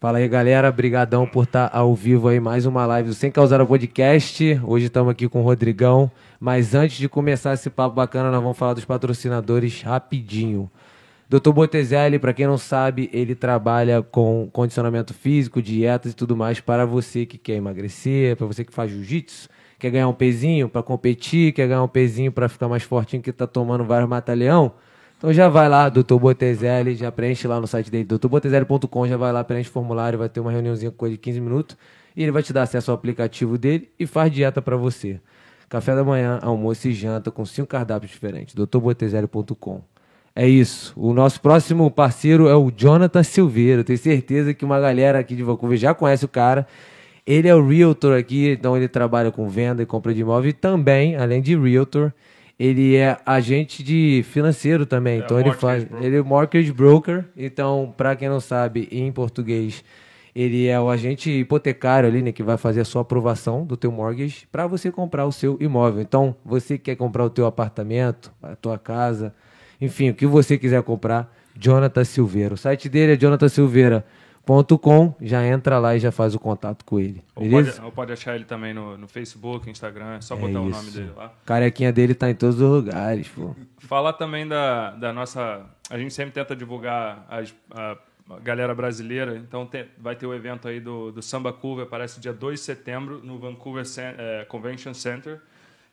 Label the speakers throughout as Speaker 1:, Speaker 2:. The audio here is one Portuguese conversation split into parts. Speaker 1: Fala aí, galera. Brigadão por estar ao vivo aí, mais uma live do Sem Causar o Podcast. Hoje estamos aqui com o Rodrigão. Mas antes de começar esse papo bacana, nós vamos falar dos patrocinadores rapidinho. Dr. Botezelli, para quem não sabe, ele trabalha com condicionamento físico, dietas e tudo mais para você que quer emagrecer, para você que faz jiu-jitsu, quer ganhar um pezinho para competir, quer ganhar um pezinho para ficar mais fortinho que tá tomando vários mata-leão. Então já vai lá, Dr. Botezelli, já preenche lá no site dele, drbotezelli.com, já vai lá, preenche o formulário, vai ter uma reuniãozinha com coisa de 15 minutos e ele vai te dar acesso ao aplicativo dele e faz dieta para você. Café da manhã, almoço e janta com cinco cardápios diferentes, drbotezelli.com. É isso. O nosso próximo parceiro é o Jonathan Silveira. Eu tenho certeza que uma galera aqui de Vancouver já conhece o cara. Ele é o realtor aqui, então ele trabalha com venda e compra de imóvel e também, além de realtor, ele é agente de financeiro também. então ele
Speaker 2: mortgage
Speaker 1: faz,
Speaker 2: broker.
Speaker 1: ele é mortgage broker. Então, para quem não sabe, em português, ele é o agente hipotecário ali, né, que vai fazer a sua aprovação do teu mortgage para você comprar o seu imóvel. Então, você que quer comprar o teu apartamento, a tua casa, enfim, o que você quiser comprar, Jonathan Silveira. O site dele é jonathansilveira.com, já entra lá e já faz o contato com ele.
Speaker 2: Ou
Speaker 1: Beleza?
Speaker 2: pode, ou pode achar ele também no, no Facebook, Instagram, é só botar o nome
Speaker 1: isso.
Speaker 2: dele lá.
Speaker 1: Carequinha dele tá em todos os lugares, pô.
Speaker 2: Falar também da, da nossa. A gente sempre tenta divulgar as- a galera brasileira, então te- vai ter o evento aí do, do Samba Cover, parece dia 2 de setembro, no Vancouver Cen- eh, Convention Center.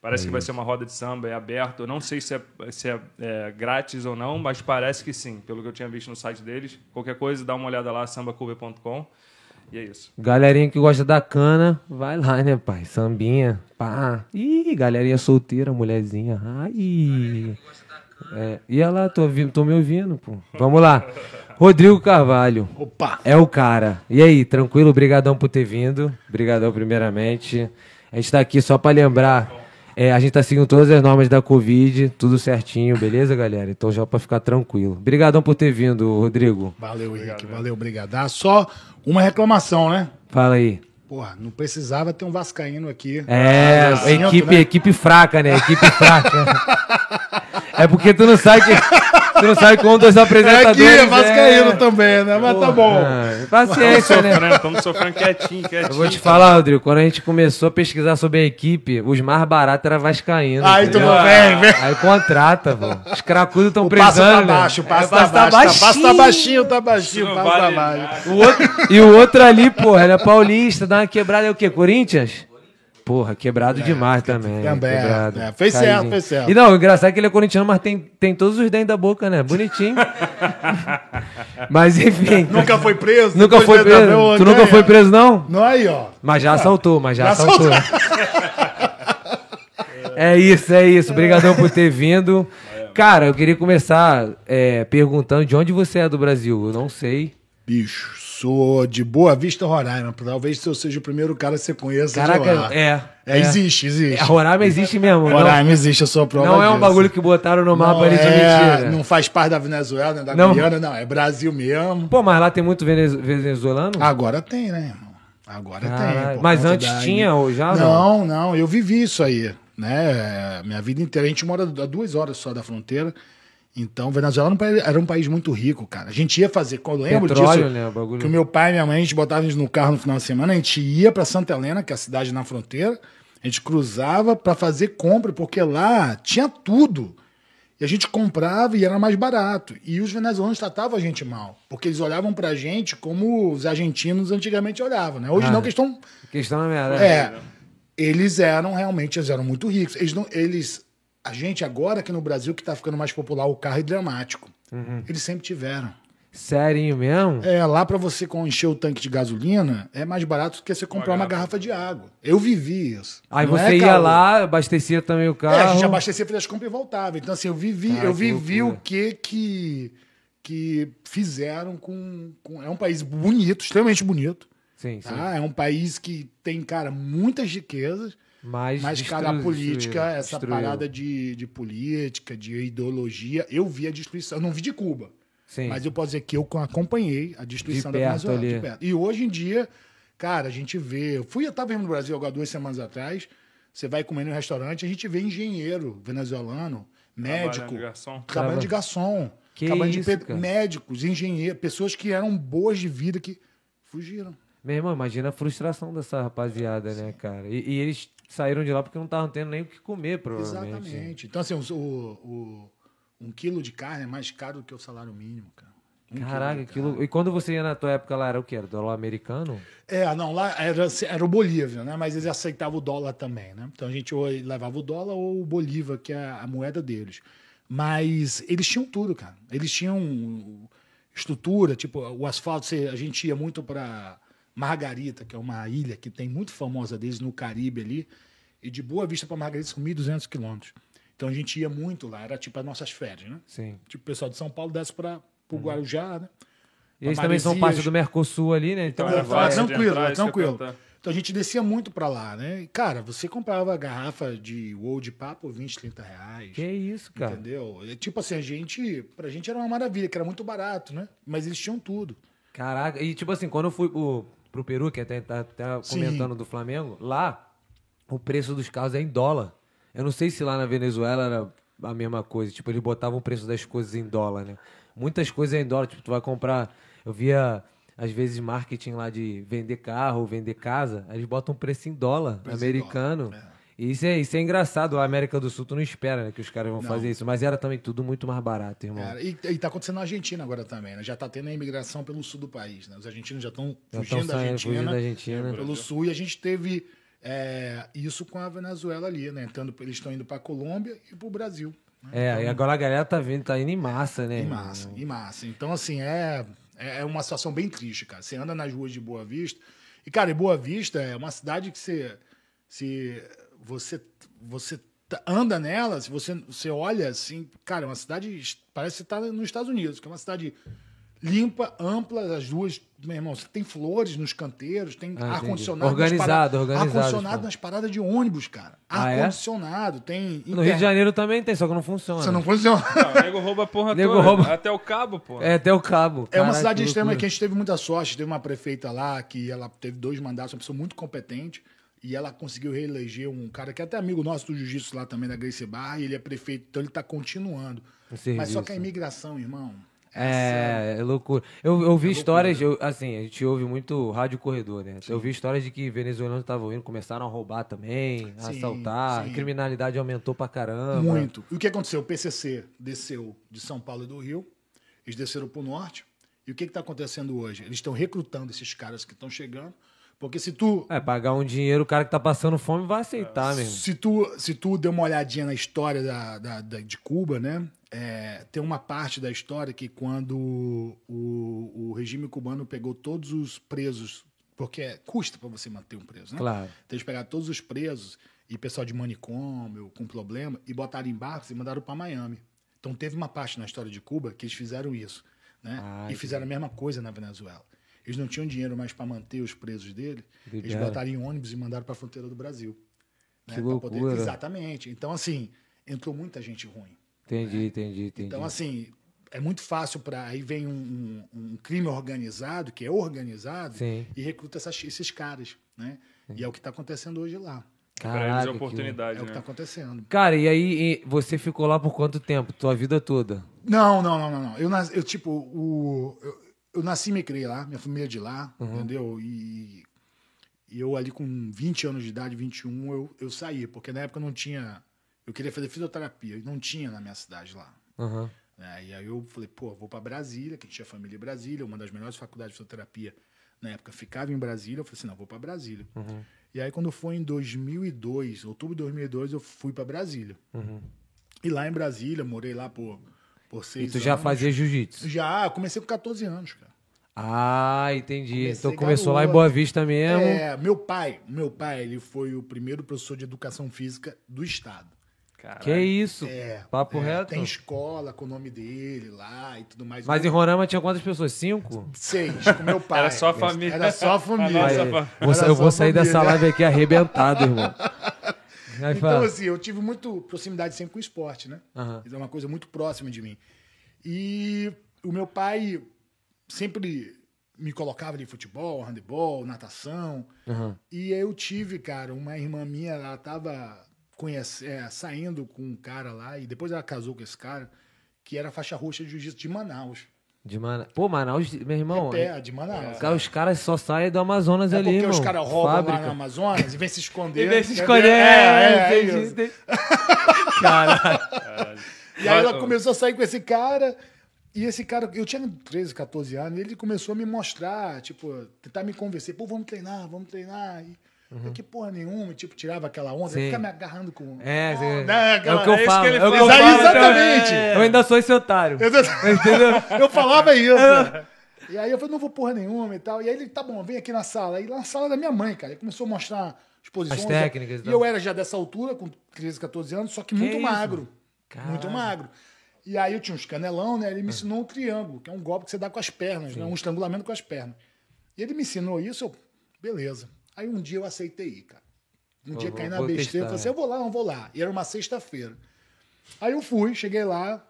Speaker 2: Parece que vai ser uma roda de samba, é aberto. Eu não sei se, é, se é, é, grátis ou não, mas parece que sim, pelo que eu tinha visto no site deles. Qualquer coisa, dá uma olhada lá, sambacover.com. E é isso.
Speaker 1: Galerinha que gosta da cana, vai lá, né, pai? Sambinha, pá. Ih, galerinha solteira, mulherzinha. Ai. É, e olha lá, tô, ouvindo- tô me ouvindo, pô. Vamos lá. Rodrigo Carvalho.
Speaker 3: Opa!
Speaker 1: É o cara. E aí, tranquilo? Obrigadão por ter vindo. Obrigadão, primeiramente. A gente tá aqui só pra lembrar. é, a gente tá seguindo todas as normas da Covid, tudo certinho, beleza, galera? Então já pra ficar tranquilo. Obrigadão por ter vindo, Rodrigo.
Speaker 3: Valeu, Henrique.
Speaker 2: né?
Speaker 3: Valeu, brigadar. Só uma reclamação, né?
Speaker 1: Fala aí.
Speaker 3: Porra, não precisava ter um vascaíno aqui.
Speaker 1: É,
Speaker 3: Ah, sinto,
Speaker 1: equipe,
Speaker 3: né?
Speaker 1: equipe fraca, né? Equipe fraca. é porque tu não sabe que. Tu não sabe como dos
Speaker 3: É aqui,
Speaker 1: apresentadores.
Speaker 3: é vascaíno também, né? Mas tá bom.
Speaker 1: Ah, Paciência, né?
Speaker 2: Sofrendo, estamos sofrendo quietinho, quietinho.
Speaker 1: Eu vou te falar, Rodrigo, quando a gente começou a pesquisar sobre a equipe, os mais baratos era Vascaíno.
Speaker 3: Aí tu
Speaker 1: entendeu?
Speaker 3: não vem, vem.
Speaker 1: Aí contrata, pô. Os cracudos estão
Speaker 3: O passo
Speaker 1: precisando.
Speaker 3: tá
Speaker 1: né?
Speaker 3: baixo, o
Speaker 1: É,
Speaker 3: passo tá baixo. tá- Passo tá baixinho, tá baixinho,
Speaker 2: Não
Speaker 3: o passo
Speaker 2: vale
Speaker 3: tá
Speaker 2: nada.
Speaker 3: baixo.
Speaker 1: O outro, e o outro ali, porra, ele é paulista, dá uma quebrada, é o quê? Corinthians? Porra, quebrado
Speaker 3: É,
Speaker 1: demais também.
Speaker 3: também, é.
Speaker 1: quebrado.
Speaker 3: É, fez certo,
Speaker 1: Caidinho.
Speaker 3: fez certo.
Speaker 1: E não, o engraçado é que ele é corintiano, mas tem, tem todos os dentes da boca, né? Bonitinho. mas enfim.
Speaker 3: Nunca foi preso?
Speaker 1: nunca
Speaker 3: depois
Speaker 1: foi
Speaker 3: de-
Speaker 1: preso.
Speaker 3: Não,
Speaker 1: tu nunca
Speaker 3: aí,
Speaker 1: foi
Speaker 3: ó.
Speaker 1: preso, não?
Speaker 3: é. Não, aí, ó.
Speaker 1: Mas já assaltou, mas já,
Speaker 3: Já
Speaker 1: assaltou. é isso, é isso. Obrigadão por ter vindo.
Speaker 3: É.
Speaker 1: Cara, eu queria começar é, perguntando de onde você é do Brasil. Eu não sei.
Speaker 3: Bicho, sou de Boa Vista, Roraima. Talvez eu seja o primeiro cara que você conheça de lá.
Speaker 1: Caraca, é.
Speaker 3: É, existe,
Speaker 1: É,
Speaker 3: existe.
Speaker 1: Roraima existe mesmo. não-
Speaker 3: Roraima existe, eu sou a prova
Speaker 1: Não é um
Speaker 3: disso.
Speaker 1: bagulho que botaram no mapa
Speaker 3: Não,
Speaker 1: ali de
Speaker 3: é,
Speaker 1: mentira.
Speaker 3: não faz parte da Venezuela, nem da
Speaker 1: Não.
Speaker 3: Guiana, não. É Brasil mesmo.
Speaker 1: Pô, mas lá tem muito venez- venezuelano?
Speaker 3: Agora tem, né, irmão? Agora
Speaker 1: Caralho.
Speaker 3: tem. por
Speaker 1: Ah, Mas
Speaker 3: conta
Speaker 1: antes tinha ou já não?
Speaker 3: Não, não, Eu vivi isso aí, né? É, Minha vida inteira. A gente mora a duas horas só da fronteira. Então, Venezuela era um país, era um país muito rico, cara. A gente ia fazer, quando eu lembro
Speaker 1: Petróleo,
Speaker 3: disso,
Speaker 1: né, o bagulho.
Speaker 3: que o meu pai e minha mãe, a gente botava eles no carro no final de semana, a gente ia pra Santa Helena, que é a cidade na fronteira, a gente cruzava pra fazer compra, porque lá tinha tudo. E a gente comprava e era mais barato. E os venezuelanos tratavam a gente mal, porque eles olhavam pra gente como os argentinos antigamente olhavam, né? Hoje
Speaker 1: Ah.
Speaker 3: não, que eles estão
Speaker 1: Questão na merda.
Speaker 3: é. Eles eram realmente, eles eram muito ricos. Eles não, eles a gente agora aqui no Brasil que tá ficando mais popular o carro hidromático.
Speaker 1: Uhum.
Speaker 3: Eles sempre tiveram.
Speaker 1: Serinho mesmo?
Speaker 3: É, lá pra você con- encher o tanque de gasolina é mais barato do que você comprar uma garrafa, de água. Eu vivi isso.
Speaker 1: Aí
Speaker 3: Não
Speaker 1: você
Speaker 3: é,
Speaker 1: ia
Speaker 3: cara?
Speaker 1: lá, abastecia também o carro.
Speaker 3: É, a gente abastecia, fazia as compras e voltava. Então assim, eu vivi,
Speaker 1: Cara,
Speaker 3: eu
Speaker 1: que
Speaker 3: vivi
Speaker 1: loucura.
Speaker 3: o que que que fizeram com, com é um país bonito, extremamente bonito.
Speaker 1: Sim, sim.
Speaker 3: Tá? É um país que tem, cara, muitas riquezas.
Speaker 1: Mas,
Speaker 3: Mas, cara, a política, essa parada de, de política, de ideologia, eu vi a destruição. Eu não vi de Cuba,
Speaker 1: Sim.
Speaker 3: mas eu posso dizer que eu acompanhei a destruição
Speaker 1: De
Speaker 3: da
Speaker 1: perto
Speaker 3: Venezuela. de
Speaker 1: ali.
Speaker 3: perto. E hoje em dia, cara, a gente vê. Eu fui, eu estava no Brasil agora duas semanas atrás. Você vai comer no restaurante, a gente vê engenheiro venezuelano, médico,
Speaker 2: Trabalhando de garçom.
Speaker 3: trabalhando de garçom,
Speaker 1: Que
Speaker 3: trabalhando
Speaker 1: isso,
Speaker 3: de pe-
Speaker 1: cara.
Speaker 3: médicos, engenheiros, pessoas que eram boas de vida, que Fugiram.
Speaker 1: Meu irmão, imagina a frustração dessa rapaziada, né, cara? E, e eles saíram de lá porque não estavam tendo nem o que comer, provavelmente.
Speaker 3: Exatamente. Então, assim, o, o- o- um quilo de carne é mais caro do que o salário mínimo, cara. Um quilo
Speaker 1: Caraca,
Speaker 3: de
Speaker 1: aquilo. E quando você ia na tua época lá, era o quê? Era dólar americano?
Speaker 3: É, não, lá era, era o Bolívia, né? Mas eles aceitavam o dólar também, né? Então a gente ou levava o dólar ou o Bolívar, que é a moeda deles. Mas eles tinham tudo, cara. Eles tinham estrutura, tipo, o asfalto, você- a gente ia muito para Margarita, que é uma ilha que tem muito famosa deles no Caribe ali. E de Boa Vista para Margarita são 1.200 quilômetros. Então a gente ia muito lá, era tipo as nossas férias, né?
Speaker 1: Sim.
Speaker 3: Tipo, o pessoal de São Paulo desce para o Guarujá, né?
Speaker 1: E eles
Speaker 3: Pra
Speaker 1: também são
Speaker 3: Maresias.
Speaker 1: parte do Mercosul ali, né? Então,
Speaker 2: Então,
Speaker 1: é
Speaker 2: era
Speaker 3: Não,
Speaker 1: vai-
Speaker 3: fala,
Speaker 2: fácil de
Speaker 3: tranquilo,
Speaker 2: entrar,
Speaker 3: é
Speaker 2: isso que eu ia
Speaker 3: tranquilo.
Speaker 2: perguntar.
Speaker 3: Então a gente descia muito pra lá, né? E, cara, você comprava garrafa de old papo 20, 30 reais.
Speaker 1: é. Que isso, cara?
Speaker 3: Entendeu? É Tipo assim, a gente. Pra gente era uma maravilha, que era muito barato, né? Mas eles tinham tudo.
Speaker 1: Caraca, e tipo assim, quando eu fui pro, pro Peru, que até tá, tá
Speaker 3: Sim.
Speaker 1: comentando do Flamengo, lá o preço dos carros é em dólar. Eu não sei se lá na Venezuela era a mesma coisa. Tipo, eles botavam o preço das coisas em dólar, né? Muitas coisas é em dólar. Tipo, tu vai comprar. Eu via, às vezes, marketing lá de vender carro, vender casa. aí Eles botam um preço em dólar
Speaker 3: Preço em
Speaker 1: americano.
Speaker 3: dólar, é.
Speaker 1: E isso é, isso é engraçado. A América do Sul, tu não espera né, que os caras vão
Speaker 3: Não.
Speaker 1: fazer isso. Mas era também tudo muito mais barato, irmão.
Speaker 3: Cara, E, e tá acontecendo na Argentina agora também, né? Já tá tendo a imigração pelo sul do país, né? Os argentinos já estão
Speaker 1: Já
Speaker 3: fugindo,
Speaker 1: tão
Speaker 3: da
Speaker 1: saindo,
Speaker 3: Argentina.
Speaker 1: fugindo da
Speaker 2: É,
Speaker 1: Argentina.
Speaker 3: Pelo sul, e a gente teve é, isso com a Venezuela ali, né? Entrando, eles estão indo pra Colômbia e pro Brasil. né?
Speaker 1: É, e agora a galera tá vindo, tá indo em massa, né?
Speaker 3: E
Speaker 1: irmão?
Speaker 3: massa, e massa. Então, assim, é, é uma situação bem triste, cara. Você anda nas ruas de Boa Vista. E, cara, e Boa Vista é uma cidade que você. Se você, você tá- anda nela, se você, você olha assim, cara, é uma cidade. es- Parece que você tá nos Estados Unidos, que é uma cidade limpa, ampla, as ruas. Meu irmão, você tem flores nos canteiros, tem
Speaker 1: Ah,
Speaker 3: ar-condicionado.
Speaker 1: entendi.
Speaker 3: nas paradas-
Speaker 1: Organizado, organizado,
Speaker 3: Ar-condicionado
Speaker 1: pô.
Speaker 3: nas paradas de ônibus, cara.
Speaker 1: Ah, é?
Speaker 3: Ar-condicionado, tem.
Speaker 1: No Rio
Speaker 3: internet.
Speaker 1: de Janeiro também tem, só que não funciona.
Speaker 3: Você não funciona.
Speaker 2: Não, o nego rouba a porra
Speaker 1: Nego
Speaker 2: toda.
Speaker 1: rouba.
Speaker 2: Até o cabo, porra.
Speaker 1: É até o cabo.
Speaker 3: É uma
Speaker 1: Caraca,
Speaker 3: cidade
Speaker 1: que
Speaker 3: extrema que a
Speaker 1: loucura.
Speaker 3: gente teve muita sorte. Teve uma prefeita lá que ela teve dois mandatos, uma pessoa muito competente. E ela conseguiu reeleger um cara que é até amigo nosso do Jiu-Jitsu lá também, da Grace Barra. E ele é prefeito, então ele tá continuando.
Speaker 1: O serviço.
Speaker 3: Mas só que a imigração, irmão... essa-
Speaker 1: É, é loucura. Eu, eu vi
Speaker 3: né?
Speaker 1: histórias, eu- assim, a gente ouve muito rádio corredor, né? Eu vi histórias de que venezuelanos estavam indo, começaram a roubar também, a
Speaker 3: Sim,
Speaker 1: assaltar,
Speaker 3: sim.
Speaker 1: a criminalidade aumentou pra caramba.
Speaker 3: Muito. E o que aconteceu? O PCC desceu de São Paulo e do Rio, eles desceram para o norte. E o que está acontecendo hoje? Eles estão recrutando esses caras que estão chegando, porque se tu
Speaker 1: É, pagar um dinheiro, o cara que tá passando fome vai
Speaker 3: É.
Speaker 1: aceitar mesmo.
Speaker 3: Se tu, se tu der uma olhadinha na história da, da- da- de Cuba, né? é, tem uma parte da história que quando o, o regime cubano pegou todos os presos, porque custa para você manter um preso, né?
Speaker 1: Claro.
Speaker 3: Então eles pegaram todos os presos e pessoal de manicômio com problema e botaram em barcos e mandaram para Miami. Então teve uma parte na história de Cuba que eles fizeram isso, né?
Speaker 1: Ah,
Speaker 3: e fizeram a mesma coisa na Venezuela. Eles não tinham dinheiro mais para manter os presos dele, eles
Speaker 1: Libera.
Speaker 3: botaram em ônibus e mandaram para a fronteira do Brasil. né?
Speaker 1: Que
Speaker 3: pra
Speaker 1: loucura.
Speaker 3: Exatamente. Então, assim, entrou muita gente ruim.
Speaker 1: Entendi, entendi, entendi.
Speaker 3: Então, assim, é muito fácil para. Aí vem um, um- um crime organizado, que é organizado,
Speaker 1: Sim.
Speaker 3: e recruta essas- esses caras, né? E é o que está acontecendo hoje lá.
Speaker 2: Pra eles é
Speaker 1: Caraca, que loucura.
Speaker 2: oportunidade,
Speaker 3: É o que está
Speaker 2: né?
Speaker 3: acontecendo.
Speaker 1: Cara, e aí e você ficou lá por quanto tempo? Tua vida toda?
Speaker 3: Não, não, não, não. não. Eu, nas- eu, tipo, o, eu, eu nasci e me criei lá, minha família é de lá, entendeu? E, e eu ali com 20 anos de idade, 21, eu, eu saí, porque na época não tinha. Eu queria fazer fisioterapia, e não tinha na minha cidade lá.
Speaker 1: Aham.
Speaker 3: né? E aí eu falei, pô, vou para Brasília, que tinha família em Brasília, uma das melhores faculdades de fisioterapia na época ficava em Brasília. Eu falei assim, não, vou para Brasília.
Speaker 1: Uhum.
Speaker 3: E aí quando foi em 2002, outubro de 2002, eu fui para Brasília. E lá em Brasília, morei lá por, por
Speaker 1: Uhum. E
Speaker 3: seis
Speaker 1: tu já
Speaker 3: anos.
Speaker 1: fazia jiu-jitsu?
Speaker 3: Já, eu comecei com 14 anos, cara.
Speaker 1: Ah, entendi.
Speaker 3: Comecei
Speaker 1: então começou lá em
Speaker 3: garoto.
Speaker 1: Boa Vista mesmo.
Speaker 3: É, meu pai, meu pai, ele foi o primeiro professor de educação física do estado.
Speaker 2: Caralho.
Speaker 1: que isso?
Speaker 3: É,
Speaker 1: Papo
Speaker 3: é,
Speaker 1: reto.
Speaker 3: Tem escola com o nome dele lá e tudo mais.
Speaker 1: Mas em Roraima tinha quantas pessoas? Cinco?
Speaker 3: Seis, com meu pai.
Speaker 2: Era só a família.
Speaker 3: Era só a família.
Speaker 2: A nossa
Speaker 1: Aí,
Speaker 2: fa-
Speaker 1: vou sa-
Speaker 3: Era
Speaker 1: eu
Speaker 3: só
Speaker 1: vou sair
Speaker 3: família.
Speaker 1: dessa live aqui arrebentado, irmão. Aí
Speaker 3: Então,
Speaker 1: fala,
Speaker 3: assim, eu tive muito proximidade sempre com o esporte, né?
Speaker 1: Aham.
Speaker 3: Isso é uma coisa muito próxima de mim. E o meu pai sempre me colocava ali em futebol, handebol, natação.
Speaker 1: Aham.
Speaker 3: E eu tive, cara, uma irmã minha, ela tava conhece- é, saindo com um cara lá, e depois ela casou com esse cara, que era faixa roxa de jiu-jitsu de Manaus.
Speaker 1: De Mana... Pô, Manaus, meu irmão.
Speaker 3: É, de Manaus.
Speaker 1: Cara, Os caras só saem do Amazonas
Speaker 3: É
Speaker 1: ali,
Speaker 3: porque
Speaker 1: irmão.
Speaker 3: os caras roubam lá
Speaker 1: Fábrica.
Speaker 3: no Amazonas e vem se esconder.
Speaker 1: E vem se
Speaker 3: entendeu?
Speaker 1: esconder.
Speaker 3: É, é, é
Speaker 1: entendi,
Speaker 3: isso.
Speaker 1: entendi. Caralho.
Speaker 3: E aí ela
Speaker 2: Mas-
Speaker 3: começou a sair com esse cara. E esse cara, eu tinha 13, 14 anos, e ele começou a me mostrar, tipo, tentar me convencer, pô, vamos treinar, vamos treinar. E eu que porra nenhuma, e, tipo, tirava aquela onda,
Speaker 1: Sim.
Speaker 3: fica me agarrando com.
Speaker 1: É, é,
Speaker 3: né,
Speaker 1: é o que eu
Speaker 3: é isso
Speaker 1: falo.
Speaker 2: que ele
Speaker 1: é o que eu
Speaker 2: faz.
Speaker 1: falo,
Speaker 3: Exatamente.
Speaker 1: Eu ainda sou esse otário. Entendeu? É.
Speaker 3: Eu falava isso. E aí eu falei, não vou porra nenhuma e tal. E aí ele, tá bom, vem aqui na sala. E lá na sala da minha mãe, cara, ele começou a mostrar as posições.
Speaker 1: As técnicas e
Speaker 3: E
Speaker 1: tal.
Speaker 3: eu era já dessa altura, com 13, 14 anos, só que muito
Speaker 1: isso?
Speaker 3: magro.
Speaker 1: Caralho. Ah.
Speaker 3: Muito magro. E aí eu tinha uns canelão, né? Ele me ensinou um triângulo, que é um golpe que você dá com as pernas, né? Um estrangulamento com as pernas. E ele me ensinou isso, eu, beleza. Aí um dia eu aceitei, cara. Um
Speaker 1: Vou-
Speaker 3: dia
Speaker 1: vou-
Speaker 3: caí na
Speaker 1: vou
Speaker 3: besteira,
Speaker 1: testar.
Speaker 3: falei assim, eu vou lá, não vou lá. E era uma sexta-feira. Aí eu fui, cheguei lá,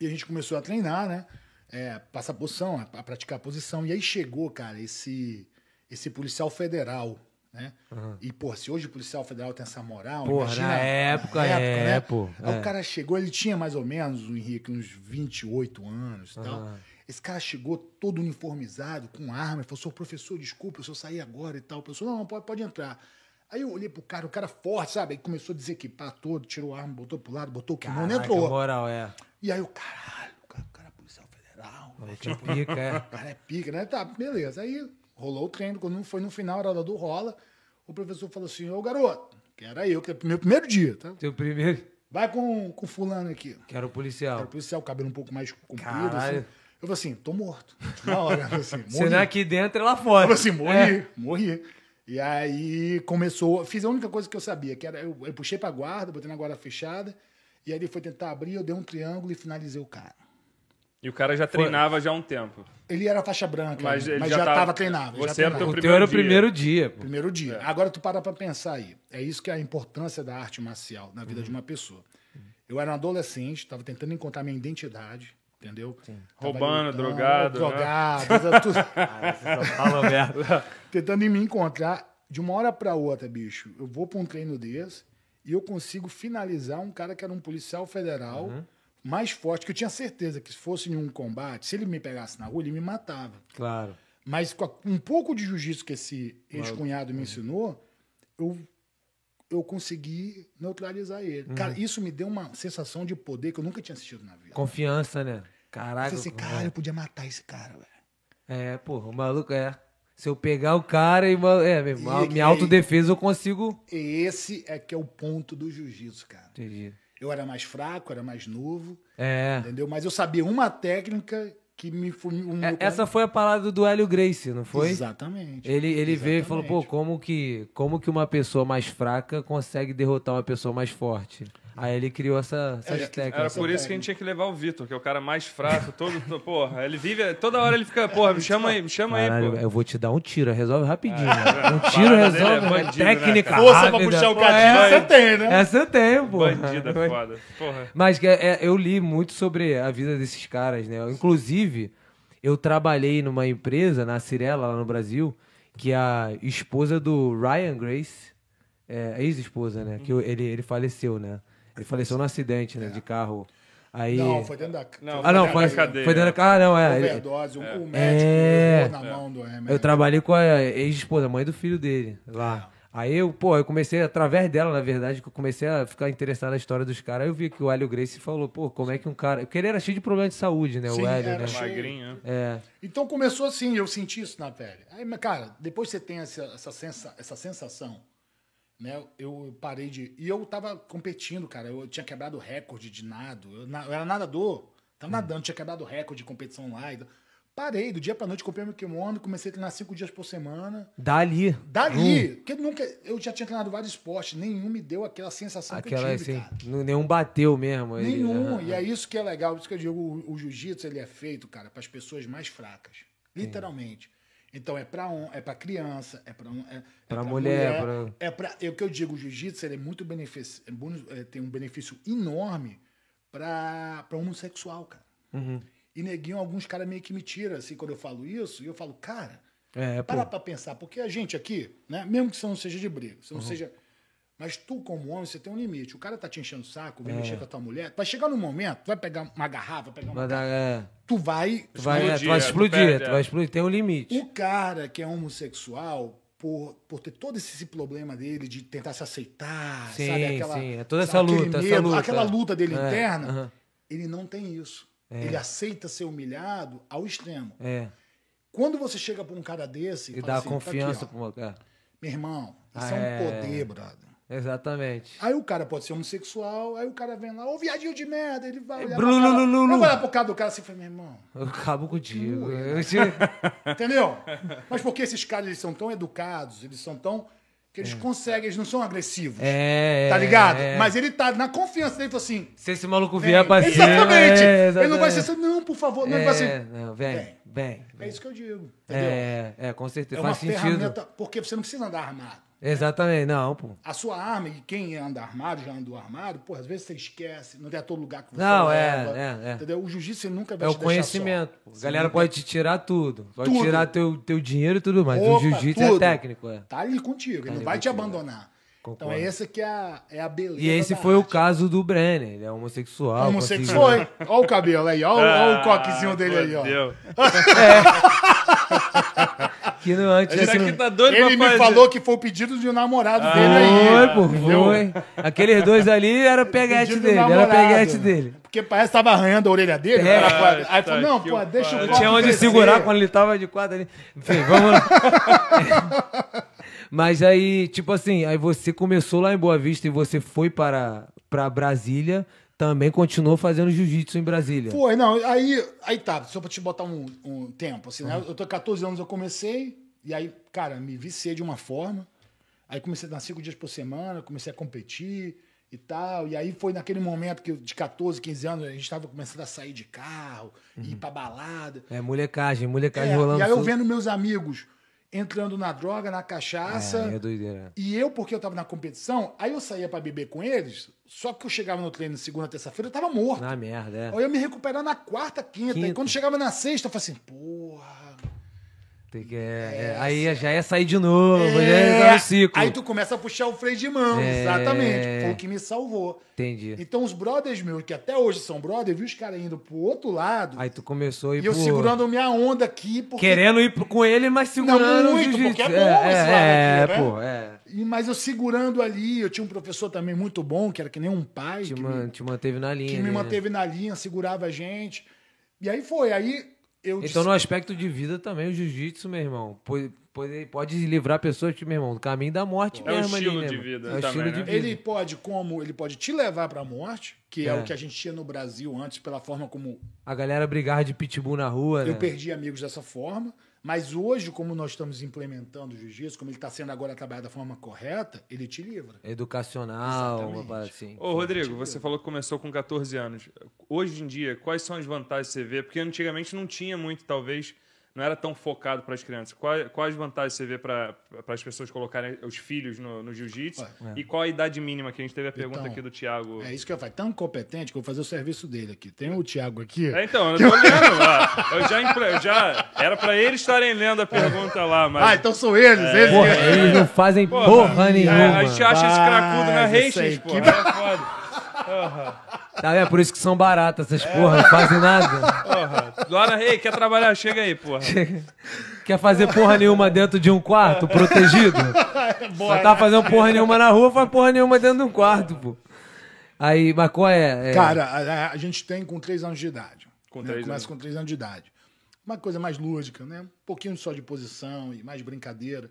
Speaker 3: e a gente começou a treinar, né? É, passar posição, a, a praticar posição. E aí chegou, cara, esse, esse policial federal, né? E, pô, se hoje o policial federal tem essa moral,
Speaker 1: Porra,
Speaker 3: imagina né?
Speaker 1: na época, é, pô,
Speaker 3: Aí
Speaker 1: é.
Speaker 3: o cara chegou, ele tinha mais ou menos, o Henrique, uns 28 anos e
Speaker 1: Aham.
Speaker 3: tal. Esse cara chegou todo uniformizado, com arma, e falou, senhor professor, desculpa, eu só saí agora e tal. O professor, não, não, pode, pode entrar. Aí eu olhei pro cara, o cara forte, sabe? Aí começou a desequipar todo, tirou a arma, botou pro lado, botou o kimono,
Speaker 1: Caraca,
Speaker 3: entrou.
Speaker 1: moral, é.
Speaker 3: E aí eu, caralho, o cara, o cara é policial federal,
Speaker 1: Pô, te pica, é.
Speaker 3: o cara é pica, né? Tá, beleza. Aí rolou o treino, quando não foi no final, era a hora do rola, o professor falou assim, ô garoto, que era eu, que era o meu primeiro dia, tá?
Speaker 1: Teu primeiro.
Speaker 3: Vai com com o fulano aqui.
Speaker 1: Quero
Speaker 3: Era o
Speaker 1: policial.
Speaker 3: policial, o cabelo um pouco mais comprido,
Speaker 1: Caralho.
Speaker 3: assim. Eu falei assim, tô morto. Na hora, eu falei assim,
Speaker 1: Se
Speaker 3: morri.
Speaker 1: não é aqui dentro, é lá fora.
Speaker 3: Eu falei assim, morri,
Speaker 1: É.
Speaker 3: morri. E aí começou, fiz a única coisa que eu sabia, que era, eu, eu puxei pra guarda, botei na guarda fechada, e aí ele foi tentar abrir, eu dei um triângulo e finalizei o cara.
Speaker 2: E o cara já treinava já há um tempo.
Speaker 3: Ele era faixa branca, né?
Speaker 2: Mas
Speaker 3: mas,
Speaker 2: ele já
Speaker 3: já,
Speaker 2: tava-
Speaker 3: estava treinado.
Speaker 2: Você É.
Speaker 3: já
Speaker 2: era
Speaker 3: treinava.
Speaker 2: teu
Speaker 1: O teu
Speaker 2: primeiro
Speaker 1: era o
Speaker 2: dia.
Speaker 1: primeiro dia, pô.
Speaker 3: Então é Primeiro dia. Agora tu para pra pensar aí. É isso que é a importância da arte marcial na vida de uma pessoa. Eu era um adolescente, tava tentando encontrar minha identidade, entendeu? Tava
Speaker 2: Roubando, drogado, né?
Speaker 3: Drogado, tava tudo-
Speaker 1: Fala merda.
Speaker 3: tentando me encontrar. De uma hora pra outra, bicho, eu vou pra um treino desse e eu consigo finalizar um cara que era um policial federal mais forte, que eu tinha certeza que se fosse em um combate, se ele me pegasse na rua, ele me matava.
Speaker 1: Claro.
Speaker 3: Mas com a- um pouco de jiu-jitsu que esse ex-cunhado
Speaker 1: Uhum.
Speaker 3: me ensinou, eu, eu consegui neutralizar ele.
Speaker 1: Uhum.
Speaker 3: Cara, isso me deu uma sensação de poder que eu nunca tinha assistido na vida.
Speaker 1: Confiança, né?
Speaker 3: Eu
Speaker 1: Caraca.
Speaker 3: falei assim, cara, eu podia matar esse cara, velho.
Speaker 1: É, pô, o maluco é. Se eu pegar o cara e. ma- É, meu, ma-
Speaker 3: E-
Speaker 1: minha
Speaker 3: e-
Speaker 1: autodefesa eu consigo.
Speaker 3: E esse é que é o ponto do jiu-jitsu, cara.
Speaker 1: Entendi.
Speaker 3: Eu era mais fraco, era mais novo,
Speaker 1: É.
Speaker 3: entendeu? Mas eu sabia uma técnica que me... fu- o
Speaker 1: É,
Speaker 3: meu-
Speaker 1: Essa foi a parada do Hélio Gracie, não foi?
Speaker 3: Exatamente.
Speaker 1: Ele, ele veio e falou,
Speaker 3: Exatamente.
Speaker 1: pô, como que, como que uma pessoa mais fraca consegue derrotar uma pessoa mais forte? Aí ele criou essa, essas
Speaker 3: Era-
Speaker 2: Era
Speaker 1: técnicas.
Speaker 2: por isso que a gente tinha que levar o Vitor, que é o cara mais fraco, todo. to- Porra, ele vive. Toda hora ele fica, porra, me chama aí, me chama aí,
Speaker 1: Caralho,
Speaker 2: pô.
Speaker 1: eu vou te dar um tiro, resolve rapidinho. né? Um
Speaker 2: Parada
Speaker 1: tiro resolve,
Speaker 2: dele é
Speaker 1: né?
Speaker 2: bandido, né,
Speaker 1: técnica
Speaker 2: cara?
Speaker 3: Força pra
Speaker 1: rápida.
Speaker 3: puxar o
Speaker 1: Pô,
Speaker 3: gatilho,
Speaker 1: essa-
Speaker 3: você tem, né?
Speaker 1: Essa eu tenho, pô.
Speaker 2: Bandida é foda. Porra.
Speaker 1: Mas que é- é, eu li muito sobre a vida desses caras, né? Inclusive, eu trabalhei numa empresa, na Cirela, lá no Brasil, que a esposa do Ryan Grace, é, a ex-esposa, né? Que o- ele, ele faleceu, né? Ele faleceu num acidente, né? De
Speaker 2: É.
Speaker 1: carro. Aí...
Speaker 3: Não, foi dentro da...
Speaker 1: É.
Speaker 2: Não,
Speaker 1: Ah, não, foi,
Speaker 2: foi na cadeia.
Speaker 1: foi dentro da carro, não, é. ele-
Speaker 3: Overdose, o- o médico
Speaker 1: É.
Speaker 3: levou na mão do remédio.
Speaker 1: eu trabalhei com a ex-esposa, mãe do filho dele, lá. Aí eu, pô, eu comecei, através dela, na verdade, que eu comecei a ficar interessado na história dos caras. Aí Eu vi que o Hélio Gracie falou, pô, como é que um cara. Porque ele era cheio de problema de saúde, né?
Speaker 3: Sim,
Speaker 1: o Hélio,
Speaker 3: era
Speaker 1: né?
Speaker 3: cheio.
Speaker 2: Magrinho. né?
Speaker 1: É.
Speaker 3: Então começou assim, eu senti isso na pele. Aí, mas, cara, depois você tem essa, essa, sensa- essa sensação, né? Eu parei de. E eu tava competindo, cara. Eu tinha quebrado recorde de nado. Eu, na- eu era nadador, tava
Speaker 1: Hum.
Speaker 3: nadando, tinha quebrado recorde de competição lá. e tal. Parei, do dia pra noite, comprei meu kimono, comecei a treinar cinco dias por semana.
Speaker 1: Dali. Hum.
Speaker 3: Dali, porque nunca. Eu já tinha treinado vários esportes, nenhum me deu aquela sensação que
Speaker 1: Aquela
Speaker 3: eu tive,
Speaker 1: assim,
Speaker 3: cara.
Speaker 1: n- nenhum bateu mesmo. né? ele,
Speaker 3: Nenhum.
Speaker 1: aham.
Speaker 3: E é isso que é legal. Por isso que eu digo, o, o jiu-jitsu ele é feito, cara, para as pessoas mais fracas. Literalmente. Então é para é para criança, é para é, é pra
Speaker 1: mulher,
Speaker 3: é para é o que eu digo, o jiu-jitsu ele é muito benefício, é boni- é, tem um benefício enorme para para homossexual, cara.
Speaker 1: Uhum.
Speaker 3: E neguinho alguns caras meio que me tiram assim quando eu falo isso, e eu falo, cara,
Speaker 1: É, pô. Uhum.
Speaker 3: para pra pensar, porque a gente aqui, né, mesmo que você não seja de briga, você não seja. Mas tu, como homem, você tem um limite. O cara tá te enchendo o saco,
Speaker 1: É.
Speaker 3: vem mexer com a tua mulher. Vai chegar num momento, vai pegar uma garrafa, vai pegar uma.
Speaker 1: Mas, é,
Speaker 3: Tu vai.
Speaker 1: tu vai, é, tu vai
Speaker 2: Explodir, é, tu perde,
Speaker 1: explodir, tu
Speaker 2: é.
Speaker 1: vai explodir, tem um limite.
Speaker 3: O cara que é homossexual, por, por ter todo esse problema dele de tentar se aceitar,
Speaker 1: Sim,
Speaker 3: sabe? Aquela,
Speaker 1: sim, é toda
Speaker 3: sabe,
Speaker 1: essa
Speaker 3: aquele
Speaker 1: luta, essa luta.
Speaker 3: Aquela luta dele
Speaker 1: É,
Speaker 3: interna,
Speaker 1: aham.
Speaker 3: ele não tem isso. Ele aceita ser humilhado ao extremo.
Speaker 1: É.
Speaker 3: Quando você chega pra um cara desse
Speaker 1: E
Speaker 3: fala
Speaker 1: dá
Speaker 3: assim, tá aqui,
Speaker 1: confiança
Speaker 3: ó,
Speaker 1: pro é, cara.
Speaker 3: meu irmão, isso
Speaker 1: Ah,
Speaker 3: é um
Speaker 1: é.
Speaker 3: poder, brother.
Speaker 1: Exatamente.
Speaker 3: Aí o cara pode ser homossexual, aí o cara vem lá, ô viadinho de merda, ele vai olhar pra
Speaker 1: Blu,
Speaker 3: cara,
Speaker 1: lu, lu, lu.
Speaker 3: vai olhar pro cara do cara assim, e fala, meu irmão,
Speaker 1: Eu acabo contigo.
Speaker 3: Uh.
Speaker 1: Eu te-
Speaker 3: Entendeu? Mas porque esses caras eles são tão educados, eles são tão. que eles conseguem, eles não são agressivos.
Speaker 1: É.
Speaker 3: Tá ligado?
Speaker 1: é.
Speaker 3: Mas ele tá na confiança dele, fala assim.
Speaker 1: Se esse maluco vier pra cima.
Speaker 3: exatamente.
Speaker 1: é,
Speaker 3: Ele não vai ser
Speaker 1: exatamente.
Speaker 3: assim, não, por favor. Não, ele vai
Speaker 1: É,
Speaker 3: ser.
Speaker 1: não, vem, vem.
Speaker 3: É isso que eu digo. Entendeu? É,
Speaker 1: É, é, com certeza.
Speaker 3: uma
Speaker 1: Faz sentido.
Speaker 3: ferramenta. Porque você não precisa andar armado.
Speaker 1: Exatamente, não, pô.
Speaker 3: A sua arma, e quem anda armado, já andou armado, pô, às vezes você esquece, não é a todo lugar que você
Speaker 1: Não, é,
Speaker 3: leva,
Speaker 1: é, é.
Speaker 3: Entendeu? O jiu-jitsu ele nunca vai
Speaker 1: É o
Speaker 3: te deixar só.
Speaker 1: conhecimento. pô. A galera pode te tirar tudo. Pode
Speaker 3: Tudo.
Speaker 1: tirar teu, teu dinheiro e tudo mais. o
Speaker 3: Opa,
Speaker 1: jiu-jitsu
Speaker 3: tudo.
Speaker 1: é técnico, é.
Speaker 3: Tá ali contigo, ele não
Speaker 1: ali
Speaker 3: vai te
Speaker 1: contigo, é.
Speaker 3: abandonar. Então
Speaker 1: Concordo.
Speaker 3: é essa que é a, é a beleza.
Speaker 1: E esse
Speaker 3: da
Speaker 1: foi o assim,
Speaker 3: arte.
Speaker 1: caso do Brenner. Ele é homossexual.
Speaker 3: Homossexual,
Speaker 1: conseguiu-
Speaker 3: hein? Olha o cabelo aí, olha, o coquezinho dele aí, ó.
Speaker 2: Ah, Deus.
Speaker 1: Que não antes.
Speaker 2: Será
Speaker 1: assim,
Speaker 2: que tá doido
Speaker 3: Ele é
Speaker 2: pra
Speaker 3: me
Speaker 2: fazer? Ah,
Speaker 3: falou que foi o pedido de um namorado dele aí.
Speaker 1: Foi, pô, foi. Aqueles dois ali era o peguete
Speaker 3: Pedido do
Speaker 1: dele. Era o
Speaker 3: namorado.
Speaker 1: peguete dele.
Speaker 3: Porque parece que tava arranhando a orelha dele.
Speaker 1: É.
Speaker 3: o cara quase- Aí
Speaker 2: Tá
Speaker 3: falou, não,
Speaker 2: que
Speaker 3: pô,
Speaker 2: o
Speaker 3: deixa um o
Speaker 2: pai-
Speaker 1: Não
Speaker 3: coque
Speaker 1: tinha onde
Speaker 3: crescer.
Speaker 1: segurar quando ele tava de quadro ali. Enfim, vamos lá. Mas aí, tipo assim, aí você começou lá em Boa Vista e você foi para, para Brasília, também continuou fazendo jiu-jitsu em Brasília.
Speaker 3: Foi, não, aí, aí tá, só pra te botar um, um tempo, assim, né? Eu tô 14 anos, eu comecei, e aí, cara, me viciei de uma forma, aí comecei a dar cinco dias por semana, comecei a competir e tal, e aí foi naquele momento que eu, de 14, 15 anos, a gente tava começando a sair de carro, ir pra balada,
Speaker 1: É molecagem, molecagem
Speaker 3: É,
Speaker 1: Uhum. rolando.
Speaker 3: e aí eu
Speaker 1: tudo.
Speaker 3: vendo meus amigos entrando na droga, na cachaça,
Speaker 1: É, é doideira.
Speaker 3: e eu, porque eu tava na competição, aí eu saía pra beber com eles, só que eu chegava no treino segunda, terça-feira, eu tava morto.
Speaker 1: Na merda, é.
Speaker 3: Aí eu ia me recuperar na quarta, quinta.
Speaker 1: Quinta.
Speaker 3: E quando chegava na sexta, eu falei assim, porra.
Speaker 1: Tem que- é, é. Aí já é sair de novo, já
Speaker 3: é.
Speaker 1: é entrar no ciclo.
Speaker 3: Aí tu começa a puxar o freio de mão,
Speaker 1: É.
Speaker 3: exatamente. Foi o que me salvou.
Speaker 1: Entendi.
Speaker 3: Então os brothers meus, que até hoje são brothers, eu vi os caras indo pro outro lado.
Speaker 1: Aí tu começou a ir
Speaker 3: e eu
Speaker 1: pro-
Speaker 3: segurando minha onda aqui. Porque...
Speaker 1: Querendo ir pro- com ele, mas segurando
Speaker 3: muito,
Speaker 1: o jiu-jitsu.
Speaker 3: porque é bom esse lado
Speaker 1: é,
Speaker 3: aqui, né?
Speaker 1: pô, é.
Speaker 3: E, mas eu segurando ali, eu tinha um professor também muito bom, que era que nem um pai.
Speaker 1: Te,
Speaker 3: que
Speaker 1: man-
Speaker 3: me-
Speaker 1: te manteve na linha.
Speaker 3: que me
Speaker 1: né?
Speaker 3: manteve na linha, segurava a gente. E aí foi, aí eu
Speaker 1: Então, no aspecto de vida também, o jiu-jitsu, meu irmão, pode, pode, pode livrar pessoas, que, meu irmão, do caminho da morte
Speaker 2: É o
Speaker 1: mesmo ali,
Speaker 2: estilo
Speaker 1: né,
Speaker 2: de
Speaker 1: mano? É
Speaker 2: vida
Speaker 1: o
Speaker 2: também,
Speaker 1: estilo de
Speaker 2: né?
Speaker 1: vida.
Speaker 3: ele pode como ele pode te levar pra morte, que é.
Speaker 1: É.
Speaker 3: o que a gente tinha no Brasil antes pela forma como
Speaker 1: A galera brigava de pitbull na rua, né?
Speaker 3: eu perdi amigos dessa forma, mas hoje como nós estamos implementando o jiu-jitsu, como ele está sendo agora trabalhado da forma correta, ele te livra.
Speaker 1: Educacional, uma
Speaker 3: Exatamente.
Speaker 1: parada assim.
Speaker 2: Ô, Rodrigo, você falou que começou com 14 anos. Hoje em dia, quais são as vantagens que você vê? Porque antigamente não tinha muito, talvez, não era tão focado para as crianças. Quais, quais vantagens você vê para as pessoas colocarem os filhos no, no jiu-jitsu? E qual a idade mínima? Que a gente teve a pergunta
Speaker 3: Então,
Speaker 2: aqui do Thiago.
Speaker 3: É isso que eu falo, tão competente que eu vou fazer o serviço dele aqui. Tem o Thiago aqui.
Speaker 2: É, então, eu tô lendo lá. Eu já, impre- eu já- era para eles estarem lendo a pergunta lá, mas...
Speaker 3: Ah, então são eles, eles.
Speaker 1: Porra,
Speaker 3: que-
Speaker 1: eles não fazem porra,
Speaker 2: É,
Speaker 1: nenhuma.
Speaker 2: a gente acha esse cracudo na
Speaker 3: Rapaz, essa
Speaker 2: Reis, pô.
Speaker 3: equipe-
Speaker 2: É foda.
Speaker 1: Tá, é por isso que são baratas essas porra, não fazem nada.
Speaker 2: Porra, Luana Rei, quer trabalhar? Chega aí, porra.
Speaker 1: Quer fazer porra nenhuma dentro de um quarto protegido?
Speaker 3: É,
Speaker 1: Só tá fazendo porra nenhuma na rua, faz porra nenhuma dentro de um quarto, pô. Aí, mas qual é? É-
Speaker 3: Cara, a, a gente tem com 3 anos de idade.
Speaker 2: Com
Speaker 3: né?
Speaker 2: três
Speaker 3: Começa
Speaker 2: anos.
Speaker 3: com 3 anos de idade. Uma coisa mais lúdica, né? Um pouquinho só de posição e mais brincadeira.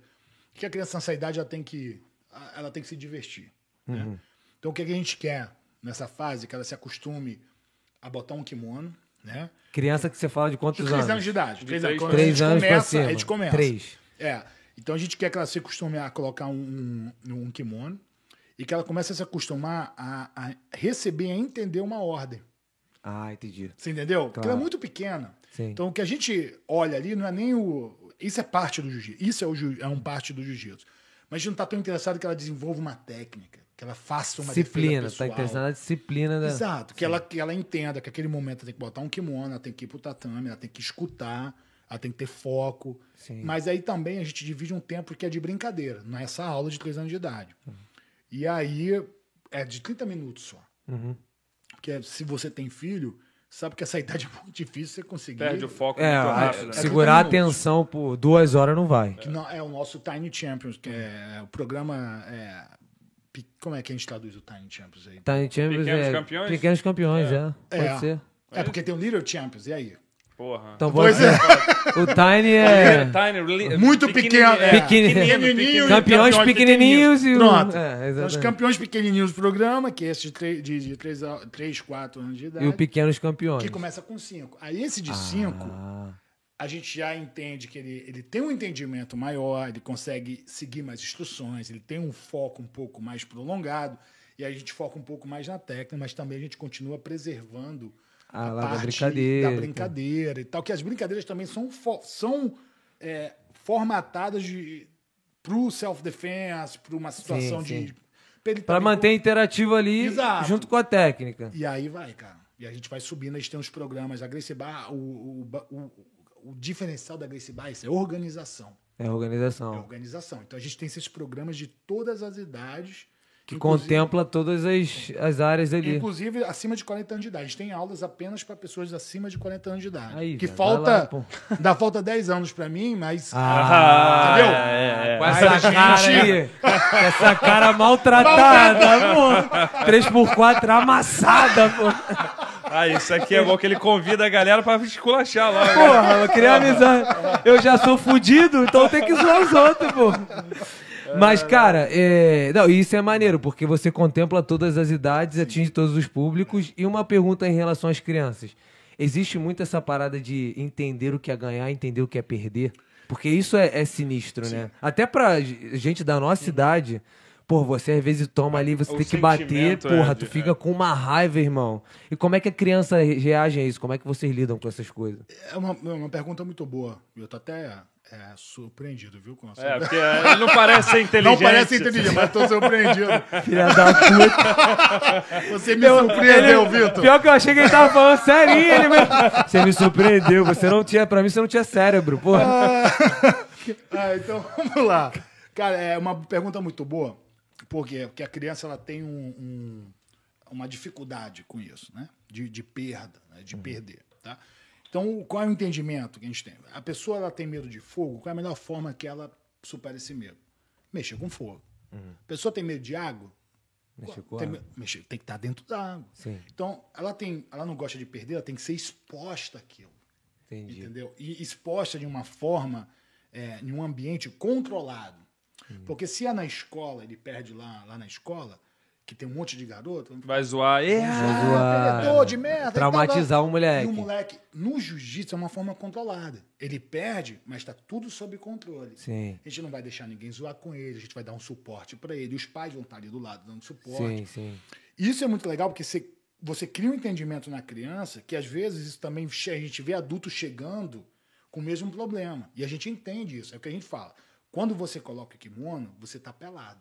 Speaker 3: Porque a criança nessa idade ela tem que, a- ela tem que se divertir. né?
Speaker 2: Uhum.
Speaker 3: Então o que, que a gente quer nessa fase? Que ela se acostume a botar um kimono, né?
Speaker 1: Criança que você fala de
Speaker 3: De
Speaker 1: quantos
Speaker 3: 3 anos
Speaker 1: anos?
Speaker 3: de idade. três
Speaker 2: três
Speaker 3: quando a
Speaker 1: Três
Speaker 3: gente
Speaker 1: anos pra
Speaker 3: começa,
Speaker 1: cima.
Speaker 3: A gente começa.
Speaker 1: Três.
Speaker 3: É. Então a gente quer que ela se acostume a colocar um, um, um kimono e que ela comece a se acostumar a, a receber e a entender uma ordem.
Speaker 1: Ah, entendi.
Speaker 3: Você entendeu? Porque ela é
Speaker 1: Claro.
Speaker 3: muito pequena.
Speaker 1: Sim.
Speaker 3: Então o que a gente olha ali não é nem o. Isso é parte do jiu-jitsu. Isso é, o jiu- é um parte do jiu-jitsu. Mas a gente não está tão interessado que ela desenvolva uma técnica, que ela faça é uma
Speaker 1: disciplina,
Speaker 3: defesa
Speaker 1: tá
Speaker 3: pessoal. é
Speaker 1: interessado na disciplina né? da.
Speaker 3: Exato, que ela, que ela entenda que aquele momento ela tem que botar um kimono, ela tem que ir pro tatame, ela tem que escutar, ela tem que ter foco.
Speaker 1: Sim. Uhum.
Speaker 3: Mas aí também a gente divide um tempo que é de brincadeira, não é essa aula de três anos de idade. E aí é de 30 minutos só.
Speaker 1: Uhum.
Speaker 3: Porque é, se você tem filho, sabe que essa idade é muito difícil você conseguir.
Speaker 2: Perde o foco
Speaker 1: É,
Speaker 2: muito
Speaker 1: a-
Speaker 2: rápido. né?
Speaker 3: se-
Speaker 1: segurar a
Speaker 3: 30 minutos.
Speaker 1: atenção por duas horas não vai.
Speaker 3: Que não, é o nosso Tiny Champions, que é o programa. é, pe- como é que a gente traduz o Tiny Champions aí?
Speaker 1: Tá em Champions,
Speaker 2: Pequenos
Speaker 1: é,
Speaker 2: campeões?
Speaker 1: Pequenos campeões, é. Pode
Speaker 3: é,
Speaker 1: ser.
Speaker 3: É porque tem o Little Champions, e aí?
Speaker 2: Porra.
Speaker 1: Então,
Speaker 3: Pois é.
Speaker 1: bora- O Tiny é.
Speaker 2: Tiny, li-
Speaker 3: Muito pequeno, é.
Speaker 1: Pequeno.
Speaker 3: Pequenininho,
Speaker 1: Campeões
Speaker 3: campeões
Speaker 1: pequenininhos e o.
Speaker 3: Pronto.
Speaker 1: É,
Speaker 3: Então, os
Speaker 1: exatamente.
Speaker 3: campeões pequenininhos do programa, que é esse de 3, de, de três a- três, quatro anos de idade,
Speaker 1: E o Pequenos Campeões.
Speaker 3: que começa com cinco. Aí esse de cinco
Speaker 1: Ah,
Speaker 3: a gente já entende que ele, ele tem um entendimento maior, ele consegue seguir mais instruções, ele tem um foco um pouco mais prolongado, e aí a gente foca um pouco mais na técnica, mas também a gente continua preservando
Speaker 1: Ah,
Speaker 3: a
Speaker 1: lá da
Speaker 3: parte
Speaker 1: brincadeira,
Speaker 3: da brincadeira e tal, que as brincadeiras também são, fo- são é, formatadas de, pro self-defense, para uma situação
Speaker 1: sim.
Speaker 3: de... pra ele
Speaker 1: pra
Speaker 3: também-
Speaker 1: manter interativo ali,
Speaker 3: Exato.
Speaker 1: junto com a técnica.
Speaker 3: e aí vai, cara. E a gente vai subindo, a gente tem uns programas. A Gracie Bar, o, o, o, o diferencial da Gracie Bar é isso, é organização.
Speaker 1: É
Speaker 3: É
Speaker 1: organização.
Speaker 3: organização. Então a gente tem esses programas de todas as idades.
Speaker 1: Que
Speaker 3: inclusive-
Speaker 1: contempla todas as, as áreas ali.
Speaker 3: Inclusive acima de 40 anos de idade. A gente tem aulas apenas para pessoas acima de 40 anos de idade.
Speaker 1: Aí,
Speaker 3: que
Speaker 1: velho, vai lá,
Speaker 3: falta.
Speaker 1: pô.
Speaker 3: dá falta 10 anos para mim, mas.
Speaker 1: Ah,
Speaker 3: Entendeu?
Speaker 2: é, é.
Speaker 1: Com essa
Speaker 3: Mas a
Speaker 1: cara
Speaker 3: gente-
Speaker 1: aí. com essa cara maltratada, pô. 3x4 amassada, pô.
Speaker 2: Ah, isso aqui é bom que ele convida a galera pra esculachar lá. né?
Speaker 1: Porra, eu queria avisar. Eu já sou fudido, então tem que zoar os outros, pô. Mas, cara, é... não, isso é maneiro, porque você contempla todas as idades, atinge todos os públicos. E uma pergunta em relação às crianças. Existe muito essa parada de entender o que é ganhar, entender o que é perder? Porque isso é, é sinistro, né? Até pra g- gente da nossa idade, pô, você às vezes toma ali, você
Speaker 2: O
Speaker 1: tem que bater,
Speaker 2: sentimento é
Speaker 1: porra,
Speaker 2: de-
Speaker 1: tu fica com uma raiva, irmão. E como é que a criança re- reage a isso? Como é que vocês lidam com essas coisas?
Speaker 3: É uma, é uma pergunta muito boa. Eu tô até é, surpreendido, viu? Com a sua-
Speaker 2: É, porque é, ele não parece ser
Speaker 3: Não
Speaker 2: inteligente.
Speaker 3: parece inteligente, mas tô surpreendido.
Speaker 1: Filha da puta.
Speaker 3: Você me surpreendeu, Vitor.
Speaker 1: Pior que eu achei que ele tava falando sério, ele mesmo. Você me surpreendeu, você não tinha, pra mim você não tinha cérebro, porra.
Speaker 3: Ah, então vamos lá. Cara, é uma pergunta muito boa. Por quê? Porque a criança ela tem um, um- uma dificuldade com isso, né? De, de perda, né? de perder, tá? Então, qual é o entendimento que a gente tem? A pessoa ela tem medo de fogo, qual é a melhor forma que ela supera esse medo? Mexer com fogo. A pessoa tem medo de água?
Speaker 1: Mexer com
Speaker 3: Tem,
Speaker 1: água.
Speaker 3: me- mexer- tem que estar dentro da água.
Speaker 1: Sim.
Speaker 3: Então, ela, tem, ela não gosta de perder, ela tem que ser exposta àquilo.
Speaker 1: Entendi.
Speaker 3: Entendeu? E exposta de uma forma, é, em um ambiente controlado.
Speaker 1: Hum.
Speaker 3: Porque se é na escola, ele perde lá, lá na escola, que tem um monte de garoto, ah,
Speaker 2: Vai zoar. É,
Speaker 1: Vai zoar,
Speaker 3: perdedor de merda. e tal,
Speaker 1: traumatizar
Speaker 3: tal.
Speaker 1: o moleque.
Speaker 3: E o moleque, no jiu-jitsu, é uma forma controlada. Ele perde, mas tá tudo sob controle.
Speaker 1: Sim.
Speaker 3: A gente não vai deixar ninguém zoar com ele, a gente vai dar um suporte para ele. Os pais vão estar ali do lado dando suporte.
Speaker 1: Sim, sim.
Speaker 3: Isso é muito legal porque você, você cria um entendimento na criança que às vezes isso também che- a gente vê adultos chegando com o mesmo problema. E a gente entende isso. É o que a gente fala. Quando você coloca o kimono, você está pelado.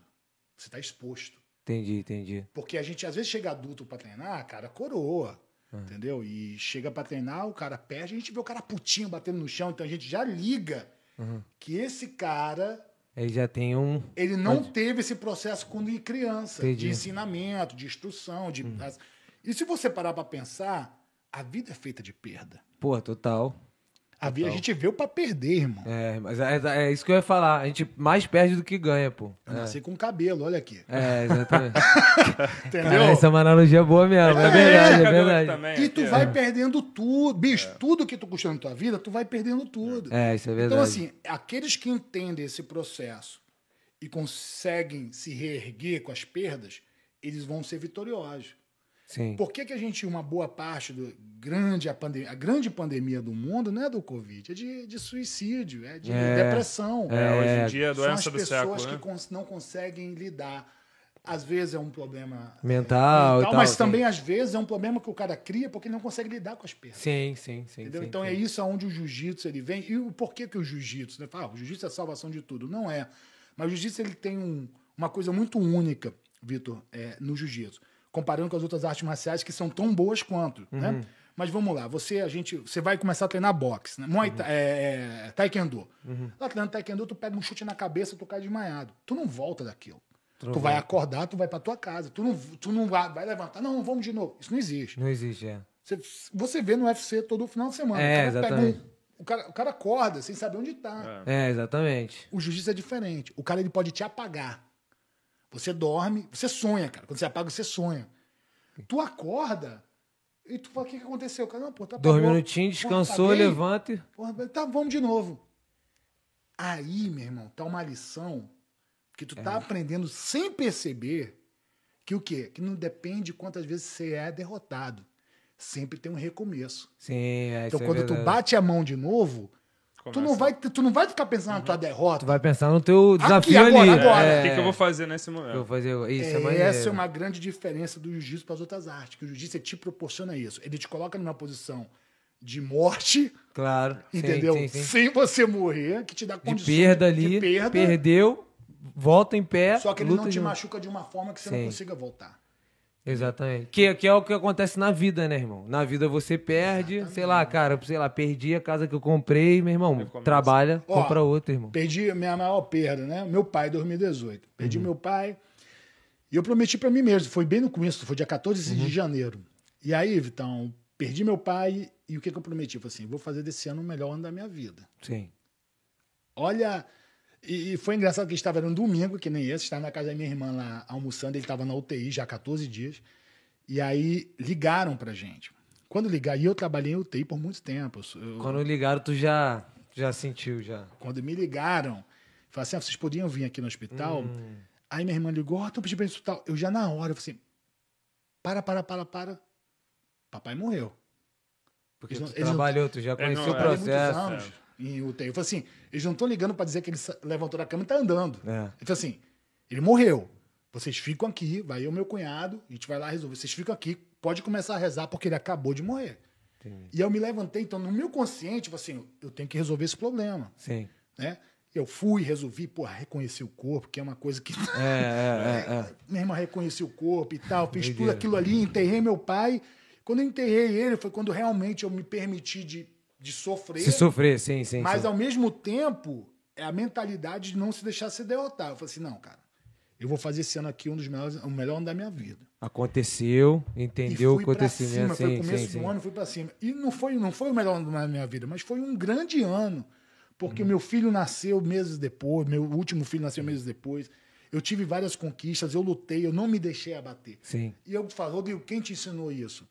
Speaker 3: Você está exposto.
Speaker 1: Entendi, entendi.
Speaker 3: Porque a gente às vezes chega adulto para treinar, cara coroa. Entendeu? E chega para treinar, o cara perde, a gente vê o cara putinho batendo no chão, então a gente já liga que esse cara
Speaker 1: Aí já tem um.
Speaker 3: ele não teve esse processo quando criança,
Speaker 1: Entendi. Uhum.
Speaker 3: de ensinamento, de instrução, de. E se você parar pra pensar, a vida é feita de perda.
Speaker 1: Porra, total.
Speaker 3: A, vida, a gente veio pra perder, irmão.
Speaker 1: É, mas é, é isso que eu ia falar. A gente mais perde do que ganha, pô.
Speaker 3: Eu nasci com cabelo, olha aqui.
Speaker 1: É, exatamente.
Speaker 3: Entendeu?
Speaker 1: Cara, essa é uma analogia boa mesmo. É verdade, é verdade.
Speaker 2: Também, né?
Speaker 3: E tu
Speaker 2: aqui, ó.
Speaker 3: vai perdendo tudo. Bicho, tudo que tu custou na tua vida, tu vai perdendo tudo.
Speaker 1: É, isso é verdade.
Speaker 3: Então, assim, aqueles que entendem esse processo e conseguem se reerguer com as perdas, eles vão ser vitoriosos.
Speaker 1: Sim.
Speaker 3: Por que, que a gente, uma boa parte do grande a, pandem- a grande pandemia do mundo não é do Covid, é de, de suicídio, é de
Speaker 1: É.
Speaker 3: depressão.
Speaker 2: É, hoje em dia é a
Speaker 3: São as
Speaker 2: doença do
Speaker 3: pessoas
Speaker 2: século,
Speaker 3: que
Speaker 2: né?
Speaker 3: cons- não conseguem lidar. Às vezes é um problema é,
Speaker 2: Ah,
Speaker 1: Mental
Speaker 2: tá,
Speaker 1: e tal,
Speaker 3: mas
Speaker 1: sim.
Speaker 3: também às vezes é um problema que o cara cria porque ele não consegue lidar com as perdas.
Speaker 1: Sim, sim, sim.
Speaker 3: Entendeu?
Speaker 1: sim,
Speaker 3: então
Speaker 1: sim.
Speaker 3: é isso aonde o jiu-jitsu ele vem. E o porquê que o jiu-jitsu, né? Fala, ah, o jiu-jitsu é a salvação de tudo. Não é. Mas o jiu-jitsu ele tem um- uma coisa muito única, Vitor, é, no jiu-jitsu. Comparando com as outras artes marciais que são tão boas quanto,
Speaker 1: Uhum.
Speaker 3: né? Mas vamos lá, você a gente, você vai começar a treinar boxe, né? Muay
Speaker 1: Uhum.
Speaker 3: Thai- é, Tá é, taekwondo. Lá treinando taekwondo, tu pega um chute na cabeça, tu cai desmaiado. Tu não volta daquilo. Tu vai acordar, tu vai pra tua casa. Tu não, tu não vai vai levantar, não, vamos de novo. Isso não existe.
Speaker 1: Não existe, é.
Speaker 3: Você, você vê no UFC todo final de semana.
Speaker 1: É,
Speaker 3: o cara pega
Speaker 1: exatamente.
Speaker 3: um- o, cara, o cara acorda sem saber onde tá.
Speaker 1: É, exatamente.
Speaker 3: O jiu-jitsu é diferente. O cara ele pode te apagar. Você dorme, você sonha, cara. Quando você apaga, você sonha. Tu acorda e tu fala: o que, que aconteceu? O cara, não, pô, tá
Speaker 1: Dois
Speaker 3: apagou.
Speaker 1: minutinhos,
Speaker 3: Porra,
Speaker 1: descansou,
Speaker 3: apaguei.
Speaker 1: levanta. e-
Speaker 3: Porra, tá, vamos de novo. Aí, meu irmão, tá uma lição que tu
Speaker 1: É.
Speaker 3: tá aprendendo sem perceber que o quê? Que não depende quantas vezes você é derrotado. Sempre tem um recomeço.
Speaker 1: Sim, é
Speaker 3: então,
Speaker 1: isso é
Speaker 3: quando tu
Speaker 1: verdade.
Speaker 3: bate a mão de novo, tu não,
Speaker 2: Começa.
Speaker 3: vai, tu não vai ficar pensando na tua derrota.
Speaker 1: Tu vai pensar no teu desafio
Speaker 3: agora,
Speaker 1: ali.
Speaker 3: agora.
Speaker 1: É,
Speaker 2: O que, que eu vou fazer nesse
Speaker 1: o que eu vou
Speaker 2: momento?
Speaker 1: fazer agora? Isso é,
Speaker 3: É,
Speaker 1: maneiro.
Speaker 3: essa é uma grande diferença do jiu-jitsu para as outras artes. Que o jiu-jitsu te proporciona isso. Ele te coloca numa posição de morte,
Speaker 1: Claro. sim,
Speaker 3: entendeu?
Speaker 1: sim, sim.
Speaker 3: Sem você morrer, que te dá
Speaker 1: De
Speaker 3: condições
Speaker 1: perda ali.
Speaker 3: de perda.
Speaker 1: Perdeu, volta em pé.
Speaker 3: Só que ele
Speaker 1: luta
Speaker 3: não te
Speaker 1: de novo.
Speaker 3: machuca de uma forma que você
Speaker 1: Sim.
Speaker 3: não consiga voltar.
Speaker 1: Exatamente. Que, que é o que acontece na vida, né, irmão? Na vida você perde, sei lá, cara, sei lá, perdi a casa que eu comprei, meu irmão,
Speaker 2: começo.
Speaker 1: trabalha,
Speaker 3: Ó,
Speaker 1: compra outra, irmão.
Speaker 3: Perdi a minha maior perda, né? Meu pai, 2018. Perdi meu pai. E eu prometi pra mim mesmo, foi bem no começo, foi dia 14 de janeiro. E aí, Vitão, perdi meu pai e o que, que eu prometi? Eu falei assim, vou fazer desse ano o melhor ano da minha vida.
Speaker 1: Sim.
Speaker 3: Olha. E, e foi engraçado que a gente estava no domingo, que nem esse, estava na casa da minha irmã lá almoçando, ele estava na UTI já há 14 dias. E aí ligaram pra gente. Quando ligar, e eu trabalhei em UTI por muito tempo. eu sou- eu-
Speaker 1: Quando ligaram, tu já, já sentiu, já.
Speaker 3: Quando me ligaram, falaram assim: ah, vocês podiam vir aqui no hospital? Aí minha irmã ligou: ah, tô pedindo pra ir no hospital. Eu já na hora, eu falei assim: para, para, para, para. Papai morreu.
Speaker 1: Porque
Speaker 3: Eles
Speaker 1: tu
Speaker 3: não- eles não-
Speaker 1: trabalhou, tu já conheceu
Speaker 2: não-
Speaker 1: o
Speaker 2: é,
Speaker 3: Trabalhei muitos
Speaker 1: um processo.
Speaker 3: anos em UTI. Eu falei assim: eles não estão ligando pra dizer que ele sa- levantou da cama e tá andando.
Speaker 1: É.
Speaker 3: Ele falou assim: ele morreu. Vocês ficam aqui, vai eu, meu cunhado, a gente vai lá resolver. Vocês ficam aqui, pode começar a rezar porque ele acabou de morrer. E eu me levantei, então, no meu consciente, eu falei assim: eu tenho que resolver esse problema
Speaker 1: Sim.
Speaker 3: né? Eu fui, resolvi, pô, reconheci o corpo, que é uma coisa que.
Speaker 1: É, é, é, é.
Speaker 3: Minha irmã reconheci o corpo e tal, fiz tudo
Speaker 1: Doideira.
Speaker 3: aquilo ali, enterrei meu pai. Quando eu enterrei ele, foi quando realmente eu me permiti de, de sofrer.
Speaker 1: Se sofrer, então. sim, sim.
Speaker 3: mas
Speaker 1: sim.
Speaker 3: ao mesmo tempo, é a mentalidade de não se deixar ser derrotar. Eu falei assim: não, cara, eu vou fazer esse ano aqui um dos melhores, o melhor ano da minha vida.
Speaker 1: Aconteceu,
Speaker 3: E
Speaker 1: entendeu o
Speaker 3: fui pra
Speaker 1: acontecimento.
Speaker 3: Cima, foi o
Speaker 1: Sim,
Speaker 3: começo
Speaker 1: sim, sim.
Speaker 3: do ano, fui pra cima. E não foi, não foi o melhor ano da minha vida, mas foi um grande ano.
Speaker 1: Uhum.
Speaker 3: Porque meu filho nasceu meses depois, meu último filho nasceu meses depois. Eu tive várias conquistas, eu lutei, eu não me deixei abater.
Speaker 1: Sim,
Speaker 3: E eu falo, Rodrigo, quem te ensinou isso?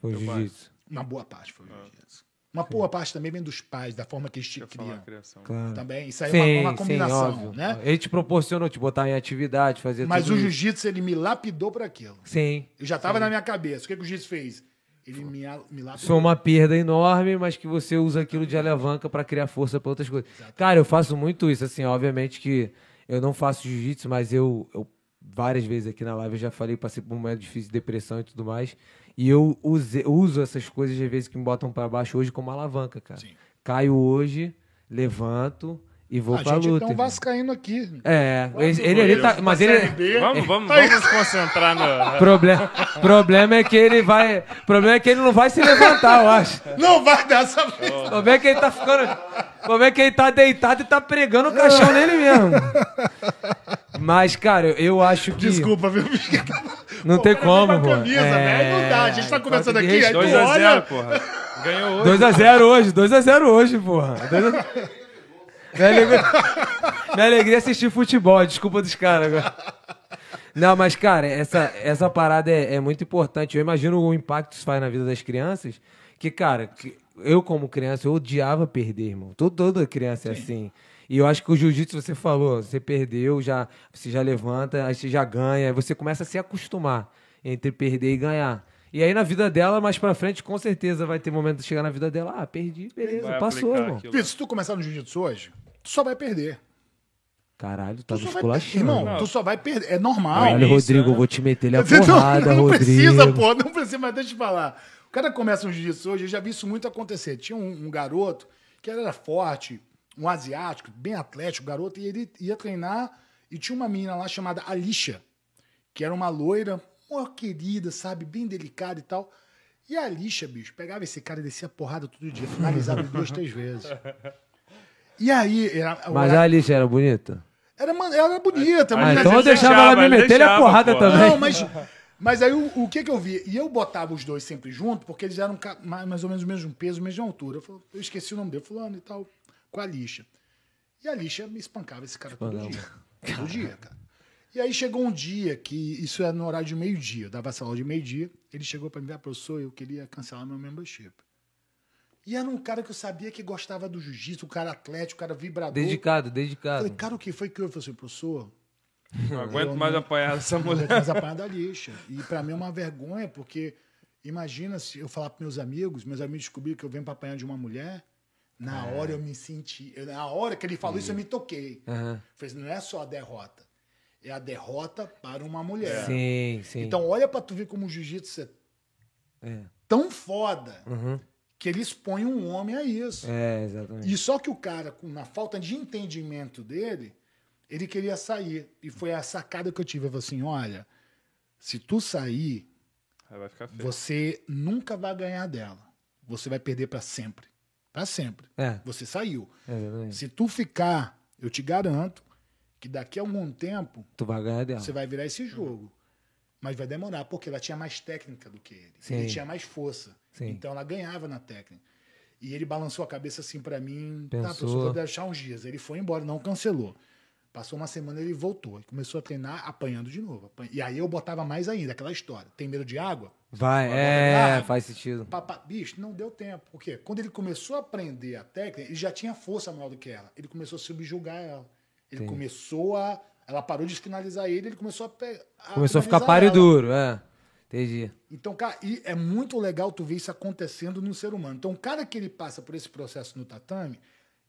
Speaker 1: foi o
Speaker 3: Então,
Speaker 2: Meu pai.
Speaker 1: jiu-jitsu.
Speaker 3: Uma boa parte foi o jiu-jitsu. Uma boa parte também vem dos pais, da forma que eles te
Speaker 2: Eu falo a
Speaker 3: criam.
Speaker 2: criação.
Speaker 1: Claro.
Speaker 3: Também, isso aí é uma- uma, combinação, né?
Speaker 1: Ele te proporcionou te botar em atividade, fazer
Speaker 3: Mas
Speaker 1: tudo
Speaker 3: o
Speaker 1: isso.
Speaker 3: jiu-jitsu, ele me lapidou para aquilo.
Speaker 1: Sim.
Speaker 3: Eu já estava na minha cabeça. O que, que o jiu-jitsu fez? Ele me, a- me lapidou.
Speaker 1: Sou uma perda enorme, mas que você usa aquilo de alavanca pra criar força pra outras coisas. Cara, eu faço muito isso, assim, obviamente que eu não faço jiu-jitsu, mas eu, eu várias vezes aqui na live eu já falei, passei por um momento difícil, depressão e tudo mais, e eu use- uso essas coisas às vezes que me botam pra baixo hoje como alavanca, cara.
Speaker 3: Sim.
Speaker 1: Caio hoje, levanto e vou
Speaker 3: a
Speaker 1: pra
Speaker 3: gente
Speaker 1: luta.
Speaker 3: tem um
Speaker 1: irmão.
Speaker 3: vascaíno aqui.
Speaker 1: É, ele, ele, ele tá, mas ele
Speaker 2: Vamos, vamos, vamos nos concentrar na.
Speaker 1: Problema, problema é que ele vai. Problema é que ele não vai se levantar, eu acho.
Speaker 3: É. Não vai dar essa vez.
Speaker 1: Como é que ele tá ficando. Como é que ele tá deitado e tá pregando o caixão nele mesmo. Mas, cara, eu, eu acho que.
Speaker 3: Desculpa, viu?
Speaker 1: Não
Speaker 3: Pô,
Speaker 1: tem
Speaker 3: o cara vem
Speaker 1: como,
Speaker 3: com
Speaker 1: pô. É,
Speaker 3: a camisa, velho, não dá. A gente tá conversando
Speaker 1: tem que
Speaker 3: aqui, aí tu
Speaker 2: 2
Speaker 1: respeitar.
Speaker 2: a 0
Speaker 3: olha-
Speaker 2: porra. Ganhou hoje.
Speaker 1: 2x0 hoje, 2x0 hoje, porra. 2 a... Minha alegria... Minha alegria é assistir futebol, desculpa dos caras agora. Não, mas, cara, essa, essa parada é, é muito importante. Eu imagino o impacto que isso faz na vida das crianças. Que, cara, que eu, como criança, eu odiava perder, irmão. Todo- Toda criança é assim. E eu acho que o jiu-jitsu, você falou, você perdeu, já, você já levanta, aí você já ganha, aí você começa a se acostumar entre perder e ganhar. E aí, na vida dela, mais pra frente, com certeza vai ter momento de chegar na vida dela. Ah, perdi, beleza,
Speaker 2: Vai
Speaker 1: passou,
Speaker 2: aplicar
Speaker 1: irmão.
Speaker 2: aquilo.
Speaker 3: Vitor, se tu começar no jiu-jitsu hoje, tu só vai perder.
Speaker 1: Caralho, tá
Speaker 3: Tu só vai perder.
Speaker 1: musculachando.
Speaker 3: Irmão,
Speaker 1: mano.
Speaker 3: tu só vai perder. É normal.
Speaker 1: Caralho,
Speaker 2: isso,
Speaker 1: Rodrigo,
Speaker 2: né?
Speaker 1: eu vou te meter ele a
Speaker 3: Você não-
Speaker 1: porrada,
Speaker 3: não,
Speaker 1: Rodrigo.
Speaker 3: precisa, pô, não precisa, mas deixa eu te falar. O cara começa um jiu-jitsu hoje, eu já vi isso muito acontecer. Tinha um, um garoto que era forte, um asiático, bem atlético, garoto, e ele ia treinar e tinha uma menina lá chamada Alicia, que era uma loira, uma querida, sabe, bem delicada e tal. E a Alicia, bicho, pegava esse cara e descia porrada todo dia, finalizava ele duas, três vezes. E aí, era,
Speaker 1: Mas a Alice ah, era bonita?
Speaker 3: Era, man- era bonita.
Speaker 1: Ah,
Speaker 3: mas
Speaker 1: então eu
Speaker 2: ele
Speaker 1: deixava ela me
Speaker 2: deixava,
Speaker 1: meter ele a
Speaker 2: deixava,
Speaker 1: porrada
Speaker 2: pô.
Speaker 1: também.
Speaker 3: Não, mas, mas aí o, o que que eu vi? E eu botava os dois sempre junto, porque eles eram ca- ma- mais ou menos o mesmo peso, mesma altura. Eu, falo- eu esqueci o nome dele, fulano e tal, com a lixa. E a lixa me espancava esse cara todo dia. Todo dia, cara. E aí chegou um dia que, isso era no horário de meio-dia, eu dava essa aula de meio-dia, ele chegou pra mim e falou, professor, eu queria cancelar meu membership. E era um cara que eu sabia que gostava do jiu-jitsu, um cara atlético, um cara vibrador.
Speaker 1: Dedicado,
Speaker 3: Eu
Speaker 1: dedicado.
Speaker 3: falei, cara, o que foi que eu? Eu falei assim, professor,
Speaker 2: Não aguento mais apanhar essa mulher.
Speaker 3: mas a da lixa. E pra mim é uma vergonha, porque imagina se eu falar pros meus amigos, meus amigos descobriram que eu venho pra apanhar de uma mulher. Na
Speaker 1: É.
Speaker 3: hora eu me senti. eu- Na hora que ele falou isso, eu me toquei.
Speaker 1: Aham.
Speaker 3: Falei assim, não é só a derrota. É a derrota para uma mulher.
Speaker 1: É. Sim, sim.
Speaker 3: É. Então olha pra tu ver como o jiu-jitsu é
Speaker 1: É.
Speaker 3: tão foda
Speaker 1: Uhum.
Speaker 3: que ele expõe um homem a isso.
Speaker 1: É, exatamente.
Speaker 3: E só que o cara, com- na falta de entendimento dele, ele queria sair. E foi a sacada que eu tive. Eu falei assim: olha, se tu sair,
Speaker 2: Aí vai ficar feio.
Speaker 3: você nunca vai ganhar dela. Você vai perder pra sempre. Pra sempre.
Speaker 1: É,
Speaker 3: Você saiu.
Speaker 1: exatamente.
Speaker 3: Se tu ficar, eu te garanto que daqui a algum tempo
Speaker 1: Tu vai ganhar dela.
Speaker 3: você vai virar esse jogo. Mas vai demorar, porque ela tinha mais técnica do que ele.
Speaker 1: Sim.
Speaker 3: Ele tinha mais força.
Speaker 1: Sim.
Speaker 3: Então ela ganhava na técnica. E ele balançou a cabeça assim pra mim. Tá,
Speaker 1: Pensou.
Speaker 3: professor, vou deixar uns dias. Ele foi embora, não cancelou. Passou uma semana, ele voltou. Ele começou a treinar apanhando de novo. Apan- E aí eu botava mais ainda, aquela história. Tem medo de água?
Speaker 1: Vai,
Speaker 3: Vai
Speaker 1: é,
Speaker 3: ganhar.
Speaker 1: faz sentido.
Speaker 3: Papá, bicho, não deu tempo. Por quê? Quando ele começou a aprender a técnica, ele já tinha força maior do que ela. Ele começou a subjugar ela. Ele
Speaker 1: Sim.
Speaker 3: começou a. Ela parou de finalizar ele, ele começou a. pe- a
Speaker 1: Começou a ficar
Speaker 3: finalizar
Speaker 1: páreo
Speaker 3: ela.
Speaker 1: duro, é. Entendi.
Speaker 3: Então, cara, e é muito legal tu ver isso acontecendo no ser humano. Então, o cara que ele passa por esse processo no tatame,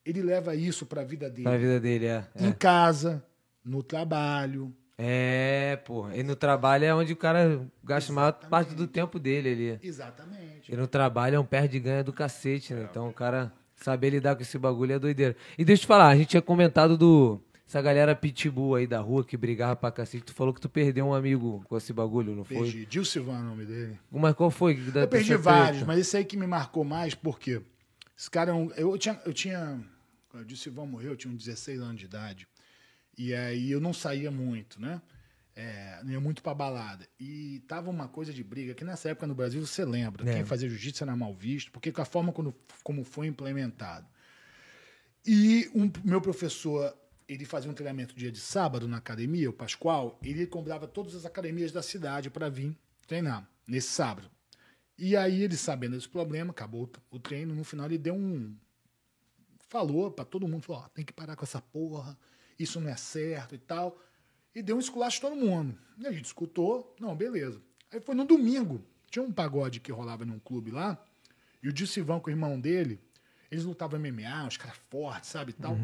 Speaker 3: ele leva isso pra vida dele.
Speaker 1: Na vida dele, é.
Speaker 3: Em casa, no trabalho.
Speaker 1: É, é porra. E no trabalho é onde o cara gasta a maior parte do tempo dele ali.
Speaker 3: Exatamente.
Speaker 1: E no trabalho é um perde e ganha do cacete, né? Então o cara saber lidar com esse bagulho é doideira. E deixa eu te falar, a gente tinha comentado do. Essa galera pitbull aí da rua que brigava pra cacete. Tu falou que tu perdeu um amigo com esse bagulho, não foi?
Speaker 3: Perdi. Gil Silvano é o nome dele.
Speaker 1: Mas qual foi? que da-
Speaker 3: Eu perdi
Speaker 1: dessa
Speaker 3: vários,
Speaker 1: treta?
Speaker 3: mas esse aí que me marcou mais, porque esse cara é um. Eu tinha. Eu tinha eu disse, vão morrer, eu tinha uns 16 anos de idade. E aí eu não saía muito, né? É, não ia muito pra balada. E tava uma coisa de briga, que nessa época no Brasil você lembra,
Speaker 1: Lembro.
Speaker 3: quem fazia jiu-jitsu era mal visto, porque com a forma quando- como foi implementado. E um meu professor, ele fazia um treinamento dia de sábado na academia, o Pascoal, ele convidava todas as academias da cidade para vir treinar nesse sábado. E aí ele sabendo desse problema, acabou o treino, no final ele deu um falou para todo mundo, falou, ó, tem que parar com essa porra, isso não é certo e tal. E deu um esculacho em todo mundo. E a gente escutou, não, beleza. Aí foi no domingo, tinha um pagode que rolava num clube lá, e o Dissivão com o irmão dele, eles lutavam MMA, uns caras fortes, sabe, e tal.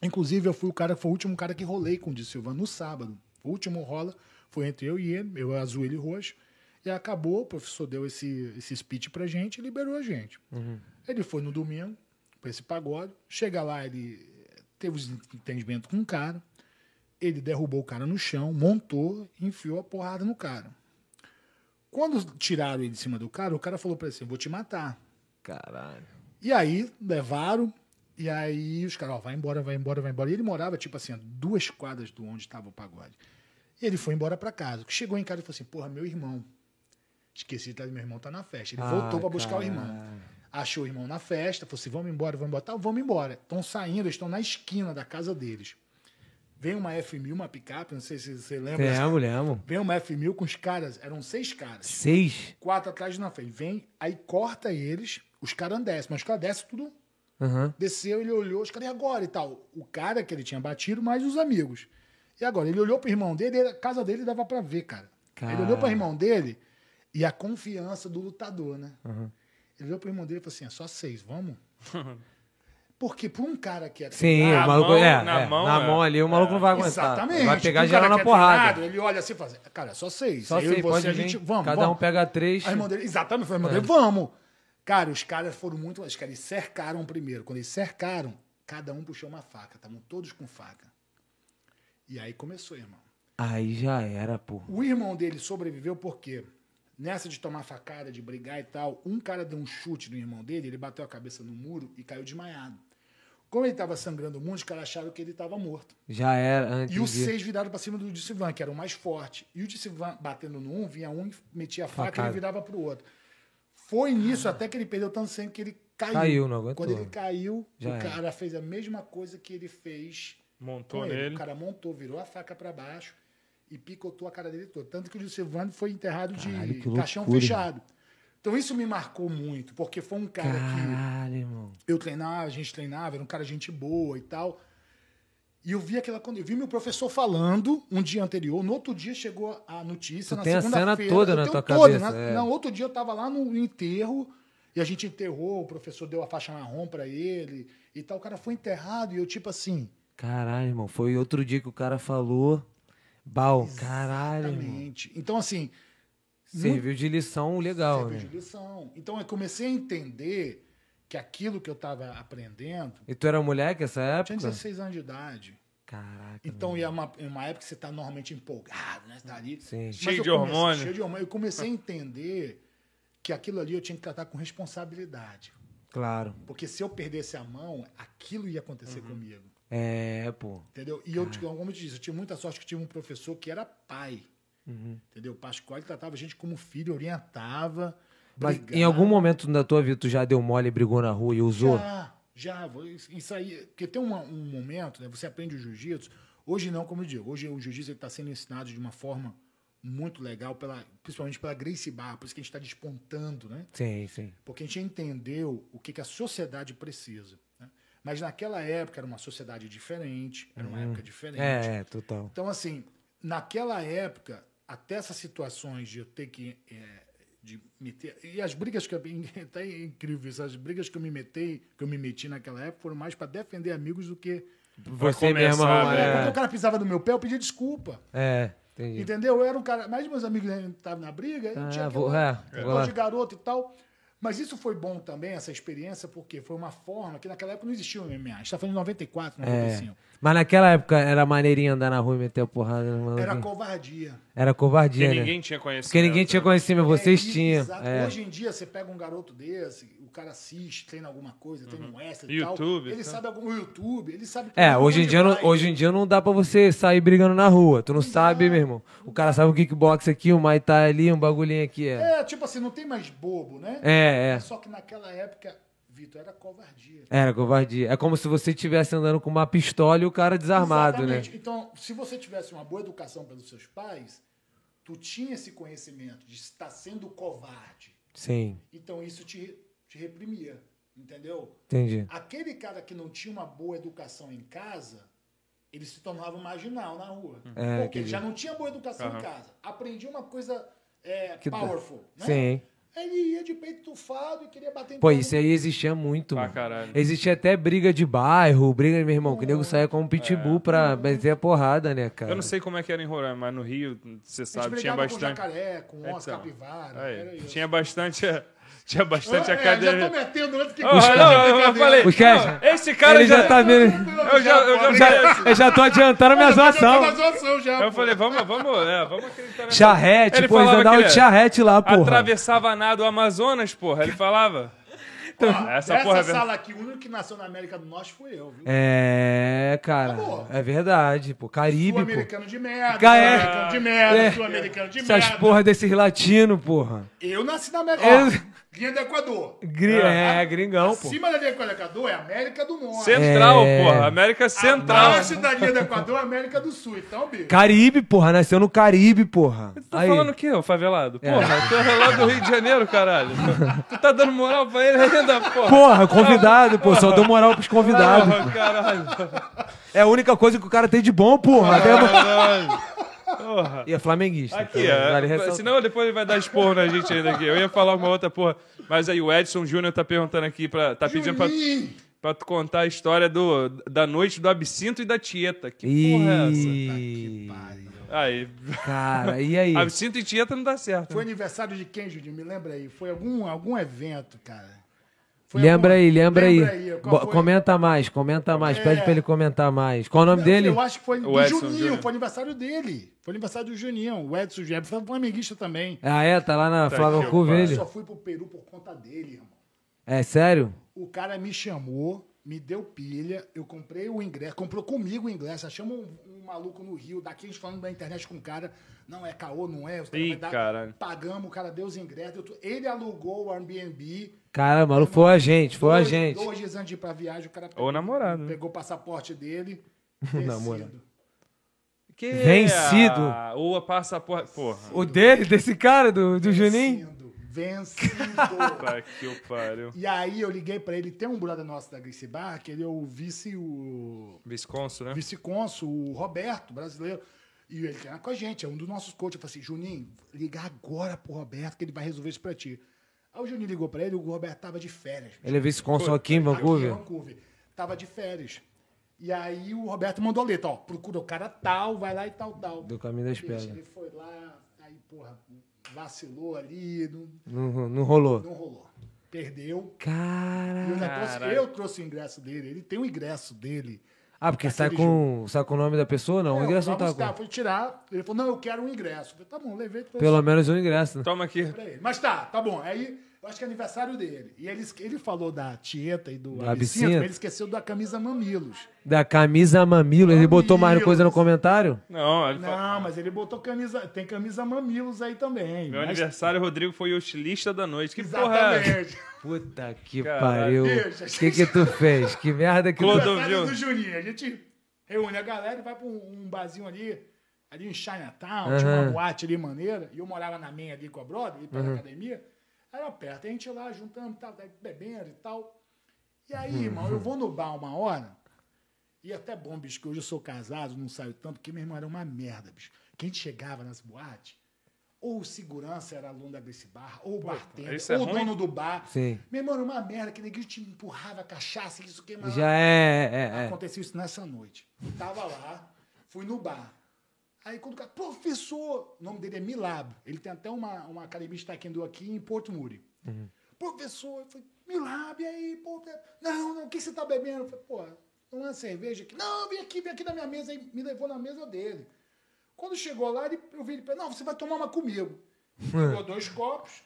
Speaker 3: Inclusive, eu fui o cara, foi o último cara que rolei com o Di Silva no sábado. O último rola foi entre eu e ele, eu azul ele roxo. E acabou, o professor deu esse, esse speech pra gente e liberou a gente. Ele foi no domingo pra esse pagode. Chega lá, ele teve os entendimento com o cara. Ele derrubou o cara no chão, montou, enfiou a porrada no cara. Quando tiraram ele de cima do cara, o cara falou pra ele assim: Vou te matar.
Speaker 1: Caralho.
Speaker 3: E aí, levaram. E aí, os caras, ó, vai embora, vai embora, vai embora. E ele morava, tipo assim, a duas quadras do onde estava o pagode. E ele foi embora pra casa. Chegou em casa e falou assim: porra, meu irmão. Esqueci, tá, meu irmão tá na festa. Ele
Speaker 1: Ah,
Speaker 3: voltou pra buscar o
Speaker 1: caralho.
Speaker 3: irmão. Achou o irmão na festa, falou assim: vamos embora, vamos embora. Tá, vamos embora. Estão saindo, eles estão na esquina da casa deles. Vem uma F1000, uma picape, não sei se você lembra.
Speaker 1: Lembro, lembro.
Speaker 3: Vem uma F1000 com os caras, eram seis caras
Speaker 1: Seis?
Speaker 3: quatro atrás e na frente. Vem, aí corta eles, os caras descem, mas os caras descem tudo.
Speaker 1: Aham.
Speaker 3: Desceu, ele olhou, os caras, e agora e tal? O cara que ele tinha batido, mais os amigos. E agora? Ele olhou pro irmão dele, a casa dele dava pra ver, cara.
Speaker 1: Cara.
Speaker 3: Ele olhou pro irmão dele e a confiança do lutador, né? Ele olhou pro irmão dele e falou assim: é só seis, vamos? Porque pra um cara que é
Speaker 1: Sim,
Speaker 2: Na
Speaker 1: o maluco.
Speaker 2: mão-
Speaker 1: é,
Speaker 2: na
Speaker 1: é,
Speaker 2: mão,
Speaker 1: na
Speaker 2: é.
Speaker 1: mão ali, o maluco não vai aguentar.
Speaker 3: Exatamente.
Speaker 1: Ele Vai pegar
Speaker 3: Um
Speaker 1: geral
Speaker 3: cara
Speaker 1: na
Speaker 3: que é
Speaker 1: porrada.
Speaker 3: treinado, ele olha assim e fala assim, cara, só seis.
Speaker 1: Só
Speaker 3: eu
Speaker 1: sei,
Speaker 3: e você,
Speaker 1: pode
Speaker 3: a
Speaker 1: vir.
Speaker 3: gente, vamos.
Speaker 1: Cada
Speaker 3: vamos.
Speaker 1: um pega três.
Speaker 3: Aí irmã dele, exatamente, foi a irmã dele, vamos. Cara, os caras foram muito. Os caras cercaram primeiro. Quando eles cercaram, cada um puxou uma faca. Estavam todos com faca. E aí começou, irmão.
Speaker 1: Aí já era, pô.
Speaker 3: O irmão dele sobreviveu porque, nessa de tomar facada, de brigar e tal, um cara deu um chute no irmão dele, ele bateu a cabeça no muro e caiu desmaiado. Como ele estava sangrando muito, os caras acharam que ele estava morto.
Speaker 1: Já era antes.
Speaker 3: E os
Speaker 1: de...
Speaker 3: seis viraram para cima do Dissivan, que era o mais forte. E o Dissivan, batendo num, vinha um e metia a faca
Speaker 1: Facada.
Speaker 3: e ele virava pro outro. Foi nisso até que ele perdeu tanto sangue que ele caiu.
Speaker 1: Caiu, não aguentou.
Speaker 3: Quando ele caiu,
Speaker 1: Já
Speaker 3: o
Speaker 1: era.
Speaker 3: cara fez a mesma coisa que ele fez
Speaker 2: Montou
Speaker 3: com ele.
Speaker 2: nele.
Speaker 3: O é, cara montou, virou a faca para baixo e picotou a cara dele todo. Tanto que o Silvano foi enterrado
Speaker 1: Caralho,
Speaker 3: de
Speaker 1: que
Speaker 3: caixão
Speaker 1: loucura,
Speaker 3: fechado. Então isso me marcou muito, porque foi um cara que
Speaker 1: Caralho, irmão.
Speaker 3: eu treinava, a gente treinava, era um cara gente boa e tal. E eu vi aquela quando eu vi meu professor falando um dia anterior, no outro dia chegou a notícia,
Speaker 1: Tu
Speaker 3: na
Speaker 1: tem a cena
Speaker 3: segunda-feira,
Speaker 1: toda
Speaker 3: eu
Speaker 1: na
Speaker 3: tenho
Speaker 1: tua
Speaker 3: toda,
Speaker 1: cabeça,
Speaker 3: na-
Speaker 1: é.
Speaker 3: Não, outro dia eu tava lá no enterro e a gente enterrou, o professor deu a faixa marrom pra ele e tal, o cara foi enterrado e eu tipo assim,
Speaker 1: Caralho, irmão. Foi outro dia que o cara falou. Bal. Caralho, irmão.
Speaker 3: exatamente. Então assim,
Speaker 1: Serviu de lição legal,
Speaker 3: serviu
Speaker 1: né?
Speaker 3: de lição. Então eu comecei a entender que aquilo que eu tava aprendendo,
Speaker 1: E tu era moleque nessa
Speaker 3: eu tinha
Speaker 1: época?
Speaker 3: 16 anos de idade.
Speaker 1: Caraca.
Speaker 3: Então, e é uma, é uma época que você está normalmente empolgado, né? Você tá ali.
Speaker 1: Sim.
Speaker 3: Mas
Speaker 2: Cheio
Speaker 3: eu
Speaker 2: de
Speaker 3: comecei-
Speaker 2: hormônio.
Speaker 3: Cheio de hormônio. Eu comecei a entender que aquilo ali eu tinha que tratar com responsabilidade.
Speaker 1: meu. Claro.
Speaker 3: Porque se eu perdesse a mão, aquilo ia
Speaker 2: Uhum.
Speaker 3: acontecer comigo.
Speaker 1: É, pô.
Speaker 3: Entendeu? E eu, te- como eu te disse, eu tive muita sorte que eu tive um professor que era pai.
Speaker 1: Uhum.
Speaker 3: Entendeu? O Pascoal ele tratava a gente como filho, orientava.
Speaker 1: Mas
Speaker 3: brigava.
Speaker 1: em algum momento da tua vida tu já deu mole e brigou na rua e usou?
Speaker 3: Já, já. vou- Isso aí. Porque tem uma- um momento, né? Você aprende o jiu-jitsu. Hoje não, como eu digo. Hoje o jiu-jitsu está sendo ensinado de uma forma muito legal, pela, principalmente pela Grace Barra. Por isso que a gente está despontando, né?
Speaker 1: Sim, sim.
Speaker 3: Porque a gente entendeu o que, que a sociedade precisa. né? Mas naquela época era uma sociedade diferente, era uma época diferente.
Speaker 1: É, é, total.
Speaker 3: Então, assim, naquela época, até essas situações de eu ter que é, de meter. E as brigas que eu. Até é incrível isso, as brigas que eu me meti, que eu me meti naquela época foram mais para defender amigos do que.
Speaker 1: Você
Speaker 2: começar,
Speaker 1: mesmo.
Speaker 2: né?
Speaker 3: Porque o
Speaker 1: É,
Speaker 3: cara pisava no meu pé, eu pedia desculpa.
Speaker 1: é, entendi.
Speaker 3: Entendeu? Eu era um cara. Mas meus amigos né, estavam na briga, eu
Speaker 1: Ah,
Speaker 3: tinha
Speaker 1: vou-
Speaker 3: aquela-
Speaker 1: é,
Speaker 3: aquela
Speaker 1: vou lá.
Speaker 3: de garoto e tal. Mas isso foi bom também, essa experiência, porque foi uma forma que naquela época não existia o MMA. A gente está falando de 94,
Speaker 1: É.
Speaker 3: 95.
Speaker 1: Mas naquela época era maneirinho andar na rua e meter a porrada no maluco.
Speaker 3: Era covardia.
Speaker 1: Era covardia,
Speaker 2: Porque
Speaker 1: né?
Speaker 2: ninguém tinha conhecimento.
Speaker 1: Porque ninguém tinha
Speaker 2: né?
Speaker 1: conhecimento, vocês
Speaker 3: É, e-
Speaker 1: tinham.
Speaker 3: exato.
Speaker 1: É.
Speaker 3: Hoje em dia, você pega um garoto desse, o cara assiste, treina alguma coisa, treina um extra e
Speaker 2: Uhum. YouTube,
Speaker 3: tal. Ele
Speaker 2: tá?
Speaker 3: sabe algum YouTube, ele sabe...
Speaker 1: É,
Speaker 3: tudo
Speaker 1: hoje em,
Speaker 3: onde
Speaker 1: dia não,
Speaker 3: vai.
Speaker 1: hoje em dia não dá pra você sair brigando na rua. Tu não sabe, meu irmão. O cara sabe o kickbox aqui, o Muay Thai ali, um bagulhinho aqui. É,
Speaker 3: É, tipo assim, não tem mais bobo, né?
Speaker 1: é. é.
Speaker 3: Só que naquela época, Vitor, era covardia.
Speaker 1: Era covardia. É como se você estivesse andando com uma pistola e o cara desarmado,
Speaker 3: Exatamente.
Speaker 1: né?
Speaker 3: Então, se você tivesse uma boa educação pelos seus pais, tu tinha esse conhecimento de estar sendo covarde.
Speaker 1: Sim,
Speaker 3: Então, isso te, te reprimia, entendeu?
Speaker 1: entendi.
Speaker 3: Aquele cara que não tinha uma boa educação em casa, ele se tornava um marginal na rua.
Speaker 1: É,
Speaker 3: Porque ele
Speaker 1: entendi.
Speaker 3: já não tinha boa educação
Speaker 2: Uhum. Aham.
Speaker 3: em casa. Aprendia uma coisa é,
Speaker 1: Que da-
Speaker 3: powerful. Né?
Speaker 1: Sim.
Speaker 3: Aí Ele ia de peito tufado e queria bater em
Speaker 1: Pô,
Speaker 3: todo
Speaker 1: isso aí existia muito,
Speaker 2: Pra
Speaker 1: mano.
Speaker 2: caralho.
Speaker 1: Existia até briga de bairro, briga, meu irmão, que nego saia como pitbull pra meter a porrada, né, cara?
Speaker 2: É. Eu não sei como é que era em Roraima, mas no Rio, você
Speaker 3: mundo.
Speaker 2: sabe,
Speaker 3: A gente
Speaker 2: tinha
Speaker 3: brigava com
Speaker 2: bastante.
Speaker 3: jacaré, com
Speaker 2: É,
Speaker 3: osso,
Speaker 2: então.
Speaker 3: capivara.
Speaker 2: Aí,
Speaker 3: era isso.
Speaker 2: tinha bastante. é, Tinha
Speaker 3: Ah,
Speaker 2: bastante
Speaker 3: é, Já
Speaker 2: academia.
Speaker 3: tô metendo antes que...
Speaker 2: Ah, não, eu, eu falei.
Speaker 1: O Kesha,
Speaker 2: não, esse cara
Speaker 1: ele já,
Speaker 2: já
Speaker 1: tá vendo.
Speaker 2: Eu já, eu já,
Speaker 1: Já- eu já tô adiantando a minha
Speaker 2: tá
Speaker 1: zoação.
Speaker 3: já,
Speaker 2: Eu
Speaker 3: pô.
Speaker 2: falei, vamos, vamos, é, vamos acreditar nessa-
Speaker 1: Charrete,
Speaker 2: Ele
Speaker 1: pô, eles
Speaker 2: falava
Speaker 1: andavam
Speaker 2: que
Speaker 1: de
Speaker 2: ele
Speaker 1: charrete lá, porra.
Speaker 2: Atravessava nada o Amazonas, porra. Ele falava.
Speaker 3: Ó,
Speaker 2: Essa
Speaker 3: dessa
Speaker 2: porra é
Speaker 3: Então, sala aqui, o único que nasceu na América do Norte foi eu, viu?
Speaker 1: É, cara.
Speaker 2: Tá
Speaker 3: Acabou.
Speaker 1: É verdade, pô. Caribe, pô.
Speaker 3: Sul-americano de merda,
Speaker 1: Fica- é.
Speaker 3: sul-americano de merda,
Speaker 1: É.
Speaker 3: sul-americano de merda.
Speaker 1: Essas porra É. desses latinos, porra.
Speaker 3: Eu nasci na América.
Speaker 1: Eu-
Speaker 3: Ó, linha do Equador.
Speaker 1: Gri- é, gringão,
Speaker 2: Tá
Speaker 1: pô.
Speaker 3: Acima da linha do Equador é América do Norte.
Speaker 2: Central,
Speaker 1: É.
Speaker 2: porra. América Central.
Speaker 3: Abaixo da linha do Equador é América do Sul. Então, bicho.
Speaker 1: Caribe, porra. Nasceu no Caribe, porra.
Speaker 2: Tá
Speaker 1: Aí.
Speaker 2: falando o quê, ô favelado? Porra, tu é lá do Rio de Janeiro, caralho. Tu tá dando moral pra ele ainda, porra.
Speaker 1: Porra, convidado, pô. Só dou moral pros convidados.
Speaker 2: Porra, caralho.
Speaker 1: É a única coisa que o cara tem de bom, porra. Até
Speaker 2: Porra.
Speaker 1: E é flamenguista.
Speaker 2: Aqui,
Speaker 1: então,
Speaker 2: é,
Speaker 1: vale ressaltar.
Speaker 2: senão depois ele vai dar esporro na gente ainda aqui. Eu ia falar uma outra porra. Mas aí o Edson Júnior tá perguntando aqui, pra, tá pedindo pra,
Speaker 3: Juninho.
Speaker 2: pra tu contar a história do, da noite do absinto e da tieta. Que porra é essa? Ah,
Speaker 1: Ih,
Speaker 2: Aí,
Speaker 1: cara, e aí?
Speaker 2: absinto e tieta não dá certo. né?
Speaker 3: Foi aniversário de quem, Judinho? Me lembra aí. Foi algum, algum evento, cara. Foi
Speaker 1: Lembra
Speaker 3: algum-
Speaker 1: aí, lembra aí.
Speaker 3: qual
Speaker 1: Bo-
Speaker 3: foi?
Speaker 1: Comenta mais, comenta mais.
Speaker 2: É.
Speaker 1: Pede pra ele comentar mais. Qual o nome dele?
Speaker 3: Eu acho que foi do
Speaker 2: Edson
Speaker 3: Juninho.
Speaker 2: Júnior.
Speaker 3: Foi aniversário dele. Foi aniversário do Juninho. O Edson Júnior. Foi um amiguista também.
Speaker 1: Ah, é? Tá lá na
Speaker 2: Tá
Speaker 1: Flávio
Speaker 2: aqui,
Speaker 1: Cuve
Speaker 2: pai.
Speaker 3: Eu
Speaker 1: ele?
Speaker 3: só fui pro Peru por conta dele, irmão.
Speaker 1: É sério?
Speaker 3: O cara me chamou me deu pilha, eu comprei o ingresso, comprou comigo o ingresso, achamos um, um maluco no Rio, daqui a gente falando da internet com o cara, não é caô, não é, os caras
Speaker 2: Ih,
Speaker 3: vai dar-
Speaker 2: caralho.
Speaker 3: pagamos, o cara deu os ingressos, eu tô- ele alugou o Airbnb,
Speaker 1: Cara, maluco, foi a gente, foi a
Speaker 3: dois,
Speaker 1: gente.
Speaker 3: dois dias antes de ir pra viagem, o cara pegou,
Speaker 2: Ou o namorado. né?
Speaker 3: pegou o passaporte dele,
Speaker 1: Namorado.
Speaker 3: descido.
Speaker 2: Que
Speaker 1: Vencido.
Speaker 2: a- Ou a passaporte. Porra.
Speaker 1: O dele, desse cara, do, do Juninho?
Speaker 3: Vencido. Vencido.
Speaker 2: Puta que o pariu.
Speaker 3: e aí eu liguei pra ele, tem um brother nosso da Grace Bar, que ele é o vice, o
Speaker 2: Visconso,
Speaker 1: É.
Speaker 2: né?
Speaker 3: vice-consul, o Roberto, brasileiro. E ele treina com a gente, é um dos nossos coaches. Eu falei assim, Juninho, liga agora pro Roberto que ele vai resolver isso pra ti. Aí o Juninho ligou pra ele, o Roberto tava de férias.
Speaker 1: Ele é vice-consul aqui em Vancouver.
Speaker 3: Aqui em Vancouver. Tava de férias. E aí o Roberto mandou a letra, ó, procura o cara tal, vai lá e tal, tal.
Speaker 1: Do Caminho das
Speaker 3: Bicho, Ele
Speaker 1: Pedras.
Speaker 3: foi lá, aí, porra, vacilou ali, não,
Speaker 1: Não, não rolou.
Speaker 3: não rolou. Perdeu. E eu,
Speaker 1: Cara.
Speaker 3: ainda trouxe,
Speaker 2: Caralho.
Speaker 3: eu trouxe o ingresso dele, ele tem o ingresso dele.
Speaker 1: Ah, porque sai
Speaker 3: Aquele
Speaker 1: com, sai com o nome da pessoa? Não, o
Speaker 3: É,
Speaker 1: ingresso não
Speaker 3: vamos
Speaker 1: tá
Speaker 3: buscar.
Speaker 1: com.
Speaker 3: Fui tirar. Ele falou, não, eu quero um ingresso. Eu falei, tá bom, levei trouxe
Speaker 1: Pelo menos um ingresso, né?
Speaker 2: Toma aqui.
Speaker 3: pra ele. Mas tá, tá bom. Aí, eu acho que é aniversário dele. E ele, esque- ele falou da Tieta e do
Speaker 1: Da
Speaker 3: Absinto,
Speaker 1: Absinto.
Speaker 3: mas ele esqueceu da camisa Mamilos.
Speaker 1: Da camisa mamilo. Ele botou mais
Speaker 3: Mamilos.
Speaker 1: coisa no comentário?
Speaker 2: Não, ele fala-
Speaker 3: Não, mas ele botou camisa... Tem camisa Mamilos aí também.
Speaker 2: Meu
Speaker 3: mas-
Speaker 2: aniversário, Rodrigo foi o estilista da noite. Que porra é essa?
Speaker 3: Exatamente.
Speaker 1: Puta que
Speaker 2: Caralho.
Speaker 1: pariu.
Speaker 3: Bicho,
Speaker 1: Que que tu fez? Que merda que tu...
Speaker 2: Clodo-
Speaker 3: Aniversário
Speaker 2: Viu?
Speaker 3: do Juninho. A gente reúne a galera e vai pra um, um barzinho ali, ali em Chinatown, tinha
Speaker 1: Aham.
Speaker 3: uma boate ali maneira, e eu morava na minha ali com a brother, ali pela academia, era perto. A gente ia lá juntando, tal, daí bebendo e tal. E aí, irmão, eu vou no bar uma hora, e é até bom, bicho, que hoje eu sou casado, não saio tanto, porque meu irmão era uma merda, bicho. Que a gente chegava nas boates, ou o segurança era aluno da Grace Bar, ou o bartender,
Speaker 2: isso é
Speaker 3: ou o
Speaker 2: ruim?
Speaker 3: dono do bar.
Speaker 1: Sim.
Speaker 3: Meu irmão, era uma merda, que ninguém te empurrava cachaça, isso queimava.
Speaker 1: Já é, é, é.
Speaker 3: Aconteceu isso nessa noite. Tava lá, fui no bar. Aí quando o cara, professor, o nome dele é Milab. Ele tem até uma, uma academia de taekwondo aqui em Porto Muri. Professor, eu falei, Milab, e aí, pô, não, não, o que você tá bebendo? Eu falei, pô, não é uma cerveja aqui. Não, vem aqui, vem aqui na minha mesa. Aí me levou na mesa dele. Quando chegou lá, ele, eu vi ele, não, você vai tomar uma comigo. Pegou dois copos,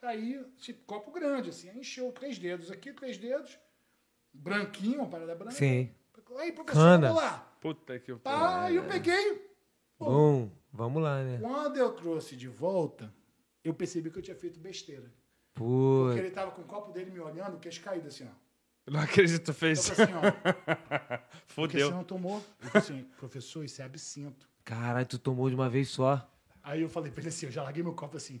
Speaker 3: tá aí, esse copo grande, assim, aí encheu três dedos aqui, três dedos, branquinho, uma parada branca.
Speaker 1: Sim.
Speaker 3: Aí, professor,
Speaker 1: Cana.
Speaker 3: vamos lá.
Speaker 2: Puta que o
Speaker 3: Pá, aí eu peguei.
Speaker 1: Bom, vamos lá, né?
Speaker 3: Quando eu trouxe de volta, eu percebi que eu tinha feito besteira. Porque
Speaker 1: Puta.
Speaker 3: ele tava com o copo dele me olhando, queixo caído, assim, ó.
Speaker 2: Não acredito que tu
Speaker 3: Eu
Speaker 2: fez.
Speaker 3: falei assim, ó, por que você
Speaker 2: Fudeu.
Speaker 3: não tomou? Eu falei assim, professor, isso é absinto.
Speaker 1: Caralho, tu tomou de uma vez só.
Speaker 3: Aí eu falei pra ele assim, eu já larguei meu copo assim,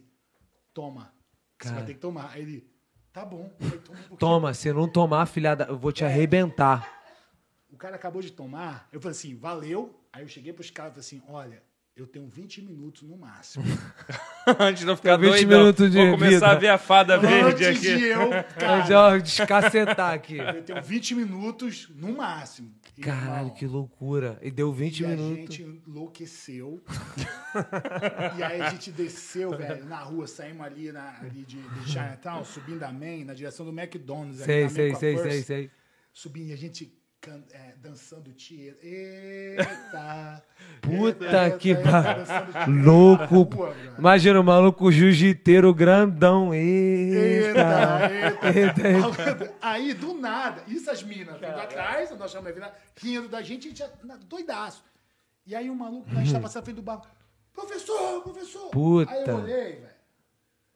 Speaker 3: toma, você
Speaker 1: Cara.
Speaker 3: vai ter que tomar. Aí ele, tá bom. Aí toma um pouquinho.
Speaker 1: Toma, se não tomar, filhada, eu vou te
Speaker 3: É.
Speaker 1: arrebentar.
Speaker 3: O cara acabou de tomar. Eu falei assim, valeu. Aí eu cheguei pros caras e falei assim, olha, eu tenho 20 minutos no máximo.
Speaker 2: Antes de eu ficar
Speaker 1: 20
Speaker 2: doidão.
Speaker 1: minutos de
Speaker 2: Vou começar
Speaker 1: vida.
Speaker 2: a ver a
Speaker 1: Tá
Speaker 2: fada verde
Speaker 3: Antes
Speaker 2: aqui.
Speaker 3: de eu, cara,
Speaker 1: Mas, ó, descacetar aqui.
Speaker 3: Eu tenho 20 minutos no máximo.
Speaker 1: Caralho,
Speaker 3: Irmão,
Speaker 1: que loucura. E deu 20
Speaker 3: e a
Speaker 1: minutos.
Speaker 3: gente enlouqueceu. e aí a gente
Speaker 1: Tá
Speaker 3: desceu, velho, na rua, saímos ali, na, ali de, de Chinatown, subindo a Main, na direção do McDonald's. ali
Speaker 1: Sei,
Speaker 3: na Main
Speaker 1: sei,
Speaker 3: com a
Speaker 1: sei,
Speaker 3: First.
Speaker 1: sei, sei.
Speaker 3: Subindo e a gente can- é, dançando tia. Eita!
Speaker 1: Puta
Speaker 3: Eita,
Speaker 1: que
Speaker 3: eita,
Speaker 1: pa-
Speaker 3: dançando Tá tietê na
Speaker 1: Louco.
Speaker 3: rua, velho.
Speaker 1: Imagina o maluco jiu-jiteiro grandão. Eita.
Speaker 3: Eita, eita. Malandro, Aí, do nada, isso as minas vindo atrás, nós chamamos de mina, rindo da gente, a gente já- na- doidaço. E aí o maluco, a gente tá passando na frente do bar, professor, professor.
Speaker 1: Uhum. Puta. É.
Speaker 3: Aí eu olhei, velho.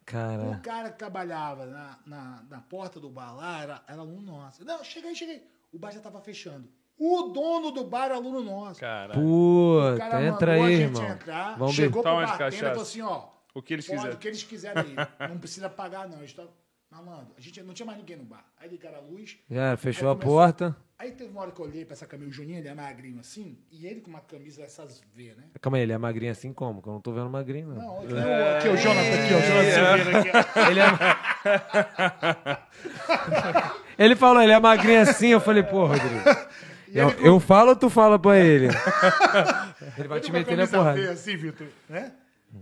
Speaker 3: O
Speaker 1: Cara,
Speaker 3: cara que trabalhava na, na, na porta do bar lá era, era aluno nosso. Não, cheguei, cheguei. O bar já tava fechando. O dono do bar era aluno nosso.
Speaker 2: Caralho.
Speaker 3: o cara
Speaker 1: puta,
Speaker 3: mandou
Speaker 1: entra
Speaker 3: a
Speaker 1: aí,
Speaker 3: gente
Speaker 1: irmão.
Speaker 3: entrar,
Speaker 1: Vamos ver.
Speaker 3: chegou pro
Speaker 2: Toma de
Speaker 3: bartender e
Speaker 2: Tá cachaça.
Speaker 3: falou assim, ó,
Speaker 2: O que eles
Speaker 3: Pode,
Speaker 2: quiserem.
Speaker 3: o que eles quiserem aí. Não precisa pagar, não. A gente tá... Malandro, a gente não tinha mais ninguém no bar. Aí ligaram a luz.
Speaker 1: Já fechou
Speaker 3: Aí
Speaker 1: a
Speaker 3: começou-
Speaker 1: porta.
Speaker 3: Aí teve uma hora que eu olhei pra essa camisa. O Juninho, ele é magrinho assim. E ele com uma camisa essas V, né?
Speaker 1: Calma aí, ele é magrinho assim como? Que eu não tô vendo magrinho, não.
Speaker 3: Não, aqui, é... o- aqui é o Jonathan, aqui é o Jonathan Silveira. Aqui, ó.
Speaker 1: Ele é... ele falou, ele é magrinho assim. Eu falei, pô, Rodrigo. Eu, eu falo ou tu fala pra ele? ele vai
Speaker 3: Ele
Speaker 1: te
Speaker 3: com a
Speaker 1: meter na
Speaker 3: camisa V,
Speaker 1: porrada.
Speaker 3: assim, Vitor. Né?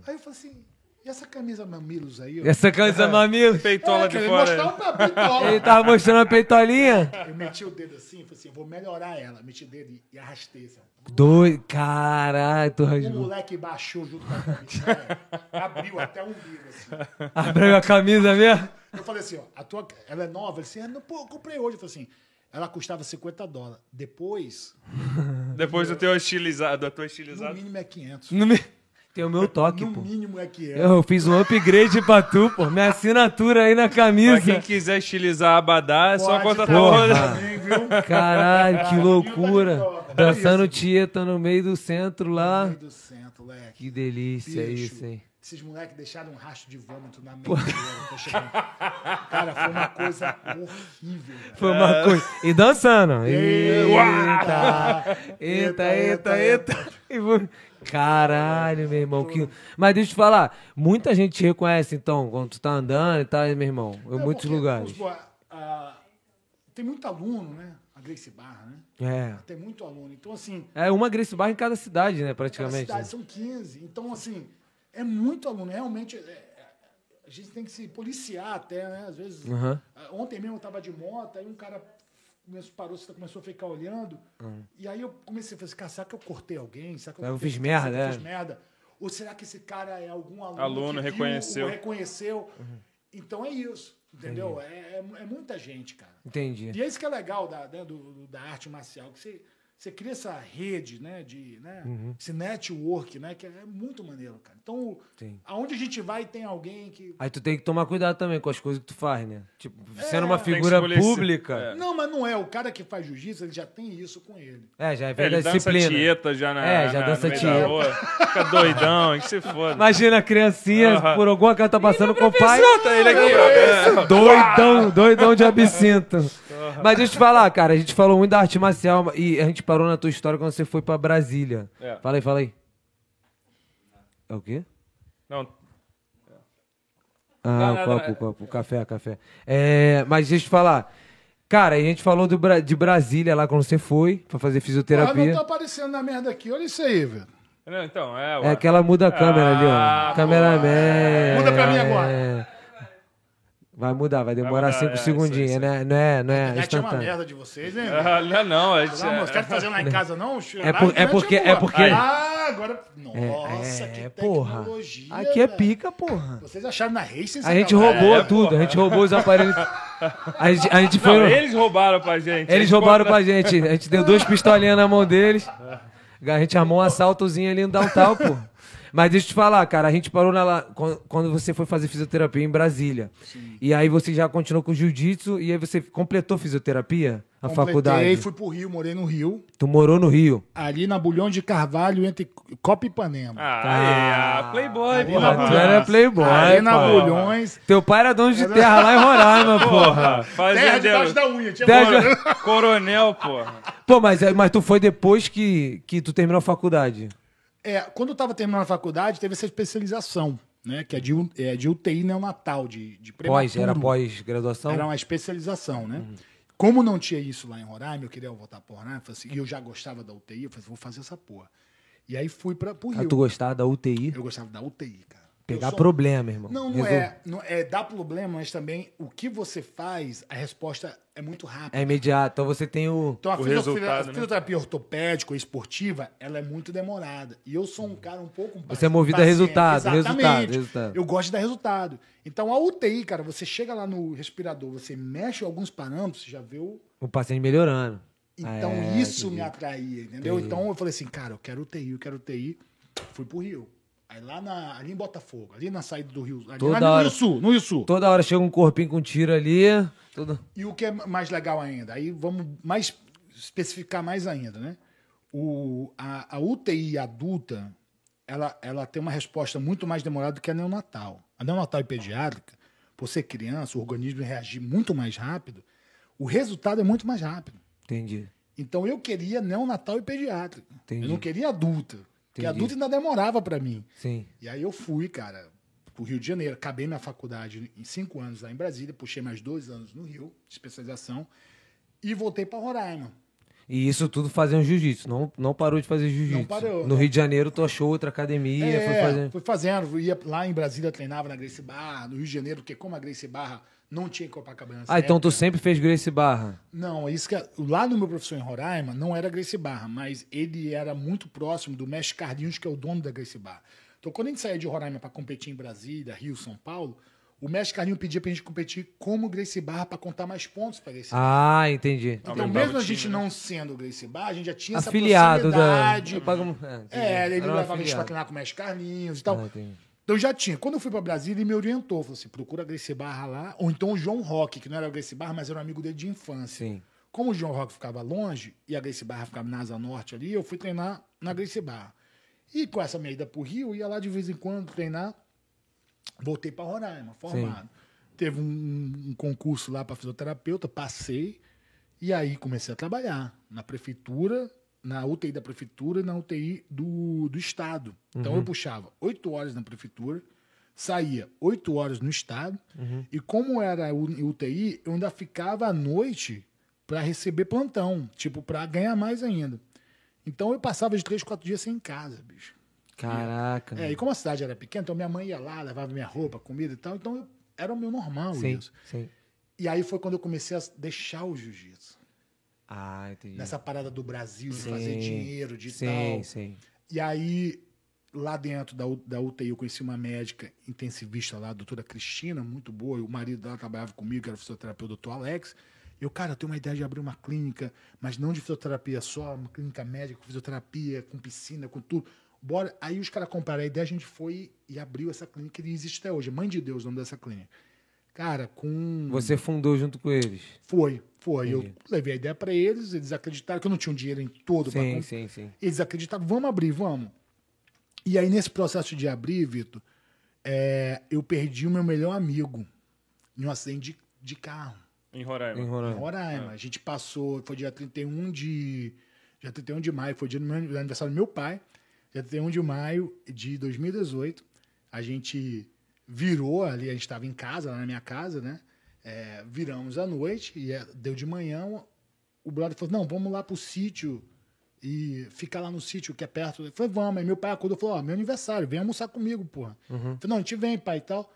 Speaker 3: Aí eu falei assim, e essa camisa mamilos aí? ó?
Speaker 1: Essa camisa mamilo.
Speaker 2: Peitola
Speaker 3: É,
Speaker 2: de
Speaker 3: querendo
Speaker 2: fora. né?
Speaker 3: mostrar uma bitola.
Speaker 1: Ele tava mostrando a peitolinha.
Speaker 3: Eu meti o dedo assim, falei assim, eu vou melhorar ela. Meti o dedo e- e arrastei, assim, sabe?
Speaker 1: Dois. Caralho, tu
Speaker 3: O
Speaker 1: rasgou.
Speaker 3: moleque baixou junto com a camisa. né? Abriu até o umbigo, assim.
Speaker 1: Abriu a camisa mesmo?
Speaker 3: Eu falei assim, ó, a tua, ela é nova? Ele disse, ah, não, pô, eu comprei hoje. Eu falei assim, Ela custava 50 dólares. Depois,
Speaker 2: Depois do teu estilizado, da tua
Speaker 3: no
Speaker 2: estilizada.
Speaker 3: mínimo é 500.
Speaker 2: No mi-
Speaker 1: Tem o meu toque,
Speaker 3: no
Speaker 1: pô.
Speaker 3: mínimo é 500.
Speaker 1: Eu fiz um upgrade pra tu, pô. Minha assinatura aí na
Speaker 2: Pra
Speaker 1: camisa.
Speaker 2: quem quiser estilizar a Abadá, é só
Speaker 3: Pode
Speaker 2: contratar
Speaker 1: Porra.
Speaker 3: falar
Speaker 2: o
Speaker 3: pra mim, viu?
Speaker 1: Caralho, que loucura.
Speaker 3: volta.
Speaker 1: Dançando Tieta no meio do centro lá.
Speaker 3: Meu Deus do centro, leque.
Speaker 1: Que delícia
Speaker 3: Bicho,
Speaker 1: isso, hein?
Speaker 3: Esses moleques deixaram um rastro de vômito na mente. dela, tá chegando. Cara, foi uma coisa horrível. velho.
Speaker 1: Foi uma coisa. E dançando. Eita,
Speaker 3: Eita,
Speaker 1: eita, eita,
Speaker 3: eita,
Speaker 1: eita. E vou- Caralho, meu irmão. que- Mas deixa eu te falar, muita gente te reconhece, então, quando tu tá andando e tal, meu irmão. Em
Speaker 3: É,
Speaker 1: muitos
Speaker 3: porque,
Speaker 1: lugares.
Speaker 3: vamos supor, ah, tem muito aluno, né? A Grace Barra, né?
Speaker 1: É.
Speaker 3: Tem muito aluno. Então, assim,
Speaker 1: É uma Grace Barra em cada cidade, né?
Speaker 3: cada
Speaker 1: Praticamente.
Speaker 3: cidade são 15. Então, assim, é muito aluno. Realmente, é, é, a gente tem que se policiar até, né? Às vezes.
Speaker 1: Aham.
Speaker 3: ah, Ontem mesmo eu tava de moto, aí um cara começou, parou, começou a ficar olhando. E aí eu comecei a pensar, cara, será que eu cortei alguém? Será que
Speaker 1: Eu
Speaker 3: cortei-
Speaker 1: fiz merda,
Speaker 3: será que eu
Speaker 1: é.
Speaker 3: fiz merda? Ou será que esse cara é algum aluno?
Speaker 2: Aluno,
Speaker 3: que viu,
Speaker 2: reconheceu.
Speaker 3: reconheceu.
Speaker 1: Uhum.
Speaker 3: Então é isso, entendeu? É, é, é muita gente, cara.
Speaker 1: Entendi.
Speaker 3: E é isso que é legal da, né, do- do- da arte marcial, que você, você cria essa rede, né? De, né
Speaker 1: Uhum.
Speaker 3: Esse network, né? Que é muito maneiro, cara. Então,
Speaker 1: Sim.
Speaker 3: aonde a gente vai tem alguém que.
Speaker 1: Aí tu tem que tomar cuidado também com as coisas que tu faz, né? Tipo, sendo uma
Speaker 3: tem
Speaker 2: que
Speaker 1: figura
Speaker 2: se policiar.
Speaker 1: pública.
Speaker 3: Não, mas não é. O cara que faz jiu-jitsu, ele já tem isso com ele.
Speaker 1: É, já é
Speaker 2: É,
Speaker 1: vem
Speaker 2: ele
Speaker 1: da
Speaker 2: dança
Speaker 1: disciplina.
Speaker 2: tieta já na.
Speaker 1: É, já
Speaker 2: na-
Speaker 1: dança
Speaker 2: no meio
Speaker 1: tieta.
Speaker 2: da rua. Fica doidão, que se foda.
Speaker 1: Imagina a criancinha,
Speaker 2: Aham.
Speaker 1: por alguma coisa tá passando com o pai. é
Speaker 2: Tá ele aqui, ó.
Speaker 1: Doidão, doidão de absinto. Mas deixa eu te falar, cara, a gente falou muito da arte marcial e a gente parou na tua história quando você foi pra Brasília.
Speaker 2: É.
Speaker 1: Fala aí, fala aí. É o quê?
Speaker 2: Não,
Speaker 1: Ah,
Speaker 2: Não, não,
Speaker 1: o
Speaker 2: não,
Speaker 1: copo,
Speaker 2: é-
Speaker 1: o copo, café, café. É, mas deixa eu te falar. Cara, a gente falou do Bra- de Brasília lá quando você foi pra fazer
Speaker 3: Ah, não
Speaker 1: fisioterapia.
Speaker 3: tá aparecendo na merda aqui. Olha isso aí, velho.
Speaker 2: Não, então, é,
Speaker 1: É
Speaker 2: ué.
Speaker 1: aquela muda a câmera ali,
Speaker 2: Ah,
Speaker 1: ó. Cameraman.
Speaker 3: Muda pra mim agora.
Speaker 1: Vai mudar, vai demorar
Speaker 2: mudar,
Speaker 1: cinco
Speaker 2: é,
Speaker 1: segundinhos,
Speaker 2: isso,
Speaker 1: né? Não é, não é
Speaker 3: Net é uma
Speaker 1: instantâneo.
Speaker 3: merda de vocês, hein?
Speaker 2: Ah, não, não, é,
Speaker 3: Pelo amor, você quer fazer lá em casa, não? Lá
Speaker 1: É por-
Speaker 3: a
Speaker 1: é porque-
Speaker 3: net boa.
Speaker 1: é porque-
Speaker 3: Ah, agora. Nossa, que
Speaker 1: É, porra.
Speaker 3: tecnologia.
Speaker 1: Aqui é
Speaker 3: velho.
Speaker 1: pica, porra.
Speaker 3: Vocês acharam na race?
Speaker 1: A gente
Speaker 3: é?
Speaker 1: roubou tudo, a gente roubou os aparelhos. A gente, a gente foi.
Speaker 2: É,
Speaker 1: um-
Speaker 2: Não, eles roubaram pra gente.
Speaker 1: Eles roubaram
Speaker 2: contra-
Speaker 1: pra gente. A gente deu duas pistolinhas na mão deles. A gente armou um assaltozinho ali no downtown, pô. Mas deixa eu te falar, cara, a gente parou na, la- quan- quando você foi fazer fisioterapia em Brasília. E aí você já continuou com jiu-jitsu e aí você completou fisioterapia na faculdade.
Speaker 3: fui pro Rio, morei no Rio.
Speaker 1: Tu morou no Rio.
Speaker 3: Ali na Bulhão de Carvalho, entre Copa e Ipanema.
Speaker 2: Ah, é, a Playboy,
Speaker 3: Porra,
Speaker 1: Porra, tu
Speaker 2: rapaz.
Speaker 1: era playboy,
Speaker 3: ali na
Speaker 1: pai.
Speaker 3: Bulhões.
Speaker 1: Teu pai era dono de terra lá em Roraima, porra.
Speaker 2: Porra,
Speaker 3: Terra
Speaker 2: fazendeiro.
Speaker 3: debaixo da unha. Tinha
Speaker 1: Terra
Speaker 3: bola,
Speaker 1: de-
Speaker 3: né?
Speaker 2: Coronel, porra.
Speaker 1: Pô, mas, é, mas tu foi depois que, que tu terminou a faculdade.
Speaker 3: É, quando eu estava terminando a faculdade, teve essa especialização, né? Que é de, U- é de UTI neonatal, de, de
Speaker 1: Pós, era
Speaker 3: prematuro.
Speaker 1: pós-graduação? Ah,
Speaker 3: Era um uma especialização, né? Como não tinha isso lá em Roraima, eu queria voltar para Roraima, eu falei assim, e eu já gostava da UTI, eu falei, assim, vou fazer essa porra. E aí fui para o
Speaker 1: Ah,
Speaker 3: Rio.
Speaker 1: tu gostava da UTI?
Speaker 3: Eu gostava da UTI, cara.
Speaker 1: Pegar
Speaker 3: Eu sou- um
Speaker 1: problema, irmão.
Speaker 3: Não, não
Speaker 1: Resol-
Speaker 3: é, não é. Dá problema, mas também o que você faz, a resposta é muito rápida.
Speaker 1: É imediato. Então você tem o.
Speaker 3: Então a,
Speaker 2: O
Speaker 3: fisio-
Speaker 2: resultado,
Speaker 3: a
Speaker 2: né?
Speaker 3: fisioterapia ortopédica ou esportiva, ela é muito demorada. E eu sou um cara um pouco
Speaker 1: Você é movido a resultado, resultado, resultado.
Speaker 3: Eu gosto de dar resultado. Então a UTI, cara, você chega lá no respirador, você mexe alguns parâmetros, você já vê o
Speaker 1: O paciente melhorando.
Speaker 3: então
Speaker 1: Ah, é,
Speaker 3: isso
Speaker 1: entendi.
Speaker 3: me atraía, entendeu? Então eu falei assim, cara, eu quero UTI, eu quero UTI. Fui pro Rio. Aí lá na, ali em Botafogo, ali na saída do Rio, ali,
Speaker 1: Toda
Speaker 3: lá no
Speaker 1: hora.
Speaker 3: Rio Sul, no Rio Sul.
Speaker 1: Toda hora chega um corpinho com tiro ali. Todo...
Speaker 3: E o que é mais legal ainda? Aí vamos mais especificar mais ainda, né? O, a, a UTI adulta, ela, ela tem uma resposta muito mais demorada do que a neonatal. A neonatal e pediátrica, por ser criança, o organismo reagir muito mais rápido, o resultado é muito mais rápido.
Speaker 1: Entendi.
Speaker 3: Então eu queria neonatal e pediátrica.
Speaker 1: Entendi.
Speaker 3: Eu não queria adulta. Porque
Speaker 1: Entendi.
Speaker 3: adulta ainda demorava pra mim.
Speaker 1: Sim.
Speaker 3: E aí eu fui, cara, pro Rio de Janeiro. Acabei minha faculdade em cinco anos lá em Brasília, puxei mais dois anos no Rio, de especialização, e voltei pra Roraima.
Speaker 1: E isso tudo fazendo jiu-jitsu. Não, não parou de fazer jiu-jitsu.
Speaker 3: Não parou. né?
Speaker 1: No Rio de Janeiro, tu achou outra academia.
Speaker 3: É,
Speaker 1: foi fazendo.
Speaker 3: fui fazendo. Ia lá em Brasília, treinava na Grace Barra, no Rio de Janeiro, porque como a Grace Barra não tinha em Copacabana. nessa
Speaker 1: Ah, então
Speaker 3: época-
Speaker 1: tu sempre fez Grace Barra.
Speaker 3: Não, é isso que. Lá no meu professor em Roraima, não era Grace Barra, mas ele era muito próximo do mestre Carlinhos, que é o dono da Grace Barra. Então, quando a gente saía de Roraima para competir em Brasília, Rio, São Paulo, O mestre Carlinho pedia pra gente competir como Gracie Barra pra contar mais pontos pra Gracie Barra.
Speaker 1: Ah, entendi.
Speaker 3: Então,
Speaker 2: Aumentava
Speaker 3: mesmo a
Speaker 2: o time,
Speaker 3: gente
Speaker 2: né?
Speaker 3: não sendo Gracie Barra, a gente já tinha
Speaker 1: Afiliado
Speaker 3: essa
Speaker 1: da.
Speaker 3: proximidade.
Speaker 1: Eu pago- entendi.
Speaker 3: É, ele
Speaker 1: Era um
Speaker 3: levava a gente pra
Speaker 1: afiliado.
Speaker 3: treinar com o mestre Carlinhos e tal.
Speaker 1: Ah, entendi.
Speaker 3: Então já tinha. Quando eu fui pra Brasília, ele me orientou. Falou assim: procura a Gracie Barra lá. Ou então o João Roque, que não era o Gracie Barra, mas era um amigo dele de infância.
Speaker 1: Sim.
Speaker 3: Como o João Roque ficava longe e a Gracie Barra ficava na Asa Norte ali, eu fui treinar na Gracie Barra. E com essa minha ida pro Rio, eu ia lá de vez em quando treinar. Voltei pra Roraima, formado. Teve um, um concurso lá pra fisioterapeuta, passei. E aí comecei a trabalhar na prefeitura, na UTI da prefeitura e na UTI do, do estado. Então eu puxava oito horas na prefeitura, saía oito horas no estado, e como era a U- UTI, eu ainda ficava à noite para receber plantão, tipo, para ganhar mais ainda. Então eu passava de três, quatro dias sem casa, bicho.
Speaker 1: Caraca.
Speaker 3: É, e como a cidade era pequena, então minha mãe ia lá, levava minha roupa, comida e tal, então eu- era é o meu normal
Speaker 1: sim,
Speaker 3: isso.
Speaker 1: sim.
Speaker 3: E aí foi quando eu comecei a deixar o jiu-jitsu
Speaker 1: Ah, entendi.
Speaker 3: nessa parada do Brasil, de
Speaker 1: Sim.
Speaker 3: fazer dinheiro, de
Speaker 1: Sim,
Speaker 3: tal.
Speaker 1: sim.
Speaker 3: E aí, lá dentro da, U- da UTI, eu conheci uma médica intensivista lá, a doutora Cristina, muito boa. e O marido dela trabalhava comigo, que era fisioterapeuta, o doutor Alex. Eu, cara, eu tenho uma ideia de abrir uma clínica, mas não de fisioterapia só, uma clínica médica, com fisioterapia, com piscina, com tudo. Bora. Aí os caras compraram a ideia, a gente foi e abriu essa clínica, que existe até hoje. Mãe de Deus, o nome dessa clínica. Cara, com.
Speaker 1: Você fundou junto com eles.
Speaker 3: Foi, foi.
Speaker 1: Entendi.
Speaker 3: Eu levei a ideia pra eles, eles acreditaram que eu não tinha um dinheiro em todo pra
Speaker 1: Sim,
Speaker 3: comprar.
Speaker 1: sim, sim.
Speaker 3: Eles acreditavam, vamos abrir, vamos. E aí, nesse processo de abrir, Vitor, é, eu perdi o meu melhor amigo em um acidente de, de carro.
Speaker 2: Em Roraima.
Speaker 1: Em
Speaker 3: Em
Speaker 1: Roraima.
Speaker 3: Roraima. A gente passou, foi dia 31 de. Dia 31 de maio, foi dia do meu do aniversário do meu pai. Dia 31 de maio de 2018. A gente virou ali, a gente estava em casa, lá na minha casa, né? É, viramos à noite e é, deu de manhã. O brother falou: não, vamos lá pro sítio e ficar lá no sítio que é perto. Eu falei, vamos. Aí meu pai acordou e falou: ó, meu aniversário, vem almoçar comigo, porra. Eu falei, não, a gente vem, pai e tal.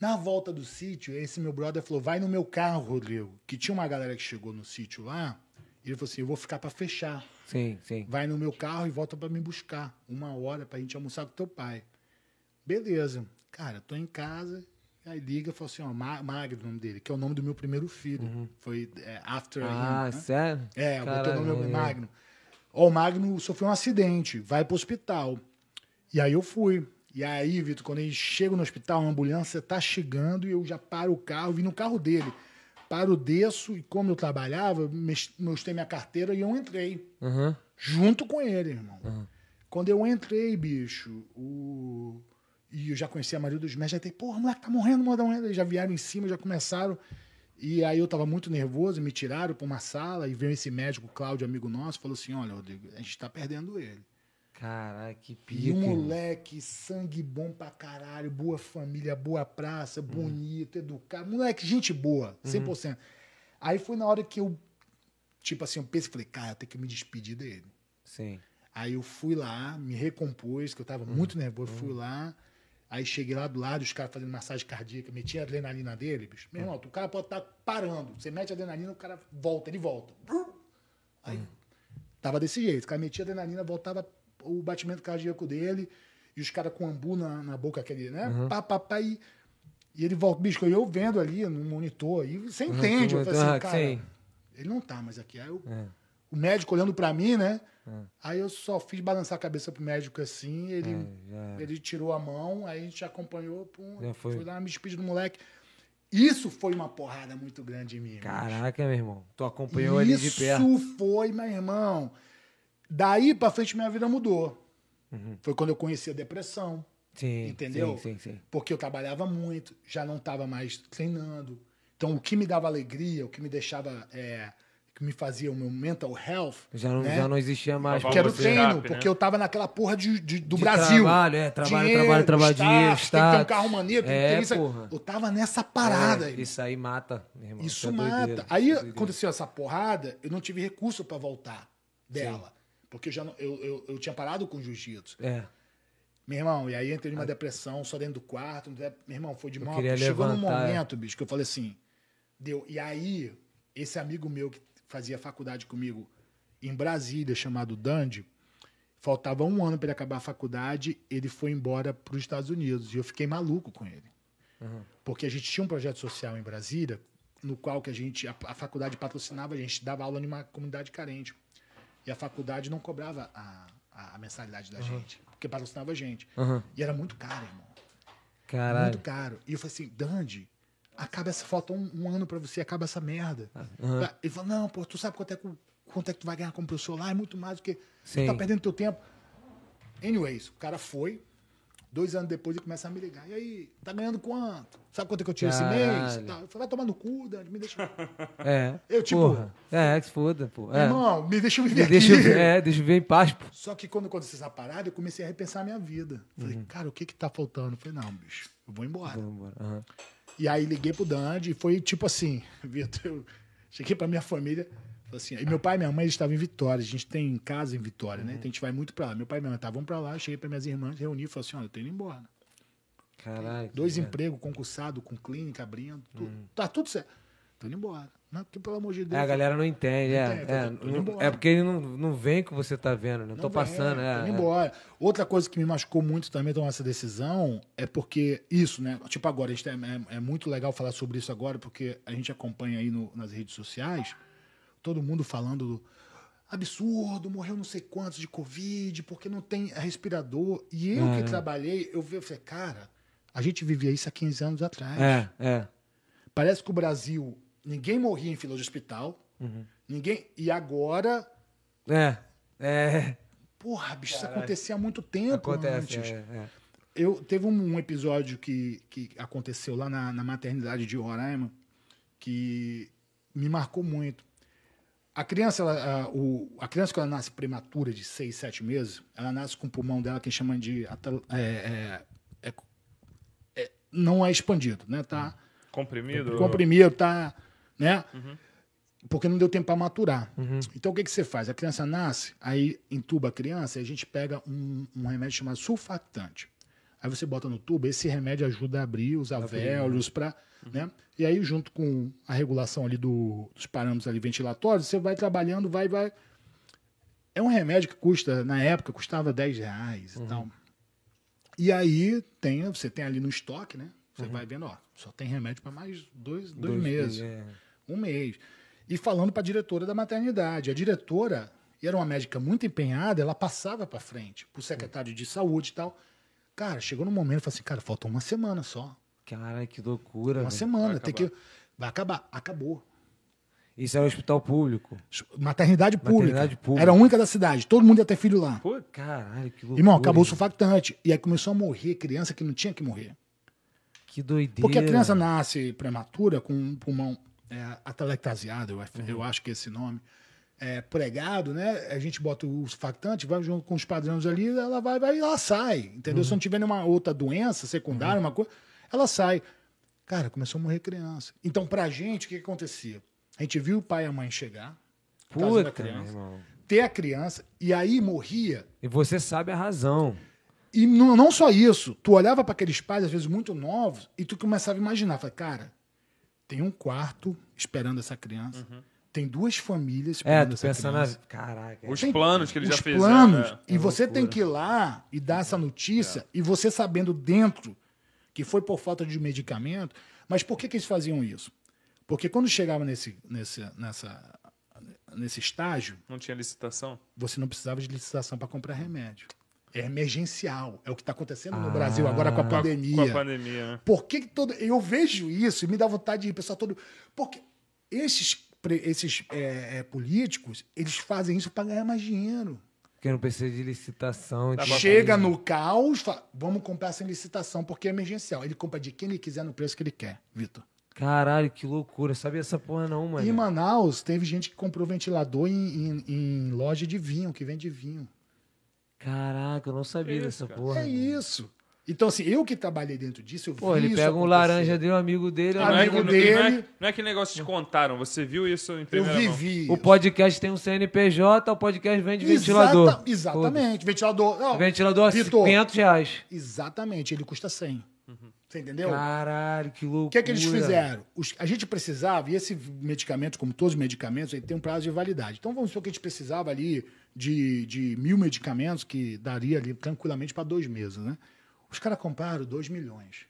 Speaker 3: Na volta do sítio, esse meu brother falou: vai no meu carro, Rodrigo. Que tinha uma galera que chegou no sítio lá. E ele falou assim: eu vou ficar pra fechar.
Speaker 1: Sim, sim.
Speaker 3: Vai no meu carro e volta pra me buscar. Uma hora pra gente almoçar com teu pai. Beleza. Cara, tô em casa. Aí liga e fala assim: ó, Ma- Magno, o nome dele, que é o nome do meu primeiro filho. Foi é, After Him,
Speaker 1: Ah,
Speaker 3: né?
Speaker 1: sério?
Speaker 3: É, botou o
Speaker 1: Caralho,
Speaker 3: nome
Speaker 1: maneiro.
Speaker 3: Magno. Ó, o Magno sofreu um acidente, vai pro hospital. E aí eu fui. E aí, Vitor, quando ele chega no hospital, a ambulância tá chegando e eu já paro o carro, vim no carro dele. Paro, desço e como eu trabalhava, mex- mostrei minha carteira e eu entrei.
Speaker 1: Aham.
Speaker 3: Junto com ele, irmão.
Speaker 1: Ah.
Speaker 3: Quando eu entrei, bicho, o... e eu já conhecia a maioria dos mestres, já tem, porra, moleque tá morrendo, moleque tá morrendo. Eles já vieram em cima, já começaram. E aí eu tava muito nervoso, me tiraram pra uma sala e veio esse médico, Cláudio, amigo nosso, falou assim: olha, Rodrigo, a gente tá perdendo ele.
Speaker 1: Caralho, que pica.
Speaker 3: E um
Speaker 1: irmão.
Speaker 3: moleque, sangue bom pra caralho, boa família, boa
Speaker 1: Hum.
Speaker 3: praça, bonito, educado. Moleque, gente boa,
Speaker 1: Uhum.
Speaker 3: 100%. Aí foi na hora que eu, tipo assim, eu pensei, falei, cara, eu tenho que me despedir dele.
Speaker 1: Sim.
Speaker 3: Aí eu fui lá, me recompus, que eu tava muito nervoso, fui lá. Aí cheguei lá do lado, os caras fazendo massagem cardíaca, meti a adrenalina dele, bicho. Meu irmão, o cara pode estar parando. Você mete a adrenalina, o cara volta, ele volta. Aí tava desse jeito. O cara metia a adrenalina, voltava o batimento cardíaco dele, e os caras com ambu na, na boca, aquele, né? Pá, pá, pá, e, e ele volta. Bicho, eu vendo ali no monitor, e você entende.
Speaker 1: tu-
Speaker 3: Eu falei assim,
Speaker 1: ah,
Speaker 3: cara,
Speaker 1: sim.
Speaker 3: ele não tá mais aqui. Aí eu
Speaker 1: É.
Speaker 3: o médico olhando pra mim, né? Aí eu só fiz balançar a cabeça pro médico assim, ele,
Speaker 1: É, já era.
Speaker 3: ele tirou a mão, aí a gente acompanhou, pum,
Speaker 1: Já foi.
Speaker 3: fui lá, me despedi do moleque. Isso foi uma porrada muito grande em mim.
Speaker 1: Caraca, meu irmão. Tu acompanhou ele de perto.
Speaker 3: Isso foi, meu irmão. Daí pra frente minha vida mudou.
Speaker 1: Uhum.
Speaker 3: Foi quando eu conheci a depressão,
Speaker 1: Sim.
Speaker 3: entendeu?
Speaker 1: Sim, sim, sim.
Speaker 3: Porque eu trabalhava muito, já não estava mais treinando. Então o que me dava alegria, o que me deixava, é, que me fazia o meu mental health,
Speaker 1: Já não,
Speaker 3: né?
Speaker 1: já não existia mais.
Speaker 2: Porque
Speaker 3: Que era o
Speaker 2: Você
Speaker 3: treino,
Speaker 2: escape, né?
Speaker 3: porque eu tava naquela porra de, de- do
Speaker 1: De
Speaker 3: Brasil.
Speaker 1: trabalho, é, trabalho, trabalho, trabalho, dinheiro,
Speaker 3: Tem que ter
Speaker 1: status.
Speaker 3: um carro maneiro, tem que
Speaker 1: É,
Speaker 3: ter isso. aqui.
Speaker 1: porra.
Speaker 3: Eu tava nessa parada.
Speaker 1: É,
Speaker 3: irmão. isso
Speaker 1: isso aí mata, meu irmão. é
Speaker 3: mata.
Speaker 1: doideira,
Speaker 3: Aí
Speaker 1: isso é doideira.
Speaker 3: aconteceu essa porrada, eu não tive recurso pra voltar dela. Porque eu já não- eu, eu, eu tinha parado com o jiu-jitsu.
Speaker 1: É.
Speaker 3: Meu irmão, e aí entrei numa depressão, só dentro do quarto. não deve- Meu irmão, foi de mal.
Speaker 1: Ah. queria
Speaker 3: Chegou num
Speaker 1: levantar, é.
Speaker 3: momento, bicho, que eu falei assim, deu. E aí, esse amigo meu que fazia faculdade comigo em Brasília, chamado Dandy, faltava um ano pra ele acabar a faculdade, ele foi embora pros Estados Unidos. E eu fiquei maluco com ele. Porque a gente tinha um projeto social em Brasília, no qual que a gente, a, a faculdade patrocinava, a gente dava aula numa comunidade carente. E a faculdade não cobrava a, a- a mensalidade da gente, porque patrocinava a gente.
Speaker 1: Aham.
Speaker 3: E era muito caro, irmão.
Speaker 1: Caralho.
Speaker 3: Muito caro. E eu falei assim, Dandy, acaba essa. Falta um, um ano pra você, acaba essa merda.
Speaker 1: Ah,
Speaker 3: Ele falou, não, pô, tu sabe quanto é, que, o- quanto é que tu vai ganhar como professor lá? É muito mais do que.
Speaker 1: Sim.
Speaker 3: Tu tá perdendo teu tempo. Anyways, o cara foi. Dois anos depois ele começa a me ligar. E aí, tá ganhando quanto? Sabe quanto é que eu tiro esse mês?
Speaker 1: Caralho.
Speaker 3: Tá. Eu falei, vai tomar no cu, Dandy, me deixa.
Speaker 1: É.
Speaker 3: Eu, tipo-
Speaker 1: Porra. É, que se foda, pô. É.
Speaker 3: Irmão, me deixa eu viver
Speaker 1: Me deixa, eu-
Speaker 3: aqui.
Speaker 1: é, deixa eu ver em paz, pô.
Speaker 3: Só que quando aconteceu essa parada, eu comecei a repensar a minha vida.
Speaker 1: Uhum.
Speaker 3: Falei, cara, o que que tá faltando? Eu falei, não, bicho, eu vou embora.
Speaker 1: Vamos embora. Aham.
Speaker 3: E aí liguei pro Dandy e foi tipo assim, Vitor, eu cheguei pra minha família, falei assim, e meu pai e minha mãe eles estavam em Vitória, a gente tem casa em Vitória,
Speaker 1: Uhum.
Speaker 3: né? Então a gente vai muito pra lá. Meu pai e minha mãe estavam pra lá, eu cheguei pra minhas irmãs, reuni e falei assim, olha, eu tô indo embora.
Speaker 1: Caralho.
Speaker 3: Dois
Speaker 1: é. Uhum.
Speaker 3: empregos, concursado, com clínica, abrindo, tu- tá tudo certo. Tô indo embora. Não, porque pelo amor de Deus.
Speaker 1: É, a galera não entende, é.
Speaker 3: Não entende,
Speaker 1: é,
Speaker 3: tô indo
Speaker 1: não-
Speaker 3: embora.
Speaker 1: é porque ele não, não vem com o que você tá vendo, né?
Speaker 3: Não
Speaker 1: tô
Speaker 3: vem,
Speaker 1: passando, é.
Speaker 3: Tô
Speaker 1: é.
Speaker 3: indo embora. Outra coisa que me machucou muito também tomar essa decisão é porque isso, né? Tipo agora, a gente é, é- é muito legal falar sobre isso agora, porque a gente acompanha aí no- nas redes sociais todo mundo falando do absurdo, morreu não sei quantos de Covid, porque não tem respirador. E eu
Speaker 1: É.
Speaker 3: que trabalhei, eu vi, eu falei, cara, a gente vivia isso há 15 anos atrás.
Speaker 1: É, é.
Speaker 3: Parece que o Brasil, ninguém morria em fila de hospital,
Speaker 1: Uhum.
Speaker 3: ninguém. E agora.
Speaker 1: É. É.
Speaker 3: Porra, bicho, isso acontecia há muito tempo
Speaker 1: Acontece.
Speaker 3: antes.
Speaker 1: É, é.
Speaker 3: Eu teve um, um episódio que, que aconteceu lá na, na maternidade de Roraima que me marcou muito. A criança, ela, a, o, a criança quando ela nasce prematura de 6, 7 meses, ela nasce com o pulmão dela que chama de atal- é, é, é- é- não é expandido, né? Tá
Speaker 2: Comprimido?
Speaker 3: comprimido, tá, né? Porque não deu tempo para maturar. Então o que que você faz? A criança nasce, aí entuba a criança, e a gente pega um, um remédio chamado sulfactante. Aí você bota no tubo, esse remédio ajuda a abrir os alvéolos para, né? E aí junto com a regulação ali do- dos parâmetros ali ventilatórios, você vai trabalhando, vai, vai. É um remédio que custa, na época, custava 10 reais e tal. E aí tem, você tem ali no estoque, né? Você vai vendo, ó, só tem remédio para mais dois, dois, meses,
Speaker 1: é.
Speaker 3: um mês. E falando para a diretora da maternidade. A diretora era uma médica muito empenhada, ela passava para frente, pro secretário de saúde e tal. Cara, chegou no momento, falou assim, cara, falta uma semana só.
Speaker 1: Caralho, que loucura.
Speaker 3: Uma
Speaker 1: velho.
Speaker 3: semana,
Speaker 2: vai
Speaker 3: tem que. Vai acabar. Acabou.
Speaker 1: Isso é um hospital público.
Speaker 3: Maternidade pública.
Speaker 1: Maternidade pública.
Speaker 3: Era a única da cidade. Todo mundo ia ter filho lá.
Speaker 2: Pô,
Speaker 1: Caralho, que loucura.
Speaker 3: Irmão, acabou
Speaker 1: irmão.
Speaker 3: o sulfactante. E aí começou a morrer criança que não tinha que morrer.
Speaker 1: Que doideira.
Speaker 3: Porque a criança nasce prematura com um pulmão é, atelectasiado, eu, acho- eu acho que é esse nome, é, pregado, né? A gente bota o factante, vai junto com os padrões ali, ela vai, vai e ela sai, entendeu? Se não tiver nenhuma outra doença secundária, uma coisa, ela sai. Cara, começou a morrer criança. Então, pra gente, o que, que acontecia? A gente viu o pai e a mãe chegar, por causa da
Speaker 1: Puta, meu
Speaker 3: criança,
Speaker 1: irmão.
Speaker 3: ter a criança, e aí morria
Speaker 1: E você sabe a razão.
Speaker 3: e não, não só isso, tu olhava para aqueles pais, às vezes muito novos, e tu começava a imaginar, falava, cara, tem um quarto esperando essa criança,
Speaker 2: Uhum.
Speaker 3: tem duas famílias
Speaker 1: É,
Speaker 3: esperando
Speaker 1: tu
Speaker 3: essa
Speaker 1: pensa É
Speaker 3: criança.
Speaker 1: na. Caraca. é.
Speaker 2: Os
Speaker 3: Tem
Speaker 2: planos que eles
Speaker 3: os
Speaker 2: já fizeram.
Speaker 3: planos,
Speaker 2: né?
Speaker 3: e você tem que ir lá e dar essa notícia,
Speaker 2: É.
Speaker 3: e você sabendo dentro que foi por falta de medicamento, mas por que, que eles faziam isso? Porque quando chegava nesse, nesse, nessa, nesse estágio,
Speaker 2: Não tinha licitação?
Speaker 3: você não precisava de licitação para comprar remédio. É emergencial. É o que está acontecendo no Brasil agora com a pandemia.
Speaker 2: Com a pandemia, né?
Speaker 3: Por que, que todo. Eu vejo isso e me dá vontade de ir, pessoal todo. Porque esses, pre- esses é, é, políticos, eles fazem isso para ganhar mais dinheiro.
Speaker 1: Porque não precisa de licitação.
Speaker 2: Tá
Speaker 1: de-
Speaker 2: bom.
Speaker 3: Chega no caos, fala, vamos comprar sem licitação, porque é emergencial. Ele compra de quem ele quiser no preço que ele quer, Vitor.
Speaker 1: Caralho, que loucura. Sabia essa porra não, mano.
Speaker 3: Em Manaus, teve gente que comprou ventilador em- em- em loja de vinho, que vende vinho.
Speaker 1: Caraca, eu não sabia
Speaker 2: Que isso,
Speaker 1: dessa
Speaker 2: cara?
Speaker 1: porra.
Speaker 3: É
Speaker 1: mano.
Speaker 3: isso. Então, assim, eu que trabalhei dentro disso, eu vi
Speaker 1: Pô, ele
Speaker 3: isso
Speaker 1: pega um
Speaker 3: acontecer.
Speaker 1: laranja dele, um amigo dele.
Speaker 3: Amigo
Speaker 2: não, é,
Speaker 1: amigo
Speaker 2: que- não,
Speaker 1: dele.
Speaker 3: dele.
Speaker 2: é, não é que negócio te contaram, você viu isso em
Speaker 3: Eu
Speaker 2: primeira mão.
Speaker 3: vivi.
Speaker 1: O
Speaker 3: isso.
Speaker 1: podcast tem um CNPJ, o podcast vende
Speaker 3: Exata-
Speaker 1: ventilador.
Speaker 3: Exatamente. Ventilador.
Speaker 1: Pô,
Speaker 3: Não,
Speaker 1: Ventilador a
Speaker 3: Vitor,
Speaker 1: 500 reais.
Speaker 3: Exatamente. Ele custa 100.
Speaker 1: Uhum.
Speaker 3: Você entendeu?
Speaker 1: Caralho, que loucura.
Speaker 3: O que é que eles fizeram? Os- a gente precisava, e esse medicamento, como todos os medicamentos, ele tem um prazo de validade. Então, vamos supor que a gente precisava ali de, de mil medicamentos, que daria ali tranquilamente para dois meses, né? Os caras compraram dois milhões.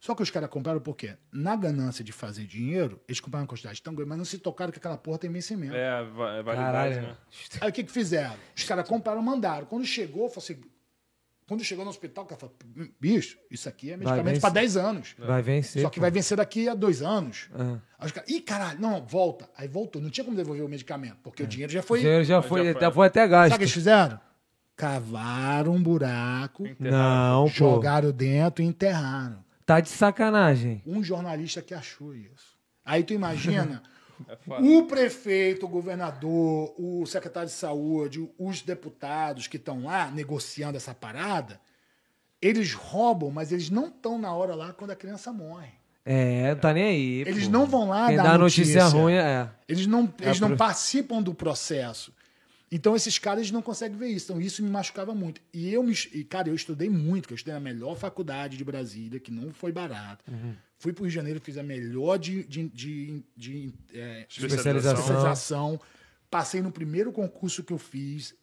Speaker 3: Só que os caras compraram por quê? Na ganância de fazer dinheiro, eles compraram uma quantidade tão grande, mas não se tocaram que aquela porra tem vencimento.
Speaker 2: É, va- é validade,
Speaker 1: Caralho.
Speaker 2: né?
Speaker 3: Aí o que, que fizeram? Os caras compraram, mandaram. Quando chegou, falou assim. Quando chegou no hospital, o cara falou: "Hum, bicho, isso aqui é medicamento
Speaker 1: vencer. É.
Speaker 3: para 10 anos.
Speaker 1: Vai vencer.
Speaker 3: Só que vai vencer daqui a dois anos.
Speaker 1: Ah.
Speaker 3: Aí os caras, ih, caralho, não, volta. Aí voltou. Não tinha como devolver o medicamento, porque o dinheiro já foi.
Speaker 1: É. O dinheiro já
Speaker 2: Já
Speaker 1: foi,
Speaker 2: foi.
Speaker 1: já foi até gasto.
Speaker 3: Sabe o que eles fizeram? Cavaram um buraco,
Speaker 1: Não, Então, pô.
Speaker 3: jogaram dentro e enterraram.
Speaker 1: Tá de sacanagem.
Speaker 3: Um jornalista que achou isso. Aí tu imagina.
Speaker 2: É foda.
Speaker 3: O prefeito, o governador, o secretário de saúde, os deputados que estão lá negociando essa parada, eles roubam, mas eles não estão na hora lá quando a criança morre.
Speaker 1: É, não tá nem aí.
Speaker 3: Eles
Speaker 1: pô.
Speaker 3: não vão lá
Speaker 1: Quem
Speaker 3: dar
Speaker 1: dá notícia,
Speaker 3: Ah, notícia.
Speaker 1: ruim é.
Speaker 3: Eles não, eles
Speaker 1: pro-
Speaker 3: não participam do processo. Então, esses caras eles não conseguem ver isso. Então, isso me machucava muito. E eu, me, e, cara, eu estudei muito, que eu estudei na melhor faculdade de Brasília, que não foi barato.
Speaker 1: Uhum.
Speaker 3: Fui para o Rio de Janeiro, fiz a melhor de, de, de, de, é,
Speaker 1: Especialização.
Speaker 3: especialização. Passei no primeiro concurso que eu fiz.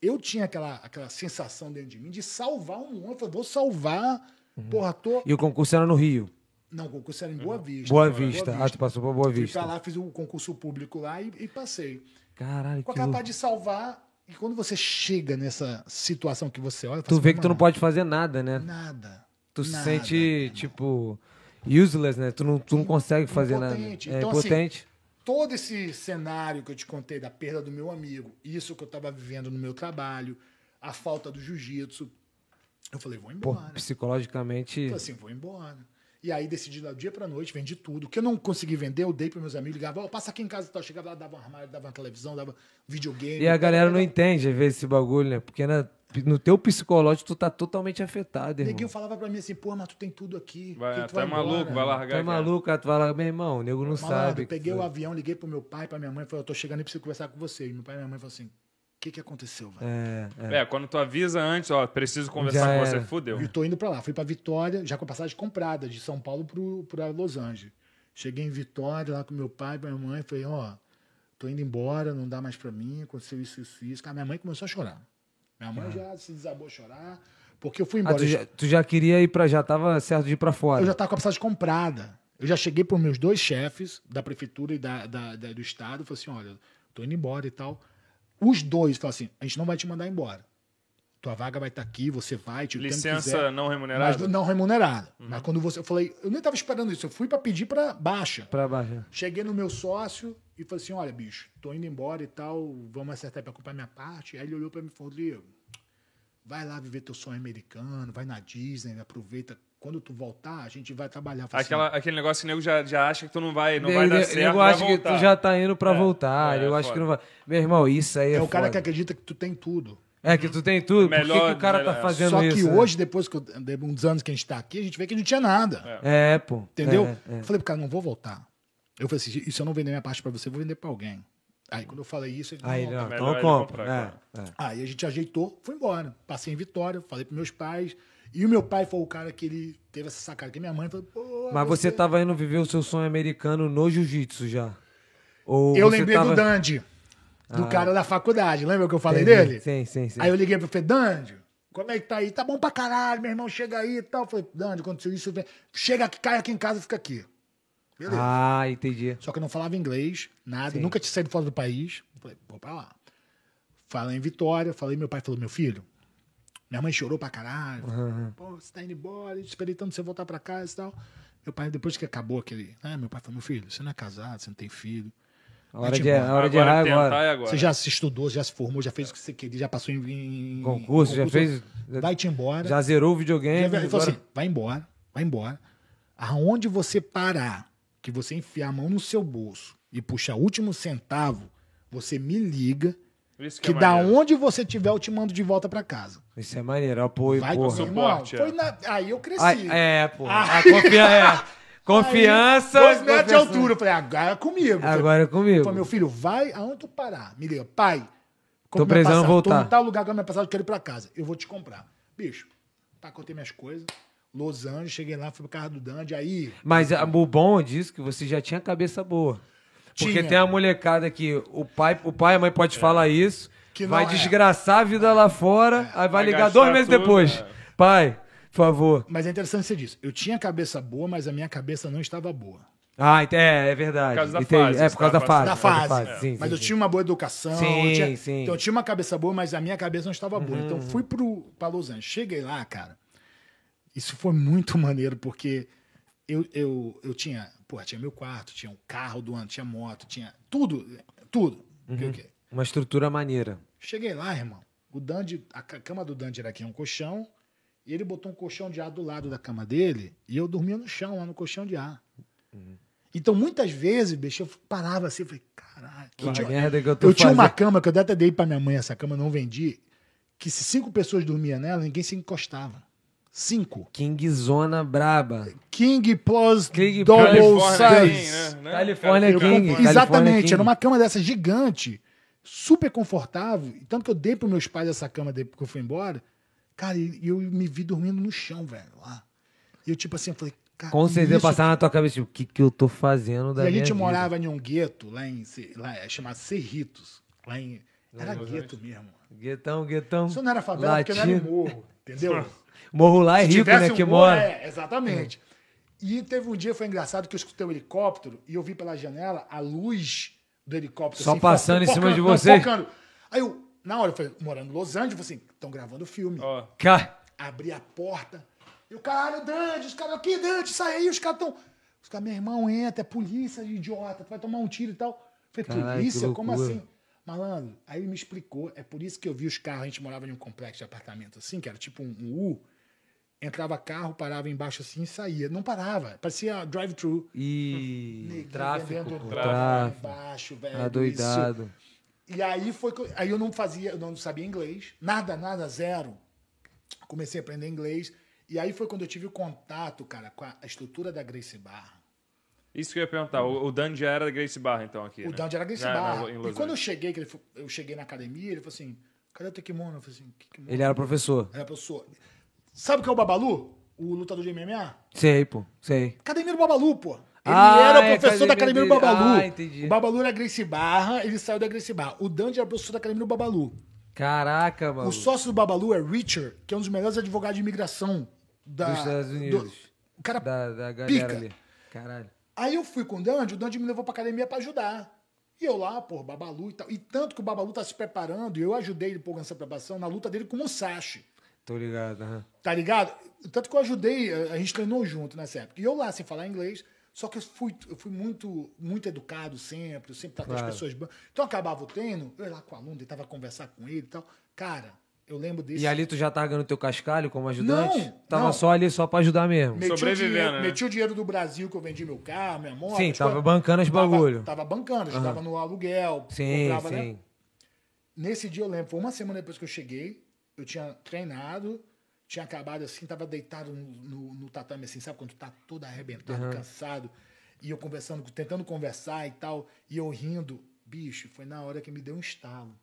Speaker 3: Eu tinha aquela, aquela sensação dentro de mim de salvar um mundo. Eu falei, vou salvar. Porra, tô.
Speaker 1: Uhum. E o concurso era no Rio.
Speaker 3: Não, o concurso era em Boa Vista.
Speaker 1: Boa Vista. Ah, tu passou pra Boa
Speaker 3: Fui
Speaker 1: Vista.
Speaker 3: pra lá, fiz o concurso público lá e- e passei
Speaker 1: Caralho,
Speaker 3: com a
Speaker 1: que louco.
Speaker 3: capaz tá de salvar. E quando você chega nessa situação que você olha,
Speaker 1: Tu
Speaker 3: fala
Speaker 1: vê
Speaker 3: assim,
Speaker 1: que tu não
Speaker 3: "Mano,
Speaker 1: pode fazer nada, né?
Speaker 3: Nada.
Speaker 1: Tu se
Speaker 3: nada,
Speaker 1: sente,
Speaker 3: cara.
Speaker 1: tipo, useless, né? Tu não, tu não consegue fazer
Speaker 3: Impotente.
Speaker 1: nada. É
Speaker 3: Então, assim,
Speaker 1: impotente.
Speaker 3: Todo esse cenário que eu te contei da perda do meu amigo, isso que eu tava vivendo no meu trabalho, a falta do jiu-jitsu. Eu falei, vou
Speaker 1: Pô,
Speaker 3: embora. Eu
Speaker 1: psicologicamente.
Speaker 3: falei assim, vou embora. E aí decidi do dia pra noite, vendi tudo. O que eu não consegui vender, eu dei pros meus amigos, ligava, ó, passa aqui em casa e tal. Chegava lá, dava um armário, dava uma televisão, dava videogame.
Speaker 1: E a
Speaker 3: tal,
Speaker 1: galera não
Speaker 3: tal,
Speaker 1: entende, às vezes, esse bagulho, né? Porque na- no teu psicológico, tu tá totalmente afetado, irmão.
Speaker 3: Neguinho falava pra mim assim, pô, mas tu tem tudo aqui. por que
Speaker 2: Vai,
Speaker 3: que tu
Speaker 2: tá maluco,
Speaker 3: embora? né?
Speaker 2: vai largar.
Speaker 1: Tu é
Speaker 2: cara.
Speaker 1: maluco, cara, tu fala, meu irmão, o nego não
Speaker 3: Malandro,
Speaker 1: sabe. É.
Speaker 3: peguei o avião, liguei pro meu pai, pra minha mãe, falei, eu tô chegando aí, preciso conversar com você. E meu pai e minha mãe falaram assim, o que que aconteceu, velho?
Speaker 1: É, é.
Speaker 2: É, quando tu avisa antes, ó, preciso conversar
Speaker 1: Já
Speaker 2: com
Speaker 1: era.
Speaker 2: você, fudeu.
Speaker 3: E eu tô indo pra lá, fui pra Vitória, já com a passagem comprada, de São Paulo pro, pra Los Angeles. Cheguei em Vitória, lá com meu pai, pra minha mãe, falei, ó, tô indo embora, não dá mais pra mim, aconteceu isso, isso, isso. Cara, minha mãe começou a chorar. Minha mãe já se desabou a chorar, porque eu fui
Speaker 1: Ah,
Speaker 3: embora.
Speaker 1: tu, já, tu já queria ir pra. Já tava certo de ir pra fora.
Speaker 3: Eu já estava com a passagem comprada. Eu já cheguei para meus dois chefes, da prefeitura e da, da- da- do estado, e falei assim: olha, tô indo embora e tal. Os dois falaram assim: a gente não vai te mandar embora. Tua vaga vai estar aqui, você vai, te o tempo que
Speaker 2: Licença
Speaker 3: quiser,
Speaker 2: não
Speaker 3: mas
Speaker 2: remunerada. Uhum.
Speaker 3: não remunerada. Mas quando você. Eu falei: eu nem estava esperando isso, eu fui para pedir para baixa.
Speaker 1: Pra baixo.
Speaker 3: Cheguei no meu sócio e falei assim: olha, bicho, tô indo embora e tal, vamos acertar pra comprar minha parte. Aí ele olhou pra mim e falou: Rodrigo, vai lá viver teu sonho americano, vai na Disney, aproveita. Quando tu voltar, a gente vai trabalhar. Eu falei assim,
Speaker 2: Aquela, aquele negócio que o nego já, já acha que tu não vai, não
Speaker 1: Nego-
Speaker 2: vai dar
Speaker 1: nego-
Speaker 2: certo.
Speaker 1: nego
Speaker 2: vai
Speaker 1: acha que
Speaker 2: voltar.
Speaker 1: tu já tá indo pra
Speaker 2: É,
Speaker 1: voltar.
Speaker 2: é,
Speaker 1: eu acho
Speaker 2: foda.
Speaker 1: que não vai. Meu irmão, isso aí é.
Speaker 3: é o cara que
Speaker 1: foda.
Speaker 3: acredita que tu tem tudo.
Speaker 1: É que tu tem tudo. Por que
Speaker 2: Melhor-
Speaker 1: que, o cara tá
Speaker 2: melhor-
Speaker 1: fazendo
Speaker 3: Só que
Speaker 1: isso? né?
Speaker 3: hoje, depois que eu, de uns anos que a gente tá aqui, a gente vê que a gente não tinha nada.
Speaker 1: É, pô.
Speaker 3: Entendeu?
Speaker 1: É, é.
Speaker 3: Eu falei pro cara, não vou voltar. Eu falei assim, e se eu não vender minha parte pra você, eu vou vender pra alguém. Aí quando eu falei isso, ele
Speaker 1: Aí,
Speaker 3: volta.
Speaker 1: não,
Speaker 2: melhor
Speaker 1: então
Speaker 2: ele
Speaker 1: compra.
Speaker 2: comprar,
Speaker 1: é, é.
Speaker 3: Aí a gente ajeitou, foi embora. Passei em Vitória, falei pros meus pais. E o meu pai foi o cara que ele teve essa sacada. Que minha mãe falou, pô.
Speaker 1: Mas você tava indo viver o seu sonho americano no jiu-jitsu já? Ou
Speaker 3: Eu
Speaker 1: você
Speaker 3: lembrei
Speaker 1: tava-
Speaker 3: do Dandy, do cara da faculdade. Lembra que eu falei
Speaker 1: Entendi.
Speaker 3: dele?
Speaker 1: Sim, sim, sim.
Speaker 3: Aí eu liguei pro Fê, Dandy, como é que tá aí? Tá bom pra caralho, meu irmão, chega aí e tal. Eu falei, Dandy, aconteceu isso. vem- Chega aqui, cai aqui em casa e fica aqui. Beleza.
Speaker 1: Ah, entendi.
Speaker 3: Só que eu não falava inglês, nada. Nunca tinha saído fora do país. Falei, vou pra lá. Falei em Vitória, falei, meu pai falou, meu filho, minha mãe chorou pra caralho. Pô, você tá indo embora, esperei tanto você voltar pra casa e tal. Meu pai, depois que acabou aquele... né, meu pai falou, meu filho, você não é casado, você não tem filho.
Speaker 1: A hora
Speaker 3: Gente,
Speaker 1: de, a hora de
Speaker 2: Agora
Speaker 1: errar é
Speaker 2: tentar
Speaker 1: agora.
Speaker 2: é agora.
Speaker 3: Você já se estudou, já se formou, já fez o que você queria, já passou em... em-
Speaker 1: Concurso, já fez-
Speaker 3: Vai-te embora.
Speaker 1: Já zerou o
Speaker 2: É,
Speaker 1: videogame.
Speaker 3: é- Ele falou
Speaker 1: agora-
Speaker 3: assim, vai embora, vai embora. Aonde você parar, que você enfiar a mão no seu bolso e puxar o último centavo, você me liga,
Speaker 2: Isso
Speaker 3: que
Speaker 2: é
Speaker 3: da
Speaker 2: maneiro.
Speaker 3: onde você tiver, eu te mando de volta pra casa.
Speaker 1: Isso é maneiro, apoio,
Speaker 3: assim, Vai
Speaker 1: porra.
Speaker 3: meu irmão,
Speaker 2: Suporte, é.
Speaker 3: foi na- Aí eu cresci.
Speaker 1: Ai, é, pô.
Speaker 3: Ah.
Speaker 1: A confia- é. Confiança.
Speaker 3: Aí, dois metros de
Speaker 1: confiança.
Speaker 3: altura. Eu falei, agora é comigo.
Speaker 1: Agora é
Speaker 3: Eu
Speaker 1: comigo.
Speaker 3: falei, meu filho, vai aonde tu parar. Me liga, pai.
Speaker 1: Tô
Speaker 3: compra minha
Speaker 1: precisando
Speaker 3: passagem. Tô
Speaker 1: voltar.
Speaker 3: no tal lugar com a minha passagem, quero ir pra casa. Eu vou te comprar. Bicho, pacotei minhas coisas. Los Angeles, cheguei lá, fui pro carro do Dandy, aí...
Speaker 1: Mas a- o bom disso é que você já tinha cabeça boa. Porque
Speaker 3: Tinha.
Speaker 1: tem a molecada que o pai, o pai e a mãe pode falar isso,
Speaker 3: Que
Speaker 1: vai
Speaker 3: não é.
Speaker 1: desgraçar a vida lá fora, aí vai,
Speaker 2: Vai
Speaker 1: ligar dois
Speaker 2: gastar
Speaker 1: meses
Speaker 2: tudo,
Speaker 1: depois.
Speaker 2: é.
Speaker 1: Pai, Por favor.
Speaker 3: Mas é interessante você disso. Eu tinha cabeça boa, mas a minha cabeça não estava boa.
Speaker 1: Ah, ent- é, é verdade.
Speaker 2: Por causa da
Speaker 1: Entendi.
Speaker 2: fase,
Speaker 1: é, por causa da
Speaker 2: tá?
Speaker 1: fase.
Speaker 3: Da
Speaker 1: por causa
Speaker 3: fase. É.
Speaker 1: Sim,
Speaker 3: mas
Speaker 1: sim,
Speaker 3: eu
Speaker 1: sim.
Speaker 3: tinha uma boa educação.
Speaker 1: Sim,
Speaker 3: eu tinha-
Speaker 1: sim. Hum.
Speaker 3: Então eu tinha uma cabeça boa, mas a minha cabeça não estava boa. Então fui pro, pra Los Angeles. Cheguei lá, cara. Isso foi muito maneiro, porque eu, eu, eu tinha. Porra, tinha meu quarto, tinha um carro do ano, tinha moto, tinha tudo. Tudo.
Speaker 1: Uhum.
Speaker 3: Que eu que-
Speaker 1: Uma estrutura maneira.
Speaker 3: Cheguei lá, irmão. O Dandy, a ca- cama do Dandy era aqui, um colchão. E ele botou um colchão de ar do lado da cama dele. E eu dormia no chão, lá no colchão de ar. Então, muitas vezes, bicho, eu parava assim, eu falei, caralho. que
Speaker 1: Que
Speaker 3: idiota."
Speaker 1: merda que eu tô
Speaker 3: Eu tinha uma
Speaker 1: fazendo.
Speaker 3: cama que eu até dei pra minha mãe, essa cama eu não vendi, que se cinco pessoas dormiam nela, ninguém se encostava. Cinco.
Speaker 1: King Zona braba.
Speaker 3: King plus
Speaker 1: King
Speaker 3: double
Speaker 1: plus-
Speaker 3: size.
Speaker 2: King,
Speaker 1: Califórnia King.
Speaker 2: né? Cara, Califórnia.
Speaker 1: um California King.
Speaker 3: Exatamente, era uma cama dessa gigante, super confortável. e Tanto que eu dei pros meus pais essa cama depois que eu fui embora. Cara, e e eu me vi dormindo no chão, velho, lá. E eu, tipo assim, eu falei, cara.
Speaker 1: Com certeza
Speaker 3: isso-
Speaker 1: passar na tua cabeça, tipo, o que, que eu tô fazendo da
Speaker 3: E a
Speaker 1: minha
Speaker 3: gente
Speaker 1: vida?
Speaker 3: morava em um gueto, lá em. Se- Lá, é chamado Cerritos. Lá em. Era
Speaker 2: Los
Speaker 3: gueto mesmo.
Speaker 1: Guetão, guetão.
Speaker 3: Isso não era favela, porque não era em
Speaker 1: Latino.
Speaker 3: morro, entendeu?
Speaker 1: Morro lá é
Speaker 3: Se
Speaker 1: rico,
Speaker 3: tivesse
Speaker 1: né?
Speaker 3: um
Speaker 1: Que
Speaker 3: voo,
Speaker 1: mora.
Speaker 3: É, exatamente. E teve um dia, foi engraçado, que eu escutei o helicóptero e eu vi pela janela a luz do helicóptero.
Speaker 1: Só passando em cima de
Speaker 3: não,
Speaker 1: você.
Speaker 3: focando. Aí eu, na hora, eu falei, morando em Los Angeles, eu falei assim, estão gravando filme.
Speaker 2: Ó,
Speaker 1: Ca-
Speaker 3: Abri a porta. E o caralho, Dante, os caras aqui, Dante, sai aí, os caras estão. Os caras, meu irmão, entra, é polícia, idiota, tu vai tomar um tiro e tal. Eu falei,
Speaker 1: Caralho,
Speaker 3: polícia?
Speaker 1: que
Speaker 3: Como
Speaker 1: loucura.
Speaker 3: assim? Malandro, aí ele me explicou, é por isso que eu vi os carros, a gente morava em um complexo de apartamento assim, que era tipo um, um U. Entrava carro, parava embaixo assim e saía. Não parava, parecia drive-thru.
Speaker 1: E
Speaker 3: Neguinho
Speaker 1: tráfico,
Speaker 3: vendendo
Speaker 1: pô,
Speaker 3: droga
Speaker 1: tráfico.
Speaker 3: embaixo, velho.
Speaker 1: Tá
Speaker 3: isso.
Speaker 1: doidado.
Speaker 3: E aí foi que eu, aí eu não fazia, eu não sabia inglês, nada, nada, zero. Comecei a aprender inglês. E aí foi quando eu tive o contato, cara, com a estrutura da Grace Barra.
Speaker 2: isso que eu ia perguntar. O, o Dan já era da Grace Barra, então, aqui.
Speaker 3: O
Speaker 2: né?
Speaker 3: Dante era Grace
Speaker 2: Já
Speaker 3: Barra.
Speaker 2: na- em Los
Speaker 3: e quando eu
Speaker 2: Angeles.
Speaker 3: cheguei, que ele fo- eu cheguei na academia, ele falou assim: cadê o teu kimono? Eu falei assim: que kimono?
Speaker 1: Ele era professor.
Speaker 3: Aí a pessoa. Sabe o que é o Babalu? O lutador de MMA?
Speaker 1: Sei, pô. Sei.
Speaker 3: Academiro Babalu, pô. Ele
Speaker 1: Ah,
Speaker 3: era o
Speaker 1: é,
Speaker 3: professor da
Speaker 1: academia
Speaker 3: Academia do
Speaker 1: dele.
Speaker 3: Babalu.
Speaker 1: Ah, entendi.
Speaker 3: O Babalu era Grace Barra, ele saiu da Grace Barra. O Dante era professor da Academia do Babalu.
Speaker 1: Caraca, mano.
Speaker 3: O sócio do Babalu é Richard, que é um dos melhores advogados de imigração da,
Speaker 1: Dos Estados Unidos.
Speaker 3: do- o cara
Speaker 1: Da, da galera
Speaker 3: pica.
Speaker 1: ali. Caralho.
Speaker 3: Aí eu fui com o Dandy, o Dandy me levou pra academia pra ajudar. E eu lá, pô, Babalu e tal. E tanto que o Babalu tá se preparando, e eu ajudei ele pô, nessa preparação na luta dele com o Musashi.
Speaker 1: Tô ligado. aham.
Speaker 3: Tá ligado? Tanto que eu ajudei, a a gente treinou junto nessa época. E eu lá, sem falar inglês, só que eu fui, eu fui muito, muito educado sempre, eu sempre tratei
Speaker 1: Claro.
Speaker 3: as pessoas bem. Então eu acabava o treino, eu ia lá com o aluno, tentava conversar com ele e tal. Cara, eu lembro desse.
Speaker 1: E ali tu já tava ganhando teu cascalho como ajudante?
Speaker 3: Não,
Speaker 1: Tava
Speaker 3: não.
Speaker 1: só ali só pra ajudar mesmo.
Speaker 3: Meti o,
Speaker 2: Sobrevivendo,
Speaker 3: dinheiro,
Speaker 2: né?
Speaker 3: meti o dinheiro do Brasil que eu vendi meu carro, minha moto.
Speaker 1: Sim,
Speaker 3: as
Speaker 1: tava
Speaker 3: coisas.
Speaker 1: bancando os
Speaker 3: Tava-
Speaker 1: bagulho.
Speaker 3: Tava bancando, estava no aluguel.
Speaker 1: Sim,
Speaker 3: comprava, né?
Speaker 1: sim.
Speaker 3: Nesse dia eu lembro, foi uma semana depois que eu cheguei, eu tinha treinado, tinha acabado assim, tava deitado no, no- no tatame assim, sabe? Quando tu tá todo arrebentado, cansado, e eu conversando, tentando conversar e tal, e eu rindo. Bicho, foi na hora que me deu um estalo.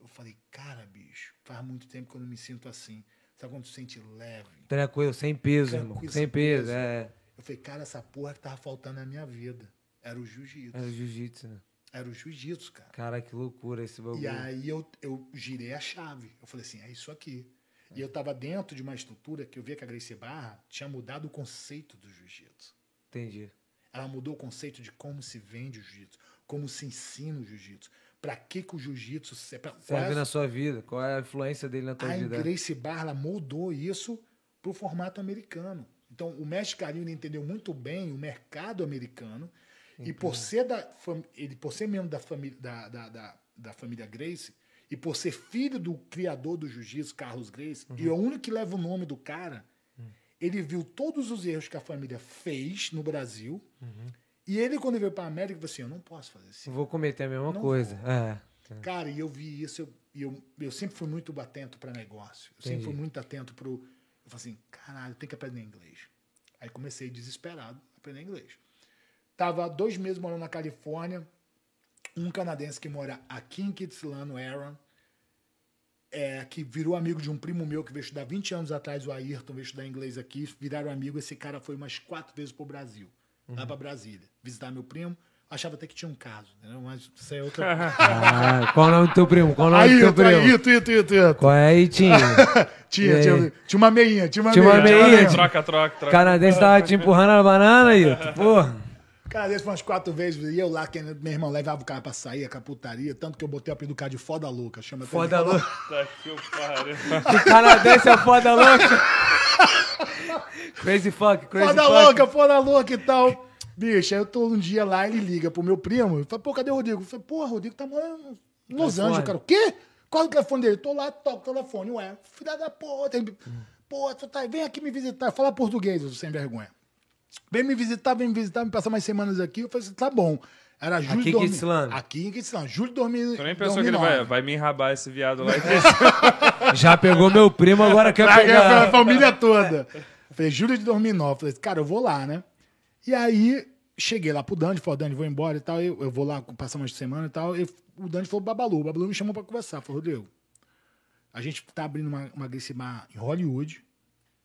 Speaker 3: Eu falei, cara, bicho, faz muito tempo que eu não me sinto assim. Sabe quando tu sente leve?
Speaker 1: Tranquilo, sem peso, irmão.
Speaker 3: Tranquilo,
Speaker 1: Sem
Speaker 3: sem
Speaker 1: peso,
Speaker 3: peso.
Speaker 1: é.
Speaker 3: Eu falei, cara, essa porra que tava faltando na minha vida. Era o jiu-jitsu.
Speaker 1: É o jiu-jitsu, né?
Speaker 3: Era o jiu-jitsu, cara.
Speaker 1: Cara, que loucura esse bagulho.
Speaker 3: E aí eu, eu girei a chave. Eu falei assim, é isso aqui. E eu tava dentro de uma estrutura que eu via que a Gracie Barra tinha mudado o conceito do jiu-jitsu.
Speaker 1: Entendi.
Speaker 3: Ela mudou o conceito de como se vende o jiu-jitsu, como se ensina o jiu-jitsu, pra que que o jiu-jitsu... se- pra- qual é
Speaker 1: Serve
Speaker 3: a-
Speaker 1: na sua vida. Qual é a influência dele na tua
Speaker 3: a
Speaker 1: vida?
Speaker 3: Gracie Barra ela moldou isso pro formato americano. Então, o mestre Carino entendeu muito bem o mercado americano. E por ser, da, fam- ele, por ser membro da, família da, da, da, da família Gracie, e por ser filho do criador do jiu-jitsu, Carlos Gracie, e é
Speaker 1: Uhum.
Speaker 3: o único que leva o nome do cara,
Speaker 1: Hum.
Speaker 3: ele viu todos os erros que a família fez no Brasil.
Speaker 1: Uhum.
Speaker 3: E ele, quando veio para a América, falou assim: Eu não posso fazer isso.
Speaker 1: Vou cometer a mesma
Speaker 3: Não
Speaker 1: coisa. É.
Speaker 3: Cara, e eu vi isso, eu, e eu, eu sempre fui muito atento para negócio. Eu sempre
Speaker 1: Entendi.
Speaker 3: fui muito atento pro. Eu falei assim, caralho, tem que aprender inglês. Aí comecei desesperado a aprender inglês. Tava há dois meses morando na Califórnia, um canadense que mora aqui em Kitsilano, Aaron, é, que virou amigo de um primo meu que veio estudar 20 anos atrás, o Ayrton, veio estudar inglês
Speaker 1: Uhum.
Speaker 3: aqui, viraram amigo. Esse cara foi umas quatro vezes pro Brasil, lá pra Brasília, visitar meu primo. Achava até que tinha um caso, entendeu? Mas isso é outra.
Speaker 1: Ah, qual o nome do teu primo? Qual o nome
Speaker 3: Aí,
Speaker 1: do teu
Speaker 3: Ito,
Speaker 1: primo?
Speaker 3: aí, Ito, Ito, Ito, Ito.
Speaker 1: Qual é, Itinho? E
Speaker 3: Tinha,
Speaker 1: aí?
Speaker 3: tinha, tinha uma meinha, tinha uma
Speaker 1: Tinha uma
Speaker 3: meinha.
Speaker 2: Troca,
Speaker 1: meinha,
Speaker 3: meinha.
Speaker 2: Troca, troca,
Speaker 1: O
Speaker 2: troca.
Speaker 1: canadense tava te empurrando a banana, Ito. Porra.
Speaker 3: Cara, desse foi umas quatro vezes, e eu lá, que meu irmão levava o cara pra sair, com a putaria, tanto que eu botei o apelido do cara de foda louca. Chama até de
Speaker 1: Foda louca.
Speaker 2: Puta que Tá o pariu.
Speaker 1: Que canadense é foda louca. crazy fuck, crazy
Speaker 3: Foda
Speaker 1: fuck.
Speaker 3: louca, foda louca e tal. Bicho, aí eu tô um dia lá, ele liga pro meu primo, e fala, pô, cadê o Rodrigo? Eu falei, pô, o Rodrigo tá morando em Los
Speaker 1: Telefone.
Speaker 3: Angeles, cara. O quê? Qual é o telefone dele? Tô lá, toco o telefone, ué, filha da porra, tem... Pô, tu tá... vem aqui me visitar, fala português, eu sem vergonha. Vem me visitar, vem me visitar, me passar mais semanas aqui. Eu falei assim, tá bom. Era julho
Speaker 1: Aqui em
Speaker 3: de 2000.
Speaker 1: Kitsilano.
Speaker 3: Aqui em Kitsilano, julho de 2000.
Speaker 2: Tu nem pensou que ele vai, vai me enrabar esse viado lá.
Speaker 1: Já pegou meu primo, agora quer
Speaker 3: Traga pra
Speaker 1: pegar.
Speaker 3: família toda. Eu Falei, julho de 2009. Falei, cara, eu vou lá, né? E aí, cheguei lá pro Dante, falei, Dante, vou embora e tal. Eu, eu vou lá passar umas semanas e tal. E o Dante falou, Babalu. O Babalu me chamou pra conversar. Falou, Rodrigo, a gente tá abrindo uma, uma grace bar em Hollywood,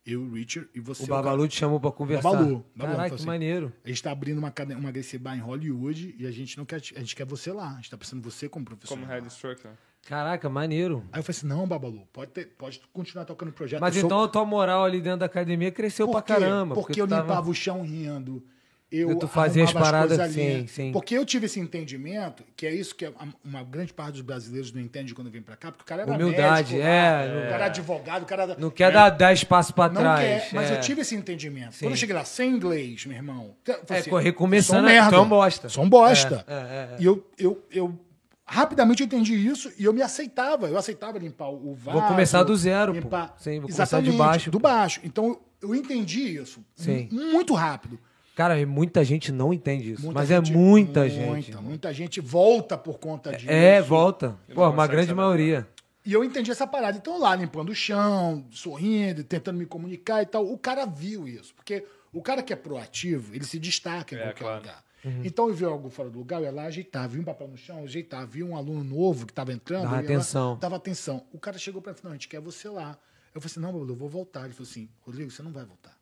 Speaker 3: eu, o Richard e você.
Speaker 1: O
Speaker 3: cara.
Speaker 1: Babalu te chamou pra conversar.
Speaker 3: Babalu, Babalu,
Speaker 1: Caraca,
Speaker 3: falou
Speaker 1: que
Speaker 3: assim.
Speaker 1: maneiro.
Speaker 3: A gente tá abrindo uma, cade- uma grace bar em Hollywood e a gente não quer. te- A gente quer você lá. A gente tá precisando de você como professor.
Speaker 2: Como head instructor.
Speaker 1: Caraca, maneiro.
Speaker 3: Aí eu falei assim, não, Babalu, pode, ter- pode continuar tocando o projeto.
Speaker 1: Mas
Speaker 3: É, eu sou-
Speaker 1: então a tua moral ali dentro da academia cresceu pra
Speaker 3: quê?
Speaker 1: caramba.
Speaker 3: Porque,
Speaker 1: tu
Speaker 3: eu
Speaker 1: tava-
Speaker 3: limpava o chão rindo. Eu
Speaker 1: Porque tu fazia as
Speaker 3: arrumava
Speaker 1: paradas,
Speaker 3: coisas ali.
Speaker 1: sim, sim.
Speaker 3: Porque eu tive esse entendimento, que é isso que a- uma grande parte dos brasileiros não entende quando vem pra cá, porque o cara era
Speaker 1: Humildade,
Speaker 3: médico,
Speaker 1: é,
Speaker 3: cara,
Speaker 1: não-
Speaker 3: o cara era advogado, o cara era-
Speaker 1: Não quer dar 10 passos pra
Speaker 3: não
Speaker 1: trás.
Speaker 3: quer, mas
Speaker 1: é.
Speaker 3: eu tive esse entendimento.
Speaker 1: Sim.
Speaker 3: Quando eu cheguei lá sem inglês, meu irmão. eu falei
Speaker 1: É, correr começando,
Speaker 3: sou um merda,
Speaker 1: tu é um bosta.
Speaker 3: Sou um bosta.
Speaker 1: É, é, é, é.
Speaker 3: E eu, eu, eu rapidamente entendi isso e eu me aceitava. Eu aceitava limpar o vaso.
Speaker 1: Vou começar do zero, pô.
Speaker 3: limpar-
Speaker 1: Sim, vou começar de
Speaker 3: Exatamente,
Speaker 1: baixo,
Speaker 3: Do
Speaker 1: pô.
Speaker 3: baixo. Então eu eu entendi isso
Speaker 1: Sim.
Speaker 3: mu- muito rápido.
Speaker 1: Cara, e muita gente não entende isso.
Speaker 3: Muita
Speaker 1: mas
Speaker 3: gente-
Speaker 1: é muita, gente.
Speaker 3: Muita, muita gente volta por conta disso.
Speaker 1: É, volta.
Speaker 2: não
Speaker 1: Pô, uma
Speaker 2: consegue se
Speaker 1: grande
Speaker 2: adaptar.
Speaker 1: maioria.
Speaker 3: E eu entendi essa parada. Então, lá limpando o chão, sorrindo, tentando me comunicar e tal. O cara viu isso. Porque o cara que é proativo, ele se destaca em
Speaker 2: É,
Speaker 3: qualquer
Speaker 2: claro.
Speaker 3: lugar.
Speaker 1: Uhum.
Speaker 3: Então, eu vi algo fora do lugar, eu ia lá, ajeitava. Vi um papel no chão, eu ajeitava. Vi um aluno novo que estava entrando.
Speaker 1: Dava
Speaker 3: eu ia lá,
Speaker 1: atenção.
Speaker 3: dava atenção. O cara chegou para mim e falou: não, a gente quer você lá. Eu falei assim: não, Babalu, eu vou voltar. Ele falou assim: Rodrigo, você não vai voltar.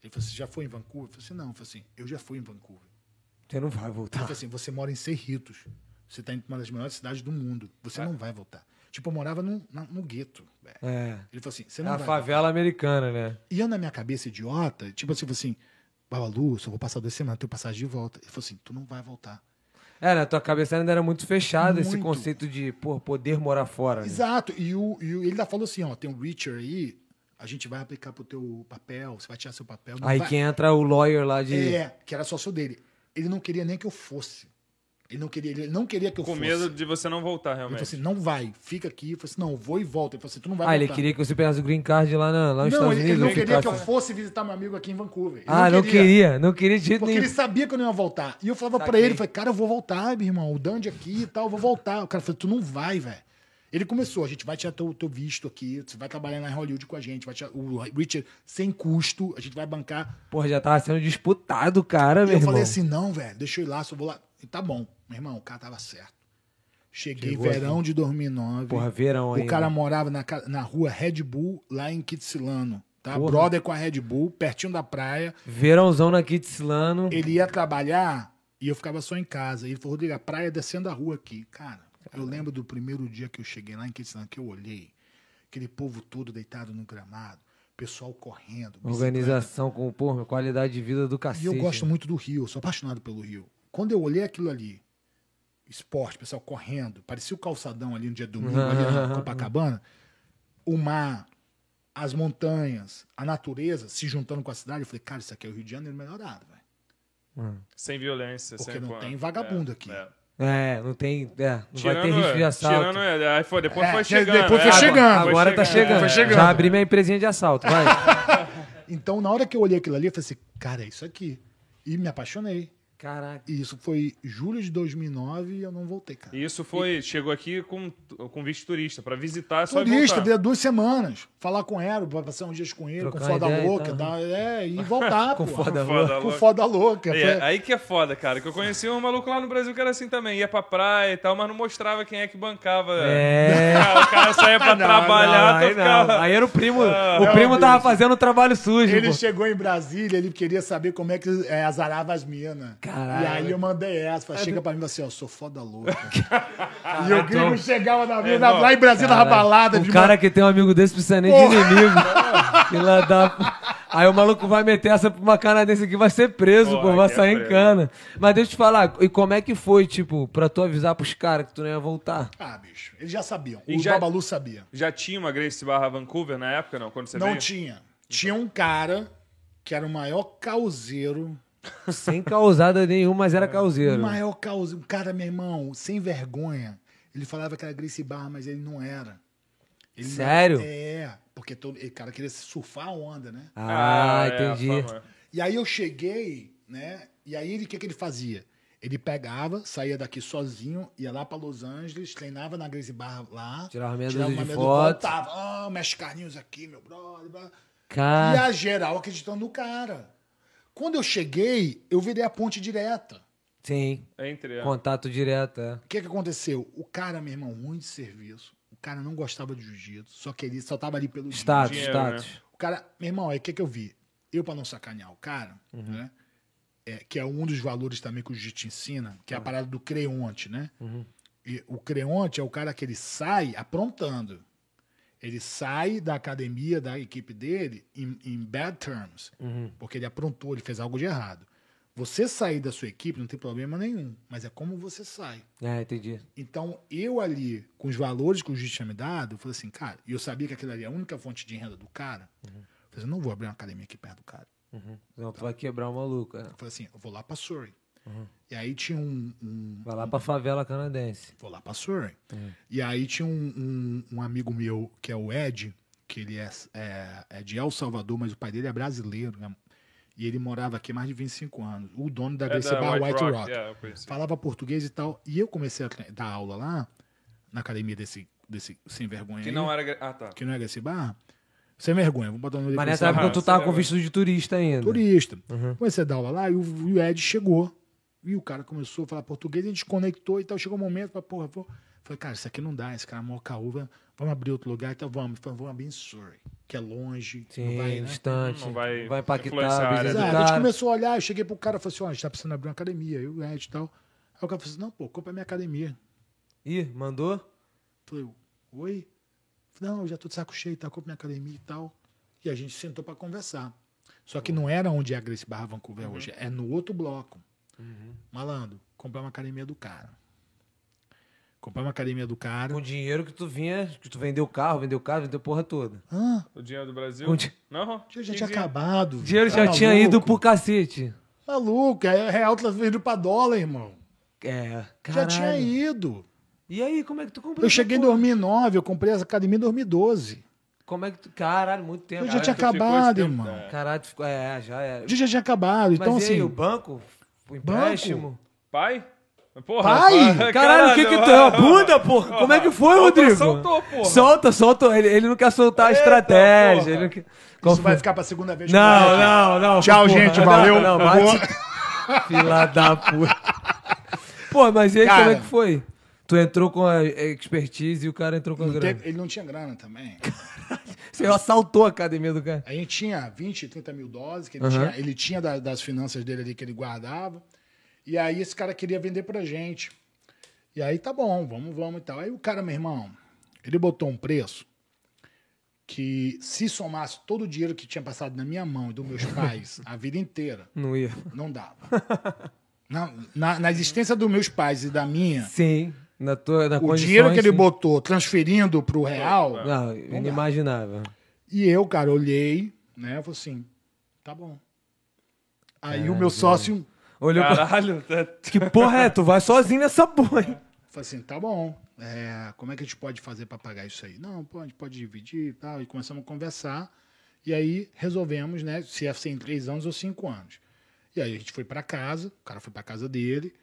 Speaker 3: Ele falou assim: já foi em Vancouver? Eu falei assim: não. Eu falei assim: eu já fui em Vancouver.
Speaker 1: Você não vai
Speaker 3: Ele
Speaker 1: voltar.
Speaker 3: falou assim: você mora em Cerritos. Você está em uma das maiores cidades do mundo. Você não vai voltar. Tipo, eu morava num, na- no gueto. velho.
Speaker 1: É.
Speaker 3: Ele falou assim: você
Speaker 1: É
Speaker 3: não
Speaker 1: a
Speaker 3: vai.
Speaker 1: favela americana, né?
Speaker 3: E eu, na minha cabeça idiota, tipo assim, eu falei assim: Babalu, eu só vou passar duas semanas, tenho passagem de volta. Ele falou assim: tu não vai voltar.
Speaker 1: É, na tua cabeça ainda era muito fechado esse
Speaker 3: Muito.
Speaker 1: conceito de, pô, poder morar fora. né?
Speaker 3: Exato. E, o, e o- ele ainda falou assim: ó, tem um Richard aí, a gente vai aplicar pro teu papel, você vai tirar seu papel. não
Speaker 1: Aí
Speaker 3: vai-
Speaker 1: que entra o lawyer lá de.
Speaker 3: É, que era sócio dele. Ele não queria nem que eu fosse. Ele não queria, ele não queria que eu
Speaker 2: Com
Speaker 3: fosse.
Speaker 2: medo de você não voltar,
Speaker 3: Ele falou assim:
Speaker 2: realmente.
Speaker 3: não vai, fica aqui. Eu falei assim: não, eu vou e volto. Ele falou assim: tu não vai
Speaker 1: ah, ele
Speaker 3: voltar.
Speaker 1: queria que você pegasse o green card lá, na, lá nos
Speaker 3: Não,
Speaker 1: Estados
Speaker 3: ele, ele
Speaker 1: Unidos.
Speaker 3: não
Speaker 1: ou
Speaker 3: queria que eu
Speaker 1: ficasse-
Speaker 3: fosse visitar meu amigo aqui em Vancouver. Ele
Speaker 1: Ah, não queria. Não queria de jeito
Speaker 3: Porque
Speaker 1: nenhum.
Speaker 3: ele sabia que eu não ia voltar. E eu falava pra
Speaker 1: Saquei.
Speaker 3: ele, falei, cara, eu vou voltar, meu irmão. O Dandy aqui e tal, eu vou voltar. O cara falou, tu não vai, velho. Ele começou, a gente vai tirar teu, teu visto aqui, você vai trabalhar na Hollywood com a gente, vai tirar o Richard sem custo, a gente vai bancar.
Speaker 1: Porra, já tava sendo disputado, cara,
Speaker 3: E
Speaker 1: meu
Speaker 3: eu
Speaker 1: irmão.
Speaker 3: falei assim, não, velho, deixa eu ir lá, só vou lá. E tá bom, meu irmão, o cara tava certo. Cheguei
Speaker 1: Chegou
Speaker 3: verão de 2009.
Speaker 1: Porra, verão
Speaker 3: O
Speaker 1: ainda.
Speaker 3: cara morava na, ca- na rua Red Bull, lá em Kitsilano. Tá?
Speaker 1: Porra.
Speaker 3: Brother com a Red Bull, pertinho da praia.
Speaker 1: Verãozão na Kitsilano.
Speaker 3: Ele ia trabalhar e eu ficava só em casa. Ele falou, Rodrigo, a praia é descendo a rua aqui. Cara, eu lembro do primeiro dia que eu cheguei lá em Kitsilano, que eu olhei. Aquele povo todo deitado no gramado. Pessoal correndo. bicicleta.
Speaker 1: Organização com, porra, qualidade de vida do
Speaker 3: é E
Speaker 1: cacete.
Speaker 3: eu gosto muito do Rio, sou apaixonado pelo Rio. Quando eu olhei aquilo ali, esporte, pessoal correndo, parecia o calçadão ali no dia de domingo, ali na Copacabana, o mar, as montanhas, a natureza se juntando com a cidade, eu falei, cara, isso aqui é o Rio de Janeiro melhorado, velho.
Speaker 2: Sem violência.
Speaker 3: Porque
Speaker 2: sem
Speaker 3: não
Speaker 2: co-
Speaker 3: tem vagabundo
Speaker 2: é,
Speaker 3: aqui.
Speaker 2: é.
Speaker 1: É, não tem. É, não vai ter
Speaker 2: Tirando,
Speaker 1: risco de
Speaker 2: é,
Speaker 1: assalto.
Speaker 2: tirando é, aí foi, depois
Speaker 3: É,
Speaker 2: foi
Speaker 3: de-
Speaker 2: chegando.
Speaker 3: depois foi
Speaker 2: é,
Speaker 1: Agora-
Speaker 3: chegando.
Speaker 1: Agora, tá chegando.
Speaker 3: foi chegando.
Speaker 1: Já abri minha empresinha de assalto, vai.
Speaker 3: Então, na hora que eu olhei aquilo ali, eu falei assim, cara, é isso aqui. E me apaixonei.
Speaker 1: Caraca.
Speaker 3: E isso foi julho de 2009 e eu não voltei, cara.
Speaker 2: E isso foi, chegou aqui com, com visto turista, pra visitar é só e
Speaker 3: Turista,
Speaker 2: voltar.
Speaker 3: deu duas semanas. falar com o Hero, passar uns dias com ele,
Speaker 1: Trocar
Speaker 3: com
Speaker 1: uma
Speaker 3: foda
Speaker 1: ideia e
Speaker 3: louca,
Speaker 1: tal. né?
Speaker 3: tá? é, e voltar,
Speaker 1: Com
Speaker 3: pô.
Speaker 1: foda
Speaker 2: Foda
Speaker 1: louca.
Speaker 3: Com
Speaker 2: louca.
Speaker 3: foda louca.
Speaker 2: É,
Speaker 3: Foi-
Speaker 2: aí que é foda, cara. Que eu conheci um maluco lá no Brasil que era assim também. Ia pra praia e tal, mas não mostrava quem é que bancava.
Speaker 1: É.
Speaker 2: Ah, o cara saía pra
Speaker 3: Não,
Speaker 2: trabalhar,
Speaker 1: Não,
Speaker 2: tu
Speaker 1: aí,
Speaker 2: ficava-
Speaker 1: não. aí era o primo.
Speaker 3: meu
Speaker 1: o primo tava
Speaker 3: Deus.
Speaker 1: fazendo o trabalho sujo.
Speaker 3: Ele
Speaker 1: pô.
Speaker 3: chegou em Brasília, ele queria saber como é que é, azarava as minas.
Speaker 1: Caralho. É,
Speaker 3: E aí eu mandei essa, falei, chega pra mim e assim, ó, eu sou foda louca. e o gringo chegava na vida,
Speaker 2: irmão,
Speaker 3: lá em Brasília, na balada.
Speaker 1: então, O
Speaker 3: de
Speaker 1: cara que tem um amigo desse precisa nem de
Speaker 3: Porra.
Speaker 1: inimigo. Filha da- Aí o maluco vai meter essa pra uma canadense aqui, vai ser preso,
Speaker 2: Porra,
Speaker 1: pô, vai
Speaker 2: que é
Speaker 1: sair em
Speaker 2: preso.
Speaker 1: cana. Mas deixa eu te falar, e como é que foi, tipo, pra tu avisar pros caras que tu não ia voltar?
Speaker 3: Ah, bicho, eles já sabiam.
Speaker 2: E
Speaker 3: o
Speaker 2: já-
Speaker 3: Babalu sabia.
Speaker 2: Já tinha uma Grace Barra Vancouver na época, não? Quando você
Speaker 3: Não
Speaker 2: veio?
Speaker 3: tinha. Tinha um cara que era o maior causeiro.
Speaker 1: Sem causada nenhuma, mas era
Speaker 3: O
Speaker 1: causeiro.
Speaker 3: maior causeiro. Um cara, meu irmão, sem vergonha. Ele falava que era Gracie Barra, mas ele não era. Ele não-
Speaker 1: Sério?
Speaker 3: É, porque todo, o cara queria surfar a onda, né?
Speaker 1: Ah,
Speaker 2: é,
Speaker 1: entendi.
Speaker 2: a fama.
Speaker 3: E aí eu cheguei, né? E aí ele, o que, que ele fazia? Ele pegava, saía daqui sozinho, ia lá pra Los Angeles, treinava na Gracie Barra lá.
Speaker 1: Tirava meia
Speaker 3: tirava
Speaker 1: dúzia de
Speaker 3: meia dúzia,
Speaker 1: foto.
Speaker 3: voltava. Ah, mexe carninhos aqui, meu brother. blá. E
Speaker 1: Cara,
Speaker 3: a geral acreditando no cara. Quando eu cheguei, eu virei a ponte direta.
Speaker 1: sim.
Speaker 2: É Entre a...
Speaker 1: Contato direto, é.
Speaker 3: O que, que aconteceu? O cara, meu irmão, ruim de serviço. O cara não gostava de jiu-jitsu, só queria, só tava ali pelo jiu-jitsu.
Speaker 1: Status,
Speaker 2: Dinheiro,
Speaker 1: status.
Speaker 3: O cara, meu irmão, aí o que, que eu vi? Eu, pra não sacanear o cara, né? é, que é um dos valores também que o jiu-jitsu ensina, que é a parada do creonte, né? E o creonte é o cara que ele sai aprontando. Ele sai da academia, da equipe dele, em, em bad terms. Porque ele aprontou, ele fez algo de errado. Você sair da sua equipe não tem problema nenhum, mas é como você sai.
Speaker 2: né?
Speaker 1: É, entendi.
Speaker 3: Então, eu ali, com os valores que o juiz tinha me dado, eu falei assim, cara, e eu sabia que aquilo ali é a única fonte de renda do cara. Eu falei assim, não vou abrir uma academia aqui perto do cara.
Speaker 1: Não, tu vai quebrar o maluco. é.
Speaker 3: Eu falei assim, eu vou lá pra Surrey. E aí tinha um. um-
Speaker 1: Vai lá pra favela canadense.
Speaker 3: vou lá pra Surrey. E aí tinha um, um- um amigo meu, que é o Ed, que ele é, é- é de El Salvador, mas o pai dele é brasileiro. né? E ele morava aqui há mais de 25 anos. O dono da
Speaker 2: É
Speaker 3: DC
Speaker 2: da
Speaker 3: Bar White, Rock.
Speaker 2: é, eu conheci.
Speaker 3: falava português e tal. E eu comecei a tre- dar aula lá, na academia desse, desse sem vergonha.
Speaker 2: Que
Speaker 3: aí,
Speaker 2: não era... gra- Ah, tá.
Speaker 3: que não é desse bar. Sem vergonha, vou botar o nome dele.
Speaker 1: Mas
Speaker 3: pra
Speaker 1: nessa
Speaker 3: você.
Speaker 1: época
Speaker 2: Ah,
Speaker 1: tu tava
Speaker 2: sei
Speaker 1: com
Speaker 2: lá.
Speaker 1: visto de turista ainda.
Speaker 3: turista. Comecei a dar aula lá e o, e o Ed chegou. E o cara começou a falar português, a gente conectou e tal. Chegou um momento, falei, porra, vou. Falei, cara, isso aqui não dá, esse cara é mó caúva, vamos abrir outro lugar e tal, vamos. Falei, vamos abrir em Surrey, que é longe.
Speaker 1: Sim, tá
Speaker 3: não vai, né?
Speaker 1: distante.
Speaker 2: Não vai influenciar
Speaker 1: impactar
Speaker 2: a
Speaker 1: a
Speaker 2: área né?
Speaker 1: business do
Speaker 2: do
Speaker 3: Exato. A gente
Speaker 1: cara.
Speaker 3: começou a olhar, eu cheguei pro cara e falei assim: ó, a gente tá precisando abrir uma academia, eu, o Ed e tal. Aí o cara falou assim: não, pô, compra a minha academia.
Speaker 1: Ih, mandou?
Speaker 3: Falei, oi? Falei, não, eu já tô de saco cheio, tá? Compra minha academia e tal. E a gente sentou pra conversar. Só que não era onde é a Grace Barra Vancouver
Speaker 1: Uhum.
Speaker 3: hoje, é no outro bloco. Malandro, comprar uma academia do cara. Comprar uma academia do cara.
Speaker 1: Com o dinheiro que tu vinha, que tu vendeu carro, vendeu casa, vendeu porra toda.
Speaker 3: Hã?
Speaker 2: O dinheiro do Brasil?
Speaker 1: O di-
Speaker 2: Não.
Speaker 3: O dinheiro já tinha
Speaker 2: quinze-
Speaker 3: acabado.
Speaker 1: O dinheiro já
Speaker 3: tá
Speaker 1: tinha
Speaker 3: maluco?
Speaker 1: ido pro cacete.
Speaker 3: Maluco, aí a real tá vindo pra dólar, irmão.
Speaker 1: É, caralho.
Speaker 3: Já tinha ido.
Speaker 1: E aí, como é que tu comprou?
Speaker 3: Eu
Speaker 1: essa
Speaker 3: cheguei em
Speaker 1: porra?
Speaker 3: 2009, eu comprei essa academia em 2012.
Speaker 1: Como é que tu... Caralho, muito tempo.
Speaker 3: Eu já
Speaker 1: Caralho,
Speaker 3: tinha
Speaker 2: tu Ah, então ficou esse
Speaker 3: acabado,
Speaker 2: tempo-
Speaker 3: irmão.
Speaker 2: É.
Speaker 1: Caralho, tu ficou... É, já era.
Speaker 3: O dia já tinha acabado. Então,
Speaker 1: Mas e
Speaker 3: assim.
Speaker 1: aí, o banco? O empréstimo?
Speaker 2: Pai? Porra,
Speaker 3: Pai?
Speaker 1: Caralho, o que que tu é? A bunda, porra? Como é que foi,
Speaker 2: Opa,
Speaker 1: Rodrigo?
Speaker 2: soltou, porra.
Speaker 1: Solta, solta. Ele, ele não quer soltar a
Speaker 2: Eita,
Speaker 1: estratégia.
Speaker 2: porra.
Speaker 1: Ele não quer...
Speaker 3: Isso vai ficar pra segunda vez.
Speaker 1: Não,
Speaker 3: comigo.
Speaker 1: não, não.
Speaker 3: Tchau, gente, valeu.
Speaker 1: Não, não,
Speaker 3: Boa.
Speaker 1: bate. Fila da puta. Pô, mas e aí,
Speaker 3: Cara.
Speaker 1: como é que foi? Tu entrou com a expertise e o cara entrou com a
Speaker 3: Não
Speaker 1: grana.
Speaker 3: teve- ele não tinha grana também.
Speaker 1: Você assaltou a academia do cara.
Speaker 3: A gente tinha 20, 30 mil doses que ele tinha, ele tinha da- das finanças dele ali que ele guardava. E aí esse cara queria vender pra gente. E aí tá bom, vamos, vamos e tal. Aí o cara, meu irmão, ele botou um preço que se somasse todo o dinheiro que tinha passado na minha mão e dos meus pais a vida inteira,
Speaker 1: Não ia.
Speaker 3: não dava. Na, na, na existência dos meus pais e da minha,
Speaker 1: Sim. Na tua, na
Speaker 3: o
Speaker 1: condições,
Speaker 3: dinheiro que ele
Speaker 1: sim.
Speaker 3: botou transferindo pro real,
Speaker 1: Não, inimaginável.
Speaker 3: E eu, cara, olhei, né? Eu falei assim, tá bom. Aí o meu sócio
Speaker 1: Olhou pra...
Speaker 2: Caralho, tá-
Speaker 1: Que porra é? Tu vai sozinho nessa porra, hein?
Speaker 3: falou assim, tá bom. é, como é que a gente pode fazer pra pagar isso aí? Não, pode, pode dividir e tal. E começamos a conversar. E aí resolvemos, né? Se ia ser em três anos ou cinco anos. E aí a gente foi pra casa, o cara foi pra casa dele.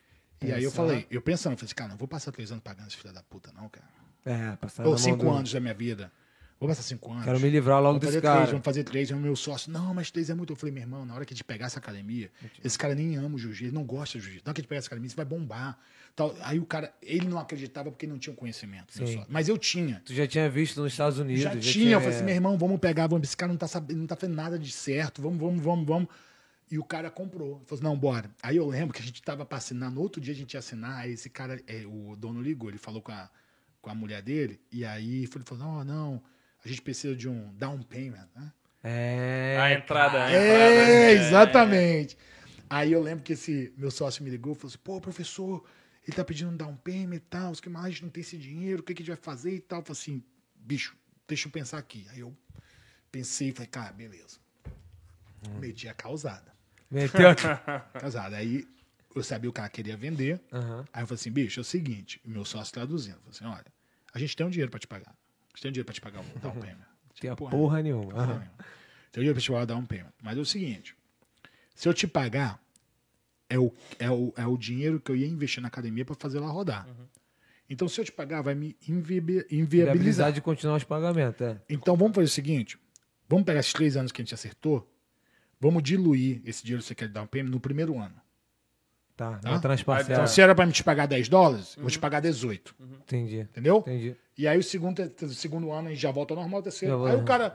Speaker 3: E aí eu
Speaker 1: Pensar.
Speaker 3: falei, eu pensando, eu falei assim, cara, não vou passar três anos pagando esse filho da puta, não, cara.
Speaker 1: É, passaram
Speaker 3: Ou
Speaker 1: na mão
Speaker 3: cinco
Speaker 1: do-
Speaker 3: anos da minha vida. Vou passar cinco anos.
Speaker 1: Quero me livrar logo
Speaker 3: Vamos
Speaker 1: desse
Speaker 3: fazer três,
Speaker 1: cara.
Speaker 3: vamos fazer três. Aí o meu sócio, não, mas três é muito. Eu falei, meu irmão, na hora que a gente pegar essa academia, esse cara nem ama o jiu-jitsu, ele não gosta de jiu-jitsu. Na hora que a gente pegar essa academia, você vai bombar. Tal. Aí o cara, ele não acreditava porque ele não tinha o conhecimento. meu
Speaker 1: Sim.
Speaker 3: sócio. Mas eu tinha.
Speaker 1: Tu já tinha visto nos Estados Unidos.
Speaker 3: Já tinha, eu falei assim, meu irmão, vamos pegar, vamos, esse cara não tá sabendo, não tá fazendo nada de certo, vamos, vamos, vamos, vamos. E o cara comprou. Falou assim, não, bora. Aí eu lembro que a gente tava pra assinar, no outro dia a gente ia assinar, aí esse cara, é, o dono ligou, ele falou com a, com a mulher dele, e aí ele falou, não, não, a gente precisa de um down payment, né?
Speaker 1: É.
Speaker 2: A entrada, a entrada. né?
Speaker 3: É, exatamente. Aí eu lembro que esse meu sócio me ligou e falou assim: pô, professor, ele tá pedindo um down payment e tal, os que mais a gente não tem esse dinheiro, o que, que a gente vai fazer e tal. Eu falei assim: bicho, deixa eu pensar aqui. Aí eu pensei e falei: cara, beleza. Meti a causada.
Speaker 1: Meteu.
Speaker 3: Causada. Aí eu sabia o cara queria vender.
Speaker 1: Aham.
Speaker 3: Aí eu falei assim: bicho, é o seguinte, o meu sócio traduzindo. Eu falei assim: olha, a gente tem um dinheiro pra te pagar. A gente tem um dinheiro pra te pagar o down payment.
Speaker 1: Tinha
Speaker 3: Porra,
Speaker 1: porra nenhuma. Aham.
Speaker 3: então eu ia te dar um payment. Mas é o seguinte: se eu te pagar, é o, é o, é o dinheiro que eu ia investir na academia para fazer ela rodar. Então, se eu te pagar, vai me inviabi- inviabilizar.
Speaker 1: Viabilidade de continuar os pagamentos, é.
Speaker 3: Então, vamos fazer o seguinte: vamos pegar esses três anos que a gente acertou, vamos diluir esse dinheiro que você quer dar um payment no primeiro ano.
Speaker 1: Tá,
Speaker 3: Tá? Uhum.
Speaker 1: na transparcela.
Speaker 3: Então, se era para me te pagar 10 dólares, eu vou te pagar 18.
Speaker 1: Entendi.
Speaker 3: Entendeu?
Speaker 1: Entendi.
Speaker 3: E aí, o segundo, o segundo ano, a gente já volta ao normal, o terceiro.
Speaker 1: Já vou-
Speaker 3: aí o cara,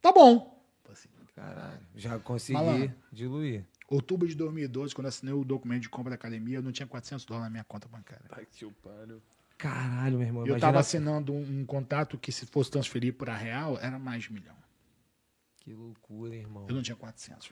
Speaker 3: tá bom. Falei assim,
Speaker 1: Caralho. Já consegui
Speaker 3: Malandro.
Speaker 1: diluir.
Speaker 3: Outubro de 2012, quando eu assinei o documento de compra da academia, eu não tinha 400 dólares na minha conta bancária.
Speaker 2: Ai, que o pariu.
Speaker 1: Caralho, meu irmão.
Speaker 3: eu
Speaker 1: imagina-
Speaker 3: estava assinando um, um contato que, se fosse transferir para real, era mais de um milhão.
Speaker 1: Que loucura, irmão.
Speaker 3: Eu não tinha 400.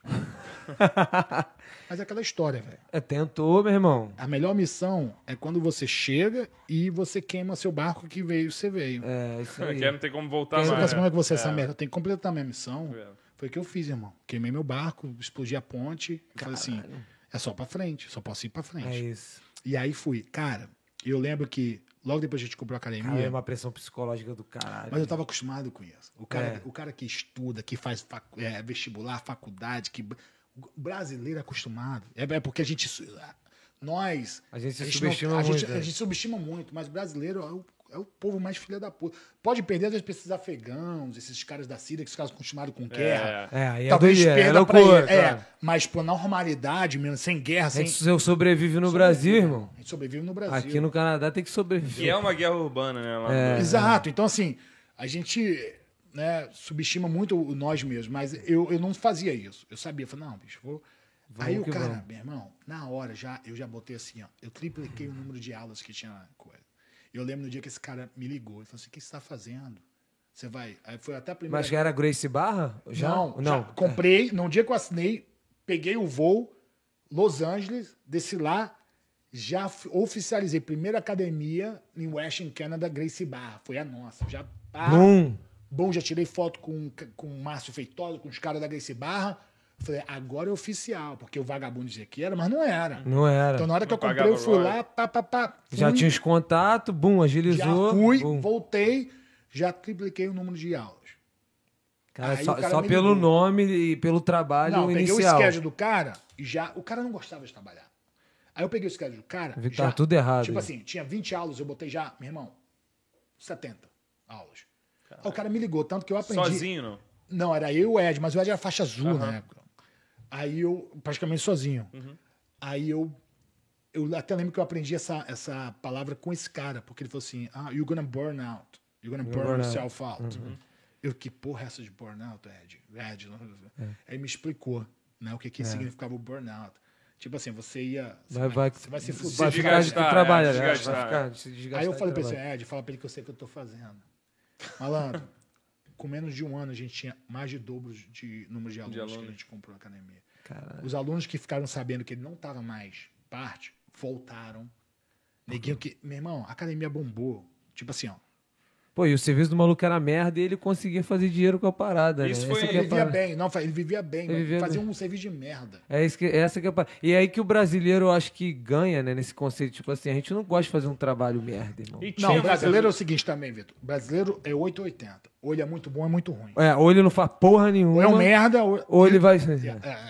Speaker 3: Mas é aquela história, velho.
Speaker 1: É, tentou, meu irmão.
Speaker 3: A melhor missão é quando você chega e você queima seu barco que veio, você veio.
Speaker 1: É, isso aí.
Speaker 2: Aqui não tem como voltar
Speaker 3: Você
Speaker 2: mais.
Speaker 3: pensa como é que você é essa
Speaker 2: É.
Speaker 3: merda? Eu tenho que completar minha missão.
Speaker 2: É.
Speaker 3: Foi o que eu fiz, irmão. Queimei meu barco, explodi a ponte. Eu Falei assim, é só pra frente, só posso ir pra
Speaker 1: É
Speaker 3: frente.
Speaker 1: isso.
Speaker 3: E aí fui. Cara, eu lembro que logo depois que a gente comprou a academia.
Speaker 1: Cara, é uma pressão psicológica do caralho.
Speaker 3: Mas eu tava acostumado com isso. O cara,
Speaker 1: É.
Speaker 3: o cara que estuda, que faz facu- é, vestibular, faculdade, que. O brasileiro é acostumado. É, é porque a gente. su- Nós.
Speaker 1: A gente se
Speaker 3: não-
Speaker 1: subestima
Speaker 3: a
Speaker 1: muito,
Speaker 3: gente- a
Speaker 1: né?
Speaker 3: gente subestima muito, mas brasileiro é o, é o povo mais filha da puta. Pode perder, às vezes, pra esses afegãos, esses caras da Síria, que os caras acostumados com guerra.
Speaker 1: É, aí é
Speaker 3: Talvez
Speaker 1: doideira, é
Speaker 3: perda pra
Speaker 1: loucura,
Speaker 3: ele. É,
Speaker 1: cara.
Speaker 3: mas, pô, na normalidade, mesmo, sem guerra,
Speaker 1: A
Speaker 3: sem.
Speaker 1: gente se- eu sobrevive no Brasil, irmão.
Speaker 3: A gente sobrevive no Brasil.
Speaker 1: Aqui no Canadá tem que sobreviver.
Speaker 2: Que é uma guerra urbana, né?
Speaker 1: É.
Speaker 2: Lá no-
Speaker 3: Exato. Então, assim, a gente né, subestima muito o- nós mesmos, mas eu, eu não fazia isso. Eu sabia, eu falei, não, bicho, vou.
Speaker 1: Vamos
Speaker 3: Aí o
Speaker 1: que
Speaker 3: cara,
Speaker 1: vamos.
Speaker 3: meu irmão, na hora já, eu já botei assim, ó. Eu tripliquei o número de aulas que tinha na coisa. Eu lembro no dia que esse cara me ligou, ele falou assim: o que você está fazendo? Você vai. Aí foi até a primeira.
Speaker 1: Mas que era Grace Barra? Já?
Speaker 3: um- Não,
Speaker 1: não.
Speaker 3: já comprei, no dia que eu assinei, peguei o voo, Los Angeles, desci lá, já f- oficializei. Primeira academia em Western Canada, Gracie Barra. Foi a nossa. Já pá,
Speaker 1: Bum.
Speaker 3: bom, já tirei foto com, com o Márcio Feitosa, com os caras da Gracie Barra. Falei, agora é oficial, porque o vagabundo dizia que era, mas não era.
Speaker 1: Não era.
Speaker 3: Então na hora que
Speaker 2: Não
Speaker 3: eu comprei,
Speaker 2: pagava
Speaker 3: eu fui
Speaker 2: royalties.
Speaker 3: lá, pá, pá, pá.
Speaker 1: Já
Speaker 3: fui,
Speaker 1: tinha os contatos, bum,
Speaker 3: já
Speaker 1: agilizou.
Speaker 3: fui,
Speaker 1: bum.
Speaker 3: voltei, já tripliquei o número de aulas.
Speaker 1: Cara,
Speaker 3: Aí
Speaker 1: só,
Speaker 3: o cara
Speaker 1: só
Speaker 3: me
Speaker 1: pelo
Speaker 3: ligou.
Speaker 1: nome e pelo trabalho
Speaker 3: Não, eu peguei o
Speaker 1: inicial.
Speaker 3: schedule do cara e já. O cara não gostava de trabalhar. Aí eu peguei o schedule do cara.
Speaker 1: Vi que
Speaker 3: já-
Speaker 1: tava tá tudo errado
Speaker 3: Tipo
Speaker 1: aí.
Speaker 3: assim, tinha 20 aulas, eu botei já, meu irmão, 70 aulas. Aí o cara me ligou, tanto que eu aprendi.
Speaker 2: Sozinho, não.
Speaker 3: Não, era eu e o Ed, mas o Ed era faixa azul na época. Aí eu, praticamente sozinho. Aí eu. Eu até lembro que eu aprendi essa, essa palavra com esse cara, porque ele falou assim: ah, you're gonna burn out. You're gonna burn,
Speaker 1: burn out. Uhum.
Speaker 3: yourself out. Eu, que porra é essa de burnout, Ed? Ed. não-
Speaker 1: É.
Speaker 3: Aí me explicou né, o que, que significava o burnout. Tipo assim, você ia. Você
Speaker 1: Vai, vai,
Speaker 3: você vai se fuder.
Speaker 1: vai ficar de
Speaker 2: desgastar, é,
Speaker 1: trabalho, né?
Speaker 2: desgastar,
Speaker 1: Vai ficar, se desgastar
Speaker 3: é. Aí eu
Speaker 1: de
Speaker 3: falei pra
Speaker 1: trabalho.
Speaker 3: ele, assim, Ed, fala pra ele que eu sei o que eu tô fazendo. Malandro, com menos de um ano a gente tinha mais de dobro de número de alunos, que
Speaker 2: alunos.
Speaker 3: a gente comprou na academia.
Speaker 1: Caralho.
Speaker 3: Os alunos que ficaram sabendo que ele não tava mais parte, voltaram. Neguinho
Speaker 1: Uhum.
Speaker 3: que... Meu irmão, a academia bombou. Tipo assim, ó.
Speaker 1: Pô, e o serviço do maluco era merda e ele conseguia fazer dinheiro com a parada.
Speaker 2: Isso
Speaker 1: né?
Speaker 2: foi-
Speaker 1: Essa que
Speaker 3: Ele
Speaker 1: é a
Speaker 3: vivia
Speaker 1: parada.
Speaker 3: bem. Não, ele vivia bem.
Speaker 1: Ele
Speaker 3: mas
Speaker 1: vivia
Speaker 3: fazia
Speaker 1: bem.
Speaker 3: um serviço de merda.
Speaker 1: É isso que, essa que é a parada. E é aí que o brasileiro, eu acho que ganha, né, nesse conceito. Tipo assim, a gente não gosta de fazer um trabalho merda, irmão.
Speaker 2: E tinha
Speaker 3: Não, o
Speaker 2: muita-
Speaker 3: brasileiro é o seguinte também, Vitor. O brasileiro é 880. Ou ele é muito bom, é muito ruim.
Speaker 1: É, ou ele não faz porra
Speaker 3: Ou
Speaker 1: nenhuma.
Speaker 3: é um merda, ou,
Speaker 1: Ou ele vai.
Speaker 3: é,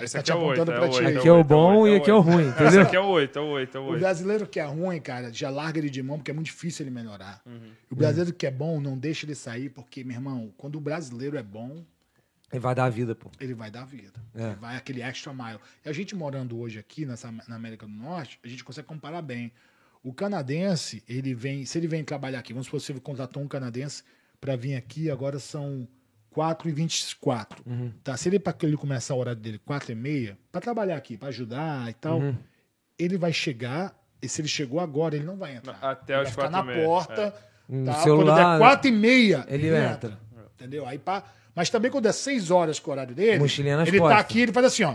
Speaker 2: Esse
Speaker 3: tá
Speaker 2: aqui
Speaker 3: te
Speaker 2: é o 8.
Speaker 3: apontando pra ti.
Speaker 1: Aqui é o bom e aqui é o ruim,
Speaker 2: Esse
Speaker 1: entendeu?
Speaker 2: aqui é o 8, é o 8, é o
Speaker 3: O
Speaker 2: 8.
Speaker 3: brasileiro que é ruim, cara, já larga ele de mão, porque é muito difícil ele melhorar. O brasileiro que é bom, não deixa ele sair, porque, meu irmão, quando o brasileiro é bom,
Speaker 1: Ele vai dar a vida, pô.
Speaker 3: ele vai dar vida.
Speaker 1: É.
Speaker 3: Ele vai aquele extra mile. E a gente morando hoje aqui nessa, na América do Norte, a gente consegue comparar bem. O canadense, ele vem, se ele vem trabalhar aqui, vamos supor que você contratou um canadense para vir aqui, agora são 4h24. Tá? Se ele, pra ele começar o horário dele 4h30, para trabalhar aqui, para ajudar e tal, ele vai chegar, e se ele chegou agora, ele não vai entrar.
Speaker 2: Na- até
Speaker 3: ele
Speaker 2: as
Speaker 3: vai ficar na
Speaker 2: 4h30,
Speaker 3: porta,
Speaker 1: No
Speaker 3: tal.
Speaker 1: celular,
Speaker 3: quando der 4h30,
Speaker 1: ele entra.
Speaker 3: né? Entendeu? Aí pá. Mas também quando é seis horas com o horário dele,
Speaker 1: Mochilinha nas
Speaker 3: ele tá
Speaker 1: costas.
Speaker 3: aqui, ele faz assim, ó.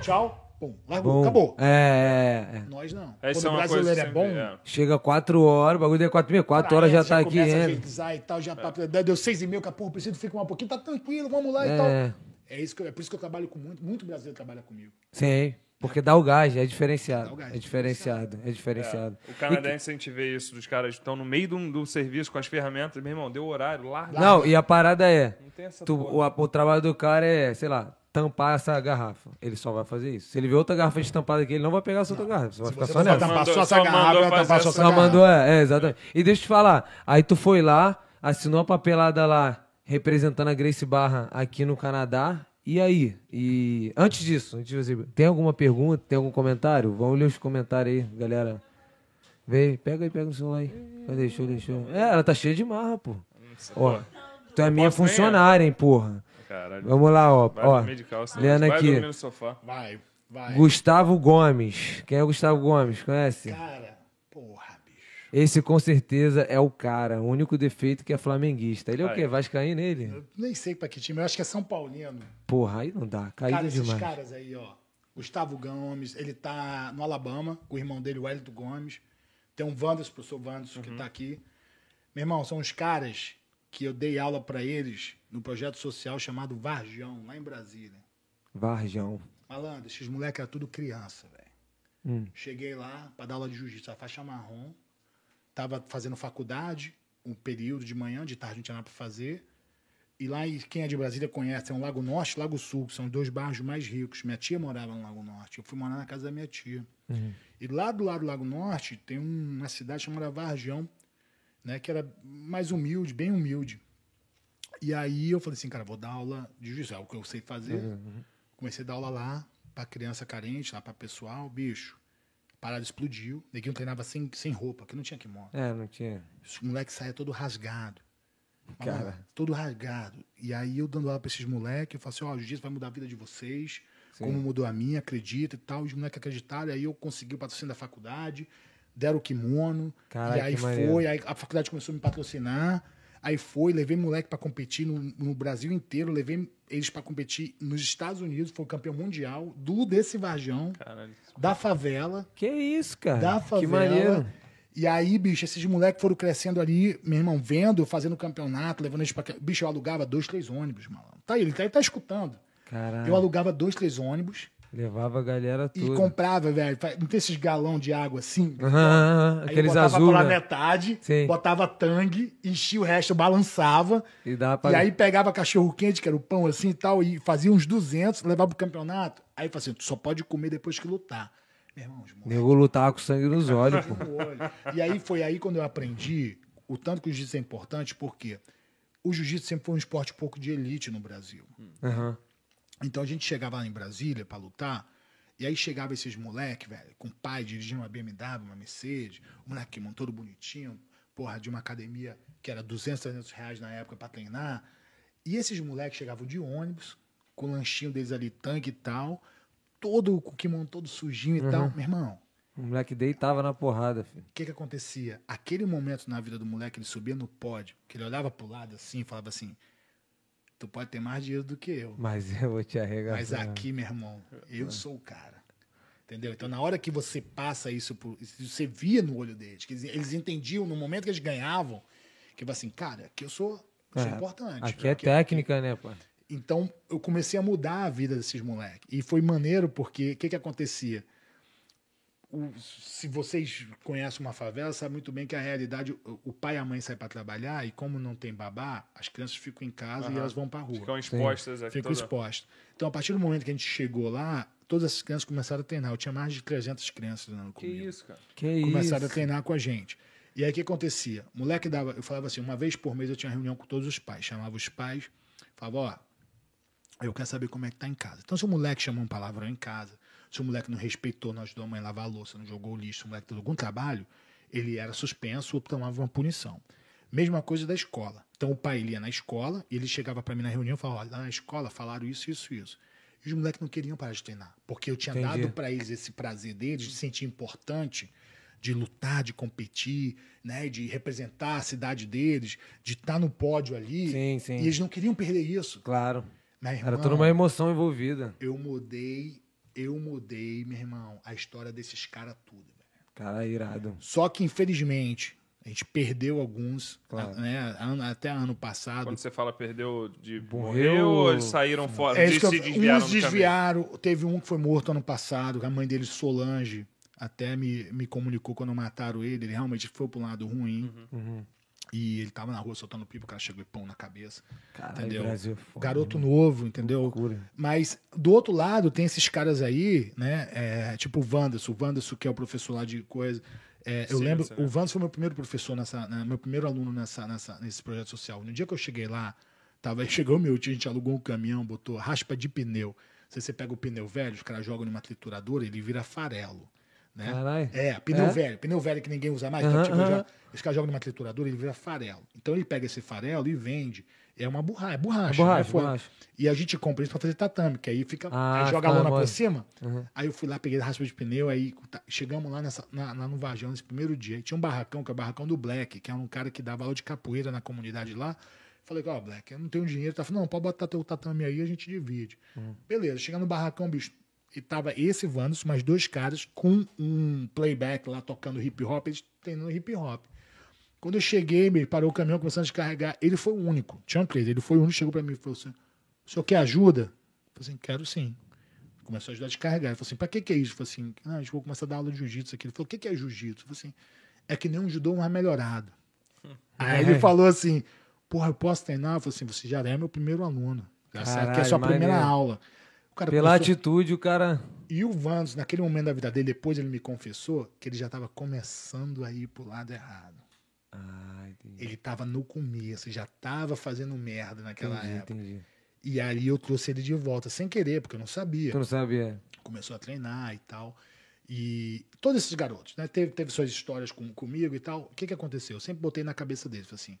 Speaker 3: Tchau, pum, largou,
Speaker 1: Bom,
Speaker 3: acabou.
Speaker 1: É, é, é.
Speaker 3: Nós não.
Speaker 2: Essa é
Speaker 3: quando o
Speaker 2: uma
Speaker 3: brasileiro
Speaker 2: coisa que
Speaker 3: é
Speaker 2: sempre-
Speaker 3: bom, Ah,
Speaker 2: é.
Speaker 1: Chega 4 horas, o bagulho é 4 mil. 4 horas já tá aqui,
Speaker 3: começa a
Speaker 1: entra.
Speaker 3: agilizar e tal, já pá, deu seis e meio, que a porra, preciso ficar um pouquinho, tá tranquilo, vamos lá e tal.
Speaker 1: É.
Speaker 3: É, isso que, eu- é por isso que eu trabalho com muito, muito brasileiro trabalha comigo.
Speaker 1: Sim, porque dá o gás, é
Speaker 3: Dá
Speaker 1: diferenciado.
Speaker 3: o gás,
Speaker 1: É diferenciado, é diferenciado.
Speaker 2: O canadense, a gente vê isso, dos caras que estão no meio de um, de um serviço com as ferramentas, meu irmão, deu horário, larga.
Speaker 1: Não, e a parada é.
Speaker 2: tem essa
Speaker 1: tu- o,
Speaker 2: porra.
Speaker 1: a- o trabalho do cara é, sei lá, tampar essa garrafa. Ele só vai fazer isso. Se ele vê outra garrafa estampada aqui, ele não vai pegar essa outra garrafa. Você vai ficar
Speaker 3: você
Speaker 1: só
Speaker 3: for
Speaker 1: nessa.
Speaker 3: tampar
Speaker 2: Mandou-
Speaker 3: só essa
Speaker 2: só
Speaker 3: garrafa,
Speaker 2: mandou
Speaker 3: ela tampar
Speaker 2: fazer
Speaker 3: só essa
Speaker 2: essa-
Speaker 1: Só
Speaker 3: garrafa.
Speaker 1: mandou, é, é, exatamente. E deixa eu te falar, aí tu foi lá, assinou a papelada lá, representando a Grace Barra aqui no Canadá. E aí? E antes disso, antes de você, tem alguma pergunta, tem algum comentário? Vamos ler os comentários aí, galera. Vem, pega aí, pega no celular aí. Cadê? Deixa eu, deixa eu. É, ela tá cheia de marra, pô. Ó, tu é minha
Speaker 2: posso nem,
Speaker 1: funcionária, hein, porra.
Speaker 2: Caralho.
Speaker 1: Vamos lá, ó.
Speaker 2: Vai
Speaker 1: ó
Speaker 2: dormir de calça. né?
Speaker 1: lendo
Speaker 2: vai dormir
Speaker 1: aqui.
Speaker 2: no sofá.
Speaker 3: Vai, vai.
Speaker 1: Gustavo Gomes. Quem é o Gustavo Gomes? Conhece?
Speaker 3: Cara, porra, bicho.
Speaker 1: Esse com certeza é o cara. O único defeito que é flamenguista. Ele é o
Speaker 2: Aí.
Speaker 1: quê? Vascaíno ele?
Speaker 3: Eu nem sei pra que time, eu acho que é São Paulino.
Speaker 1: Porra, aí não dá. Caído
Speaker 3: Cara, esses
Speaker 1: demais.
Speaker 3: caras aí, ó. Gustavo Gomes, ele tá no Alabama, com o irmão dele, o Hélito Gomes. Tem um Wanderson, o professor Wanderson, que tá aqui. Meu irmão, são uns caras que eu dei aula pra eles no projeto social chamado Varjão, lá em Brasília.
Speaker 1: Varjão.
Speaker 3: Malandro, esses moleques eram tudo criança, velho.
Speaker 1: Hum.
Speaker 3: Cheguei lá pra dar aula de jiu-jitsu, a faixa marrom. Tava fazendo faculdade, um período de manhã, de tarde não tinha nada pra fazer. E lá, e quem é de Brasília conhece, é um Lago Norte e Lago Sul, que são os dois bairros mais ricos. Minha tia morava no Lago Norte, eu fui morar na casa da minha tia. E lá do lado do Lago Norte tem um- uma cidade chamada Varjão, né, que era mais humilde, bem humilde. E aí eu falei assim, cara, vou dar aula de jiu-jitsu, é o que eu sei fazer. Comecei a dar aula lá pra criança carente, lá pra pessoal, bicho. A parada explodiu. Neguinho treinava sem, sem roupa, que não tinha kimono.
Speaker 1: É, não tinha.
Speaker 3: Os moleques saia todo rasgado.
Speaker 1: Cara.
Speaker 3: Malandro, Todo rasgado. E aí eu dando aula pra esses moleques, eu falei assim, ó, o jiu-jitsu vai mudar a vida de vocês,
Speaker 1: Sim.
Speaker 3: como mudou a minha, acredita e tal. Os moleques acreditaram, aí eu consegui o patrocínio da faculdade, deram o kimono.
Speaker 1: Caraca,
Speaker 3: e aí
Speaker 1: que maneiro.
Speaker 3: foi, aí a faculdade começou a me patrocinar. Aí foi, levei moleque pra competir no, no Brasil inteiro, levei eles pra competir nos Estados Unidos, foi campeão mundial do desse Varjão,
Speaker 2: Caralho.
Speaker 3: da favela.
Speaker 1: Que isso, cara.
Speaker 3: Da
Speaker 1: É. que
Speaker 3: favela.
Speaker 1: maneiro.
Speaker 3: E aí, bicho, esses moleques foram crescendo ali, meu irmão, vendo, fazendo campeonato, levando eles pra. cá. Bicho, eu alugava dois, três ônibus, malandro. Tá aí, ele tá, ele tá escutando. Eu
Speaker 1: Caralho.
Speaker 3: alugava dois, três ônibus
Speaker 1: Levava a galera
Speaker 3: e
Speaker 1: toda.
Speaker 3: comprava, velho. fa- Não tem esses galão de água assim?
Speaker 1: Aham, aham,
Speaker 3: Aí eu
Speaker 1: Aqueles
Speaker 3: botava
Speaker 1: azul,
Speaker 3: pela
Speaker 1: né?
Speaker 3: metade,
Speaker 1: Sim.
Speaker 3: botava tangue, enchia o resto, balançava.
Speaker 1: E dava pra...
Speaker 3: E aí pegava cachorro quente, que era o pão assim e tal, e fazia uns 200, levava pro campeonato. Aí fazia assim, tu só pode comer depois que lutar. Meu irmão, os moleques
Speaker 1: Nego lutava com sangue nos olhos, pô.
Speaker 3: sangue no olho. E aí foi aí quando eu aprendi o tanto que o jiu-jitsu é importante, porque o jiu-jitsu sempre foi um esporte um pouco de elite no Brasil.
Speaker 1: Aham.
Speaker 3: Então a gente chegava lá em Brasília pra lutar, e aí chegava esses moleque, velho, com o pai dirigindo uma BMW, uma Mercedes, o moleque que montou todo bonitinho, porra, de uma academia que era 200, 300 reais na época pra treinar. E esses moleques chegavam de ônibus, com o lanchinho deles ali, tanque e tal, todo com o kimono todo sujinho e tal. Meu irmão,
Speaker 1: O moleque deitava na porrada, filho.
Speaker 3: o que, que acontecia? Aquele momento na vida do moleque, ele subia no pódio, que ele olhava pro lado assim e falava assim: Tu pode ter mais dinheiro do que eu.
Speaker 1: Mas eu vou te arregaçar.
Speaker 3: Mas aqui, meu irmão, eu sou o cara. Entendeu? Então, na hora que você passa isso, por, isso você via no olho deles, que eles, eles entendiam no momento que eles ganhavam, que assim, cara, aqui eu sou, eu sou
Speaker 1: É,
Speaker 3: importante.
Speaker 1: Aqui é técnica, né, pô?
Speaker 3: Então eu comecei a mudar a vida desses moleques. E foi maneiro porque o que, que acontecia? o- se vocês conhecem uma favela, sabe muito bem que a realidade, o, o pai e a mãe saem para trabalhar e como não tem babá, as crianças ficam em casa e
Speaker 2: Aham.
Speaker 3: elas vão para rua.
Speaker 2: Ficam expostas aqui.
Speaker 3: Ficou
Speaker 2: toda-
Speaker 3: exposto. Então, a partir do momento que a gente chegou lá, todas essas crianças começaram a treinar. Eu tinha mais de 300 crianas treinando
Speaker 2: Que
Speaker 3: comigo.
Speaker 2: isso, cara?
Speaker 1: Que
Speaker 3: Começaram a
Speaker 1: isso.
Speaker 3: treinar com a gente. E aí, o que acontecia? O moleque dava... Eu falava assim, uma vez por mês eu tinha reunião com todos os pais. Chamava os pais, falava, ó... Eu quero saber como é que tá em casa. Então, se o moleque chamou um palavrão em casa, se o moleque não respeitou, não ajudou a mãe a lavar a louça, não jogou o lixo, se o moleque teve algum trabalho, ele era suspenso ou tomava uma punição. Mesma coisa da escola. Então, o pai ele ia na escola e ele chegava para mim na reunião e falava: Olha, lá na escola falaram isso, isso, isso. E os moleques não queriam parar de treinar, porque eu tinha
Speaker 1: Entendi.
Speaker 3: dado para eles esse prazer deles de se sentir importante, de lutar, de competir, né, de representar a cidade deles, de estar no pódio ali.
Speaker 1: Sim, sim.
Speaker 3: E eles não queriam perder isso.
Speaker 1: Claro.
Speaker 3: Meu
Speaker 1: Era
Speaker 3: irmão,
Speaker 1: toda uma emoção envolvida.
Speaker 3: eu mudei, eu mudei, meu irmão, a história desses caras tudo. velho.
Speaker 1: Cara, irado.
Speaker 3: Só que, infelizmente, a gente perdeu alguns,
Speaker 1: Claro.
Speaker 3: a- né, ano- até ano passado.
Speaker 2: Quando você fala perdeu de
Speaker 1: Morreu-
Speaker 2: morreu ou eles saíram fora?
Speaker 3: É
Speaker 2: de-
Speaker 3: isso que eu-
Speaker 2: se desviaram
Speaker 3: uns
Speaker 2: do caminho?
Speaker 3: desviaram, teve um que foi morto ano passado, a mãe dele, Solange, até me, me comunicou quando mataram ele, ele realmente foi para um lado ruim.
Speaker 2: Uhum.
Speaker 3: E ele tava na rua soltando pipa, o cara chegou e pão na cabeça.
Speaker 1: Caralho,
Speaker 3: entendeu?
Speaker 1: Brasil. é foda,
Speaker 3: Garoto novo, entendeu?
Speaker 1: Loucura.
Speaker 3: Mas do outro lado tem esses caras aí, né? É, tipo o Wanderson, o Wanderson que é o professor lá de coisa. É, eu
Speaker 2: Sim,
Speaker 3: lembro,
Speaker 2: sim,
Speaker 3: o Wanderson foi meu primeiro professor nessa, né, meu primeiro aluno nessa, nessa, nesse projeto social. No dia que eu cheguei lá, tava, chegou meu tio, a gente alugou um caminhão, botou raspa de pneu. Se você pega o pneu velho, os caras jogam numa trituradora, ele vira farelo. Né?
Speaker 1: Caralho.
Speaker 3: É, pneu
Speaker 1: É?
Speaker 3: velho, pneu velho que ninguém usa mais.
Speaker 1: Aham,
Speaker 3: então, tipo,
Speaker 1: aham.
Speaker 3: joga- esse cara joga numa trituradora, ele vira farelo. Então ele pega esse farelo e vende. É uma borracha, é borracha.
Speaker 1: É borracha,
Speaker 3: né? Foi-
Speaker 1: borracha.
Speaker 3: E a gente compra isso pra fazer tatame, que aí fica.
Speaker 1: Ah,
Speaker 3: aí joga a
Speaker 1: fica
Speaker 3: lona
Speaker 1: mole.
Speaker 3: por cima.
Speaker 1: Uhum.
Speaker 3: Aí eu fui lá, peguei a raspa de pneu, aí tá- chegamos lá, nessa, na, lá no Vajão nesse primeiro dia. E tinha um barracão, que é o barracão do Black, que é um cara que dava aula de capoeira na comunidade lá. Falei, ó, Black, eu não tenho dinheiro. Tá falando, não, pode botar teu tatame aí, a gente divide.
Speaker 1: Uhum.
Speaker 3: Beleza, chegando no barracão, bicho. E tava esse Vanus, mais dois caras, com um playback lá tocando hip hop, eles treinando hip hop. Quando eu cheguei, me parou o caminhão, começando a descarregar. Ele foi o único. Tinha Cleiton, ele foi o único que chegou pra mim e falou assim: o senhor quer ajuda? Eu falei assim, quero sim. Começou a ajudar a descarregar. Ele falou assim, pra que que é isso? Eu falei assim, ah, acho que vou começar a dar aula de jiu-jitsu aqui. Ele falou, o que que é jiu-jitsu? Eu falei assim, é que nem um judô mais melhorado. Aí ele falou assim, porra, eu posso treinar? Eu falei assim, você já é meu primeiro aluno. Essa aqui é a sua
Speaker 1: Caralho,
Speaker 3: primeira
Speaker 1: maneiro.
Speaker 3: aula. O cara
Speaker 1: Pela
Speaker 3: começou-
Speaker 1: atitude, o cara.
Speaker 3: e o Vandos, naquele momento da vida dele, depois ele me confessou que ele já estava começando a ir pro lado errado.
Speaker 1: Ah, entendi.
Speaker 3: Ele estava no começo, já estava fazendo merda naquela
Speaker 1: Entendi,
Speaker 3: época.
Speaker 1: entendi.
Speaker 3: E aí eu trouxe ele de volta, sem querer, porque eu não sabia.
Speaker 1: Tu não sabia.
Speaker 3: Começou a treinar e tal. E todos esses garotos, né? Teve, teve suas histórias com, comigo e tal. O que, que aconteceu? Eu sempre botei na cabeça dele, falei assim,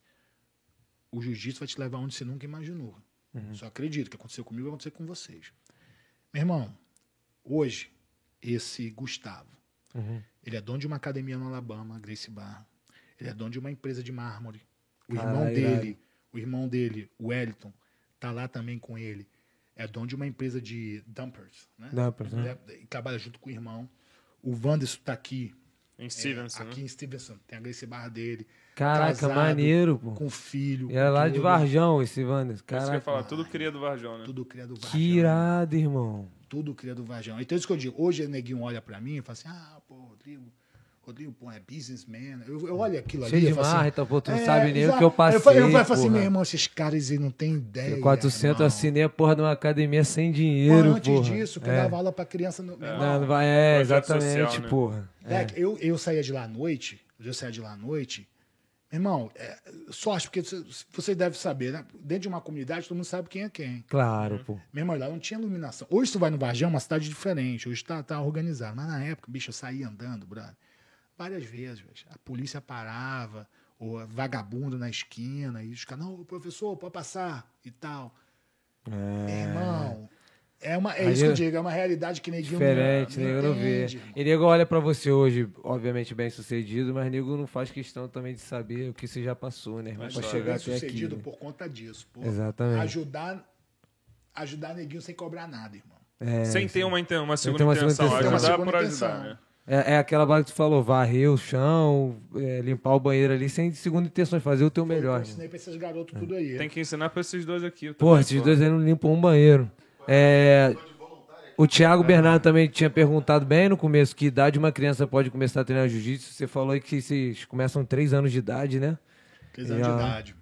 Speaker 3: o jiu-jitsu vai te levar onde você nunca imaginou. Só acredito que aconteceu comigo vai acontecer com vocês. Meu irmão, hoje, esse Gustavo,
Speaker 1: Uhum.
Speaker 3: ele é dono de uma academia no Alabama, Grace Barra. Ele é dono de uma empresa de mármore. O
Speaker 1: Caralho,
Speaker 3: irmão
Speaker 1: irado.
Speaker 3: dele, o irmão dele, o Wellington, tá lá também com ele. É dono de uma empresa de dumpers, né?
Speaker 1: Dumpers, né?
Speaker 3: Ele é- ele trabalha junto com o irmão. O Wanderson tá aqui,
Speaker 2: Em
Speaker 3: é,
Speaker 2: Stevenson, né?
Speaker 3: aqui em Stevenson. Tem a Grace Barra dele.
Speaker 1: Caraca,
Speaker 3: casado,
Speaker 1: maneiro, pô.
Speaker 3: Com filho.
Speaker 1: E era lá de
Speaker 3: tudo.
Speaker 1: Varjão esse Wander.
Speaker 2: É isso que eu ia
Speaker 1: Caraca.
Speaker 2: falar, tudo cria do Varjão, né?
Speaker 3: Tudo criado Varjão.
Speaker 1: Que irado, irmão.
Speaker 3: Tudo cria do Vajão. Então, isso que eu digo. Hoje, o neguinho olha pra mim e fala assim: ah, pô, Rodrigo, Rodrigo, pô, é businessman. Eu, eu olho aquilo
Speaker 1: Cheio
Speaker 3: ali.
Speaker 1: de
Speaker 3: eu falo
Speaker 1: marra, então, pô, tu não
Speaker 3: "É,
Speaker 1: sabe nem o
Speaker 3: exato."
Speaker 1: que eu passei.
Speaker 3: Eu falo, eu falo assim:
Speaker 1: porra.
Speaker 3: meu irmão, esses caras eles não têm ideia.
Speaker 1: 400 eu
Speaker 3: É, irmão."
Speaker 1: assinei a porra de uma academia sem
Speaker 3: Pô,
Speaker 1: dinheiro,
Speaker 3: antes
Speaker 1: porra.
Speaker 3: disso, que eu
Speaker 1: é.
Speaker 3: dava aula pra criança. No, meu irmão,
Speaker 1: Não, não vai- é,
Speaker 2: Projeto
Speaker 1: exatamente,
Speaker 2: social, né?
Speaker 1: porra. É.
Speaker 3: moleque, eu, eu saía de lá à noite. Eu saía de lá à noite. Meu irmão, é, sorte, porque você- você deve saber, né? Dentro de uma comunidade, todo mundo sabe quem é quem.
Speaker 1: Claro, pô.
Speaker 3: Meu irmão, lá não tinha iluminação. Hoje tu vai no Varjão, é uma cidade diferente. Hoje tá, tá organizado. Mas na época, bicho, eu saía andando, brother. Várias vezes, bicho. A polícia parava, ou vagabundo na esquina, e os caras, não, professor, pode passar, e tal. Meu irmão, é, uma, é
Speaker 1: Aí
Speaker 3: isso que
Speaker 1: eu-
Speaker 3: eu digo, é uma realidade que neguinho não-
Speaker 1: Diferente, né? nego não vê.
Speaker 3: entende, irmão.
Speaker 1: E nego olha pra você hoje, obviamente bem sucedido, mas nego não faz questão também de saber o que você já passou, né, irmão?
Speaker 2: Mas
Speaker 1: Pra
Speaker 2: só
Speaker 1: chegar
Speaker 3: bem
Speaker 1: até aqui.
Speaker 3: sucedido
Speaker 1: né?
Speaker 3: por conta disso, pô.
Speaker 1: Exatamente.
Speaker 3: Ajudar, ajudar neguinho sem cobrar nada, irmão.
Speaker 1: É,
Speaker 2: Sem ter uma, inten- uma segunda
Speaker 1: ter uma segunda
Speaker 2: intenção.
Speaker 1: intenção.
Speaker 2: Ajudar
Speaker 1: Tem uma
Speaker 3: segunda
Speaker 2: por
Speaker 3: intenção.
Speaker 2: ajudar, né?
Speaker 1: É, é aquela base que tu falou, varrer o chão, é, limpar o banheiro ali, sem segunda intenção, fazer o teu melhor. né? É.
Speaker 3: eu
Speaker 1: irmão.
Speaker 3: ensinei pra esses garotos tudo aí.
Speaker 2: Tem que ensinar pra esses dois aqui.
Speaker 1: Porra, esses dois aí não limpam um banheiro. É. o Thiago Bernardo também tinha perguntado bem no começo que idade uma criança pode começar a treinar jiu-jitsu. Você falou aí que vocês começam 3 anos de idade, né?
Speaker 3: Três anos de
Speaker 1: Já.
Speaker 3: idade.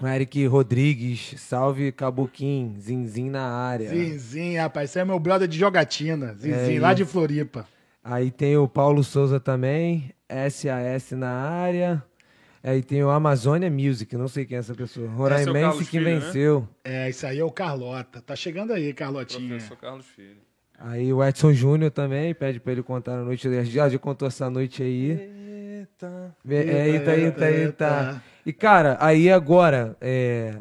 Speaker 1: O Eric Rodrigues, salve Caboquim, Zinzin na área.
Speaker 3: Zinzinho, rapaz, esse é meu brother de jogatina. Zinzinho,
Speaker 1: É
Speaker 3: lá
Speaker 1: isso.
Speaker 3: de Floripa.
Speaker 1: Aí tem o Paulo Souza também, SAS na área. Aí tem o Amazônia Music, não sei quem é essa pessoa. Roraimense
Speaker 2: Carlos
Speaker 1: que
Speaker 2: Filho, né?
Speaker 1: venceu.
Speaker 3: É, isso aí é o Carlota. Tá chegando aí, Carlotinha.
Speaker 2: Professor Carlos Filho.
Speaker 1: Aí o Edson Júnior também pede pra ele contar a noite dele. Já, já contou essa noite aí.
Speaker 2: Eita.
Speaker 1: É, é,
Speaker 3: eita,
Speaker 1: eita, eita,
Speaker 3: eita.
Speaker 1: eita. tá. E cara, aí agora, é,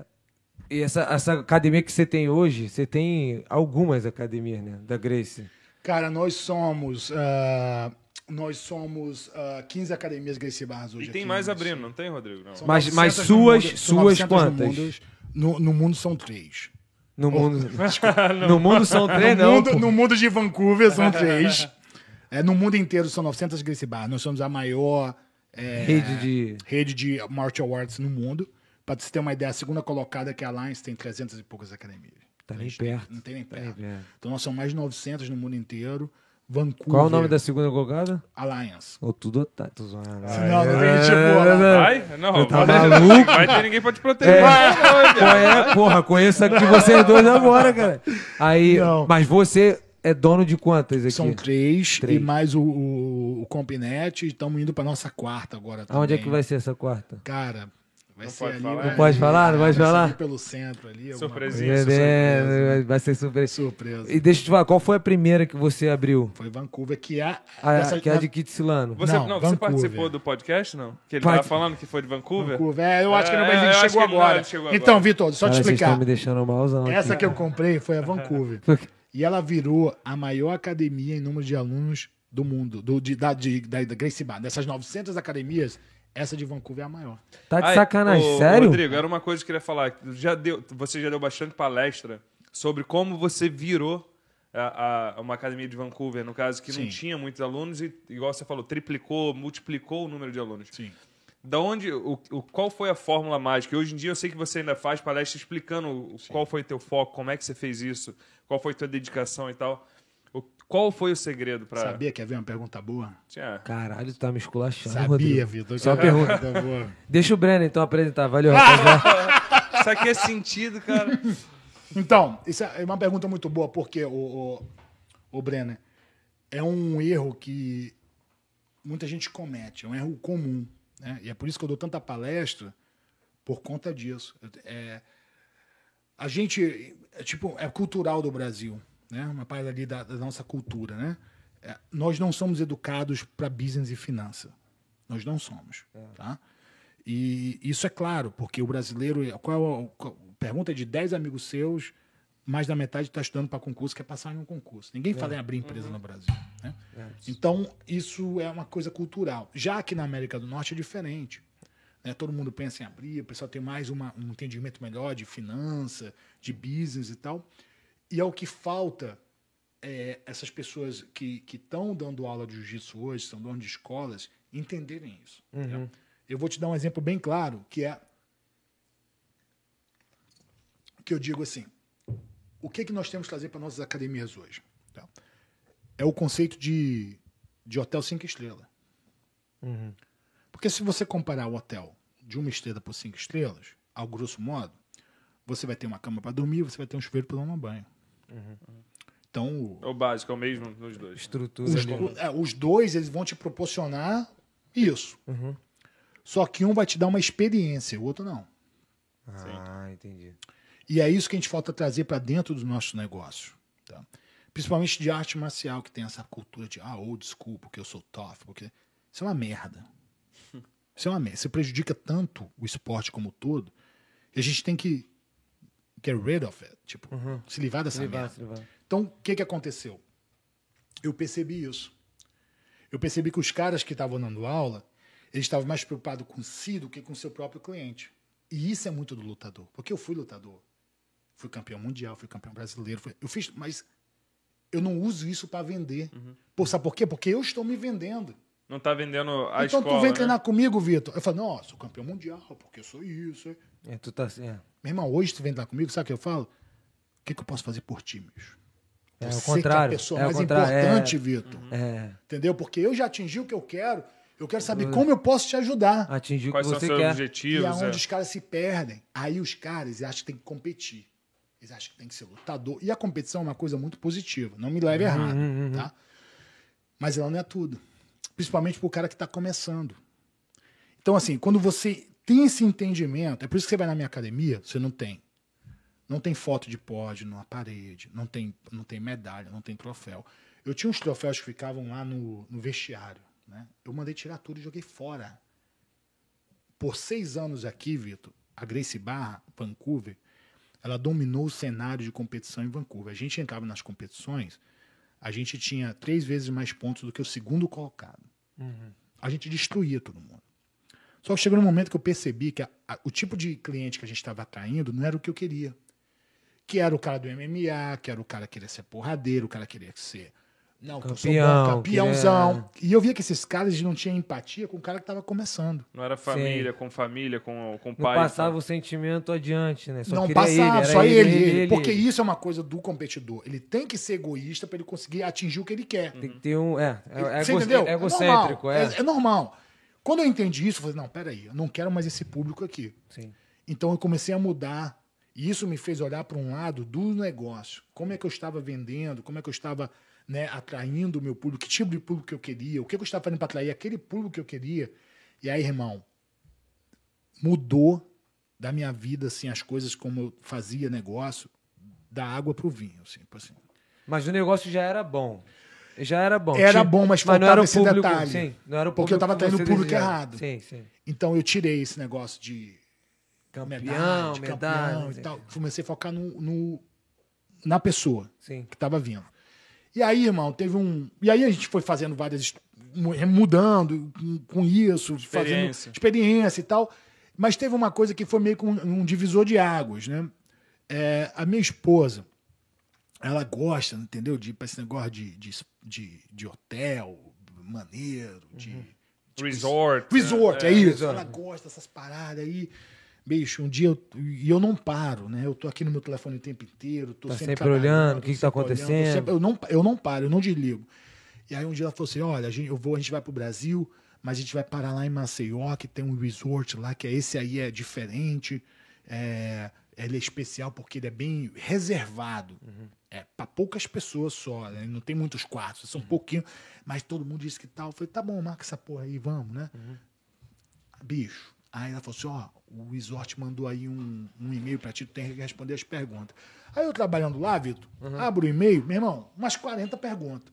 Speaker 1: e essa, essa academia que você tem hoje, você tem algumas academias, né? Da Grace.
Speaker 3: Cara, nós somos. ah, nós somos ah, 15 academias Gracie Barras hoje.
Speaker 2: E tem
Speaker 3: aqui,
Speaker 2: mais
Speaker 3: né?
Speaker 2: abrindo, não tem, Rodrigo? Não.
Speaker 3: São
Speaker 1: Mas-
Speaker 3: 900
Speaker 1: mas
Speaker 3: no
Speaker 1: suas-
Speaker 3: mundo, são
Speaker 1: suas
Speaker 3: 900 no
Speaker 1: quantas?
Speaker 3: mundo. No, no mundo são três.
Speaker 1: No mundo. no mundo são três,
Speaker 3: no,
Speaker 1: Ah, é, não.
Speaker 3: mundo,
Speaker 1: pô.
Speaker 3: no mundo de Vancouver são três. É, no mundo inteiro são 900 Gracie Barras. Nós somos a maior é,
Speaker 1: Rede de.
Speaker 3: rede de martial arts no mundo. Pra você ter uma ideia, a segunda colocada, que é a Alliance, tem 300 e poucas academias.
Speaker 1: Tá nem
Speaker 3: A gente
Speaker 1: perto.
Speaker 3: Não tem nem
Speaker 1: Tá nem
Speaker 3: perto.
Speaker 1: perto.
Speaker 3: Então nós somos mais de 900 no mundo inteiro. Vancouver.
Speaker 1: Qual é o nome da segunda colocada?
Speaker 3: Alliance.
Speaker 1: Ou tudo otário. Tô zoando.
Speaker 3: não, não tem gente
Speaker 1: é,
Speaker 3: boa,
Speaker 2: Vai? Não,
Speaker 1: Eu tá
Speaker 2: vai,
Speaker 1: maluco?
Speaker 2: vai ter ninguém pra te proteger.
Speaker 1: É,
Speaker 2: Vai, vai,
Speaker 1: qual é? Porra, conheço aqui vocês dois agora, cara. Aí,
Speaker 3: Não.
Speaker 1: mas você é dono de quantas aqui?
Speaker 3: São três,
Speaker 1: Três.
Speaker 3: e mais o, o, o Compinet. Estamos indo para nossa quarta agora. Também.
Speaker 1: Aonde é que vai ser essa quarta?
Speaker 3: Cara, vai
Speaker 2: Não
Speaker 3: ser
Speaker 2: pode
Speaker 3: ali.
Speaker 2: falar,
Speaker 3: vai-
Speaker 2: Não
Speaker 1: pode falar? Não
Speaker 3: vai
Speaker 1: pode
Speaker 3: ser ali
Speaker 1: falar?
Speaker 3: pelo centro ali. alguma
Speaker 2: Surpresinha.
Speaker 3: coisa. assim.
Speaker 2: Isso,
Speaker 1: É, vai ser super.
Speaker 3: Surpresa.
Speaker 1: E deixa eu te falar, qual foi a primeira que você abriu?
Speaker 3: Foi Vancouver, que é.
Speaker 1: A,
Speaker 3: essa-
Speaker 1: que é a de Kitsilano.
Speaker 2: Você,
Speaker 3: Não,
Speaker 2: não, você
Speaker 3: Vancouver.
Speaker 2: participou do podcast, não? Que ele
Speaker 1: Part-
Speaker 2: tava falando que foi de Vancouver?
Speaker 3: Vancouver. É, eu acho que não vai
Speaker 2: É, eu
Speaker 3: vir.
Speaker 2: acho
Speaker 3: Chegou
Speaker 2: que ele não
Speaker 3: agora.
Speaker 2: chegou
Speaker 3: Então,
Speaker 2: agora.
Speaker 3: Vitor, só
Speaker 1: Cara,
Speaker 3: te
Speaker 1: vocês estão
Speaker 3: explicar.
Speaker 1: me deixando malzão. aqui.
Speaker 3: Essa que eu comprei foi a Vancouver. E ela virou a maior academia em número de alunos do mundo, do, de, da, de, da, da Gracie Bar. Dessas 900 academias, essa de Vancouver é a maior.
Speaker 1: Tá de
Speaker 2: Ai,
Speaker 1: sacanagem,
Speaker 2: ô,
Speaker 1: sério?
Speaker 2: Rodrigo, era uma coisa que eu queria falar. Já deu, você já deu bastante palestra sobre como você virou a, a- uma academia de Vancouver, no caso, que
Speaker 3: Sim.
Speaker 2: não tinha muitos alunos e, igual você falou, triplicou, multiplicou o número de alunos.
Speaker 3: Sim.
Speaker 2: Da onde, o, o- qual foi a fórmula mágica? E Hoje em dia eu sei que você ainda faz palestra explicando o- qual foi teu foco, como é que você fez isso, qual foi tua dedicação e tal. O- qual foi o segredo para...
Speaker 3: Sabia que havia uma pergunta boa?
Speaker 1: Caralho, tu tá me esculachando,
Speaker 3: Sabia,
Speaker 1: Rodrigo.
Speaker 3: Vitor.
Speaker 1: Só
Speaker 3: que
Speaker 1: uma
Speaker 3: era pergunta boa.
Speaker 1: Deixa o Breno então apresentar. Valeu, rapaz.
Speaker 2: Isso aqui é sentido, cara.
Speaker 3: Então, isso é uma pergunta muito boa, porque, o, o, o Brenner, é um erro que muita gente comete, é um erro comum. Né? E é por isso que eu dou tanta palestra por conta disso. Eu te- É, a gente, é, tipo, é cultural do Brasil, né? uma parte ali da, da nossa cultura. Né? É, nós não somos educados para business e finança. Nós não somos. Tá? E isso é claro, porque o brasileiro. Qual, é o- qual- pergunta de 10 amigos seus, mais da metade está estudando para concurso, quer passar em um concurso. Ninguém fala em abrir empresa no Brasil. né? Então, isso é uma coisa cultural. Já aqui na América do Norte é diferente. né? Todo mundo pensa em abrir, o pessoal tem mais uma- um entendimento melhor de finança, de business e tal. E é o que falta é, essas pessoas que estão dando aula de jiu-jitsu hoje, são donos de escolas, entenderem isso. entendeu? Eu vou te dar um exemplo bem claro, que é que eu digo assim, o que, que nós temos que trazer para nossas academias hoje? tá? É o conceito de, de hotel cinco estrelas. Porque se você comparar o hotel de uma estrela por cinco estrelas, ao grosso modo, você vai ter uma cama para dormir, você vai ter um chuveiro para tomar banho. Então, o-
Speaker 2: É o básico, é o mesmo nos dois.
Speaker 1: Estrutura
Speaker 3: os,
Speaker 1: ali.
Speaker 3: o- é, os dois eles vão te proporcionar isso. Só que um vai te dar uma experiência, o outro não.
Speaker 1: Ah, entendi.
Speaker 3: E é isso que a gente falta trazer para dentro do nosso negócio. tá? Principalmente de arte marcial, que tem essa cultura de, ah, ou desculpa, porque eu sou tough. Porque... Isso é uma merda. Isso é uma merda. Você prejudica tanto o esporte como um todo. E a gente tem que get rid of it. Tipo, se livrar dessa merda.
Speaker 1: Levar, levar.
Speaker 3: Então, o que, que aconteceu? Eu percebi isso. Eu percebi que os caras que estavam dando aula, eles estavam mais preocupados com si do que com seu próprio cliente. E isso é muito do lutador, porque eu fui lutador. Fui campeão mundial, fui campeão brasileiro, fui- eu fiz, mas eu não uso isso para vender.
Speaker 2: Uhum.
Speaker 3: Pô, sabe por quê? Porque eu estou me vendendo.
Speaker 2: Não tá vendendo a
Speaker 3: então
Speaker 2: escola,
Speaker 3: tu vem
Speaker 2: né?
Speaker 3: treinar comigo, Vitor. Eu falo, não, eu sou campeão mundial, porque eu sou isso. hein?
Speaker 1: É, tu tá assim, é.
Speaker 3: Meu irmão, hoje tu vem lá comigo, sabe o que eu falo? O que, que eu posso fazer por ti, bicho? O
Speaker 1: É, ao
Speaker 3: Você
Speaker 1: contrário.
Speaker 3: que é a pessoa
Speaker 1: É, ao
Speaker 3: mais
Speaker 1: contrário, é.
Speaker 3: importante, Vitor.
Speaker 2: Hum.
Speaker 1: É,
Speaker 3: Entendeu? Porque eu já atingi o que eu quero. Eu quero
Speaker 1: Uhum.
Speaker 3: saber como eu posso te ajudar.
Speaker 1: atingir o que
Speaker 2: né? Quais são
Speaker 1: você
Speaker 2: seus
Speaker 1: quer.
Speaker 3: E
Speaker 2: objetivos?
Speaker 3: é onde
Speaker 2: é.
Speaker 3: os caras se perdem. Aí os caras eles acham que tem que competir. Eles acham que tem que ser lutador. E a competição é uma coisa muito positiva. Não me
Speaker 2: Uhum,
Speaker 3: leve errado, tá? Mas ela não é tudo. Principalmente pro cara que tá começando. Então, assim, quando você tem esse entendimento, é por isso que você vai na minha academia, você não tem. Não tem foto de pódio na parede, não tem, não tem medalha, não tem troféu. Eu tinha uns troféus que ficavam lá no, no vestiário, né? Eu mandei tirar tudo e joguei fora por seis anos aqui, Vitor, a Grace Barra, Vancouver, ela dominou o cenário de competição em Vancouver. A gente entrava nas competições, a gente tinha três vezes mais pontos do que o segundo colocado.
Speaker 1: Uhum.
Speaker 3: A gente destruía todo mundo. Só que chegou um momento que eu percebi que a- a- o tipo de cliente que a gente estava atraindo não era o que eu queria. Que era o cara do MMA, que era o cara que queria ser porradeiro, o cara queria ser. Não, que eu sou um
Speaker 1: Campeão,
Speaker 3: bom,
Speaker 1: que ele é-
Speaker 3: campeãozão. E eu via que esses caras eles não tinham empatia com o cara que estava começando.
Speaker 2: é. Não era família, com família, com, com
Speaker 1: Não
Speaker 2: pai.
Speaker 1: passava o sentimento adiante, né? Só
Speaker 3: não
Speaker 1: queria
Speaker 3: passar,
Speaker 1: ele, era
Speaker 3: só ele, ele,
Speaker 1: ele,
Speaker 3: Porque
Speaker 1: ele.
Speaker 3: isso é uma coisa do competidor. Ele tem que ser egoísta para ele conseguir atingir o que ele
Speaker 2: Uhum.
Speaker 3: quer.
Speaker 1: Tem que ter um. É, é, é
Speaker 3: Você
Speaker 1: ego-
Speaker 3: entendeu?
Speaker 1: egocêntrico,
Speaker 3: normal.
Speaker 1: é.
Speaker 3: É, é normal. Quando eu entendi isso, eu falei, não, peraí, eu não quero mais esse público aqui.
Speaker 1: Sim.
Speaker 3: Então eu comecei a mudar. E isso me fez olhar para um lado do negócio. Como é que eu estava vendendo, como é que eu estava né, atraindo o meu público, que tipo de público que eu queria, o que eu estava fazendo para atrair aquele público que eu queria. E aí, irmão, mudou da minha vida assim, as coisas como eu fazia negócio, da água para o vinho. Assim, tipo assim.
Speaker 1: Mas o negócio já era bom. Já era bom.
Speaker 3: Era
Speaker 1: Tinha-
Speaker 3: bom, mas
Speaker 1: não era
Speaker 3: faltava
Speaker 1: o
Speaker 3: esse
Speaker 1: público,
Speaker 3: detalhe.
Speaker 1: Sim, não era o
Speaker 3: Porque
Speaker 1: público
Speaker 3: eu tava
Speaker 1: que
Speaker 3: tendo
Speaker 1: você
Speaker 3: o público
Speaker 1: desejava.
Speaker 3: errado.
Speaker 1: Sim, sim.
Speaker 3: Então eu tirei esse negócio de
Speaker 1: Campeão,
Speaker 3: medalha,
Speaker 1: medalha.
Speaker 3: de campeão e tal. Comecei a focar no, no- na pessoa
Speaker 1: Sim.
Speaker 3: que estava vindo. E aí, irmão, teve um. E aí a gente foi fazendo várias. est- mu- Mudando com- com isso,
Speaker 2: Experiência.
Speaker 3: fazendo experiência e tal. Mas teve uma coisa que foi meio que um, um divisor de águas, né? É, a minha esposa, ela gosta, entendeu? De ir pra esse negócio de, de, de, de hotel, maneiro, de.
Speaker 2: Resort. né?
Speaker 3: Resort, é, isso.
Speaker 1: tipo, resort.
Speaker 3: Ela gosta dessas paradas aí. Bicho, um dia eu, e eu não paro, né? Eu tô aqui no meu telefone o tempo inteiro, tô
Speaker 1: Tá
Speaker 3: sempre,
Speaker 1: sempre olhando,
Speaker 3: trabalhando,
Speaker 1: o que que
Speaker 3: tô
Speaker 1: tá
Speaker 3: sempre olhando, tô
Speaker 1: acontecendo.
Speaker 3: sempre- eu, não, eu não paro, eu não desligo. E aí um dia ela falou assim: olha, a gente, eu vou, a gente vai pro Brasil, mas a gente vai parar lá em Maceió, que tem um resort lá, que é esse aí é diferente. É, ele é especial porque ele é bem reservado.
Speaker 1: Uhum.
Speaker 3: É para poucas pessoas só, né? não tem muitos quartos,
Speaker 1: Uhum.
Speaker 3: são pouquinhos, mas todo mundo disse que tal. Eu falei, tá bom, marca essa porra aí, vamos, né? bicho. Aí ela falou assim: ó, o Resort mandou aí um, um e-mail pra ti, tu tem que responder as perguntas. Aí eu trabalhando lá, Vitor, abro o e-mail, meu irmão, umas 40 perguntas.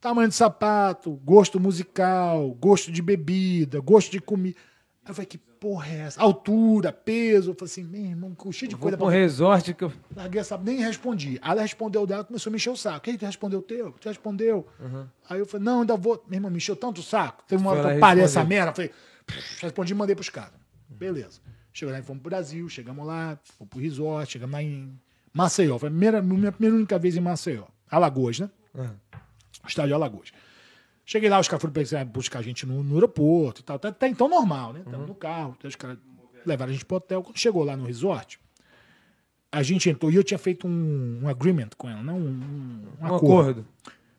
Speaker 3: Tamanho de sapato, gosto musical, gosto de bebida, gosto de comida. Aí eu falei, que porra é essa? Altura, peso. Eu falei assim, meu irmão, cheio de
Speaker 1: Vou
Speaker 3: coisa
Speaker 1: pra um
Speaker 3: pra
Speaker 1: resort que eu.
Speaker 3: Larguei essa, nem respondi. Aí ela respondeu dela, começou a me encher o saco. Ei, tu respondeu o teu? Tu respondeu? Aí eu falei, não, ainda vou. Meu irmão, me encheu tanto o saco. Teve uma
Speaker 1: Uhum. Foi
Speaker 3: hora
Speaker 1: lá
Speaker 3: que
Speaker 1: e
Speaker 3: eu parei essa
Speaker 1: respondeu.
Speaker 3: merda. Falei, "Pff", respondi e mandei pros caras. Beleza. Chegou lá e fomos pro Brasil, chegamos lá, fomos pro resort, chegamos lá em Maceió. Foi a primeira, minha primeira e única vez em Maceió. Alagoas, né?
Speaker 1: Ah,
Speaker 3: Estádio Alagoas. Cheguei lá, os caras foram pensar, buscar a gente no, no aeroporto e tal. Até, até então normal, né? Tamo no carro, então os caras levaram a gente pro hotel. Quando chegou lá no resort, a gente entrou e eu tinha feito um, um agreement com ela, né? Um, um- um
Speaker 1: Um
Speaker 3: acordo.
Speaker 1: acordo.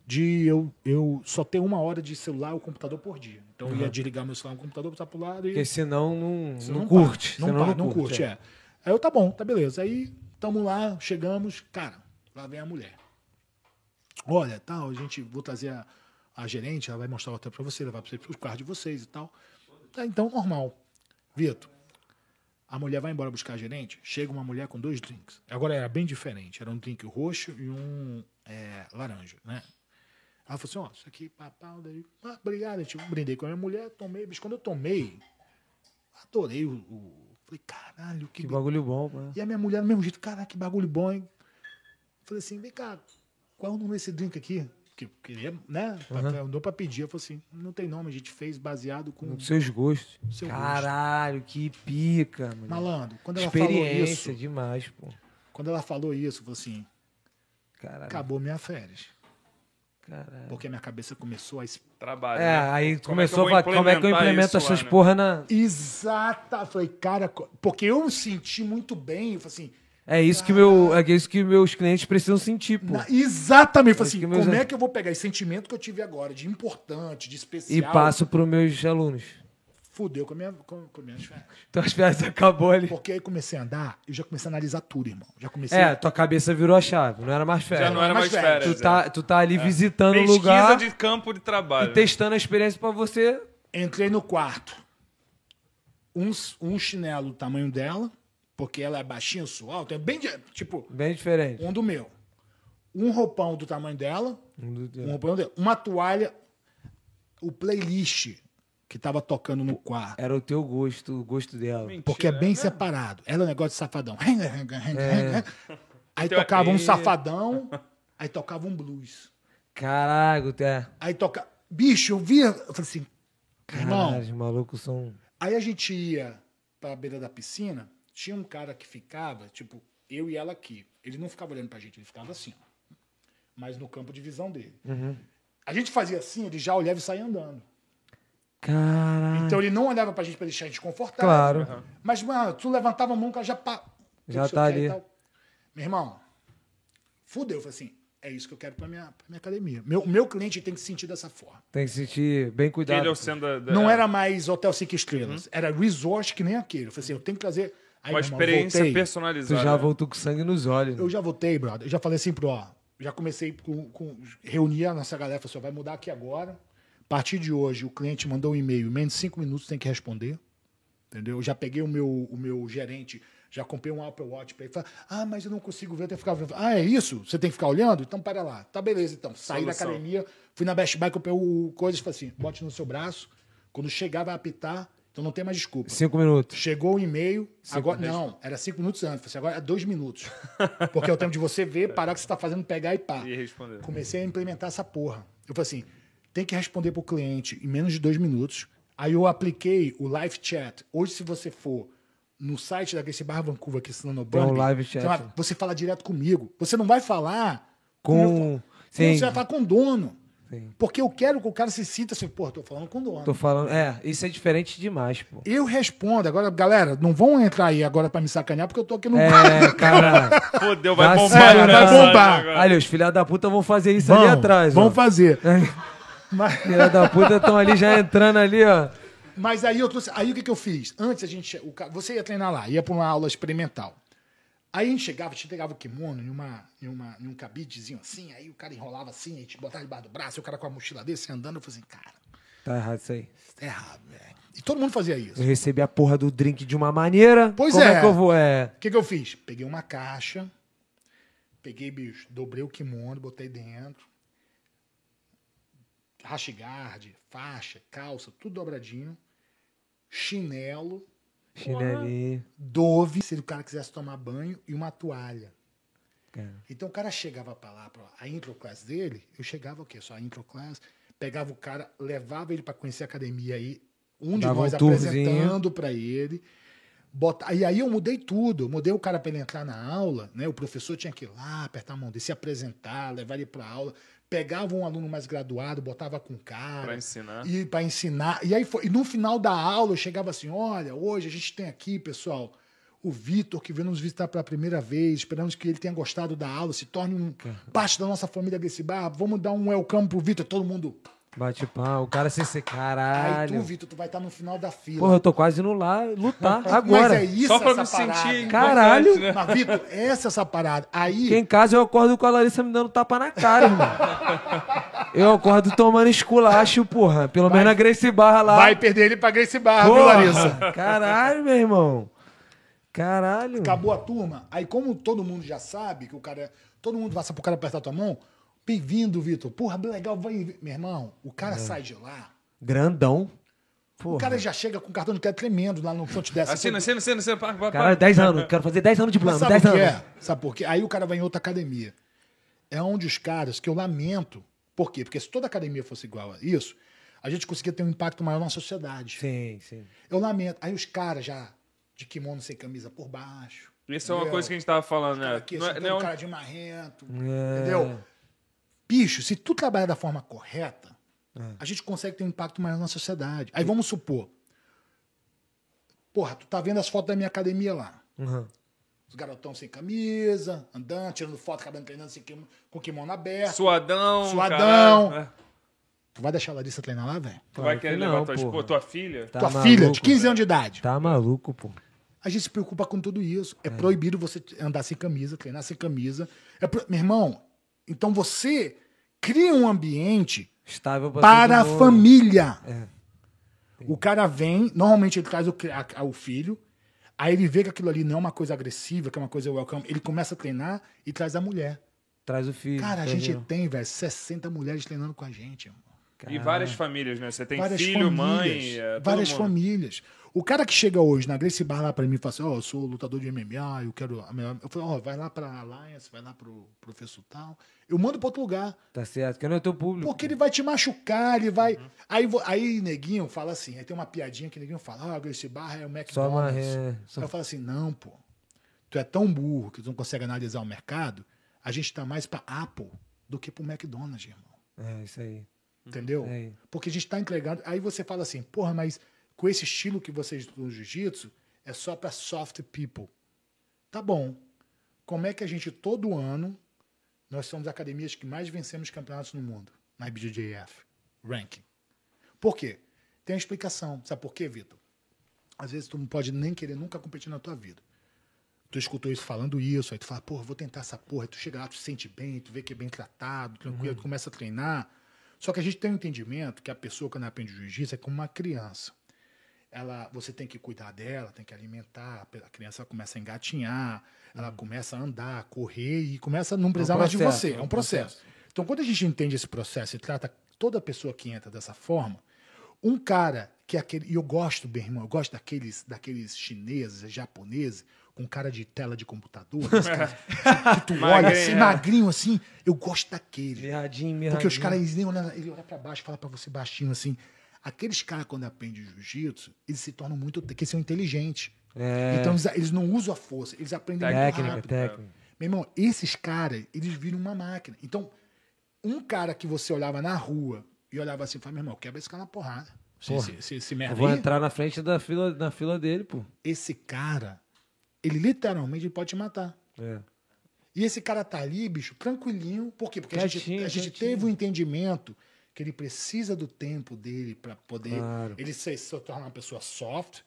Speaker 3: De eu, eu só ter uma hora de celular ou computador por dia. Então eu ia desligar meu celular e o computador, botar pro lado e.
Speaker 1: Porque senão não,
Speaker 3: Você
Speaker 1: não,
Speaker 3: para,
Speaker 1: curte.
Speaker 3: Não,
Speaker 1: senão
Speaker 3: para, não curte, é. Aí eu, tá bom, tá beleza. Aí tamo lá, chegamos, cara, lá vem a mulher. Olha, tal, a gente, vou trazer a, a gerente, ela vai mostrar o hotel pra você, levar pra você, pros carros de vocês e tal. Tá, então, normal. Vitor, a mulher vai embora buscar a gerente, chega uma mulher com dois drinks. Agora era bem diferente, era um drink roxo e um é, laranja, né? Ela falou assim, ó, isso aqui, papau, daí, ah, obrigado, gente, brindei com a minha mulher, tomei, bicho, quando eu tomei, adorei o. o- Falei, caralho, que,
Speaker 1: Que
Speaker 3: be-
Speaker 1: bagulho bom, pô.
Speaker 3: E a minha mulher, do mesmo jeito, caralho, que bagulho bom, hein? Falei assim, vem cá, qual é o nome desse drink aqui? Que eu queria, né? Pra- pra- Andou pra pedir. Eu falei assim, não tem nome, a gente fez baseado com.
Speaker 1: Com seus gostos.
Speaker 3: Seu gosto.
Speaker 1: Caralho, que pica, mano.
Speaker 3: Malandro, quando ela falou
Speaker 1: Experiência
Speaker 3: isso,
Speaker 1: demais, pô.
Speaker 3: quando ela falou isso, eu falei assim,
Speaker 1: Caralho.
Speaker 3: acabou minha férias.
Speaker 1: caralho.
Speaker 3: Porque minha cabeça começou a. es-
Speaker 2: Trabalho.
Speaker 1: É,
Speaker 2: né?
Speaker 1: aí
Speaker 2: Como é que
Speaker 1: começou
Speaker 2: eu vou
Speaker 1: a falar como é que eu
Speaker 2: implementar
Speaker 1: implemento
Speaker 2: isso
Speaker 1: essas
Speaker 2: lá, né?
Speaker 1: porra na.
Speaker 3: Exata! Falei, cara, co- porque eu me senti muito bem. Eu falei assim,
Speaker 1: É isso que, meu, é isso que meus clientes precisam sentir, pô.
Speaker 3: Na- exatamente. Eu falei
Speaker 1: Acho
Speaker 3: assim,
Speaker 1: que meus
Speaker 3: como
Speaker 1: am-
Speaker 3: é que eu vou pegar esse sentimento que eu tive agora, de importante, de especial?
Speaker 1: E passo pros meus alunos.
Speaker 3: Fudeu com, a minha, com, com minhas férias.
Speaker 1: Então as piadas acabou ali.
Speaker 3: Porque aí comecei a andar, eu já comecei a analisar tudo, irmão. Já comecei
Speaker 1: É, tua cabeça virou a chave, não era mais férias.
Speaker 2: Já não era mais
Speaker 3: mais férias,
Speaker 2: férias. é.
Speaker 1: Tu tá, tu tá ali visitando o
Speaker 2: Pesquisa
Speaker 1: lugar
Speaker 2: de campo de
Speaker 1: e
Speaker 2: trabalho.
Speaker 1: testando a experiência pra você.
Speaker 3: Entrei no quarto. Um, s- um chinelo do tamanho dela, porque ela é baixinha, eu sou alta, é bem, de- tipo,
Speaker 1: Bem diferente.
Speaker 3: um do meu. Um roupão do tamanho dela,
Speaker 1: É.
Speaker 3: um roupão dela, uma toalha, o playlist que tava tocando no quarto.
Speaker 1: Era o teu gosto, o gosto dela.
Speaker 3: Porque é bem separado. Ela é um negócio de safadão. Aí
Speaker 2: Então,
Speaker 3: tocava um
Speaker 2: e-
Speaker 3: safadão, aí tocava um blues.
Speaker 1: Caraca, é.
Speaker 3: Aí tocava. Bicho, eu via. Eu falei assim,
Speaker 1: Caralho,
Speaker 3: irmão,
Speaker 1: os malucos são.
Speaker 3: Aí a gente ia pra beira da piscina, tinha um cara que ficava, tipo, eu e ela aqui. Ele não ficava olhando pra gente, ele ficava assim, ó. Mas no campo de visão dele. A gente fazia assim, ele já olhava e saía andando.
Speaker 1: Caralho.
Speaker 3: Então ele não olhava pra gente pra deixar a gente confortável.
Speaker 1: Claro.
Speaker 3: Mas, mano, tu levantava a mão, o cara já pá.
Speaker 1: Já
Speaker 3: Não sei
Speaker 1: tá
Speaker 3: o que e
Speaker 1: ali.
Speaker 3: tal. Meu irmão, fudeu. Eu falei assim, é isso que eu quero pra minha, pra minha academia. Meu, meu cliente tem que se sentir dessa forma.
Speaker 1: Tem que sentir bem cuidado.
Speaker 2: Ele é o centro da- da-
Speaker 3: Não era mais Hotel Cinco Estrelas. Era resort que nem aquele. Eu falei assim, eu tenho que trazer... Aí,
Speaker 2: uma
Speaker 3: meu irmão,
Speaker 2: experiência
Speaker 3: voltei.
Speaker 1: Tu
Speaker 2: personalizada.
Speaker 1: já voltou com sangue nos olhos.
Speaker 3: né?
Speaker 1: né?
Speaker 3: Eu já votei, brother. Eu já falei assim pro, ó, já comecei com, com reunir a nossa galera, falei assim, ó, vai mudar aqui agora. A partir de hoje, o cliente mandou um e-mail, em menos de cinco minutos tem que responder. Entendeu? Eu já peguei o meu, o meu gerente, já comprei um Apple Watch pra ele. Falei, ah, mas eu não consigo ver, eu tenho que ficar vendo. Ah, é isso? Você tem que ficar olhando? Então, para lá. Tá, beleza, então. Saí da
Speaker 2: Solução.
Speaker 3: academia, fui na Best Buy, comprei o coisa e falei assim, bote no seu braço. Quando chegar, vai apitar. Então, não tem mais desculpa.
Speaker 1: Cinco minutos.
Speaker 3: Chegou o e-mail. Agora, não, era cinco minutos antes. Falei assim, agora é dois minutos. Porque é o tempo de você ver, parar o que você está fazendo, pegar e pá.
Speaker 2: E responder.
Speaker 3: Comecei a implementar essa porra. Eu falei assim, tem que responder pro cliente em menos de dois minutos. Aí eu apliquei o live chat. Hoje, se você for no site da Gracie Barra Vancouver, aqui no
Speaker 1: Tem um live chat, né?
Speaker 3: Você fala direto comigo. Você não vai falar
Speaker 1: Com.
Speaker 3: com-
Speaker 1: Sim.
Speaker 3: Você vai falar com o dono.
Speaker 1: Sim.
Speaker 3: Porque eu quero que o cara se sinta assim, pô, tô falando com o dono.
Speaker 1: Tô falando. É, isso é diferente demais, pô.
Speaker 3: Eu respondo. Agora, galera, não vão entrar aí agora pra me sacanear, porque eu tô aqui no.
Speaker 1: É, caralho.
Speaker 2: Fodeu, vai
Speaker 1: Dá
Speaker 2: bombar.
Speaker 1: certo,
Speaker 2: né,
Speaker 3: vai
Speaker 2: Sérgio,
Speaker 3: bombar.
Speaker 2: agora.
Speaker 1: Olha, os filha da puta vão fazer isso
Speaker 3: Vão,
Speaker 1: ali atrás,
Speaker 3: Vão
Speaker 1: ó.
Speaker 3: fazer.
Speaker 1: Filha da puta estão ali já entrando ali, ó.
Speaker 3: Mas aí eu trouxe. Aí o que, que eu fiz? Antes a gente. O, ca- você ia treinar lá, ia pra uma aula experimental. Aí a gente chegava, a gente pegava o kimono em, uma, em, uma, em um cabidezinho assim, aí o cara enrolava assim, a gente botava debaixo do braço, e o cara com a mochila desse andando, eu falei assim, cara,
Speaker 1: Tá errado isso aí.
Speaker 3: isso tá errado, velho. E todo mundo fazia isso.
Speaker 1: Eu recebi a porra do drink de uma maneira.
Speaker 3: Pois
Speaker 1: como
Speaker 3: é.
Speaker 1: é que eu vou? É.
Speaker 3: O que, que eu fiz? Peguei uma caixa, peguei, bicho, dobrei o kimono, botei dentro. Rashguard, faixa, calça, tudo dobradinho. Chinelo,
Speaker 1: Chinelinho.
Speaker 3: dove, se o cara quisesse tomar banho, e uma toalha.
Speaker 1: Cara.
Speaker 3: Então o cara chegava pra lá, pra a intro class dele, eu chegava o quê? Só a intro class, pegava o cara, levava ele pra conhecer a academia aí, um de
Speaker 1: Dava um
Speaker 3: nós
Speaker 1: tourzinho.
Speaker 3: apresentando pra ele. Bota... E aí eu mudei tudo, eu mudei o cara pra ele entrar na aula, né? O professor tinha que ir lá, apertar a mão dele, se apresentar, levar ele pra aula, pegava um aluno mais graduado, botava com o cara.
Speaker 2: Pra ensinar.
Speaker 3: E para ensinar. E aí foi. E no final da aula eu chegava assim: olha, hoje a gente tem aqui, pessoal, o Vitor, que veio nos visitar pela primeira vez. Esperamos que ele tenha gostado da aula, se torne um parte da nossa família desse bar. Vamos dar um welcome pro Vitor, todo mundo.
Speaker 1: Bate pau. O cara sem ser.
Speaker 3: Aí tu,
Speaker 1: Caralho.
Speaker 3: Vitor, tu vai estar no final da fila.
Speaker 1: Porra, eu tô quase no lá lutar agora.
Speaker 3: Mas é isso,
Speaker 2: Só pra
Speaker 3: essa
Speaker 2: me sentir.
Speaker 3: parada.
Speaker 1: Caralho.
Speaker 2: importante, né?
Speaker 3: Mas, Vitor, essa é essa parada. Aí.
Speaker 1: Porque em casa eu acordo com a Larissa me dando tapa na cara, irmão. Eu acordo tomando esculacho, porra. Pelo menos a Grace Barra tá lá.
Speaker 3: Vai perder ele pra Grace Barra, viu,
Speaker 1: porra.
Speaker 3: Larissa?
Speaker 1: Caralho, meu irmão. Caralho.
Speaker 3: Acabou a turma. Aí, como todo mundo já sabe que o cara. é- Todo mundo passa pro cara apertar tua mão. Bem-vindo, Vitor. Porra, legal, vai. Meu irmão, o cara sai de lá.
Speaker 1: Grandão. É. Porra.
Speaker 3: O cara já chega com um cartão de crédito tremendo lá no front dessa.
Speaker 2: Assina, assina, assina, assina. Para, para,
Speaker 1: Caralho, 10 anos. Quero fazer 10 anos de
Speaker 3: Mas
Speaker 1: plano.
Speaker 3: sabe é?
Speaker 1: 10
Speaker 3: por
Speaker 1: anos.
Speaker 3: quê? Sabe por quê? Aí o cara vai em outra academia. É onde os caras que eu lamento. Por quê? Porque se toda academia fosse igual a isso, a gente conseguia ter um impacto maior na sociedade.
Speaker 1: Sim, sim.
Speaker 3: Eu lamento. Aí os caras já de kimono sem camisa por baixo.
Speaker 2: Isso é uma
Speaker 3: entendeu?
Speaker 2: coisa que a gente tava falando, né?
Speaker 3: Aqui,
Speaker 2: Não
Speaker 3: não,
Speaker 2: é- não é um-
Speaker 3: cara de marrento.
Speaker 1: É.
Speaker 3: Entendeu? Bicho, se tu trabalhar da forma correta,
Speaker 1: É.
Speaker 3: a gente consegue ter um impacto maior na sociedade. Aí vamos supor. Porra, tu tá vendo as fotos da minha academia lá.
Speaker 1: Uhum.
Speaker 3: Os garotão sem camisa, andando, tirando foto, cabelo treinando sem kimono, com o kimono aberto.
Speaker 2: Suadão,
Speaker 3: é Suadão.
Speaker 2: caralho. É.
Speaker 3: Tu vai deixar a Larissa treinar lá, velho?
Speaker 2: Tu
Speaker 1: Claro
Speaker 2: vai querer
Speaker 1: que não,
Speaker 2: levar tua, esposa,
Speaker 1: porra.
Speaker 2: tua filha?
Speaker 1: Tá
Speaker 3: Tua
Speaker 1: maluco,
Speaker 3: filha, de 15 anos de idade.
Speaker 1: Tá maluco, pô.
Speaker 3: A gente se preocupa com tudo isso. É, proibido você andar sem camisa, treinar sem camisa. É pro- Meu irmão, então você cria um ambiente
Speaker 1: Estável pra
Speaker 3: para a
Speaker 1: todo mundo.
Speaker 3: família. O cara vem, normalmente ele traz o, cri- a- a- o filho, aí ele vê que aquilo ali não é uma coisa agressiva, que é uma coisa welcome. Ele começa a treinar e traz a mulher.
Speaker 1: Traz o filho.
Speaker 3: Cara, a gente
Speaker 1: entendeu?
Speaker 3: tem, velho, 60 mulheres treinando com a gente, irmão.
Speaker 2: E várias famílias, né? Você tem filho, mãe, é, todo
Speaker 3: várias
Speaker 2: mundo.
Speaker 3: famílias. O cara que chega hoje na Grace Bar lá pra mim e fala assim: Ó, eu sou lutador de MMA, eu quero. a melhor-" Eu falo: Ó, vai lá pra Alliance, vai lá pro professor tal. Eu mando pra outro lugar.
Speaker 1: Tá certo, porque não é teu público.
Speaker 3: Porque ele vai te machucar, ele vai. Aí, vo- aí neguinho fala assim, aí tem uma piadinha que neguinho fala, ah, a Gracie Barra é o McDonald's.
Speaker 1: Só uma re- só-
Speaker 3: Aí eu falo assim, não, pô. Tu é tão burro que tu não consegue analisar o mercado, a gente tá mais pra Apple do que pro McDonald's, irmão.
Speaker 1: É, isso aí.
Speaker 3: Entendeu?
Speaker 1: É.
Speaker 3: Porque a gente tá entregando. Aí você fala assim, porra, mas com esse estilo que vocês do jiu-jitsu, é só pra soft people. Tá bom. Como é que a gente, todo ano, nós somos academias que mais vencemos campeonatos no mundo, na IBJJF, ranking. Por quê? Tem uma explicação. Sabe por quê, Vitor? Às vezes tu não pode nem querer nunca competir na tua vida. Tu escutou isso falando isso, aí tu fala, porra, vou tentar essa porra. Aí tu chega lá, tu se sente bem, tu vê que é bem tratado,
Speaker 1: Uhum.
Speaker 3: tranquilo, tu começa a treinar. Só que a gente tem um entendimento que a pessoa quando aprende jiu-jitsu é como uma criança. Ela, você tem que cuidar dela, tem que alimentar. A criança começa a engatinhar, ela começa a andar, a correr e começa a não precisar mais de
Speaker 1: processo,
Speaker 3: você.
Speaker 1: Uhum. é
Speaker 3: É
Speaker 1: um
Speaker 3: um processo. Então, quando a gente entende esse processo e trata toda pessoa que entra dessa forma, um cara que é aquele. E eu gosto, bem, irmão, eu gosto daqueles, daqueles chineses, japoneses, com cara de tela de computador, esse cara que tu olha
Speaker 2: Magrinho,
Speaker 3: assim,
Speaker 2: é.
Speaker 3: magrinho assim. Eu gosto daquele.
Speaker 1: Mirradinho, mirradinho.
Speaker 3: Porque os caras, eles nem olham, ele olha pra baixo e fala pra você baixinho assim. Aqueles caras, quando aprendem jiu-jitsu, eles se tornam muito. que eles são inteligentes.
Speaker 1: É.
Speaker 3: Então, eles, eles não usam a força, eles aprendem muito
Speaker 1: Técnica,
Speaker 3: Tá rápido.
Speaker 1: técnica.
Speaker 3: Meu irmão, esses caras, eles viram uma máquina. Então, um cara que você olhava na rua e olhava assim, falava, meu irmão, quebra esse cara na porrada. Esse,
Speaker 1: Porra.
Speaker 3: esse, esse, esse
Speaker 1: Eu
Speaker 3: merda
Speaker 1: vou
Speaker 3: aí,
Speaker 1: entrar na frente da fila, na fila dele, pô.
Speaker 3: esse cara, ele literalmente ele pode te matar.
Speaker 1: É.
Speaker 3: E esse cara tá ali, bicho, tranquilinho. Por quê? Porque a gente,
Speaker 1: Quietinho,
Speaker 3: a gente
Speaker 1: quietinho.
Speaker 3: teve o entendimento que ele precisa do tempo dele para poder
Speaker 1: Claro.
Speaker 3: ele se, se tornar uma pessoa soft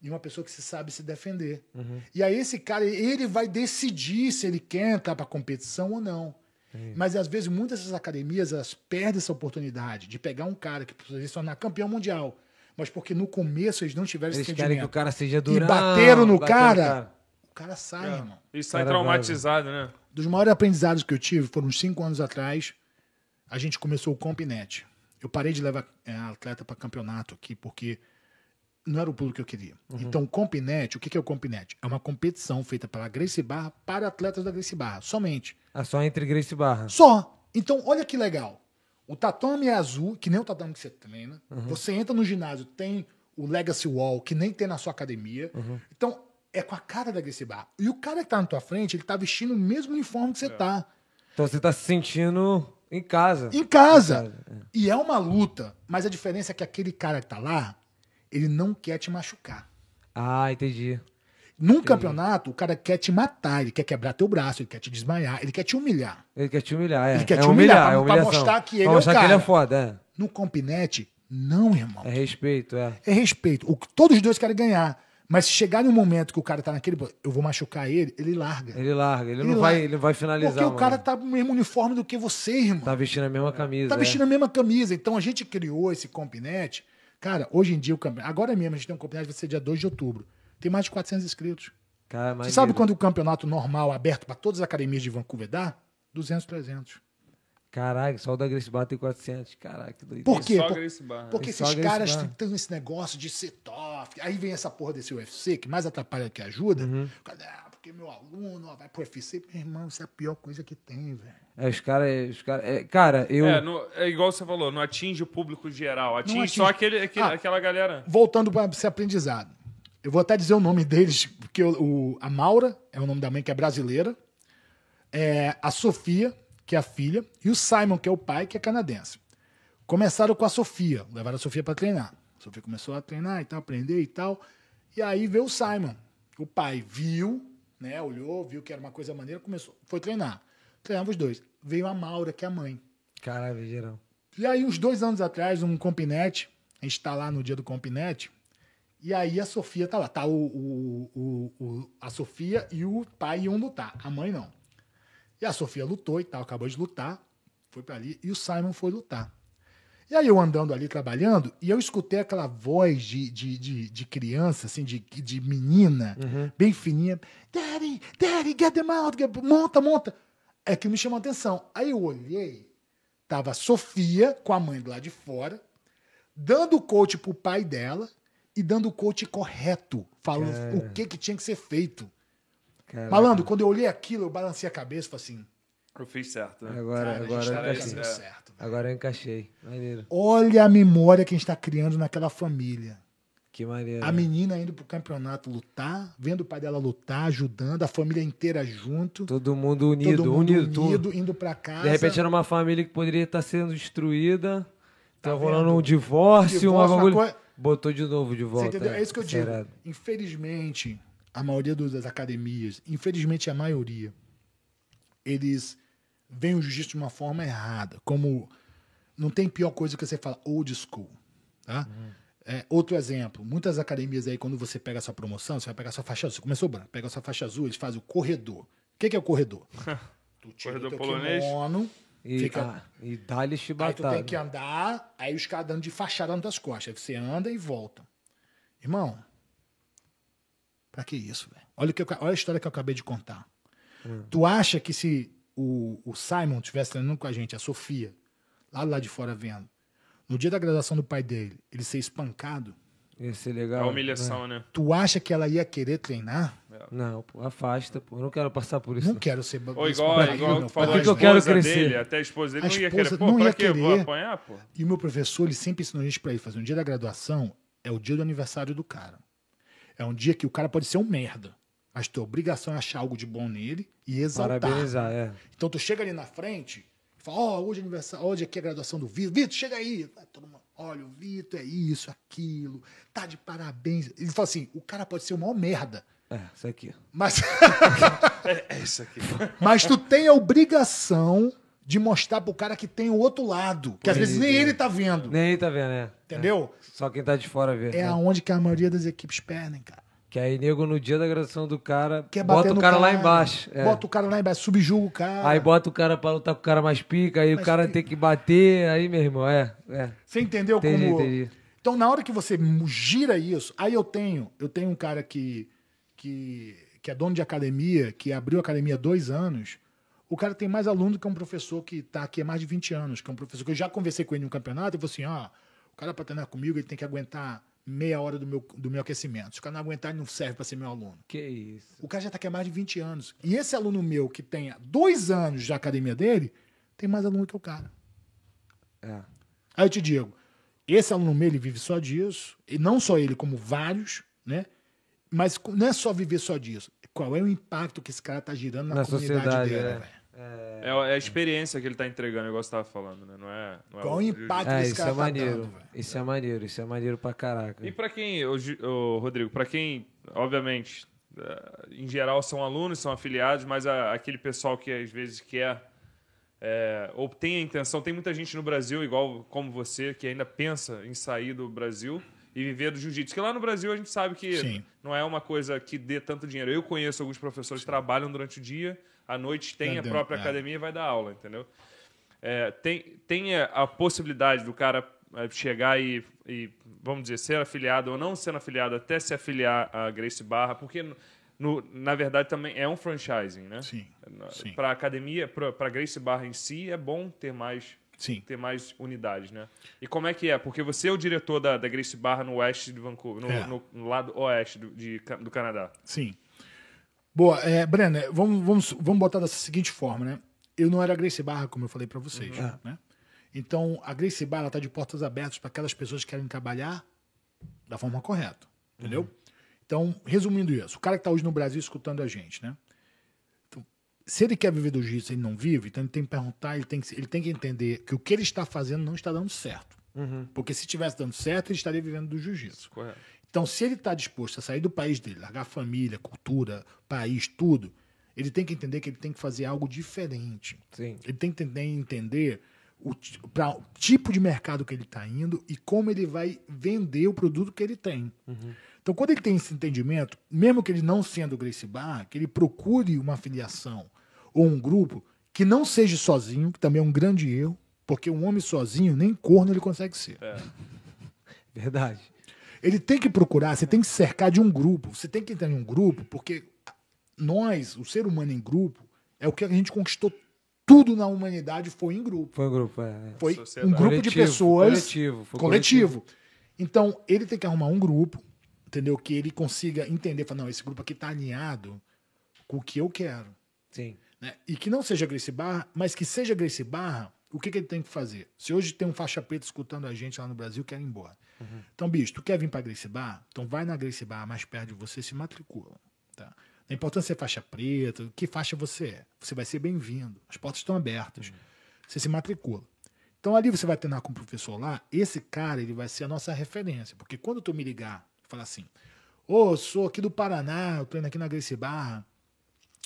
Speaker 3: e uma pessoa que se sabe se defender.
Speaker 1: Uhum.
Speaker 3: E aí esse cara, ele vai decidir se ele quer entrar para competição ou não.
Speaker 1: É
Speaker 3: Mas às vezes muitas dessas academias elas perdem essa oportunidade de pegar um cara que precisa se tornar campeão mundial, mas porque no começo eles não tiveram
Speaker 1: Eles
Speaker 3: esse
Speaker 1: querem que o
Speaker 3: entendimento.
Speaker 1: cara seja durão.
Speaker 3: e bateram no
Speaker 1: bateram
Speaker 3: cara, o cara sai, irmão.
Speaker 2: E sai
Speaker 1: Cara,
Speaker 2: traumatizado, né?
Speaker 3: dos maiores aprendizados que eu tive foram uns cinco anos atrás. A gente começou o Compinet. Eu parei de levar é, atleta para campeonato aqui porque não era o público que eu queria. Então, o Compinet, o que que é o Compinet? É uma competição feita pela Gracie Barra para atletas da Gracie Barra, somente.
Speaker 1: Ah, só entre Grace e Barra.
Speaker 3: Só. Então, olha que legal. O tatame é azul, que nem o tatame que você treina. Você entra no ginásio, tem o Legacy Wall, que nem tem na sua academia. Então, é com a cara da Gracie Barra. E o cara que tá na tua frente, ele tá vestindo o mesmo uniforme que você tá
Speaker 1: Então você tá se sentindo em casa.
Speaker 3: em casa.
Speaker 1: Em
Speaker 3: E é uma luta, mas a diferença é que aquele cara que tá lá, ele não quer te machucar.
Speaker 1: Ah, entendi.
Speaker 3: Num campeonato, o cara quer te matar, ele quer quebrar teu braço, ele quer te desmaiar, ele quer te humilhar.
Speaker 1: Ele quer te humilhar, é.
Speaker 3: Ele quer
Speaker 1: É
Speaker 3: te humilhar,
Speaker 1: é
Speaker 3: pra- pra
Speaker 1: humilhação.
Speaker 3: mostrar que ele
Speaker 1: Pra
Speaker 3: é o
Speaker 1: mostrar que
Speaker 3: cara.
Speaker 1: ele é foda,
Speaker 3: No Compinet, não, irmão.
Speaker 1: é. É respeito, é.
Speaker 3: É respeito. O- todos os dois querem ganhar. Mas se chegar num momento que o cara tá naquele. Eu vou machucar ele, ele larga.
Speaker 1: Ele larga, ele, não
Speaker 3: larga.
Speaker 1: vai, ele vai finalizar.
Speaker 3: Porque o
Speaker 1: mano.
Speaker 3: cara tá no mesmo uniforme do que você, irmão.
Speaker 1: Tá vestindo a mesma camisa.
Speaker 3: Tá
Speaker 1: é.
Speaker 3: vestindo a mesma camisa. Então a gente criou esse Compinet. Cara, hoje em dia, o campeonato. Agora mesmo, a gente tem um Compinet, vai ser dia 2 de outubro. Tem mais de 400 inscritos.
Speaker 1: Cara, é
Speaker 3: Você
Speaker 1: maneiro.
Speaker 3: sabe quando o campeonato normal, aberto para todas as academias de Vancouver dá? 200, 300.
Speaker 1: Caralho, só o da Grace Barra tem 400. Caralho, que doideira.
Speaker 3: Por quê?
Speaker 2: Só
Speaker 3: Por-
Speaker 2: Gracie Barra.
Speaker 3: porque
Speaker 1: Ah, E
Speaker 3: esses
Speaker 1: sogra
Speaker 3: caras
Speaker 1: isso, né?
Speaker 3: têm esse negócio de ser top. Aí vem essa porra desse UFC, que mais atrapalha que ajuda.
Speaker 1: Uhum.
Speaker 3: O cara, ah, porque meu aluno ó, vai pro UFC. Meu irmão, isso é a pior coisa que tem, velho.
Speaker 1: É, os caras. Os cara, é, cara, eu.
Speaker 2: É, no- é igual você falou, não atinge o público geral, atinge,
Speaker 3: atinge.
Speaker 2: só aquele, aquele-
Speaker 3: Ah.
Speaker 2: aquela galera.
Speaker 3: voltando para esse aprendizado. Eu vou até dizer o nome deles, porque eu- o, a Maura é o nome da mãe, que é brasileira. É, a Sofia, que é a filha. E o Simon, que é o pai, que é canadense. Começaram com a Sofia. Levaram a Sofia para treinar. A Sofia começou a treinar e tal, aprender e tal. E aí veio o Simon, o pai. Viu né? Olhou, viu que era uma coisa maneira, começou, foi treinar. Treinava os dois. Veio a Maura, que é a mãe.
Speaker 1: Caralho, geral.
Speaker 3: E aí, uns dois anos atrás, um compinete, a gente tá lá no dia do compinete, e aí a Sofia tá lá, tá o, o- o- o- a Sofia e o pai iam lutar, a mãe não. E a Sofia lutou e tal, acabou de lutar, foi pra ali, e o Simon foi lutar. E aí eu andando ali, trabalhando, e eu escutei aquela voz de, de, de, de criança, assim, de, de menina, bem fininha. Daddy, daddy, get them out, get- monta, monta. É que me chamou a atenção. Aí eu olhei, tava a Sofia com a mãe do lado de fora, dando o coach pro pai dela e dando o coach correto, falando o que que tinha que ser feito.
Speaker 1: Caraca.
Speaker 3: Malandro, quando eu olhei aquilo, eu balancei a cabeça e falei assim,
Speaker 2: Eu fiz certo. né?
Speaker 1: Agora,
Speaker 3: cara, a
Speaker 1: agora,
Speaker 3: gente tá
Speaker 1: eu
Speaker 2: era
Speaker 1: encaixei.
Speaker 2: isso,
Speaker 3: fazendo
Speaker 2: é.
Speaker 3: certo.
Speaker 1: agora eu encaixei. Maneiro.
Speaker 3: Olha a memória que a gente está criando naquela família.
Speaker 1: Que maneiro.
Speaker 3: A menina indo pro campeonato lutar, vendo o pai dela lutar, ajudando, a família inteira junto,
Speaker 1: Todo mundo unido,
Speaker 3: todo mundo
Speaker 1: unido, tudo.
Speaker 3: unido, indo pra casa.
Speaker 1: De repente era uma família que poderia estar sendo destruída. Tá, rolando
Speaker 3: vendo?
Speaker 1: um divórcio,
Speaker 3: Divórcio,
Speaker 1: uma
Speaker 3: uma
Speaker 1: bagulho.
Speaker 3: coisa-
Speaker 1: Botou de novo de volta.
Speaker 3: Você entendeu? É isso que eu digo.
Speaker 1: Serado.
Speaker 3: Infelizmente, a maioria dos- das academias, infelizmente a maioria, eles veem o jiu-jitsu de uma forma errada. Como não tem pior coisa que você fala old school. Tá?
Speaker 1: Uhum.
Speaker 3: É, outro exemplo, muitas academias aí, quando você pega a sua promoção, você vai pegar a sua faixa azul. Você começou branco, pega a sua faixa azul, eles fazem o corredor. O que, que é o corredor? tu
Speaker 2: Corredor
Speaker 3: teu
Speaker 2: polonês?
Speaker 3: kimono,
Speaker 1: E,
Speaker 3: fica
Speaker 1: ah, e dá-lhe
Speaker 3: Aí tu
Speaker 1: chibatada.
Speaker 3: tem que andar, aí os caras dando de fachada nas tuas costas. Aí você anda e volta. Irmão, pra que isso, velho? Olha, o que eu ca- olha a história que eu acabei de contar. Tu acha que se o, o Simon estivesse treinando com a gente, a Sofia, lá do lado de fora vendo, no dia da graduação do pai dele, ele ser espancado,
Speaker 1: Ia ser
Speaker 2: É
Speaker 1: legal.
Speaker 2: a humilhação, né?
Speaker 3: tu acha que ela ia querer treinar?
Speaker 1: Não, não, pô, afasta, pô. Eu não quero passar por isso.
Speaker 3: Não
Speaker 1: não.
Speaker 3: quero ser... ba-
Speaker 2: Ou igual,
Speaker 3: espancado,
Speaker 2: igual
Speaker 3: meu. né?
Speaker 2: tu falou né?
Speaker 3: Pra
Speaker 2: a
Speaker 1: que que eu
Speaker 2: esposa
Speaker 1: quero crescer?
Speaker 2: dele, até a esposa dele
Speaker 3: A
Speaker 2: não ia
Speaker 3: esposa
Speaker 2: querer. Pô,
Speaker 3: não
Speaker 2: pra
Speaker 3: ia
Speaker 2: quê? Vou
Speaker 3: querer.
Speaker 2: apanhar, pô.
Speaker 3: E o meu professor, ele sempre ensinou a gente pra ele fazer um dia da graduação é o dia do aniversário do cara. É um dia que o cara pode ser um merda, mas tua obrigação é achar algo de bom nele e exaltar.
Speaker 1: Parabenizar, é.
Speaker 3: Então tu chega ali na frente e fala: "Ó, hoje é aniversário, hoje aqui é a graduação do Vitor. Vitor, chega aí". Aí todo mundo, "Olha, o Vitor é isso, aquilo. Tá de parabéns". Ele fala assim: "O cara pode ser o maior merda,
Speaker 1: É, isso aqui.
Speaker 3: mas
Speaker 2: É isso aqui.
Speaker 3: Mas tu tem a obrigação de mostrar pro cara que tem o outro lado, que às vezes nem ele tá vendo.
Speaker 1: Nem aí tá vendo, né?
Speaker 3: Entendeu?
Speaker 1: É. Só quem tá de fora vê.
Speaker 3: É
Speaker 1: né?
Speaker 3: aonde que a maioria das equipes perdem, cara.
Speaker 1: Que aí, nego, no dia da graduação do cara,
Speaker 3: Quer
Speaker 1: bota
Speaker 3: bater
Speaker 1: o
Speaker 3: no
Speaker 1: cara, lá embaixo. é.
Speaker 3: Bota o cara lá embaixo, subjuga o cara.
Speaker 1: Aí bota o cara pra lutar com o cara mais pica, aí o cara tem que bater, aí, meu irmão, é. é.
Speaker 3: Você entendeu
Speaker 1: Entendi,
Speaker 3: como.
Speaker 1: entendi.
Speaker 3: Então, na hora que você gira isso, aí eu tenho, eu tenho um cara que, que, que é dono de academia, que abriu a academia há dois anos. O cara tem mais aluno que um professor que tá aqui há mais de 20 anos, que é um professor que eu já conversei com ele no campeonato e falei assim: ó, o cara pra treinar comigo, ele tem que aguentar meia hora do meu, do meu aquecimento. Se o cara não aguentar, ele não serve pra ser meu aluno.
Speaker 1: Que isso.
Speaker 3: O cara já tá aqui há mais de 20 anos. E esse aluno meu, que tem dois anos de academia dele, tem mais aluno que o cara.
Speaker 1: É.
Speaker 3: Aí eu te digo, esse aluno meu, ele vive só disso, e não só ele, como vários, né? Mas co- não é só viver só disso. Qual é o impacto que esse cara tá girando na,
Speaker 1: Na
Speaker 3: comunidade
Speaker 1: sociedade,
Speaker 3: dele, né,
Speaker 1: é.
Speaker 3: velho?
Speaker 2: É, é a experiência que ele tá entregando, igual você tava falando, né? Não é, não é
Speaker 3: Qual o impacto
Speaker 1: É,
Speaker 3: que esse
Speaker 1: isso é
Speaker 3: cara tá
Speaker 1: maneiro.
Speaker 3: dando, velho?
Speaker 1: isso é. maneiro, isso é maneiro pra caraca.
Speaker 2: E pra quem, ô, Gi- ô, Rodrigo, pra quem, obviamente, eh, em geral são alunos, são afiliados, mas a- aquele pessoal que às vezes quer eh, ou tem a intenção, tem muita gente no Brasil, igual como você, que ainda pensa em sair do Brasil e viver do jiu-jitsu. Porque lá no Brasil a gente sabe que
Speaker 3: Sim.
Speaker 2: não é uma coisa que dê tanto dinheiro. Eu conheço alguns professores que trabalham durante o dia, à noite tem
Speaker 3: Tá
Speaker 2: a
Speaker 3: dando,
Speaker 2: própria
Speaker 3: é.
Speaker 2: academia e vai dar aula, entendeu? É, tem, tem a- a possibilidade do cara é, chegar e, e, vamos dizer, ser afiliado ou não sendo afiliado, até se afiliar a Grace Barra, porque, no- no- na verdade, também é um franchising, né?
Speaker 3: Sim, sim.
Speaker 2: Para a academia, para Grace Barra em si, é bom ter mais,
Speaker 3: Sim.
Speaker 2: ter mais unidades, né? E como é que é? Porque você é o diretor da, da Grace Barra no oeste de Vancouver, no,
Speaker 3: É.
Speaker 2: no- no lado oeste do, de Ca- do Canadá.
Speaker 3: Sim. Boa, é, Breno, é, vamos, vamos, vamos botar dessa seguinte forma, né? Eu não era a Grace Barra, como eu falei pra vocês, né? Então, a Grace Barra tá de portas abertas para aquelas pessoas que querem trabalhar da forma correta, entendeu? Então, resumindo isso, o cara que tá hoje no Brasil escutando a gente, né? Então, se ele quer viver do jiu-jitsu e ele não vive, então ele tem que perguntar, ele tem que, ele tem que entender que o que ele
Speaker 1: Uhum,
Speaker 3: está fazendo não está dando certo. Porque se estivesse dando certo, ele estaria vivendo do jiu-jitsu.
Speaker 2: Correto.
Speaker 3: Então, se ele está disposto a sair do país dele, largar a família, cultura, país, tudo, ele tem que entender que ele tem que fazer algo diferente.
Speaker 1: Sim.
Speaker 3: Ele tem que entender, entender o, ti- pra- o tipo de mercado que ele está indo e como ele vai vender o produto que ele tem. Então, quando ele tem esse entendimento, mesmo que ele não sendo o Grace Bar, que ele procure uma afiliação ou um grupo que não seja sozinho, que também é um grande erro, porque um homem sozinho, nem corno ele consegue ser.
Speaker 1: Verdade.
Speaker 3: Ele tem que procurar, você tem que se cercar de um grupo. Você tem que entrar em um grupo, porque nós, o ser humano em grupo, é o que a gente conquistou tudo na humanidade foi em grupo.
Speaker 1: Foi um grupo, é.
Speaker 3: Foi
Speaker 2: Sociedade.
Speaker 3: um grupo de
Speaker 1: Coletivo,
Speaker 3: pessoas.
Speaker 1: coletivo, foi
Speaker 3: coletivo. Então, ele tem que arrumar um grupo, entendeu? Que ele consiga entender, falar, não, esse grupo aqui tá alinhado com o que eu quero.
Speaker 1: Sim.
Speaker 3: né? E que não seja Grace Barra, mas que seja Grace Barra, o que, que ele tem que fazer? Se hoje tem um faixa preta escutando a gente lá no Brasil, quer ir embora. Então, bicho, tu quer vir pra Grace Barra? Então vai na Grace Barra mais perto de você se matricula. Tá? Não importa se é faixa preta, que faixa você é. Você vai ser bem-vindo. As portas estão abertas. Você se matricula. Então ali você vai treinar com o professor lá, esse cara ele vai ser a nossa referência. Porque quando tu me ligar e falar assim, ô, eu sou aqui do Paraná, eu treino aqui na Grace Barra,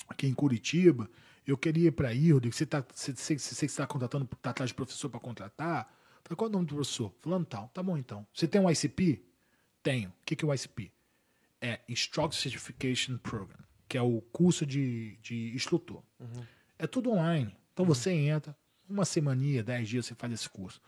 Speaker 3: aqui em Curitiba, eu queria ir para aí, Rodrigo, você está você, você, você está contratando, está atrás de professor para contratar? Eu Falei, qual é o nome do professor? Fulano tal, tá bom então. Você tem um ICP? Tenho. O que, que é o ICP? É Instructor Certification Program, que é o curso de, de instrutor. É tudo online. Então você entra, uma semana, dez dias você faz esse curso.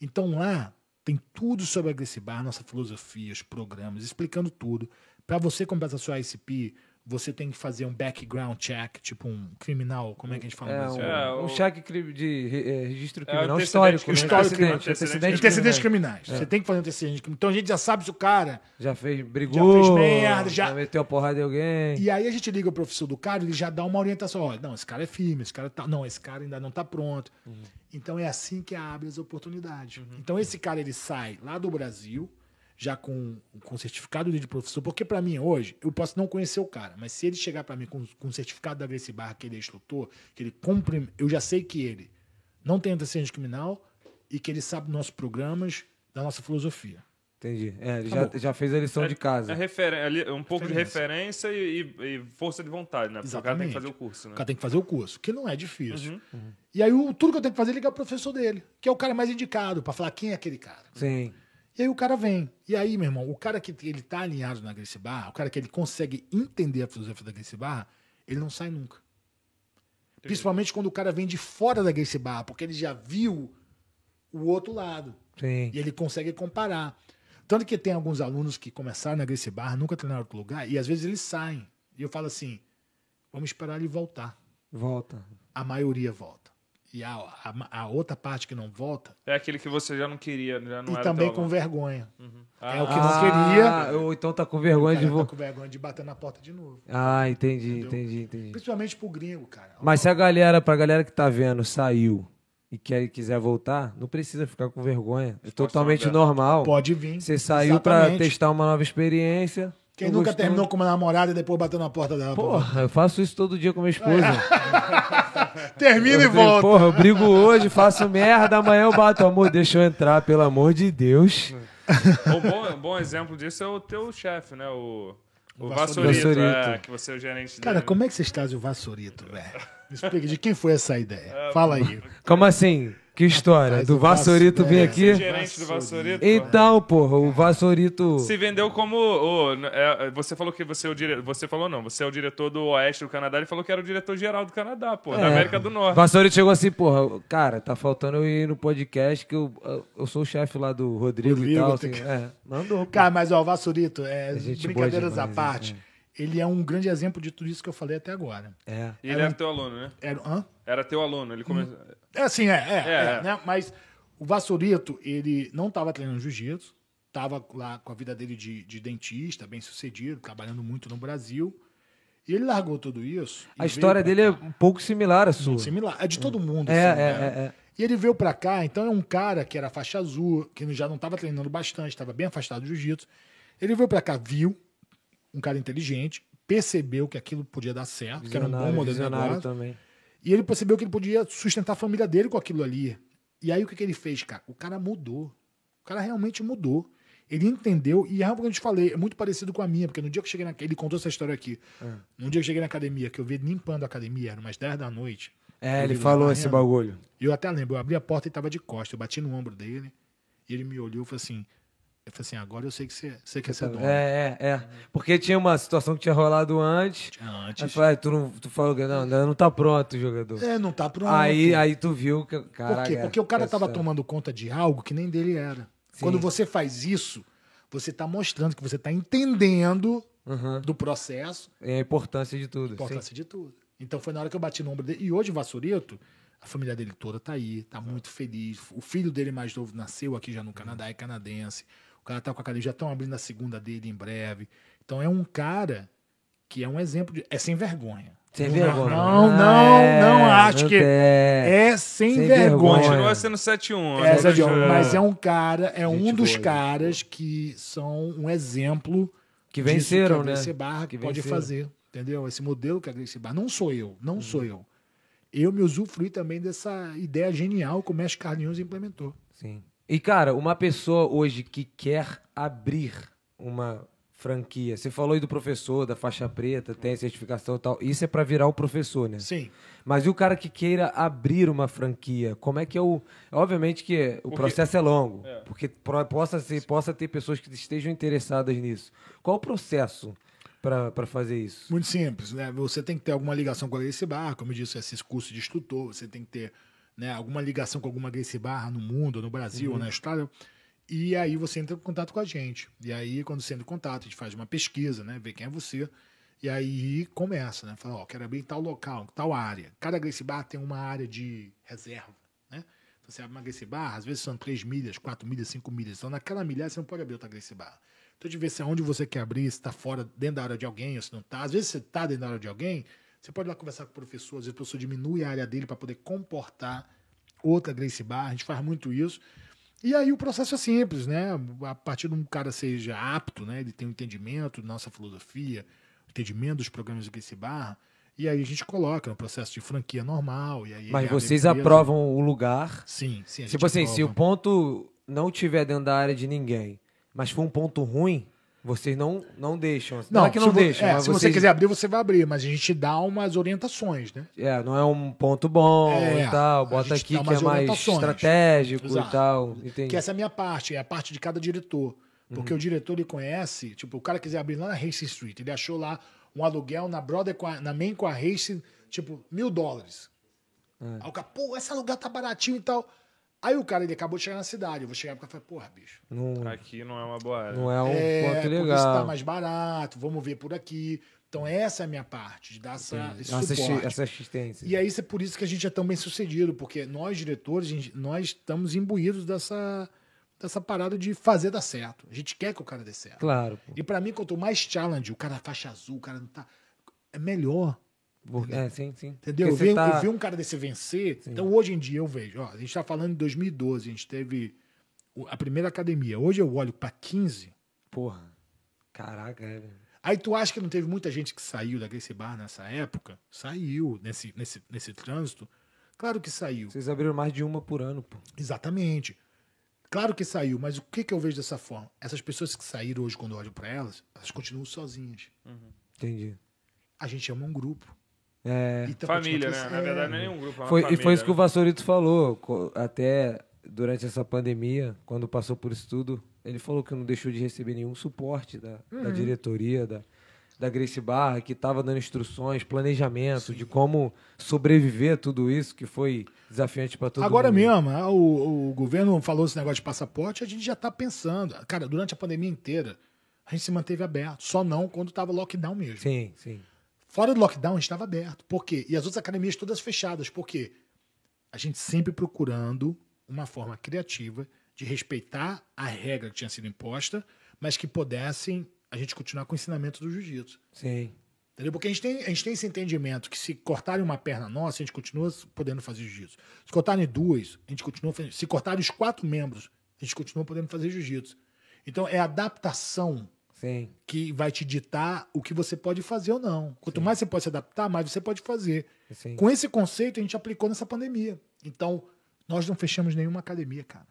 Speaker 3: Então lá tem tudo sobre a Grace Bar, nossa filosofia, os programas, explicando tudo. Para você completar sua ICP, você tem que fazer um background check, tipo um criminal, como é que a gente fala?
Speaker 1: É
Speaker 3: no
Speaker 1: um,
Speaker 3: Brasil?
Speaker 2: É, o-
Speaker 1: um cheque cri- de re- é, registro
Speaker 2: É,
Speaker 1: criminal
Speaker 2: antecedente
Speaker 1: histórico. né?
Speaker 2: criminal.
Speaker 1: Antecedente,
Speaker 2: Antecedente
Speaker 1: antecedente
Speaker 3: Antecedentes
Speaker 1: criminal.
Speaker 3: criminais. Você tem que fazer antecedentes criminais. Então a gente já sabe se o cara.
Speaker 1: Já fez, brigou.
Speaker 3: merda, já-
Speaker 1: meteu a porrada em alguém.
Speaker 3: E aí a gente liga o professor do cara, ele já dá uma orientação. Olha, não, esse cara é firme, esse cara tá. Não, esse cara ainda não tá pronto. Então é assim que abre as oportunidades. Então esse cara ele sai lá do Brasil, já com com certificado de professor, porque para mim hoje eu posso não conhecer o cara, mas se ele chegar para mim com, com o certificado da Grace Barra que ele é instrutor, que ele cumpre, eu já sei que ele não tem antecedente criminal e que ele sabe dos nossos programas, da nossa filosofia.
Speaker 1: Entendi. É, ele
Speaker 3: Tá
Speaker 1: já,
Speaker 3: bom.
Speaker 1: já fez a lição
Speaker 2: É-
Speaker 1: de casa.
Speaker 2: É referen- ali- um pouco
Speaker 3: Referência.
Speaker 2: de referência e, e- e força de vontade, né? Porque o cara tem que
Speaker 3: Exatamente.
Speaker 2: fazer o curso,
Speaker 3: O
Speaker 2: né?
Speaker 3: cara tem que fazer o curso, que não é difícil. E aí o, tudo que eu tenho que fazer é ligar o professor dele, que é o cara mais indicado, pra falar quem é aquele cara.
Speaker 1: Sim.
Speaker 3: E aí o cara vem. E aí, meu irmão, o cara que ele tá alinhado na Grace Barra, o cara que ele consegue entender a filosofia da Grace Barra, ele não sai nunca. Principalmente quando o cara vem de fora da Grace Barra, porque ele já viu o outro lado.
Speaker 1: Sim.
Speaker 3: E ele consegue comparar. Tanto que tem alguns alunos que começaram na Grace Barra, nunca treinaram em outro lugar, e às vezes eles saem. E eu falo assim, vamos esperar ele voltar
Speaker 1: Volta.
Speaker 3: a maioria volta. E a, a, a outra parte que não volta,
Speaker 2: É aquele que você já não queria, já não
Speaker 3: e
Speaker 2: era
Speaker 3: também
Speaker 2: teu
Speaker 3: com
Speaker 2: aluno.
Speaker 3: vergonha.
Speaker 2: Ah,
Speaker 3: é o que não queria.
Speaker 1: é Uhum. Ah, ou então tá com
Speaker 3: O
Speaker 1: vergonha
Speaker 3: cara
Speaker 1: de
Speaker 3: tá
Speaker 1: vo...
Speaker 3: com vergonha de bater na porta de novo.
Speaker 1: Ah, entendi, entendi, entendi.
Speaker 3: Principalmente pro gringo, cara.
Speaker 1: Mas se a galera, pra galera que tá vendo, saiu e quer, quiser voltar, não precisa ficar com vergonha. É totalmente
Speaker 2: aberta.
Speaker 1: normal.
Speaker 3: Pode vir.
Speaker 1: Você saiu pra
Speaker 3: Exatamente.
Speaker 1: testar uma nova experiência.
Speaker 3: Quem
Speaker 1: não
Speaker 3: nunca
Speaker 1: gostou-
Speaker 3: terminou com uma namorada e depois bateu na porta dela.
Speaker 1: Porra, eu faço isso todo dia com minha esposa.
Speaker 3: Termina e
Speaker 1: Eu brigo-
Speaker 3: volta.
Speaker 1: Porra, eu brigo hoje, faço merda, amanhã eu bato. Amor, deixa eu entrar, pelo amor de Deus.
Speaker 3: É.
Speaker 2: Um bom, um bom exemplo disso é o teu chefe, né? O, o,
Speaker 3: O
Speaker 2: Vassourito,
Speaker 1: Vassourito.
Speaker 2: é, que você é o gerente
Speaker 3: Cara,
Speaker 2: dele.
Speaker 3: como é que vocês trazem o vassourito, velho? Me explica, de quem foi essa
Speaker 1: É,
Speaker 3: ideia? Fala aí.
Speaker 1: Como assim? Que história?
Speaker 3: Rapaz,
Speaker 1: Do
Speaker 3: eu faço
Speaker 1: Vassourito vir
Speaker 3: ideia.
Speaker 2: O
Speaker 1: aqui?
Speaker 2: gerente do Vassourito.
Speaker 1: Então, porra, o Vassourito.
Speaker 2: Se vendeu como. o- n- é, você falou que você é o diretor. Você falou não, você é o diretor do Oeste do Canadá. Ele falou que era o diretor geral do Canadá, pô, da
Speaker 1: É.
Speaker 2: América do Norte.
Speaker 1: Vassourito chegou assim, porra, cara, tá faltando eu ir no podcast que eu, eu sou o chefe lá do Rodrigo, e
Speaker 3: Rodrigo,
Speaker 1: tal.
Speaker 3: tem
Speaker 1: Assim,
Speaker 3: que-
Speaker 1: é, mandou. pô.
Speaker 3: Cara, mas ó, o vassourito, é,
Speaker 1: gente boa
Speaker 3: brincadeiras à
Speaker 1: demais,
Speaker 3: parte, ele é um grande exemplo de tudo isso que eu falei até agora.
Speaker 1: É.
Speaker 2: E ele era teu aluno, né?
Speaker 3: Era, hã?
Speaker 2: Era teu aluno. Ele começou.
Speaker 3: É assim, é, é,
Speaker 2: É.
Speaker 3: é, né? Mas o Vassourito, ele não estava treinando jiu-jitsu, estava lá com a vida dele de, de dentista, bem sucedido, trabalhando muito no Brasil. E ele largou tudo isso. e
Speaker 1: A história
Speaker 3: veio
Speaker 1: dele
Speaker 3: pra
Speaker 1: é um pouco similar à
Speaker 3: cá.
Speaker 1: sua.
Speaker 3: similar. É de todo mundo.
Speaker 1: É,
Speaker 3: assim,
Speaker 1: é,
Speaker 3: né?
Speaker 1: é, é.
Speaker 3: E ele veio pra cá, então é um cara que era faixa azul, que já não estava treinando bastante, estava bem afastado do jiu-jitsu. Ele veio pra cá, viu um cara inteligente, percebeu que aquilo podia dar certo, que era um bom
Speaker 1: Visionário,
Speaker 3: modelo de
Speaker 1: visionário
Speaker 3: negócio.
Speaker 1: também.
Speaker 3: E ele percebeu que ele podia sustentar a família dele com aquilo ali. E aí o que, que ele fez, cara? O cara mudou. O cara realmente mudou. Ele entendeu, e é algo que eu te falei, é muito parecido com a minha, porque no dia que eu cheguei na. Ele contou essa história aqui.
Speaker 1: É.
Speaker 3: No dia que eu cheguei na academia, que eu vi ele limpando a academia, eram umas 10 da noite.
Speaker 1: É,
Speaker 3: Eu "Ah, vi
Speaker 1: ele falou esse
Speaker 3: varrendo.
Speaker 1: bagulho.
Speaker 3: E eu até lembro, eu abri a porta e tava de costas. Eu bati no ombro dele, e ele me olhou e falou assim: Eu falei assim, agora eu sei que você, você quer ser dono.
Speaker 1: É, é, é. Porque tinha uma situação que tinha rolado antes. Aí eu
Speaker 3: Antes.
Speaker 1: falei, ah, tu, não, tu falou que não, ainda não tá pronto, jogador.
Speaker 3: É, não tá pronto.
Speaker 1: aí, aí tu viu que.
Speaker 3: Por
Speaker 1: Caraca,
Speaker 3: quê? Porque o cara
Speaker 1: essa-
Speaker 3: tava tomando conta de algo que nem dele era.
Speaker 1: Sim.
Speaker 3: Quando você faz isso, você tá mostrando que você tá entendendo
Speaker 1: Uhum.
Speaker 3: do processo,
Speaker 1: E É a importância de tudo.
Speaker 3: importância
Speaker 1: sim.
Speaker 3: de tudo. Então foi na hora que eu bati no ombro dele. E hoje, o Vassourito, a família dele toda tá aí, tá muito feliz. O filho dele mais novo nasceu aqui
Speaker 1: Uhum.
Speaker 3: já no Canadá, é canadense. O cara tá com a academia, já estão abrindo a segunda dele em breve. Então é um cara que é um exemplo de. É sem vergonha.
Speaker 1: Sem
Speaker 3: Não,
Speaker 1: vergonha.
Speaker 3: Não,
Speaker 1: Ah,
Speaker 3: não,
Speaker 1: é,
Speaker 3: não acho que.
Speaker 1: É.
Speaker 3: É sem,
Speaker 1: Sem
Speaker 3: vergonha.
Speaker 1: vergonha.
Speaker 2: Continua sendo 7-1.
Speaker 3: É,
Speaker 2: né?
Speaker 3: Sérgio,
Speaker 2: Mas,
Speaker 3: mas é um cara, é
Speaker 4: boa,
Speaker 3: um dos
Speaker 4: gente
Speaker 3: caras que são um exemplo
Speaker 1: Que
Speaker 3: disso
Speaker 1: venceram,
Speaker 3: que é a Gracie
Speaker 1: né?
Speaker 3: Barra
Speaker 1: Que
Speaker 3: pode
Speaker 1: venceram. Uhum.
Speaker 3: fazer, entendeu? Esse modelo que a Gracie Barra, não sou eu, não sou eu. Eu me usufruí também dessa ideia genial que o mestre Carlinhos implementou.
Speaker 1: Sim. E, cara, uma pessoa hoje que quer abrir uma franquia, você falou aí do professor, da faixa preta, tem certificação e tal. Isso é pra virar o professor, né?
Speaker 3: Sim.
Speaker 1: Mas e o cara que queira abrir uma franquia? Como é que é o. Obviamente que o processo é longo, porque pro- possa, ser, possa ter pessoas que estejam interessadas nisso. Qual o processo para fazer isso?
Speaker 3: Muito simples, né? Você tem que ter alguma ligação com a Gracie Barra, como eu disse, esses cursos de instrutor, você tem que ter né, alguma ligação com alguma Gracie Barra no mundo, no Brasil,
Speaker 1: Uhum.
Speaker 3: ou na Austrália. E aí você entra em contato com a gente. E aí, quando você entra em contato, a gente faz uma pesquisa, né? Vê quem é você. E aí começa, né? Fala, ó, quero abrir em tal local, em tal área. Cada Gracie Barra tem uma área de reserva, né? Então, você abre uma Gracie Barra, às vezes são 3 milhas, 4 milhas, 5 milhas. Então, naquela milha você não pode abrir outra Gracie Barra. Então, de ver se aonde você quer abrir, se está fora, dentro da área de alguém, ou se não está. Às vezes você está dentro da área de alguém, você pode ir lá conversar com o professor, às vezes o professor diminui a área dele para poder comportar outra Gracie Barra. A gente faz muito isso. E aí o processo é simples, né? A partir de um cara seja apto, né? Ele tem um entendimento da nossa filosofia, entendimento dos programas do Gracie Barra. E aí a gente coloca no processo de franquia normal. E aí
Speaker 1: Mas
Speaker 3: ele abre
Speaker 1: vocês
Speaker 3: empresa.
Speaker 1: aprovam o lugar.
Speaker 3: Sim, sim. a gente
Speaker 1: Tipo assim, se o
Speaker 3: aprova.
Speaker 1: ponto não tiver dentro da área de ninguém, mas for um ponto ruim, vocês não, não deixam. Não, é que
Speaker 3: se
Speaker 1: não
Speaker 3: vo-
Speaker 1: deixam.
Speaker 3: é,
Speaker 1: mas
Speaker 3: se você
Speaker 1: vocês-
Speaker 3: quiser abrir, você vai abrir, mas a gente dá umas orientações, né?
Speaker 1: É, não é um ponto bom
Speaker 3: É,
Speaker 1: e tal.
Speaker 3: a
Speaker 1: Bota
Speaker 3: gente
Speaker 1: aqui
Speaker 3: dá
Speaker 1: que é
Speaker 3: umas
Speaker 1: mais
Speaker 3: orientações.
Speaker 1: estratégico e
Speaker 3: Exato.
Speaker 1: tal. Entendi.
Speaker 3: Que essa é a minha parte, é a parte de cada diretor.
Speaker 1: Uhum.
Speaker 3: Porque o diretor ele conhece, tipo, o cara quiser abrir lá na Race Street, ele achou lá um aluguel na Brother, com a- na Main com a Race, tipo, mil dólares.
Speaker 1: É.
Speaker 3: Aí o cara, pô, esse aluguel tá baratinho e tal. Aí o cara, ele acabou de chegar na cidade. Eu vou chegar pro cara e falar, porra, bicho.
Speaker 1: Não,
Speaker 2: Aqui não é uma boa área.
Speaker 1: não é um ponto
Speaker 3: porque
Speaker 1: legal.
Speaker 3: isso tá mais barato, vamos ver por aqui. Então essa é a minha parte, de dar essa, esse
Speaker 1: Essa, assi-
Speaker 3: suporte.
Speaker 1: É essa assistência.
Speaker 3: E aí isso é por isso que a gente é tão bem sucedido, porque nós, diretores, a gente- nós estamos imbuídos dessa, dessa parada de fazer dar certo. A gente quer que o cara dê certo.
Speaker 1: Claro, pô.
Speaker 3: E pra mim, quanto mais challenge, o cara faixa azul, o cara não tá. É melhor.
Speaker 1: Por- É, sim, sim.
Speaker 3: Entendeu? Eu
Speaker 1: Porque
Speaker 3: vi,
Speaker 1: você tá-
Speaker 3: eu vi um cara desse vencer. Então, hoje em dia, eu vejo. Ó, a gente tá falando de 2012, a gente teve o- a primeira academia. Hoje eu olho pra 15.
Speaker 1: Porra. Caraca, é. velho.
Speaker 3: Aí tu acha que não teve muita gente que saiu da Grace Bar nessa época? Saiu nesse, nesse, nesse trânsito. Claro que saiu.
Speaker 1: Vocês abriram mais de uma por ano, pô.
Speaker 3: Exatamente. Claro que saiu, mas o que, que eu vejo dessa forma? Essas pessoas que saíram hoje, quando eu olho pra elas, elas continuam sozinhas.
Speaker 1: Entendi.
Speaker 3: A gente ama um grupo.
Speaker 1: É.
Speaker 3: Então,
Speaker 2: Família,
Speaker 3: continua
Speaker 2: né?
Speaker 3: cres-
Speaker 2: Na verdade,
Speaker 3: É.
Speaker 2: não é nenhum grupo. É uma
Speaker 1: Foi, e
Speaker 2: família,
Speaker 1: foi isso que o
Speaker 2: né?
Speaker 1: Vassourito falou. co- Até durante essa pandemia, quando passou por isso tudo, ele falou que não deixou de receber nenhum suporte da, da diretoria, da, da Grace Barra, que estava dando instruções, planejamento de como sobreviver a tudo isso, que foi desafiante para todo
Speaker 3: Agora
Speaker 1: mundo.
Speaker 3: mesmo, ah, o, o governo falou esse negócio de passaporte, a gente já tá pensando. Cara, durante a pandemia inteira, a gente se manteve aberto. Só não quando tava lockdown mesmo.
Speaker 1: Sim, sim.
Speaker 3: Fora do lockdown, a gente estava aberto. Por quê? E as outras academias todas fechadas. Por quê? A gente sempre procurando uma forma criativa de respeitar a regra que tinha sido imposta, mas que pudessem a gente continuar com o ensinamento do jiu-jitsu.
Speaker 1: Sim.
Speaker 3: Entendeu? Porque a gente, tem, a gente tem esse entendimento que se cortarem uma perna nossa, a gente continua podendo fazer jiu-jitsu. Se cortarem duas, a gente continua fazendo. Se cortarem os quatro membros, a gente continua podendo fazer jiu-jitsu. Então é a adaptação
Speaker 1: Sim.
Speaker 3: que vai te ditar o que você pode fazer ou não. Quanto mais você pode se adaptar, mais você pode fazer.
Speaker 1: Sim.
Speaker 3: Com esse conceito, a gente aplicou nessa pandemia. Então, nós não fechamos nenhuma academia, cara.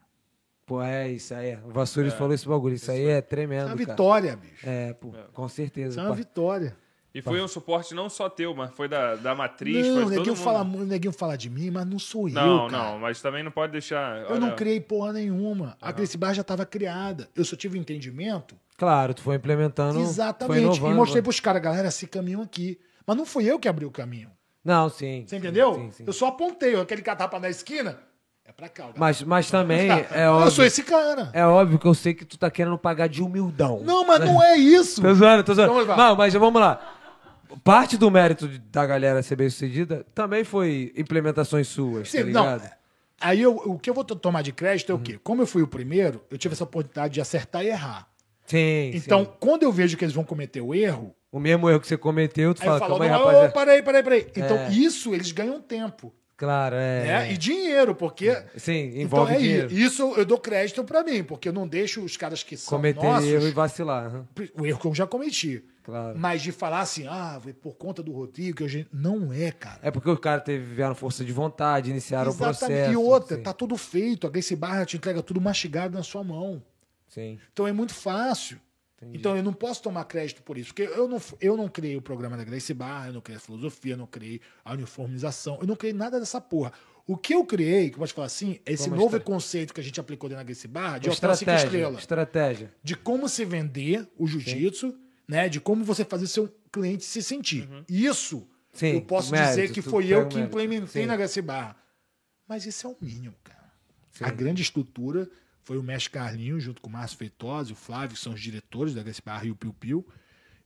Speaker 1: Pô, é isso aí. O Vassouris falou esse bagulho. Isso, aí é tremendo.
Speaker 3: É uma
Speaker 1: cara.
Speaker 3: vitória, bicho.
Speaker 1: É, pô, com
Speaker 3: Isso
Speaker 1: certeza.
Speaker 3: é uma
Speaker 1: pá.
Speaker 3: vitória.
Speaker 2: E foi um suporte não só teu, mas foi da, da matriz,
Speaker 3: não,
Speaker 2: foi
Speaker 3: o
Speaker 2: de todo
Speaker 3: neguinho
Speaker 2: mundo.
Speaker 3: fala, mu- o neguinho fala de mim, mas não sou
Speaker 2: não,
Speaker 3: eu, cara.
Speaker 2: não, mas também não pode deixar...
Speaker 3: Eu não criei porra nenhuma. A Crescibar já estava criada. Eu só tive um entendimento.
Speaker 1: Claro, tu foi implementando. Foi
Speaker 3: Exatamente.
Speaker 1: inovando,
Speaker 3: E mostrei
Speaker 1: né?
Speaker 3: pros caras, galera, esse caminho aqui. Mas não fui eu que abri o caminho.
Speaker 1: Não, sim.
Speaker 3: Você
Speaker 1: sim,
Speaker 3: entendeu?
Speaker 1: sim, sim.
Speaker 3: Eu só apontei. Aquele catapa na esquina é pra cá. galera.
Speaker 1: Mas, mas também é
Speaker 3: tá. eu sou
Speaker 1: óbvio.
Speaker 3: esse cara.
Speaker 1: É óbvio que eu sei que tu tá querendo pagar de humildão.
Speaker 3: Não, mas não é isso.
Speaker 1: Tô zoando, tô zoando.
Speaker 3: Então vai.
Speaker 1: Não, mas vamos lá. Parte do mérito de- da galera ser bem sucedida também foi implementações suas, tá
Speaker 3: Sim, não. é.
Speaker 1: ligado? Hum.
Speaker 3: Aí eu- o que eu vou t- tomar de crédito é o quê? Como eu fui o primeiro, eu tive essa oportunidade de acertar e errar.
Speaker 1: Sim,
Speaker 3: Então,
Speaker 1: sim.
Speaker 3: quando eu vejo que eles vão cometer o erro,
Speaker 1: O mesmo erro que você cometeu, tu
Speaker 3: aí eu
Speaker 1: fala,
Speaker 3: falo,
Speaker 1: calma aí,
Speaker 3: não,
Speaker 1: rapaziada.
Speaker 3: ô, peraí, peraí, peraí. Então,
Speaker 1: É.
Speaker 3: isso eles ganham tempo.
Speaker 1: Claro, é.
Speaker 3: né? E dinheiro, porque.
Speaker 1: Sim, envolve
Speaker 3: então, é
Speaker 1: dinheiro.
Speaker 3: i- Isso eu dou crédito pra mim, porque eu não deixo os caras que são
Speaker 1: Cometer
Speaker 3: nossos,
Speaker 1: erro e vacilar. aham.
Speaker 3: o erro que eu já cometi.
Speaker 1: Claro.
Speaker 3: Mas de falar assim, ah, foi por conta do Rodrigo, que hoje. Não é, cara.
Speaker 1: É porque os caras tiveram força de vontade, iniciaram o
Speaker 3: Exatamente.
Speaker 1: processo.
Speaker 3: e outra,
Speaker 1: sim,
Speaker 3: tá tudo feito. A Grace Barra te entrega tudo mastigado na sua mão.
Speaker 1: Sim.
Speaker 3: Então é muito fácil. Então eu não posso tomar crédito por isso, porque eu não, eu não criei o programa da Grace Barra, eu não criei a filosofia, eu não criei a uniformização, eu não criei nada dessa porra. O que eu criei, que eu posso falar assim, é esse
Speaker 1: Foi uma
Speaker 3: novo
Speaker 1: estra-
Speaker 3: conceito que a gente aplicou dentro da Grace Barra de alcançar cinco
Speaker 1: Estratégia.
Speaker 3: estrelas.
Speaker 1: Estratégia.
Speaker 3: De como se vender o jiu-jitsu, né? De como você fazer seu cliente se sentir. Isso
Speaker 1: Uhum. Sim,
Speaker 3: eu posso
Speaker 1: mérito,
Speaker 3: dizer que
Speaker 1: tu
Speaker 3: foi
Speaker 1: pega
Speaker 3: eu
Speaker 1: o
Speaker 3: que
Speaker 1: mérito,
Speaker 3: implementei
Speaker 1: sim.
Speaker 3: na Grace Barra. Mas isso é o mínimo, cara.
Speaker 1: Sim.
Speaker 3: A grande estrutura foi o mestre Carlinhos, junto com o Márcio Feitosa e o Flávio, que são os diretores da Grace Barra e o Piu Piu.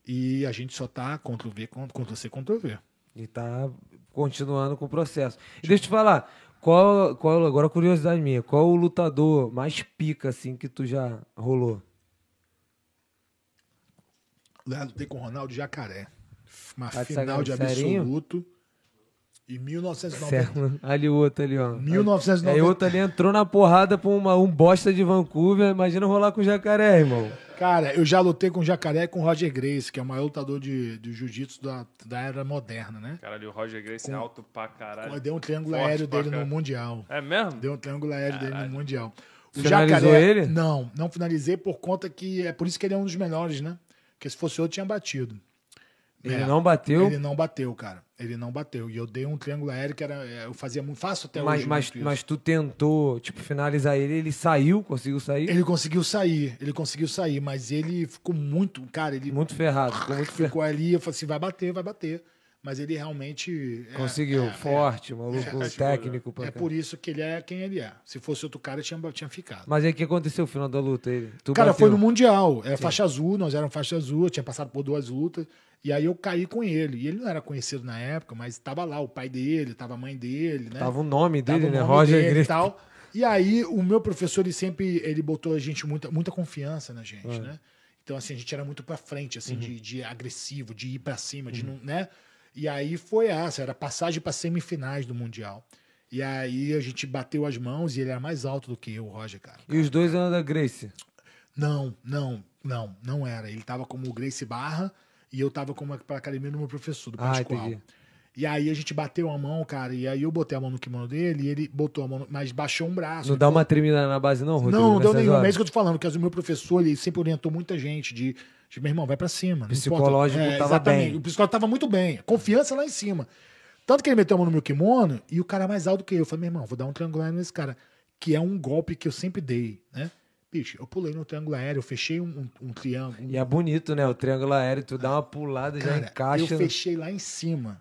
Speaker 3: E a gente só tá contra o V, contra o C, contra o V.
Speaker 1: E tá continuando com o processo. E deixa eu te falar, qual, qual agora a curiosidade minha, qual o lutador mais pica assim que tu já rolou?
Speaker 3: Lá lutei com o Ronaldo Jacaré. Uma
Speaker 1: Tá de
Speaker 3: final de
Speaker 1: sacanagem, serinho?
Speaker 3: absoluto. Em 1990.
Speaker 1: Certo? Ali o outro ali, ó.
Speaker 3: 1990.
Speaker 1: Aí outro ali entrou na porrada pra uma, um bosta de Vancouver, imagina rolar com o jacaré, irmão.
Speaker 3: Cara, eu já lutei com o Jacaré e com o Roger Grace, que é o maior lutador de, de jiu-jitsu da, da era moderna, né?
Speaker 2: Caralho, o Roger Grace é alto pra caralho.
Speaker 3: Eu dei um triângulo
Speaker 2: Forte
Speaker 3: aéreo
Speaker 2: pra
Speaker 3: dele no
Speaker 2: caralho.
Speaker 3: Mundial.
Speaker 2: É mesmo?
Speaker 3: Deu um triângulo aéreo dele no Mundial. O
Speaker 1: Finalizou ele?
Speaker 3: Não, não finalizei por conta que. É por isso que ele é um dos melhores, né? Porque se fosse outro, tinha batido.
Speaker 1: Ele
Speaker 3: É,
Speaker 1: não bateu,
Speaker 3: Ele não bateu, cara. Ele não bateu. E eu dei um triângulo aéreo que era. é, Eu fazia muito. Faço até
Speaker 1: mas,
Speaker 3: hoje. né,
Speaker 1: mas,
Speaker 3: muito isso.
Speaker 1: mas tu tentou, tipo, finalizar ele, ele saiu, conseguiu sair,
Speaker 3: Ele conseguiu sair, ele conseguiu sair, mas ele ficou muito. Cara, ele
Speaker 1: muito ferrado, ficou muito ferrado.
Speaker 3: ficou ali, eu falei assim: vai bater, vai bater. Mas ele realmente. é,
Speaker 1: Conseguiu, forte, maluco, técnico. pra
Speaker 3: É
Speaker 1: cá.
Speaker 3: por isso que ele é quem ele é. Se fosse outro cara, tinha, tinha ficado.
Speaker 1: Mas aí o que aconteceu no final da luta? Ele, tu
Speaker 3: cara, foi
Speaker 1: bateu?
Speaker 3: no Mundial. É faixa azul, nós éramos faixa azul, eu tinha passado por duas lutas. E aí eu caí com ele. E ele não era conhecido na época, mas tava lá o pai dele, tava a mãe dele, né?
Speaker 1: Tava o nome
Speaker 3: Tava
Speaker 1: dele,
Speaker 3: o
Speaker 1: né?
Speaker 3: nome
Speaker 1: Roger
Speaker 3: dele
Speaker 1: Grace.
Speaker 3: e tal. E aí o meu professor, ele sempre ele botou a gente muita, muita confiança na
Speaker 1: É.
Speaker 3: gente, né? Então, assim, a gente era muito pra frente,
Speaker 1: Uhum.
Speaker 3: assim, de, de agressivo, de ir pra cima, de não, né? E aí foi essa, era passagem pra semifinais do Mundial. E aí a gente bateu as mãos e ele era mais alto do que eu, o Roger, cara.
Speaker 1: E os dois eram da Grace.
Speaker 3: Não, não, não, não era. Ele tava como o Grace Barra e eu tava como pra academia do meu professor, do
Speaker 1: Ah,
Speaker 3: Pascoal.
Speaker 1: entendi.
Speaker 3: e aí a gente bateu a mão, cara, e aí eu botei a mão no kimono dele e ele botou a mão, no- mas baixou um braço.
Speaker 1: Não dá uma tremida na base, não, Rodrigo?
Speaker 3: Não, não deu
Speaker 1: nessas
Speaker 3: nenhuma. É
Speaker 1: horas?
Speaker 3: isso que eu tô falando, que o meu professor, ele sempre orientou muita gente de, de meu irmão, vai pra cima. não
Speaker 1: Psicológico
Speaker 3: importa. É,
Speaker 1: tava
Speaker 3: exatamente.
Speaker 1: bem.
Speaker 3: O psicológico tava muito bem. Confiança lá em cima. Tanto que ele meteu a mão no meu kimono e o cara mais alto que eu. Eu falei, meu irmão, vou dar um triangular nesse cara. Que é um golpe que eu sempre dei, né? Bicho, eu pulei no triângulo aéreo, eu fechei um, um, um triângulo.
Speaker 1: E é bonito, né? O triângulo aéreo, tu dá uma pulada, já
Speaker 3: Cara,
Speaker 1: encaixa.
Speaker 3: eu
Speaker 1: no-
Speaker 3: fechei lá em cima.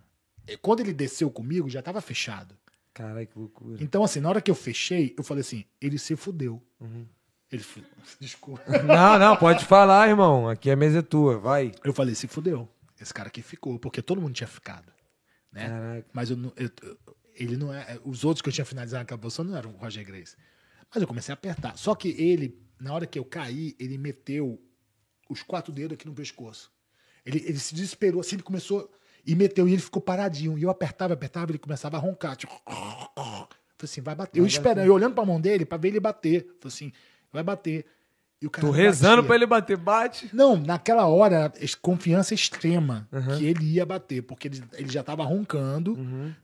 Speaker 3: E Quando ele desceu comigo, já tava fechado.
Speaker 1: Caralho, que loucura.
Speaker 3: Então, assim, na hora que eu fechei, eu falei assim, ele se fudeu.
Speaker 1: Uhum.
Speaker 3: Ele... fu- Desculpa.
Speaker 1: não, não, pode falar, irmão. Aqui a mesa é tua, vai.
Speaker 3: Eu falei, se fudeu. Esse cara aqui ficou, porque todo mundo tinha ficado. Né?
Speaker 1: Caraca.
Speaker 3: Mas eu, não- eu- eu- ele não é. Os outros que eu tinha finalizado naquela posição não eram o Roger Grace. Mas eu comecei a apertar. Só que ele, na hora que eu caí, ele meteu os quatro dedos aqui no pescoço. Ele, ele se desesperou, assim, ele começou e meteu, e ele ficou paradinho. E eu apertava, apertava, ele começava a roncar. Tipo, falei assim, vai bater. eu esperando, eu olhando pra mão dele pra ver ele bater. Falei assim, vai bater. E o cara
Speaker 1: Tu
Speaker 3: não
Speaker 1: rezando
Speaker 3: batia.
Speaker 1: pra ele bater, bate.
Speaker 3: Não, naquela hora, es- confiança extrema que ele ia bater, porque ele, ele
Speaker 1: Uhum.
Speaker 3: já estava roncando,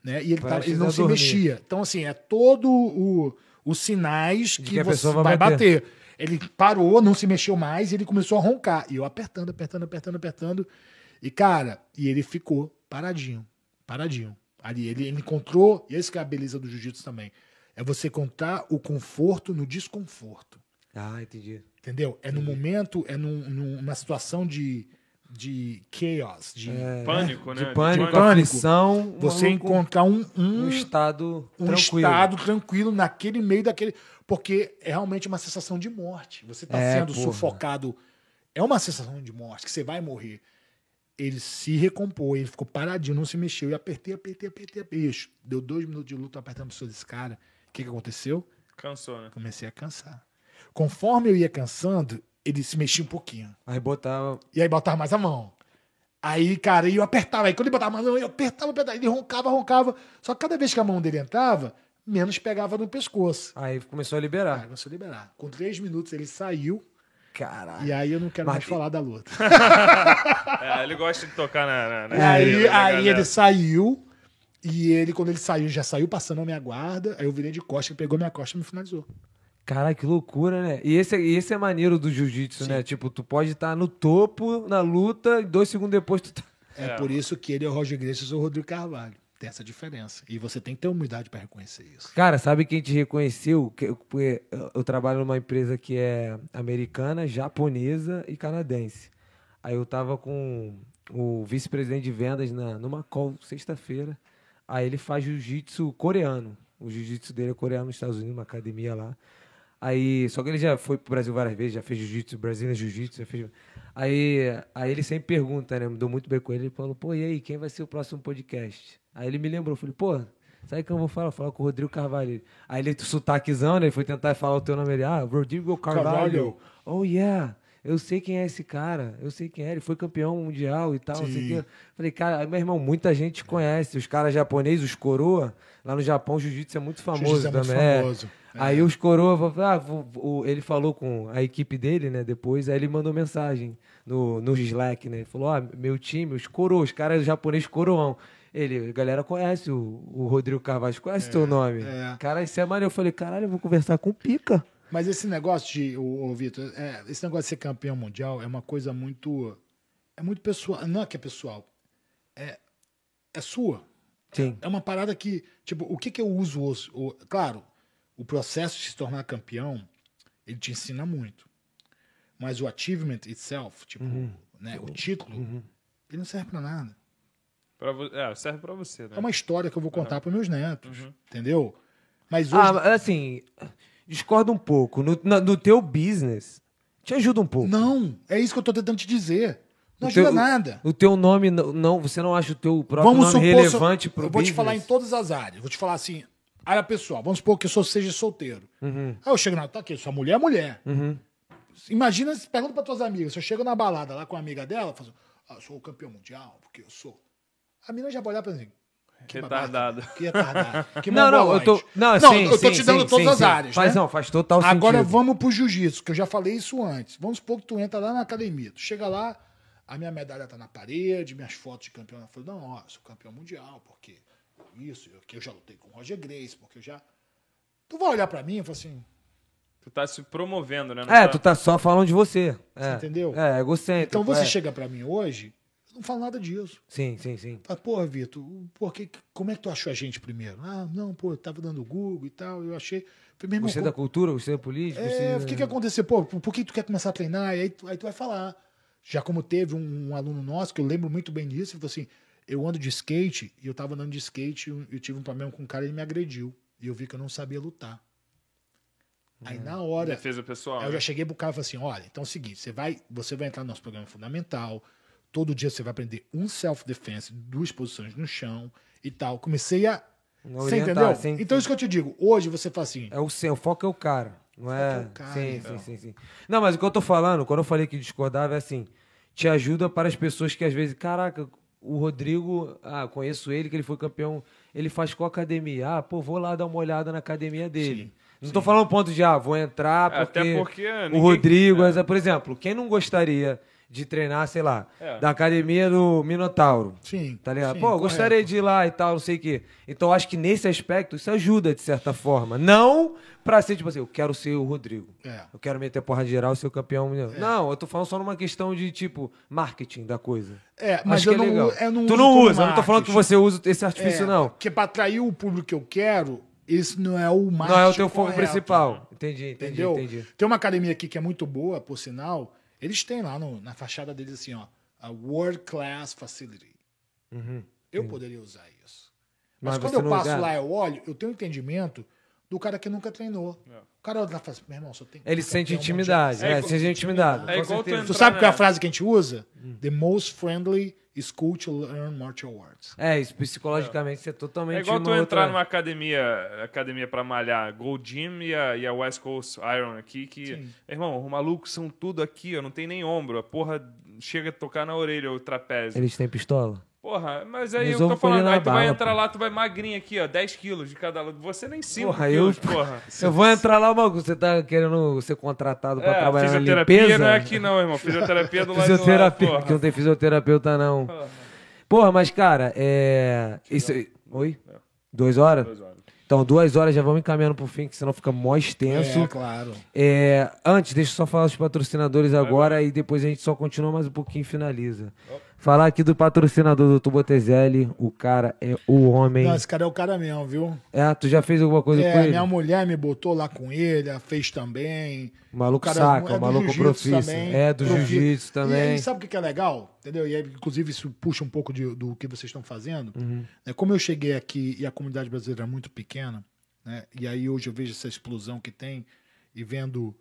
Speaker 3: né? E ele, tava-
Speaker 1: Prestes
Speaker 3: ele não
Speaker 1: a
Speaker 3: se
Speaker 1: dormir.
Speaker 3: mexia. Então, assim, é todo o, os sinais que,
Speaker 1: que a
Speaker 3: você
Speaker 1: pessoa vai
Speaker 3: vai bater. Ele parou, não se mexeu mais, e ele começou a roncar. E eu apertando, apertando, apertando, apertando. E, cara, e ele ficou paradinho, paradinho. Ali, ele, ele encontrou, e esse que é a beleza do jiu-jitsu também. É você contar o conforto no desconforto.
Speaker 1: Ah, entendi.
Speaker 3: Entendeu? É no momento, é num- numa situação de, de chaos, de
Speaker 2: Pânico,
Speaker 1: De
Speaker 2: né?
Speaker 1: pânico,
Speaker 3: pânico.
Speaker 1: aflição.
Speaker 3: você
Speaker 1: É. maluco,
Speaker 3: encontrar um, um,
Speaker 1: um estado
Speaker 3: um
Speaker 1: tranquilo.
Speaker 3: estado tranquilo naquele meio daquele. Porque é realmente uma sensação de morte. Você está
Speaker 1: É,
Speaker 3: sendo
Speaker 1: porra.
Speaker 3: sufocado. É uma sensação de morte, que você vai morrer. Ele se recompôs, ele ficou paradinho, não se mexeu. E apertei, apertei, apertei, apertei. Ixi, Deu dois minutos de luta apertando o pessoa desse cara. O que, que aconteceu?
Speaker 2: Cansou, né?
Speaker 3: Comecei a cansar. Conforme eu ia cansando, ele se mexia um pouquinho.
Speaker 1: Aí botava.
Speaker 3: E aí botava mais a mão. Aí, cara, eu apertava. Aí quando ele botava mais a mão, eu apertava, apertava. Ele roncava, roncava. Só que cada vez que a mão dele entrava, menos pegava no pescoço. Ah,
Speaker 1: Aí começou a
Speaker 3: Aí
Speaker 1: liberar.
Speaker 3: começou a liberar. Com três minutos ele saiu.
Speaker 1: Caralho.
Speaker 3: E aí eu não quero
Speaker 1: Mas
Speaker 3: mais
Speaker 1: e-
Speaker 3: falar da luta.
Speaker 2: É, ele gosta de tocar na. na, na
Speaker 3: E É, aí
Speaker 2: ferida da
Speaker 3: aí
Speaker 2: galera.
Speaker 3: ele saiu. E ele, quando ele saiu, já saiu passando a minha guarda. Aí eu virei de costa, ele pegou minha costa e me finalizou.
Speaker 1: Caralho, que loucura, né? E esse, e esse é maneiro do jiu-jitsu, né? Tipo, tu pode estar no topo, na luta, e dois segundos depois tu tá.
Speaker 3: É,
Speaker 2: É.
Speaker 3: por isso que ele é o Roger Gracie e eu sou o Rodrigo Carvalho. Tem essa diferença. E você tem que ter humildade pra reconhecer isso.
Speaker 1: Cara, sabe quem te reconheceu? Que- porque Eu, eu trabalho numa empresa que é americana, japonesa e canadense. Aí eu tava com o vice-presidente de vendas na, numa call sexta-feira. Aí ele faz jiu-jitsu coreano. O jiu-jitsu dele é coreano nos Estados Unidos, uma academia lá. Aí, só que ele já foi pro Brasil várias vezes, já fez jiu-jitsu, Brasília jiu-jitsu, já fez... Aí, aí ele sempre pergunta, né? Me dou muito bem com ele. Ele falou, pô, e aí, quem vai ser o próximo podcast? Aí ele me lembrou, eu falei, pô, sabe quem eu vou falar? Eu vou falar com o Rodrigo Carvalho. Aí ele, sotaquezão, né? Ele foi tentar falar o teu nome, ele, ah, Rodrigo Carvalho.
Speaker 3: Carvalho.
Speaker 1: Oh, yeah. Eu sei quem é esse cara, eu sei quem é, ele foi campeão mundial e tal, não sei o
Speaker 3: Sim.
Speaker 1: quê. Eu Falei, cara, meu irmão, muita gente conhece. Os caras japoneses, os coroa, lá no Japão, o jiu-jitsu é muito famoso
Speaker 3: Jiu-jitsu é muito
Speaker 1: também.
Speaker 3: famoso.
Speaker 1: Aí os coroa, falaram, ah, vou- vou- ele falou com a equipe dele, né, depois, aí ele mandou mensagem no, no Slack, né, ele falou, ah, meu time, os coroa, os caras japoneses coroão. Ele, a galera conhece o, o Rodrigo Carvalho, conhece teu nome.
Speaker 3: é.
Speaker 1: Cara, isso é maneiro. Eu falei, caralho, eu vou conversar com o Pica.
Speaker 3: Mas esse negócio de, ô, ô, Vitor, é, esse negócio de ser campeão mundial é uma coisa muito. É muito pessoal. Não é que é pessoal. É, é sua.
Speaker 1: Sim.
Speaker 3: É uma parada que. Tipo, o que, que eu uso hoje? O- claro, o processo de se tornar campeão, ele te ensina muito. Mas o achievement itself, tipo,
Speaker 1: Uhum.
Speaker 3: né, o título, ele não serve pra nada.
Speaker 2: Pra vo- é, serve pra você, né?
Speaker 3: É uma história que eu vou contar pros meus netos. Entendeu? Mas hoje.
Speaker 1: Ah, mas, assim, discorda um pouco. No, na- no teu business, te ajuda um pouco.
Speaker 3: não, é isso que eu tô tentando te dizer. Não
Speaker 1: O teu-
Speaker 3: ajuda nada.
Speaker 1: O teu nome, não, não- você não acha o teu próprio
Speaker 3: Vamos
Speaker 1: nome
Speaker 3: supor.
Speaker 1: relevante
Speaker 3: se eu,
Speaker 1: pro
Speaker 3: eu vou te
Speaker 1: business?
Speaker 3: falar em todas as áreas. Vou te falar assim, área pessoal. Vamos supor que eu sou, seja solteiro.
Speaker 1: Uhum.
Speaker 3: Aí eu chego na. Tá aqui, sua mulher é mulher. Imagina, se- pergunta para tuas amigas. Se eu chego na balada lá com a amiga dela, falo, assim, ah, eu sou o campeão mundial, porque eu sou. A mina já vai olhar pra mim.
Speaker 2: Que
Speaker 3: babaca,
Speaker 2: retardado.
Speaker 3: Que retardado. Que
Speaker 1: Não, não, eu
Speaker 3: mongoloide."
Speaker 1: tô. Não, sim,
Speaker 3: eu tô
Speaker 1: sim,
Speaker 3: te dando
Speaker 1: sim,
Speaker 3: todas
Speaker 1: sim,
Speaker 3: as
Speaker 1: sim.
Speaker 3: áreas.
Speaker 1: Mas
Speaker 3: né?
Speaker 1: não, faz total
Speaker 3: Agora
Speaker 1: sentido.
Speaker 3: vamos pro jiu-jitsu, que eu já falei isso antes. Vamos supor que tu entra lá na academia. Tu chega lá, a minha medalha tá na parede, minhas fotos de campeão. Eu falo, não, ó, eu sou campeão mundial, porque isso, eu, que eu já lutei com o Roger Grace, porque eu já. Tu vai olhar pra mim e fala assim,
Speaker 2: Tu tá se promovendo, né? Não
Speaker 1: É, tu tá só falando de você. É.
Speaker 3: entendeu?
Speaker 1: É, egocêntrico.
Speaker 3: então você
Speaker 1: é.
Speaker 3: chega pra mim hoje, eu não falo nada disso.
Speaker 1: Sim, sim, sim.
Speaker 3: Fala, porra, Vitor, por que, como é que tu achou a gente primeiro? Ah, não, pô, eu tava dando Google e tal, eu achei. Falei, meu irmão,
Speaker 1: Gostei
Speaker 3: como-
Speaker 1: é da cultura, gostei da política.
Speaker 3: Então, É,
Speaker 1: gostei
Speaker 3: o
Speaker 1: da-
Speaker 3: que que aconteceu? Pô, por, por que tu quer começar a treinar? E aí, tu- aí tu vai falar. Já como teve um, um aluno nosso, que eu lembro muito bem disso, ele falou assim, eu ando de skate, e eu tava andando de skate, e eu, eu tive um problema com um cara, ele me agrediu. E eu vi que eu não sabia lutar.
Speaker 1: Hum.
Speaker 3: Aí na hora,
Speaker 2: Defesa pessoal.
Speaker 3: Aí tá- É, eu
Speaker 2: né?
Speaker 3: já cheguei pro cara e falei assim: olha, então é o seguinte, você vai, você vai entrar no nosso programa fundamental, todo dia você vai aprender um self-defense, duas posições no chão e tal. Comecei a.
Speaker 1: Não
Speaker 3: você
Speaker 1: orientar,
Speaker 3: entendeu?
Speaker 1: sim,
Speaker 3: então, isso que eu te digo, hoje você fala assim.
Speaker 1: É o, seu, o foco é o cara, não é?
Speaker 3: é o cara,
Speaker 1: sim, sim,
Speaker 3: então.
Speaker 1: sim, sim. Não, mas o que eu tô falando, quando eu falei que discordava, é assim, te ajuda para as pessoas que às vezes, caraca, o Rodrigo, ah, conheço ele, que ele foi campeão, ele faz qual academia? Ah, pô, vou lá dar uma olhada na academia dele. Não tô falando ponto de, ah, vou entrar
Speaker 2: É,
Speaker 1: porque,
Speaker 2: até porque
Speaker 1: o
Speaker 2: ninguém-
Speaker 1: Rodrigo... essa- Por exemplo, quem não gostaria de treinar, sei lá,
Speaker 2: É.
Speaker 1: da academia do Minotauro?
Speaker 3: Sim.
Speaker 1: Tá ligado?
Speaker 3: sim,
Speaker 1: Pô, eu
Speaker 3: correto.
Speaker 1: gostaria de ir lá e tal, não sei o quê. Então, acho que nesse aspecto, isso ajuda, de certa forma. Não pra ser, tipo assim, eu quero ser o Rodrigo.
Speaker 3: É.
Speaker 1: Eu quero meter porra de geral e ser o campeão mundial. Não, eu tô falando só numa questão de, tipo, marketing da coisa.
Speaker 3: É, mas
Speaker 1: acho
Speaker 3: eu
Speaker 1: que é
Speaker 3: não-
Speaker 1: legal.
Speaker 3: eu não
Speaker 1: tu
Speaker 3: uso
Speaker 1: não
Speaker 3: como
Speaker 1: usa, eu não tô falando que
Speaker 3: marketing.
Speaker 1: você usa esse artifício,
Speaker 3: É,
Speaker 1: não.
Speaker 3: Porque pra atrair o público que eu quero, esse não é o marketing
Speaker 1: Não é o teu foco
Speaker 3: correto,
Speaker 1: principal. Entendi, entendi,
Speaker 3: Entendeu?
Speaker 1: entendi.
Speaker 3: Tem uma academia aqui que é muito boa, por sinal. Eles têm lá no- na fachada deles assim, ó. A World Class Facility. eu poderia usar isso. Mas,
Speaker 1: Uhum, Mas
Speaker 3: quando
Speaker 1: você
Speaker 3: eu
Speaker 1: não
Speaker 3: passo
Speaker 1: usa?
Speaker 3: lá, eu olho, eu tenho entendimento do cara que nunca treinou. O cara olha lá e fala assim, meu irmão, só tem um
Speaker 1: Ele
Speaker 3: campeão
Speaker 1: sente
Speaker 3: mundial."
Speaker 1: intimidade.
Speaker 2: É
Speaker 1: É,
Speaker 2: igual-
Speaker 1: sente intimidade.
Speaker 2: é
Speaker 1: com
Speaker 2: igual tu
Speaker 1: certeza.
Speaker 3: Tu
Speaker 2: entra-
Speaker 3: sabe qual é a
Speaker 2: na-
Speaker 3: frase que a gente usa? The most friendly school to learn martial arts.
Speaker 1: É, isso psicologicamente você é totalmente
Speaker 2: É igual tu
Speaker 1: numa
Speaker 2: entrar
Speaker 1: outra-
Speaker 2: numa academia, academia pra malhar, Gold Gym e a, e a West Coast Iron aqui, que, irmão, os malucos são tudo aqui, ó, não tem nem ombro, a porra chega a tocar na orelha o trapézio.
Speaker 1: Eles têm pistola?
Speaker 2: Porra, mas aí eu
Speaker 1: Resolve
Speaker 2: tô falando,
Speaker 1: folhear
Speaker 2: aí
Speaker 1: na
Speaker 2: tu vai
Speaker 1: bala,
Speaker 2: entrar
Speaker 1: pô.
Speaker 2: lá, tu vai magrinho aqui, ó, 10 quilos de cada lado. Você nem 5
Speaker 1: Porra, eu-
Speaker 2: quilos, porra.
Speaker 1: Eu vou entrar lá, maluco. Você tá querendo ser contratado pra
Speaker 2: É,
Speaker 1: trabalhar na
Speaker 2: fisioterapia
Speaker 1: limpeza?
Speaker 2: não é aqui não, irmão. Fisioterapia é do lado de lá,
Speaker 1: Fisioterapia,
Speaker 2: porra.
Speaker 1: que não tem fisioterapeuta, não. Porra, mas, cara, é. Isso... Oi? Duas horas?
Speaker 2: Duas horas.
Speaker 1: Então, duas horas já vamos encaminhando pro fim, que senão fica mó extenso.
Speaker 3: É, claro.
Speaker 1: É, antes, deixa eu só falar dos patrocinadores agora e depois a gente só continua mais um pouquinho e finaliza. Falar aqui do patrocinador do Tubotezelli, o cara é o homem.
Speaker 3: Não, esse cara é o cara mesmo, viu?
Speaker 1: É, tu já fez alguma coisa com
Speaker 3: É,
Speaker 1: ele?
Speaker 3: minha mulher me botou lá com ele, ela fez também.
Speaker 1: O maluco
Speaker 3: cara
Speaker 1: saca,
Speaker 3: é
Speaker 1: o
Speaker 3: do
Speaker 1: maluco
Speaker 3: jiu-jitsu
Speaker 1: profissa.
Speaker 3: também.
Speaker 1: É, do
Speaker 3: Profi-
Speaker 1: jiu-jitsu
Speaker 3: E
Speaker 1: também.
Speaker 3: aí, sabe o que que é legal? Entendeu? E aí, inclusive, isso puxa um pouco de- do que vocês estão fazendo.
Speaker 1: Uhum.
Speaker 3: né? Como eu cheguei aqui e a comunidade brasileira é muito pequena, né? e aí hoje eu vejo essa explosão que tem, e vendo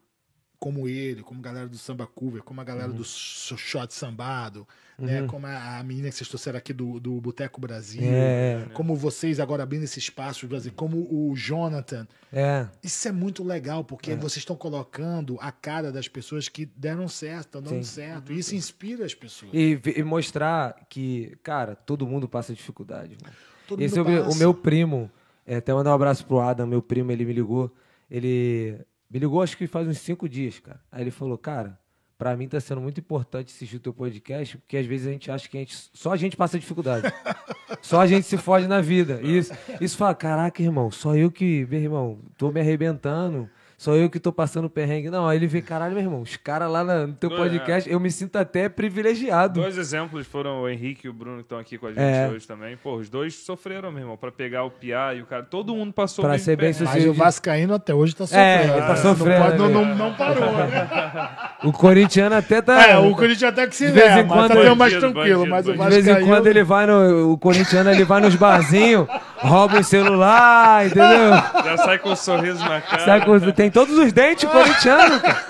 Speaker 3: como ele, como a galera do samba cover, como a
Speaker 1: Uhum.
Speaker 3: galera do so- shot sambado, né? como a, a menina que vocês trouxeram aqui do, do Boteco Brasil,
Speaker 1: É,
Speaker 3: como vocês agora abrindo esse espaço do Brasil, como o Jonathan,
Speaker 1: É.
Speaker 3: isso é muito legal, porque vocês estão colocando a cara das pessoas que deram certo, estão
Speaker 1: Sim.
Speaker 3: dando certo. E isso inspira as pessoas.
Speaker 1: E, vi- e mostrar que, cara, todo mundo passa dificuldade. mano.
Speaker 3: Todo
Speaker 1: Esse
Speaker 3: mundo
Speaker 1: é o, meu- o
Speaker 3: passa.
Speaker 1: meu primo, é, até mandar um abraço pro Adam, meu primo, ele me ligou. Ele me ligou acho que faz uns cinco dias, cara. Aí ele falou, cara, pra mim tá sendo muito importante assistir o teu podcast, porque às vezes a gente acha que a gente, só a gente passa dificuldade. só a gente se foge na vida. E Isso, isso fala, caraca, irmão, só eu que, meu irmão, tô me arrebentando. Só eu que tô passando perrengue. Não, aí ele vê, caralho, meu irmão, os caras lá na- no teu
Speaker 2: É.
Speaker 1: podcast, eu me sinto até privilegiado.
Speaker 2: Dois exemplos foram o Henrique e o Bruno que estão aqui com a gente
Speaker 1: É.
Speaker 2: hoje também. Pô, os dois sofreram, meu irmão, pra pegar o piá e o cara. Todo mundo passou
Speaker 1: Pra
Speaker 2: mesmo
Speaker 1: ser bem
Speaker 2: perrengue.
Speaker 1: sucedido.
Speaker 3: Mas o Vascaíno até hoje tá sofrendo.
Speaker 1: É, ele tá sofrendo,
Speaker 3: Não, pode- não,
Speaker 1: né,
Speaker 3: não- não parou, né?
Speaker 1: O corintiano até tá.
Speaker 3: É, o Corinthians até que se
Speaker 1: De vez
Speaker 3: leva,
Speaker 1: em
Speaker 3: mas tá
Speaker 1: quando-
Speaker 3: até mais
Speaker 2: Bandido,
Speaker 3: tranquilo.
Speaker 2: bandido,
Speaker 3: mas o
Speaker 2: bandido.
Speaker 1: De vez em
Speaker 3: Vascaíno-
Speaker 1: quando ele vai no. O corintiano ele vai nos barzinhos, rouba o celular, entendeu?
Speaker 2: Já sai com um sorriso na cara.
Speaker 1: Sabe, quando tem todos os dentes o corintiano, cara.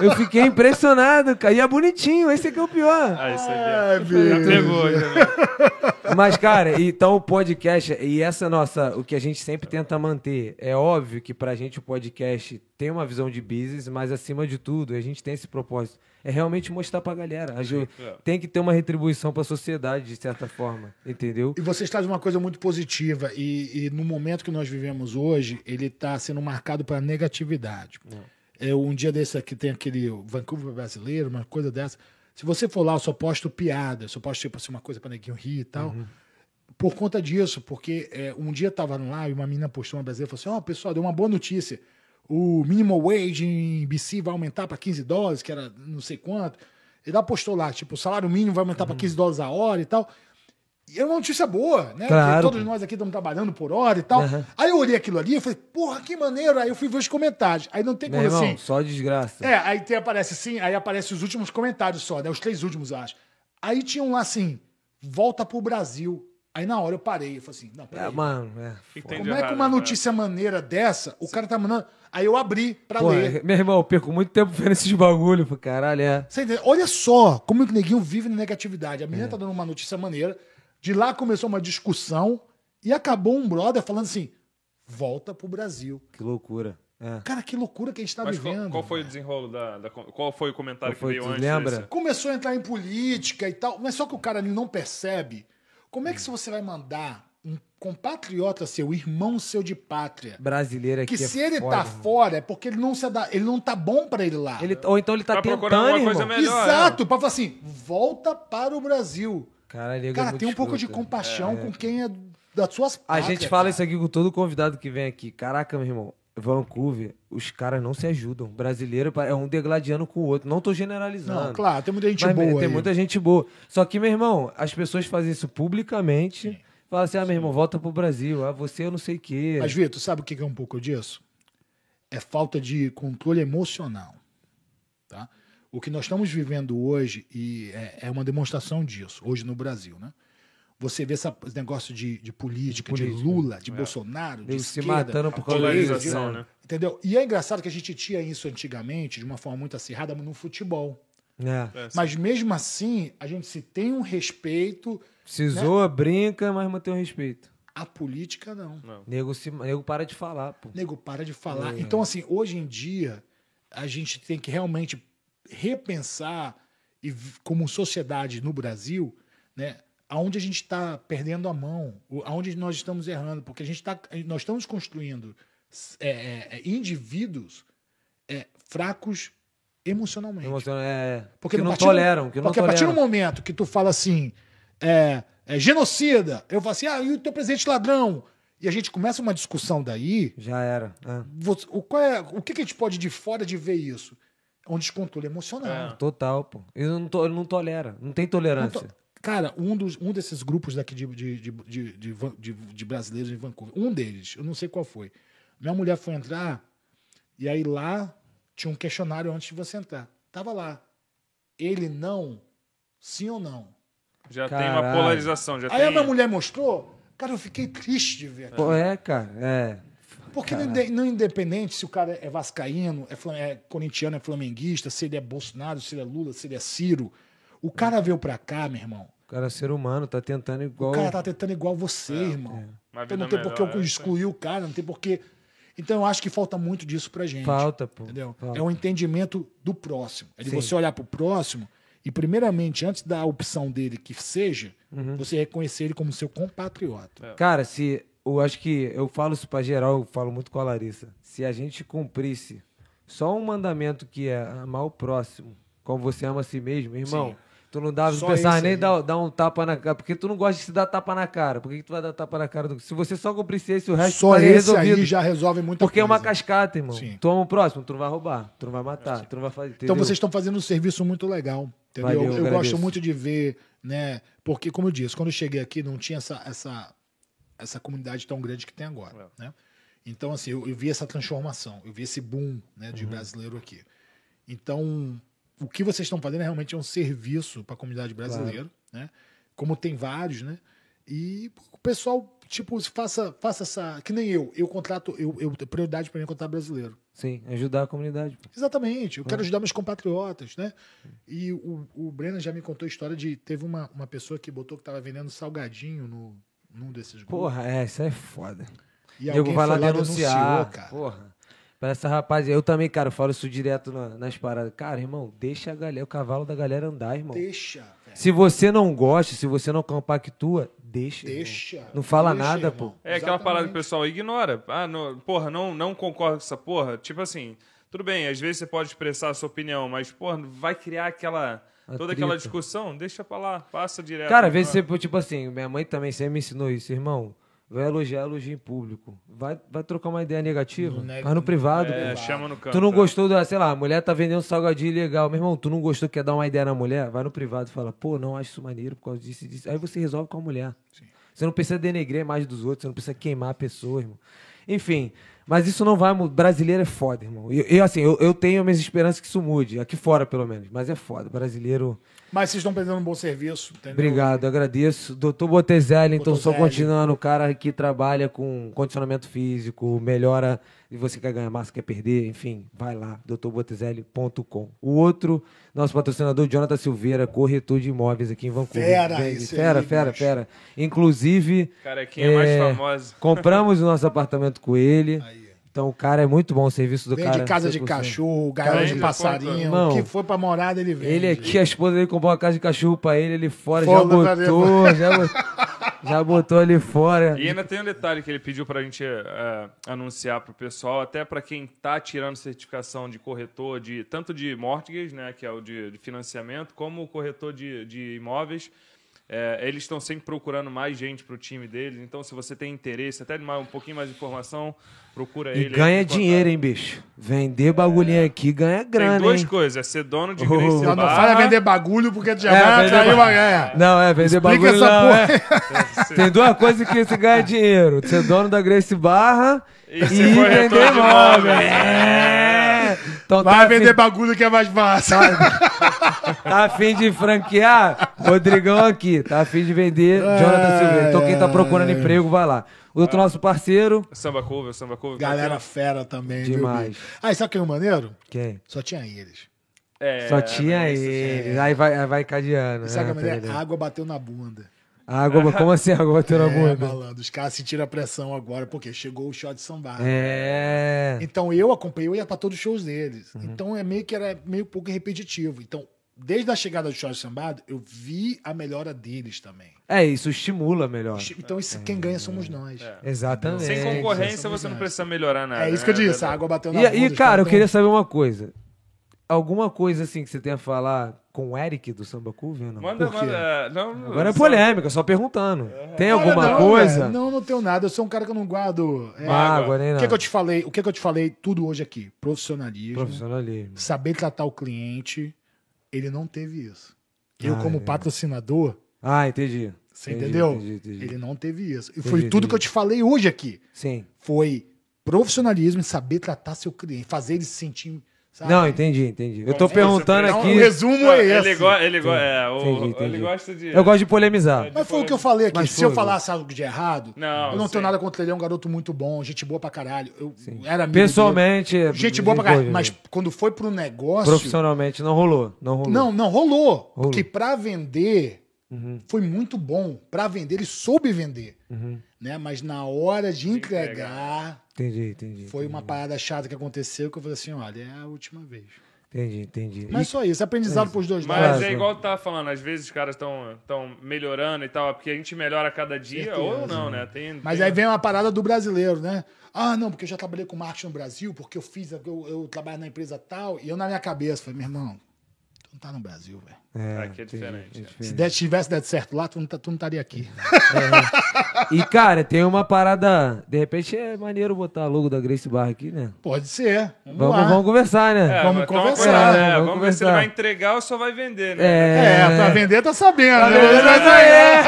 Speaker 1: Eu fiquei impressionado, cara. E é bonitinho, esse aqui é o pior.
Speaker 2: Ah, isso aí. Já
Speaker 3: É, bicho.
Speaker 2: pegou, já pegou.
Speaker 1: Mas, cara, então o podcast, e essa nossa, o que a gente sempre tenta manter, é óbvio que pra gente o podcast tem uma visão de business, mas acima de tudo, a gente tem esse propósito. É realmente mostrar pra galera. A gente tem que ter uma retribuição pra sociedade, de certa forma, entendeu?
Speaker 3: E vocês trazem uma coisa muito positiva. E, e no momento que nós vivemos hoje, ele está sendo marcado para negatividade. É, um dia desse aqui tem aquele Vancouver brasileiro, uma coisa dessa. Se você for lá, eu só posto piada, eu só posto tipo, assim, uma coisa para neguinho rir e tal. Por conta disso, porque é, um dia eu tava lá e uma menina postou uma brasileira e falou assim: Ó, pessoal, deu uma boa notícia. O minimum wage em BC vai aumentar para 15 dólares, que era não sei quanto. Ele lá postou lá, tipo, o salário mínimo vai aumentar para 15 dólares a hora e tal. E é uma notícia boa, né?
Speaker 1: Claro.
Speaker 3: Porque todos nós aqui estamos trabalhando por hora e tal.
Speaker 1: Aham.
Speaker 3: Aí eu olhei aquilo ali e falei, porra, que maneiro. Aí eu fui ver os comentários. Aí não tem
Speaker 1: Meu
Speaker 3: como
Speaker 1: irmão,
Speaker 3: assim.
Speaker 1: só desgraça.
Speaker 3: É, aí tem, aparece assim, aí aparece os últimos comentários só, né? Os três últimos, eu acho. Aí tinha um lá assim, volta pro Brasil. Aí na hora eu parei, eu falei assim, não,
Speaker 1: É,
Speaker 3: peraí.
Speaker 1: mano, é.
Speaker 2: que tem de
Speaker 3: Como é que
Speaker 2: errado,
Speaker 3: uma
Speaker 2: né?
Speaker 3: notícia maneira dessa, o cara tá mandando... Aí eu abri pra
Speaker 1: Pô,
Speaker 3: ler.
Speaker 1: meu irmão, eu perco muito tempo vendo esses bagulho, pô, caralho, é.
Speaker 3: Você entendeu? Olha só como o neguinho vive na negatividade. A menina tá dando uma notícia maneira. De lá começou uma discussão e acabou um brother falando assim: volta pro Brasil.
Speaker 1: Que loucura. É.
Speaker 3: Cara, que loucura que a gente tá
Speaker 2: Mas qual,
Speaker 3: vivendo.
Speaker 2: qual foi o desenrolo da, da- Qual foi o comentário
Speaker 1: Qual foi,
Speaker 2: que veio
Speaker 1: tu
Speaker 2: antes?
Speaker 1: lembra?
Speaker 2: desse?
Speaker 3: Começou a entrar em política e tal, mas só que o cara ele não percebe. Como é que se você vai mandar um compatriota seu, irmão seu de pátria,
Speaker 1: Brasileira aqui.
Speaker 3: que
Speaker 1: é
Speaker 3: se ele
Speaker 1: foda,
Speaker 3: tá
Speaker 1: irmão.
Speaker 3: fora é porque ele não se dá, ele não tá bom pra ele lá.
Speaker 1: Ele, ou então ele tá,
Speaker 2: Tá procurando
Speaker 1: tentando,
Speaker 2: alguma coisa
Speaker 1: irmão.
Speaker 2: melhor,
Speaker 3: Exato, pra falar assim, volta para o Brasil.
Speaker 1: Cara, nego é
Speaker 3: Cara,
Speaker 1: muito
Speaker 3: tem um pouco de
Speaker 1: escroto, né?
Speaker 3: compaixão com quem é das suas
Speaker 1: A
Speaker 3: pátrias,
Speaker 1: gente fala
Speaker 3: cara.
Speaker 1: isso aqui com todo convidado que vem aqui. Caraca, meu irmão, Vancouver, os caras não se ajudam. Brasileiro é um degladiando com o outro. Não tô generalizando.
Speaker 3: Não, claro, tem muita gente
Speaker 1: Mas,
Speaker 3: boa
Speaker 1: Tem
Speaker 3: aí.
Speaker 1: muita gente boa. Só que, meu irmão, as pessoas fazem isso publicamente. Falam assim, ah, meu irmão, volta pro Brasil. Ah, você eu não sei o quê.
Speaker 3: Mas, Vitor, sabe o que que é um pouco disso? É falta de controle emocional. Tá? O que nós estamos vivendo hoje e é, é uma demonstração disso, hoje no Brasil, né? Você vê essa- esse negócio de, de política, de,
Speaker 1: política,
Speaker 3: Lula, de Bolsonaro, de
Speaker 1: Eles se
Speaker 3: esquerda,
Speaker 1: matando por
Speaker 2: a
Speaker 1: causa
Speaker 2: polarização,
Speaker 1: disso,
Speaker 2: né?
Speaker 3: entendeu? E é engraçado que a gente tinha isso antigamente, de uma forma muito acirrada, no futebol.
Speaker 1: né? É.
Speaker 2: É,
Speaker 3: Mas mesmo assim, a gente se tem um respeito,
Speaker 1: Se
Speaker 3: Né?
Speaker 1: zoa, brinca, mas mantém o respeito.
Speaker 3: a política não.
Speaker 1: Nego, se, nego para de falar, pô.
Speaker 3: Nego, para de
Speaker 1: É.
Speaker 3: falar. Então, assim, hoje em dia, a gente tem que realmente repensar, e, v- como sociedade no Brasil, né? Aonde a gente está perdendo a mão, o- aonde nós estamos errando, porque a gente tá, nós estamos construindo s- é, é, é, indivíduos é, fracos emocionalmente.
Speaker 1: Emocional, é,
Speaker 3: Porque
Speaker 1: que
Speaker 3: no
Speaker 1: não
Speaker 3: partir-
Speaker 1: toleram, que não
Speaker 3: Porque a partir do
Speaker 1: toleram.
Speaker 3: momento que tu fala assim, é, é genocida, eu falo assim, ah, e o teu presidente ladrão? E a gente começa uma discussão daí,
Speaker 1: Já era. é.
Speaker 3: você- o, qual é- o que, que a gente pode de fora de ver isso? É um descontrole emocional.
Speaker 1: Total, pô. Ele não, to- ele não tolera. Não tem
Speaker 3: Não
Speaker 1: tolerância.
Speaker 3: tô- Cara, um, dos, um desses grupos daqui de, de, de, de, de Van- de- de brasileiros em Vancouver, um deles, eu não sei qual foi. Minha mulher foi entrar, e aí lá tinha um questionário antes de você entrar. Tava lá. Ele não, sim ou não.
Speaker 2: Já tem uma
Speaker 1: Caralho.
Speaker 2: polarização, já
Speaker 3: Aí é
Speaker 2: tem...
Speaker 3: a minha mulher mostrou, cara, eu fiquei triste de ver aquilo.
Speaker 1: Pô, é, cara. É.
Speaker 3: Porque no, inde- no independente, se o cara é vascaíno, é, flam- é corintiano, é flamenguista, se ele é Bolsonaro, se ele é Lula, se ele é Ciro, o cara
Speaker 1: É.
Speaker 3: veio pra cá, meu irmão.
Speaker 1: O cara é ser humano, tá tentando igual.
Speaker 3: O cara tá tentando igual você,
Speaker 1: É,
Speaker 3: irmão.
Speaker 2: Uma
Speaker 3: Então não
Speaker 2: vida
Speaker 3: tem por que
Speaker 2: melhor,
Speaker 3: eu
Speaker 2: é,
Speaker 3: excluir o cara, não tem por que... Então eu acho que falta muito disso pra gente.
Speaker 1: Falta, pô.
Speaker 3: Entendeu?
Speaker 1: Falta.
Speaker 3: É o entendimento do próximo. É de
Speaker 1: Sim.
Speaker 3: você olhar pro próximo e, primeiramente, antes da opção dele que seja,
Speaker 1: Uhum.
Speaker 3: você reconhecer ele como seu compatriota.
Speaker 1: Cara, se. Eu acho que. Eu falo isso pra geral, eu falo muito com a Larissa. Se a gente cumprisse só um mandamento que é amar o próximo, como você ama a si mesmo, irmão.
Speaker 3: Sim.
Speaker 1: Tu não dava
Speaker 3: Só
Speaker 1: não pensava
Speaker 3: esse
Speaker 1: nem
Speaker 3: aí.
Speaker 1: dar, dar um tapa na cara, porque tu não gosta de se dar tapa na cara. Por que, que tu vai dar tapa na cara do. Se você só cumprisse esse, o resto
Speaker 3: Só
Speaker 1: estaria
Speaker 3: esse
Speaker 1: tá resolvido.
Speaker 3: aí já resolve muita
Speaker 1: Porque é uma
Speaker 3: coisa.
Speaker 1: cascata, irmão.
Speaker 3: Sim.
Speaker 1: Tu ama o próximo, tu não vai roubar, tu não vai matar, tu não vai fazer.
Speaker 3: Então
Speaker 1: entendeu?
Speaker 3: vocês estão fazendo um serviço muito legal, entendeu?
Speaker 1: Valeu,
Speaker 3: eu
Speaker 1: agradeço.
Speaker 3: gosto muito de ver, né? Porque, como eu disse, quando eu cheguei aqui não tinha essa, essa, essa comunidade tão grande que tem agora,
Speaker 1: É.
Speaker 3: né? Então, assim, eu, eu vi essa transformação, eu vi esse boom né,
Speaker 1: Uhum.
Speaker 3: de brasileiro aqui. Então, o que vocês estão fazendo é realmente é um serviço para a comunidade brasileira, né? Como tem vários, né? E o pessoal, tipo, faça, faça essa. Que nem eu, eu contrato, eu, eu prioridade para mim é contratar brasileiro.
Speaker 1: Sim, é ajudar a comunidade. pô.
Speaker 3: Exatamente. Eu quero
Speaker 1: Né?
Speaker 3: ajudar meus compatriotas, né? E o, o Brennan já me contou a história de... Teve uma, uma pessoa que botou que tava vendendo salgadinho no, num desses grupos.
Speaker 1: Porra, é, isso é foda.
Speaker 3: e
Speaker 1: Diego vai lá
Speaker 3: foi
Speaker 1: denunciar.
Speaker 3: cara.
Speaker 1: Porra. Pra essa rapaziada. Eu também, cara, falo isso direto na- nas paradas. Cara, irmão, deixa a galera, o cavalo da galera andar, irmão.
Speaker 3: Deixa, velho.
Speaker 1: Se você não gosta, se você não compactua, deixa. irmão.
Speaker 3: Deixa.
Speaker 1: Não fala
Speaker 3: Deixa,
Speaker 1: nada,
Speaker 3: irmão.
Speaker 1: pô.
Speaker 2: É aquela
Speaker 3: Exatamente.
Speaker 2: parada que o pessoal ignora. Ah, não, porra, não, não concordo com essa porra. Tipo assim, tudo bem, às vezes você pode expressar a sua opinião, mas, porra, vai criar aquela. toda aquela
Speaker 1: Atrito.
Speaker 2: discussão? Deixa pra lá, passa direto.
Speaker 1: Cara, às vezes
Speaker 2: Não é-
Speaker 1: você, pô, tipo assim, minha mãe também sempre me ensinou isso, irmão. Vai elogiar, elogia em público. Vai, vai trocar uma ideia negativa,
Speaker 3: Não nega-
Speaker 1: mas no privado.
Speaker 2: É,
Speaker 1: pô.
Speaker 2: chama no canto.
Speaker 1: Tu não
Speaker 2: é.
Speaker 1: gostou da, sei lá, a mulher tá vendendo salgadinho legal. Meu irmão, tu não gostou, quer dar uma ideia na mulher? Vai no privado e fala, pô, não acho isso maneiro por causa disso e disso. Aí você resolve com a mulher. Você não precisa denegrir a imagem dos outros, você não precisa queimar a pessoa, irmão. Enfim, mas isso não vai mudar. Brasileiro é foda, irmão. Eu, eu, assim, eu, eu tenho minhas esperanças que isso mude, aqui fora pelo menos, mas é foda. Brasileiro.
Speaker 3: Mas vocês estão prestando um bom serviço, entendeu?
Speaker 1: Obrigado, agradeço. Doutor Botezelli, então só
Speaker 3: Botezelli.
Speaker 1: continuando, o cara que trabalha com condicionamento físico, melhora, e você quer ganhar massa, quer perder, enfim, vai lá, doutorbotezelli.com. O outro, nosso patrocinador, Jonathan Silveira, corretor de imóveis aqui em Vancouver.
Speaker 3: Fera
Speaker 1: Vende-
Speaker 3: esse
Speaker 1: fera,
Speaker 3: aí,
Speaker 1: fera,
Speaker 3: bicho.
Speaker 1: fera. Inclusive... é,
Speaker 2: Carequinha é mais famosa.
Speaker 1: Compramos o nosso apartamento com ele,
Speaker 3: Aí.
Speaker 1: então o cara é muito bom, o serviço do
Speaker 3: Vem
Speaker 1: cara. é
Speaker 3: de casa de
Speaker 1: 100%.
Speaker 3: cachorro, gaiola de
Speaker 2: Vende,
Speaker 3: passarinho.
Speaker 1: conta.
Speaker 3: O que
Speaker 1: Não.
Speaker 3: foi pra morada, ele vem.
Speaker 1: é Ele aqui, a esposa dele comprou uma casa de cachorro pra ele, ele fora,
Speaker 3: Foda,
Speaker 1: já botou, já botou. Já botou ali fora.
Speaker 2: E ainda tem um detalhe que ele pediu para a gente é, anunciar para o pessoal, até para quem está tirando certificação de corretor, de tanto de mortgage, né, que é o de, de financiamento, como o corretor de, de imóveis. É, eles estão sempre procurando mais gente para o time deles. Então, se você tem interesse, até de mais, um pouquinho mais de informação, procura
Speaker 1: E
Speaker 2: ele.
Speaker 1: ganha
Speaker 2: aí, contato.
Speaker 1: dinheiro, hein, bicho? Vender bagulhinho aqui ganha grana,
Speaker 2: Tem duas
Speaker 1: hein?
Speaker 2: coisas, é ser dono de
Speaker 1: Oh.
Speaker 2: Grace
Speaker 1: Só
Speaker 2: Bar.
Speaker 3: Só não fala vender bagulho porque tu já vai
Speaker 1: É, vender
Speaker 3: atrair
Speaker 1: ba-
Speaker 3: uma guerra.
Speaker 1: Não, é, vender
Speaker 3: Explica
Speaker 1: bagulho
Speaker 3: essa
Speaker 1: não,
Speaker 3: porra.
Speaker 1: é. Tem duas coisas que você ganha dinheiro. Ser dono da Grace Barra e,
Speaker 2: E ser corretor
Speaker 1: vender
Speaker 2: de
Speaker 1: imóvel.
Speaker 2: imóvel.
Speaker 1: É. Então
Speaker 3: Vai
Speaker 1: tá
Speaker 3: vender
Speaker 1: afim,
Speaker 3: bagulho que é mais fácil.
Speaker 1: tá afim de franquear? Rodrigão aqui. Tá afim de vender Jonathan Silveira. Então quem tá procurando emprego, vai lá. Outro nosso parceiro.
Speaker 2: Samba Cover, Samba Cover.
Speaker 3: Galera fera também,
Speaker 1: Demais.
Speaker 3: viu? bicho? Ah, e sabe quem é o maneiro?
Speaker 1: Quem?
Speaker 3: Só tinha eles.
Speaker 2: É,
Speaker 1: Só tinha
Speaker 2: isso,
Speaker 1: ele. Aí vai, aí vai cadeando.
Speaker 3: E sabe
Speaker 1: né,
Speaker 3: é que a maneira?
Speaker 1: tá
Speaker 3: A
Speaker 1: ligado?
Speaker 3: água bateu na bunda.
Speaker 1: A água, como assim? A água bateu na
Speaker 3: Ah. É,
Speaker 1: bunda.
Speaker 3: malandro. Os caras sentiram a pressão agora, porque chegou o shot de samba.
Speaker 1: É.
Speaker 3: Então eu acompanhei, eu ia pra todos os shows deles.
Speaker 1: Uhum.
Speaker 3: Então é meio que era meio pouco repetitivo. Então, desde a chegada do shot de samba, eu vi a melhora deles também.
Speaker 1: É, isso estimula melhor.
Speaker 3: Então, isso, quem ganha somos nós.
Speaker 1: Exatamente.
Speaker 2: Sem concorrência você não precisa melhorar nada.
Speaker 3: É isso que eu
Speaker 2: né?
Speaker 3: disse, a água bateu na
Speaker 1: E,
Speaker 3: bunda.
Speaker 1: e,
Speaker 3: os
Speaker 1: cara, eu
Speaker 3: tão-
Speaker 1: queria saber uma coisa. Alguma coisa assim que você tenha a falar com o Eric do Samba Cover ou não?
Speaker 2: Manda,
Speaker 3: Por quê?
Speaker 2: manda. Não, não,
Speaker 1: Agora é
Speaker 2: só-
Speaker 1: polêmica, só perguntando.
Speaker 2: É.
Speaker 1: Tem
Speaker 3: Cara,
Speaker 1: alguma
Speaker 3: não,
Speaker 1: coisa?
Speaker 3: velho. Não, não tenho nada. Eu sou um cara que eu não guardo. é,
Speaker 1: Mágoa, nem
Speaker 3: o
Speaker 1: nada.
Speaker 3: que, que eu te falei? O que, que eu te falei tudo hoje aqui? Profissionalismo.
Speaker 1: Profissionalismo.
Speaker 3: Saber tratar o cliente. Ele não teve isso. Eu,
Speaker 1: Ah,
Speaker 3: como
Speaker 1: é.
Speaker 3: patrocinador,
Speaker 1: Ah, entendi.
Speaker 3: você
Speaker 1: Entendi,
Speaker 3: entendeu?
Speaker 1: Entendi, entendi.
Speaker 3: Ele não teve isso. E foi tudo
Speaker 1: entendi.
Speaker 3: que eu te falei hoje aqui.
Speaker 1: Sim.
Speaker 3: Foi profissionalismo e saber tratar seu cliente, fazer ele se sentir. Sabe?
Speaker 1: Não, entendi, entendi. Eu tô
Speaker 2: Como você
Speaker 1: perguntando
Speaker 2: fez?
Speaker 3: Então,
Speaker 1: aqui.
Speaker 3: o resumo
Speaker 2: Ah,
Speaker 3: é esse.
Speaker 2: Ele, go ele, go é, o-
Speaker 1: Entendi, entendi.
Speaker 2: ele gosta de.
Speaker 1: Eu gosto de polemizar.
Speaker 3: Mas foi o que eu falei aqui.
Speaker 1: Mas
Speaker 3: Se eu
Speaker 1: foi,
Speaker 3: falasse algo de errado,
Speaker 2: Não,
Speaker 3: eu não
Speaker 2: sim.
Speaker 3: tenho nada contra ele. É um garoto muito bom, gente boa pra caralho. Eu era amigo
Speaker 1: Pessoalmente. é
Speaker 3: dele. Gente boa pra caralho.
Speaker 1: entendi.
Speaker 3: Mas quando foi pro negócio.
Speaker 1: Profissionalmente não rolou. Não rolou.
Speaker 3: Não, não, rolou.
Speaker 1: Rolou. Uhum.
Speaker 3: Porque pra vender foi muito bom. Pra vender, ele soube vender. Né? Mas na hora de entregar,
Speaker 1: Entendi, entendi.
Speaker 3: foi uma parada chata que aconteceu que eu falei assim: olha, é a última vez.
Speaker 1: Entendi, entendi.
Speaker 3: Mas só isso, aprendizado pros dois
Speaker 2: Mas
Speaker 1: Claro.
Speaker 2: é igual eu tava falando, às vezes os caras estão tão melhorando e tal, é porque a gente melhora a cada dia,
Speaker 3: Certeza.
Speaker 2: ou não, né? Tem,
Speaker 3: Mas
Speaker 2: tem-
Speaker 3: aí vem uma parada do brasileiro, né? Ah, não, porque eu já trabalhei com marketing no Brasil, porque eu fiz, eu, eu trabalho na empresa tal, e eu na minha cabeça falei, meu irmão, tu não tá no Brasil, velho.
Speaker 1: É,
Speaker 2: Aqui é diferente, né?
Speaker 3: Se der- tivesse dado certo lá, tu não, tá- tu não estaria aqui.
Speaker 2: é.
Speaker 1: E, cara, tem uma parada. De repente é maneiro botar logo da Grace Barra aqui, né?
Speaker 3: Pode ser. Vamos,
Speaker 1: Vamos,
Speaker 3: lá.
Speaker 1: vamos conversar, né?
Speaker 2: É,
Speaker 3: vamos
Speaker 2: mas tá uma
Speaker 3: conversar,
Speaker 2: coisa, né?
Speaker 1: né?
Speaker 2: Vamos,
Speaker 1: Vamos
Speaker 2: ver se ele
Speaker 1: conversar.
Speaker 2: vai entregar ou só vai vender, né?
Speaker 1: É,
Speaker 3: É, pra vender tá sabendo. né? é.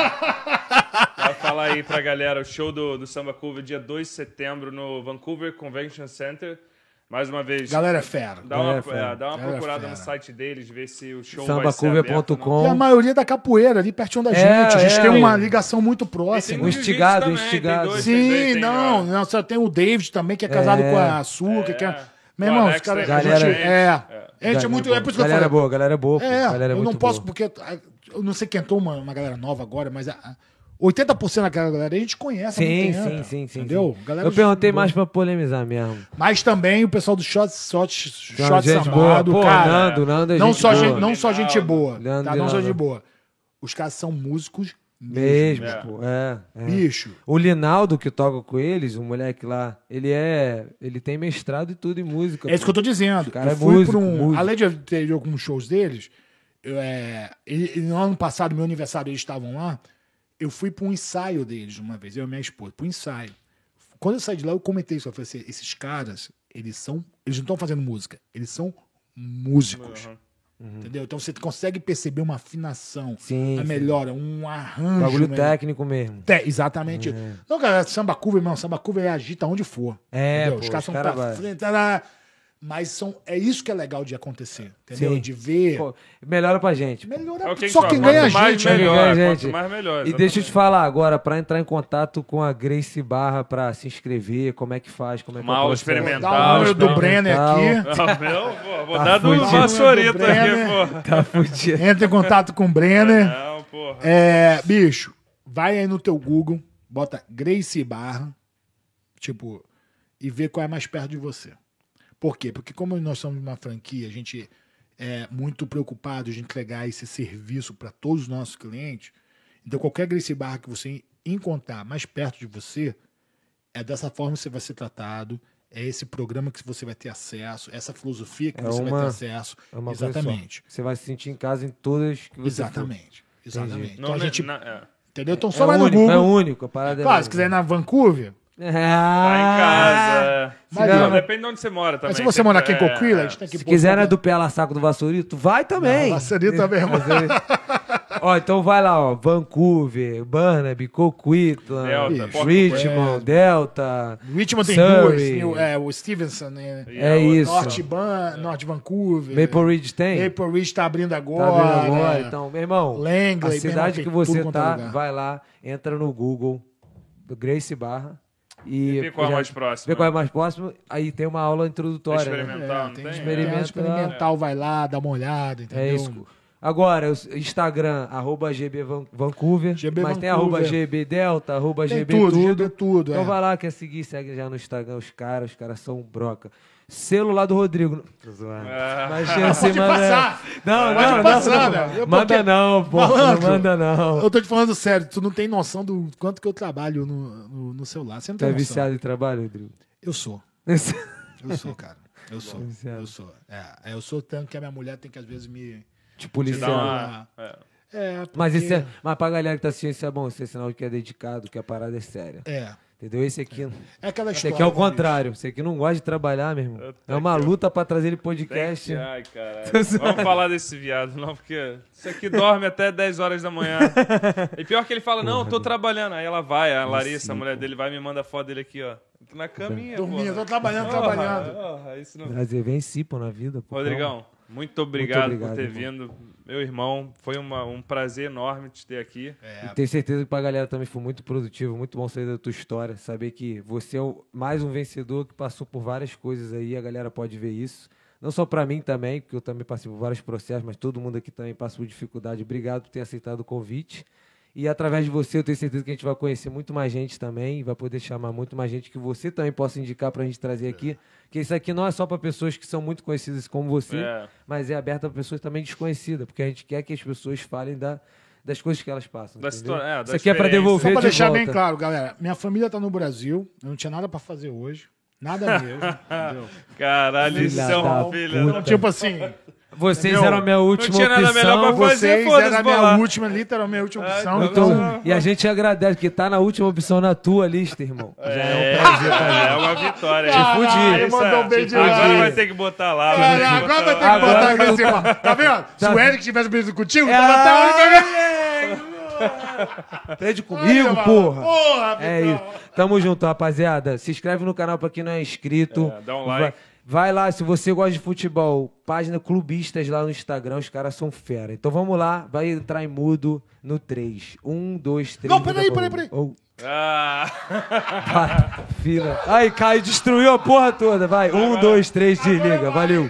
Speaker 2: Vai falar aí pra galera o show do, do Samba Cover, dia 2 de setembro, no Vancouver Convention Center. Mais uma vez,
Speaker 3: Galera é fera.
Speaker 2: dá uma,
Speaker 1: É, fera.
Speaker 2: é, dá uma
Speaker 3: Galera,
Speaker 2: procurada
Speaker 3: fera.
Speaker 2: no site deles, ver se o show então vai tá ser
Speaker 1: é
Speaker 2: aberto, não.
Speaker 3: E a
Speaker 1: Sambacuver.com.
Speaker 3: maioria da capoeira ali pertinho da
Speaker 1: um É,
Speaker 3: gente. A gente
Speaker 1: é,
Speaker 3: tem uma
Speaker 1: é.
Speaker 3: ligação muito
Speaker 2: Tem
Speaker 3: próxima.
Speaker 1: um
Speaker 2: jiu-jitsu
Speaker 1: instigado,
Speaker 2: também, tem
Speaker 1: instigado.
Speaker 2: dois, tem dois,
Speaker 3: Sim,
Speaker 2: tem
Speaker 3: não,
Speaker 2: dois.
Speaker 3: não. Só tem o David também, que é casado
Speaker 1: É.
Speaker 3: com a Açúcar, que é. Meu
Speaker 2: Com
Speaker 3: irmão,
Speaker 2: a
Speaker 3: os caras.
Speaker 2: Alexa,
Speaker 1: Galera-
Speaker 3: gente, é. A gente é
Speaker 1: Galera
Speaker 3: muito.
Speaker 1: boa.
Speaker 3: É por isso que eu
Speaker 1: Galera
Speaker 3: falei.
Speaker 1: boa, galera boa. pô.
Speaker 3: É,
Speaker 1: galera
Speaker 3: eu
Speaker 1: muito
Speaker 3: não posso,
Speaker 1: boa.
Speaker 3: porque ah, eu não sei quem entrou uma, uma galera nova agora, mas a- a- 80% daquela galera a gente conhece. há
Speaker 1: Sim,
Speaker 3: muito
Speaker 1: sim,
Speaker 3: tempo,
Speaker 1: sim, sim.
Speaker 3: Entendeu?
Speaker 1: sim.
Speaker 3: Galera é
Speaker 1: Eu perguntei
Speaker 3: boa.
Speaker 1: mais pra polemizar mesmo.
Speaker 3: Mas também o pessoal do Shot, shot,
Speaker 1: Tem
Speaker 3: shot
Speaker 1: uma gente
Speaker 3: Sambado,
Speaker 1: boa. Pô,
Speaker 3: cara.
Speaker 1: Nando, Nando é
Speaker 3: não,
Speaker 1: gente
Speaker 3: só
Speaker 1: boa.
Speaker 3: gente, não só gente boa.
Speaker 1: Leandro
Speaker 3: tá?
Speaker 1: de
Speaker 3: Não só
Speaker 1: Leandro.
Speaker 3: gente boa. Os caras são músicos
Speaker 1: Mesmo,
Speaker 3: mesmo.
Speaker 2: É.
Speaker 1: pô. É, é.
Speaker 3: Bicho.
Speaker 1: O Linaldo, que toca com eles, o moleque lá, ele é. Ele tem mestrado e tudo em música.
Speaker 3: É isso que
Speaker 1: pô.
Speaker 3: eu tô dizendo.
Speaker 1: cara
Speaker 3: eu
Speaker 1: é
Speaker 3: fui
Speaker 1: músico,
Speaker 3: pra um.
Speaker 1: músico.
Speaker 3: Além de eu ter ido a alguns shows deles, eu, é, e- e no ano passado, meu aniversário, eles estavam lá. Eu fui para um ensaio deles uma vez, eu e minha esposa, para um ensaio. Quando eu saí de lá, eu comentei isso. Eu falei assim: esses caras, eles são. Eles não estão fazendo música, eles são músicos.
Speaker 2: Uhum.
Speaker 3: Entendeu? Então você consegue perceber uma afinação,
Speaker 1: Hum. Sim,
Speaker 3: a
Speaker 1: sim.
Speaker 3: melhora, um arranjo.
Speaker 1: Bagulho
Speaker 3: melhor.
Speaker 1: técnico É. mesmo.
Speaker 3: Te- exatamente. isso. Não, cara, samba cover, irmão, samba cover ele agita onde for.
Speaker 1: É,
Speaker 3: entendeu?
Speaker 1: pô,
Speaker 3: os caras
Speaker 1: os
Speaker 3: são
Speaker 1: cara
Speaker 3: pra
Speaker 1: vai.
Speaker 3: frente, tará. mas são, é isso que é legal de acontecer, entendeu?
Speaker 1: Sim.
Speaker 3: De ver.
Speaker 1: Pô, melhora pra gente.
Speaker 3: melhorar
Speaker 2: É o que a gente
Speaker 3: só
Speaker 2: fala,
Speaker 3: quem ganha é a
Speaker 2: quanto mais
Speaker 3: gente, né?
Speaker 2: melhor,
Speaker 1: Quem ganha é a
Speaker 2: quanto
Speaker 1: gente.
Speaker 2: mais melhor.
Speaker 1: E deixa eu
Speaker 2: exatamente.
Speaker 1: te falar agora, pra entrar em contato com a Grace Barra pra se inscrever, como é que faz, como é que é o
Speaker 2: Mal
Speaker 1: processo?
Speaker 2: experimental.
Speaker 3: Dá o número
Speaker 2: Mental, então.
Speaker 3: do Brenner
Speaker 1: mental.
Speaker 3: aqui.
Speaker 2: Ah, meu, pô, vou
Speaker 1: Tá
Speaker 2: dar do
Speaker 1: fudido.
Speaker 2: vassourito
Speaker 3: Do Brenner.
Speaker 2: aqui, pô.
Speaker 1: Tá fudido.
Speaker 3: Entra em contato com o Brenner.
Speaker 2: Não, porra.
Speaker 3: É, bicho, vai aí no teu Google, bota Grace Barra, tipo, e vê qual é mais perto de você. Por quê? Porque como nós somos uma franquia, a gente é muito preocupado de entregar esse serviço para todos os nossos clientes. Então, qualquer Grace Barra que você encontrar mais perto de você, é dessa forma que você vai ser tratado, é esse programa que você vai ter acesso, essa filosofia que
Speaker 1: É
Speaker 3: você vai
Speaker 1: uma-
Speaker 3: ter acesso.
Speaker 1: É uma coisa só.
Speaker 3: Exatamente.
Speaker 1: Você vai se sentir em casa em todas que você for.
Speaker 3: Exatamente. Exatamente. Então
Speaker 2: Não,
Speaker 3: a
Speaker 2: né,
Speaker 3: gente.
Speaker 2: na- é.
Speaker 3: Entendeu? Então
Speaker 1: É
Speaker 3: só vai no
Speaker 1: único,
Speaker 3: Google.
Speaker 1: é único. A parada é
Speaker 3: Claro, se quiser ir na Vancouver.
Speaker 1: É.
Speaker 3: Ah,
Speaker 2: Tá em casa. é.
Speaker 3: Mas
Speaker 2: Não,
Speaker 3: não.
Speaker 2: depende de onde você mora também.
Speaker 3: né? Mas se você
Speaker 2: Tem-
Speaker 3: morar aqui em
Speaker 2: é,
Speaker 3: Coquila, a
Speaker 2: é.
Speaker 3: gente tem que.
Speaker 1: Se quiser na do Pé lá Saco do Vassourito, vai também.
Speaker 3: Vassourito também, é irmão.
Speaker 1: Mas ele- ó, então vai lá, ó. Vancouver, Burnaby, Coquitlam,
Speaker 2: Delta,
Speaker 3: Isso.
Speaker 1: Richmond, Delta.
Speaker 3: Richmond tem
Speaker 1: Surrey.
Speaker 3: duas. É, o Stevenson, né?
Speaker 2: E
Speaker 1: É
Speaker 2: a outra-
Speaker 1: isso.
Speaker 3: Norte, Ban, Norte Vancouver.
Speaker 1: Maple Ridge tem?
Speaker 3: Maple Ridge tá abrindo
Speaker 1: Tá
Speaker 3: agora.
Speaker 1: vendo agora? Então, meu irmão,
Speaker 3: né? Langley, meu
Speaker 1: a
Speaker 3: irmão,
Speaker 1: cidade
Speaker 3: tem
Speaker 1: que
Speaker 3: tudo
Speaker 1: você
Speaker 3: quanto é
Speaker 1: tá,
Speaker 3: lugar.
Speaker 1: vai lá, entra no Google, do Grace Barra. E,
Speaker 2: E vê qual é
Speaker 1: já-
Speaker 2: mais próximo.
Speaker 1: Vê qual é mais próximo. Aí tem uma aula introdutória. né?
Speaker 3: É,
Speaker 2: Experimental, Tá, não
Speaker 3: tem,
Speaker 2: tem?
Speaker 1: experimento
Speaker 3: tem experimental, vai lá, dá uma olhada, entendeu?
Speaker 1: É isso. Agora, o Instagram, arroba GB Van- Vancouver.
Speaker 3: GB
Speaker 1: mas tem
Speaker 3: Vancouver.
Speaker 1: arroba GB Delta, arroba
Speaker 3: Tem
Speaker 1: GB
Speaker 3: tudo,
Speaker 1: tudo.
Speaker 3: GB tudo,
Speaker 1: Então
Speaker 3: é.
Speaker 1: vai lá, quer seguir, segue já no Instagram os caras, os caras são broca. Celular do Rodrigo. Tô zoando.
Speaker 2: Ah.
Speaker 1: Mas assim,
Speaker 3: É. Pode
Speaker 1: manda.
Speaker 3: passar.
Speaker 1: Não,
Speaker 3: Pode
Speaker 1: não,
Speaker 3: passar,
Speaker 1: não,
Speaker 3: velho. Eu
Speaker 1: Manda
Speaker 3: porque-
Speaker 1: não, pô.
Speaker 3: Malandro,
Speaker 1: Não manda não.
Speaker 3: Eu tô te falando sério, tu não tem noção do quanto que eu trabalho no, no, no celular. Você não
Speaker 1: Tu
Speaker 3: tem
Speaker 1: é
Speaker 3: noção.
Speaker 1: viciado em trabalho, Rodrigo?
Speaker 3: Eu sou.
Speaker 1: Te
Speaker 3: Eu sou, cara. Eu sou.
Speaker 1: Viciado.
Speaker 3: Eu sou. É, eu sou tanto que a minha mulher tem que às vezes me.
Speaker 2: Te dá
Speaker 1: policiar.
Speaker 2: uma- é.
Speaker 3: É, porque...
Speaker 1: Mas, isso é, mas pra galera que tá assistindo, isso é bom. Isso é sinal de que é dedicado, que a parada é séria.
Speaker 3: É.
Speaker 1: Entendeu? Esse aqui.
Speaker 3: É aquela
Speaker 1: Esse
Speaker 3: história.
Speaker 1: aqui é o
Speaker 3: né, bicho?
Speaker 1: contrário. Você aqui não gosta de trabalhar, meu irmão.
Speaker 2: Eu
Speaker 1: É uma luta pra trazer ele podcast.
Speaker 2: Tem- Ai, caralho. Vamos falar desse viado, não, porque isso aqui dorme até 10 horas da manhã. E pior que ele fala, não, eu tô trabalhando. Aí ela vai, a Larissa, a mulher dele, vai e me manda a foto dele aqui, ó. Na caminha,
Speaker 3: assim, Dormindo,
Speaker 2: porra.
Speaker 3: tô trabalhando,
Speaker 2: Porra,
Speaker 3: trabalhando.
Speaker 2: porra, isso não-
Speaker 1: Trazer vem si, pô, na vida. Pô,
Speaker 2: Rodrigão, muito obrigado,
Speaker 1: Muito
Speaker 2: por ter
Speaker 1: obrigado,
Speaker 2: vindo. Meu irmão, foi uma- um prazer enorme te ter aqui.
Speaker 1: E tenho certeza que pra galera também foi muito produtivo, muito bom saber da tua história, saber que você é o- mais um vencedor que passou por várias coisas aí, a galera pode ver isso. Não só pra mim também, porque eu também passei por vários processos, mas todo mundo aqui também passa por dificuldade. Obrigado por ter aceitado o convite. E através de você, eu tenho certeza que a gente vai conhecer muito mais gente também, vai poder chamar muito mais gente que você também possa indicar pra gente trazer aqui. Porque isso aqui não é só pra pessoas que são muito conhecidas como você,
Speaker 2: É.
Speaker 1: mas é aberto pra pessoas também desconhecidas, porque a gente quer que as pessoas falem da, das coisas que elas passam.
Speaker 2: Da
Speaker 1: entendeu?
Speaker 2: situa- é, da
Speaker 1: Isso aqui é pra
Speaker 2: experiência.
Speaker 1: devolver
Speaker 3: Só pra
Speaker 1: de
Speaker 3: deixar
Speaker 1: volta.
Speaker 3: bem claro, galera. Minha família tá no Brasil. Eu não tinha nada pra fazer hoje. Nada mesmo. entendeu?
Speaker 2: Caralho,
Speaker 1: Filha
Speaker 2: isso é
Speaker 1: da
Speaker 2: uma
Speaker 1: puta.
Speaker 2: filha.
Speaker 3: Então, tipo assim,
Speaker 1: Vocês
Speaker 3: Entendeu?
Speaker 1: eram a minha última
Speaker 2: tinha nada
Speaker 1: opção.
Speaker 2: melhor pra fazer.
Speaker 3: vocês
Speaker 2: foda-se,
Speaker 3: eram a
Speaker 2: vou
Speaker 3: minha
Speaker 2: lá.
Speaker 3: última, literalmente minha última
Speaker 2: Ai,
Speaker 3: opção.
Speaker 2: não,
Speaker 3: então,
Speaker 1: Então, e a gente agradece, porque tá na última opção na tua lista, irmão. Já é,
Speaker 2: É, é, uma vitória.
Speaker 1: Te fudi. um
Speaker 3: Caralho,
Speaker 2: Isso é-
Speaker 3: mandou bem
Speaker 2: Agora
Speaker 3: demais.
Speaker 2: vai ter que botar lá. vai ter que
Speaker 3: Cara, agora
Speaker 2: botar
Speaker 3: vai ter
Speaker 2: lá.
Speaker 3: que botar
Speaker 1: Agora
Speaker 3: aqui assim, ó. Tá vendo? Se o Eric tivesse briso contigo, tava
Speaker 1: Ah,
Speaker 3: até hoje pra ganhar.
Speaker 1: um Aprende comigo,
Speaker 3: mano.
Speaker 1: porra.
Speaker 3: Porra,
Speaker 1: É
Speaker 3: Vitão.
Speaker 1: isso. Tamo junto, rapaziada. Se inscreve no canal pra quem não é inscrito.
Speaker 2: É, dá um like.
Speaker 1: Vai, vai lá, se você gosta de futebol, página Clubistas lá no Instagram, os caras são fera. Então vamos lá, vai entrar em mudo no Um, 3. 1, 2, 3.
Speaker 3: Não, peraí, peraí, peraí.
Speaker 2: Ah.
Speaker 3: é
Speaker 1: Vai, fila. Aí, caiu, destruiu a porra toda. Vai, um, dois, três, desliga. Valeu.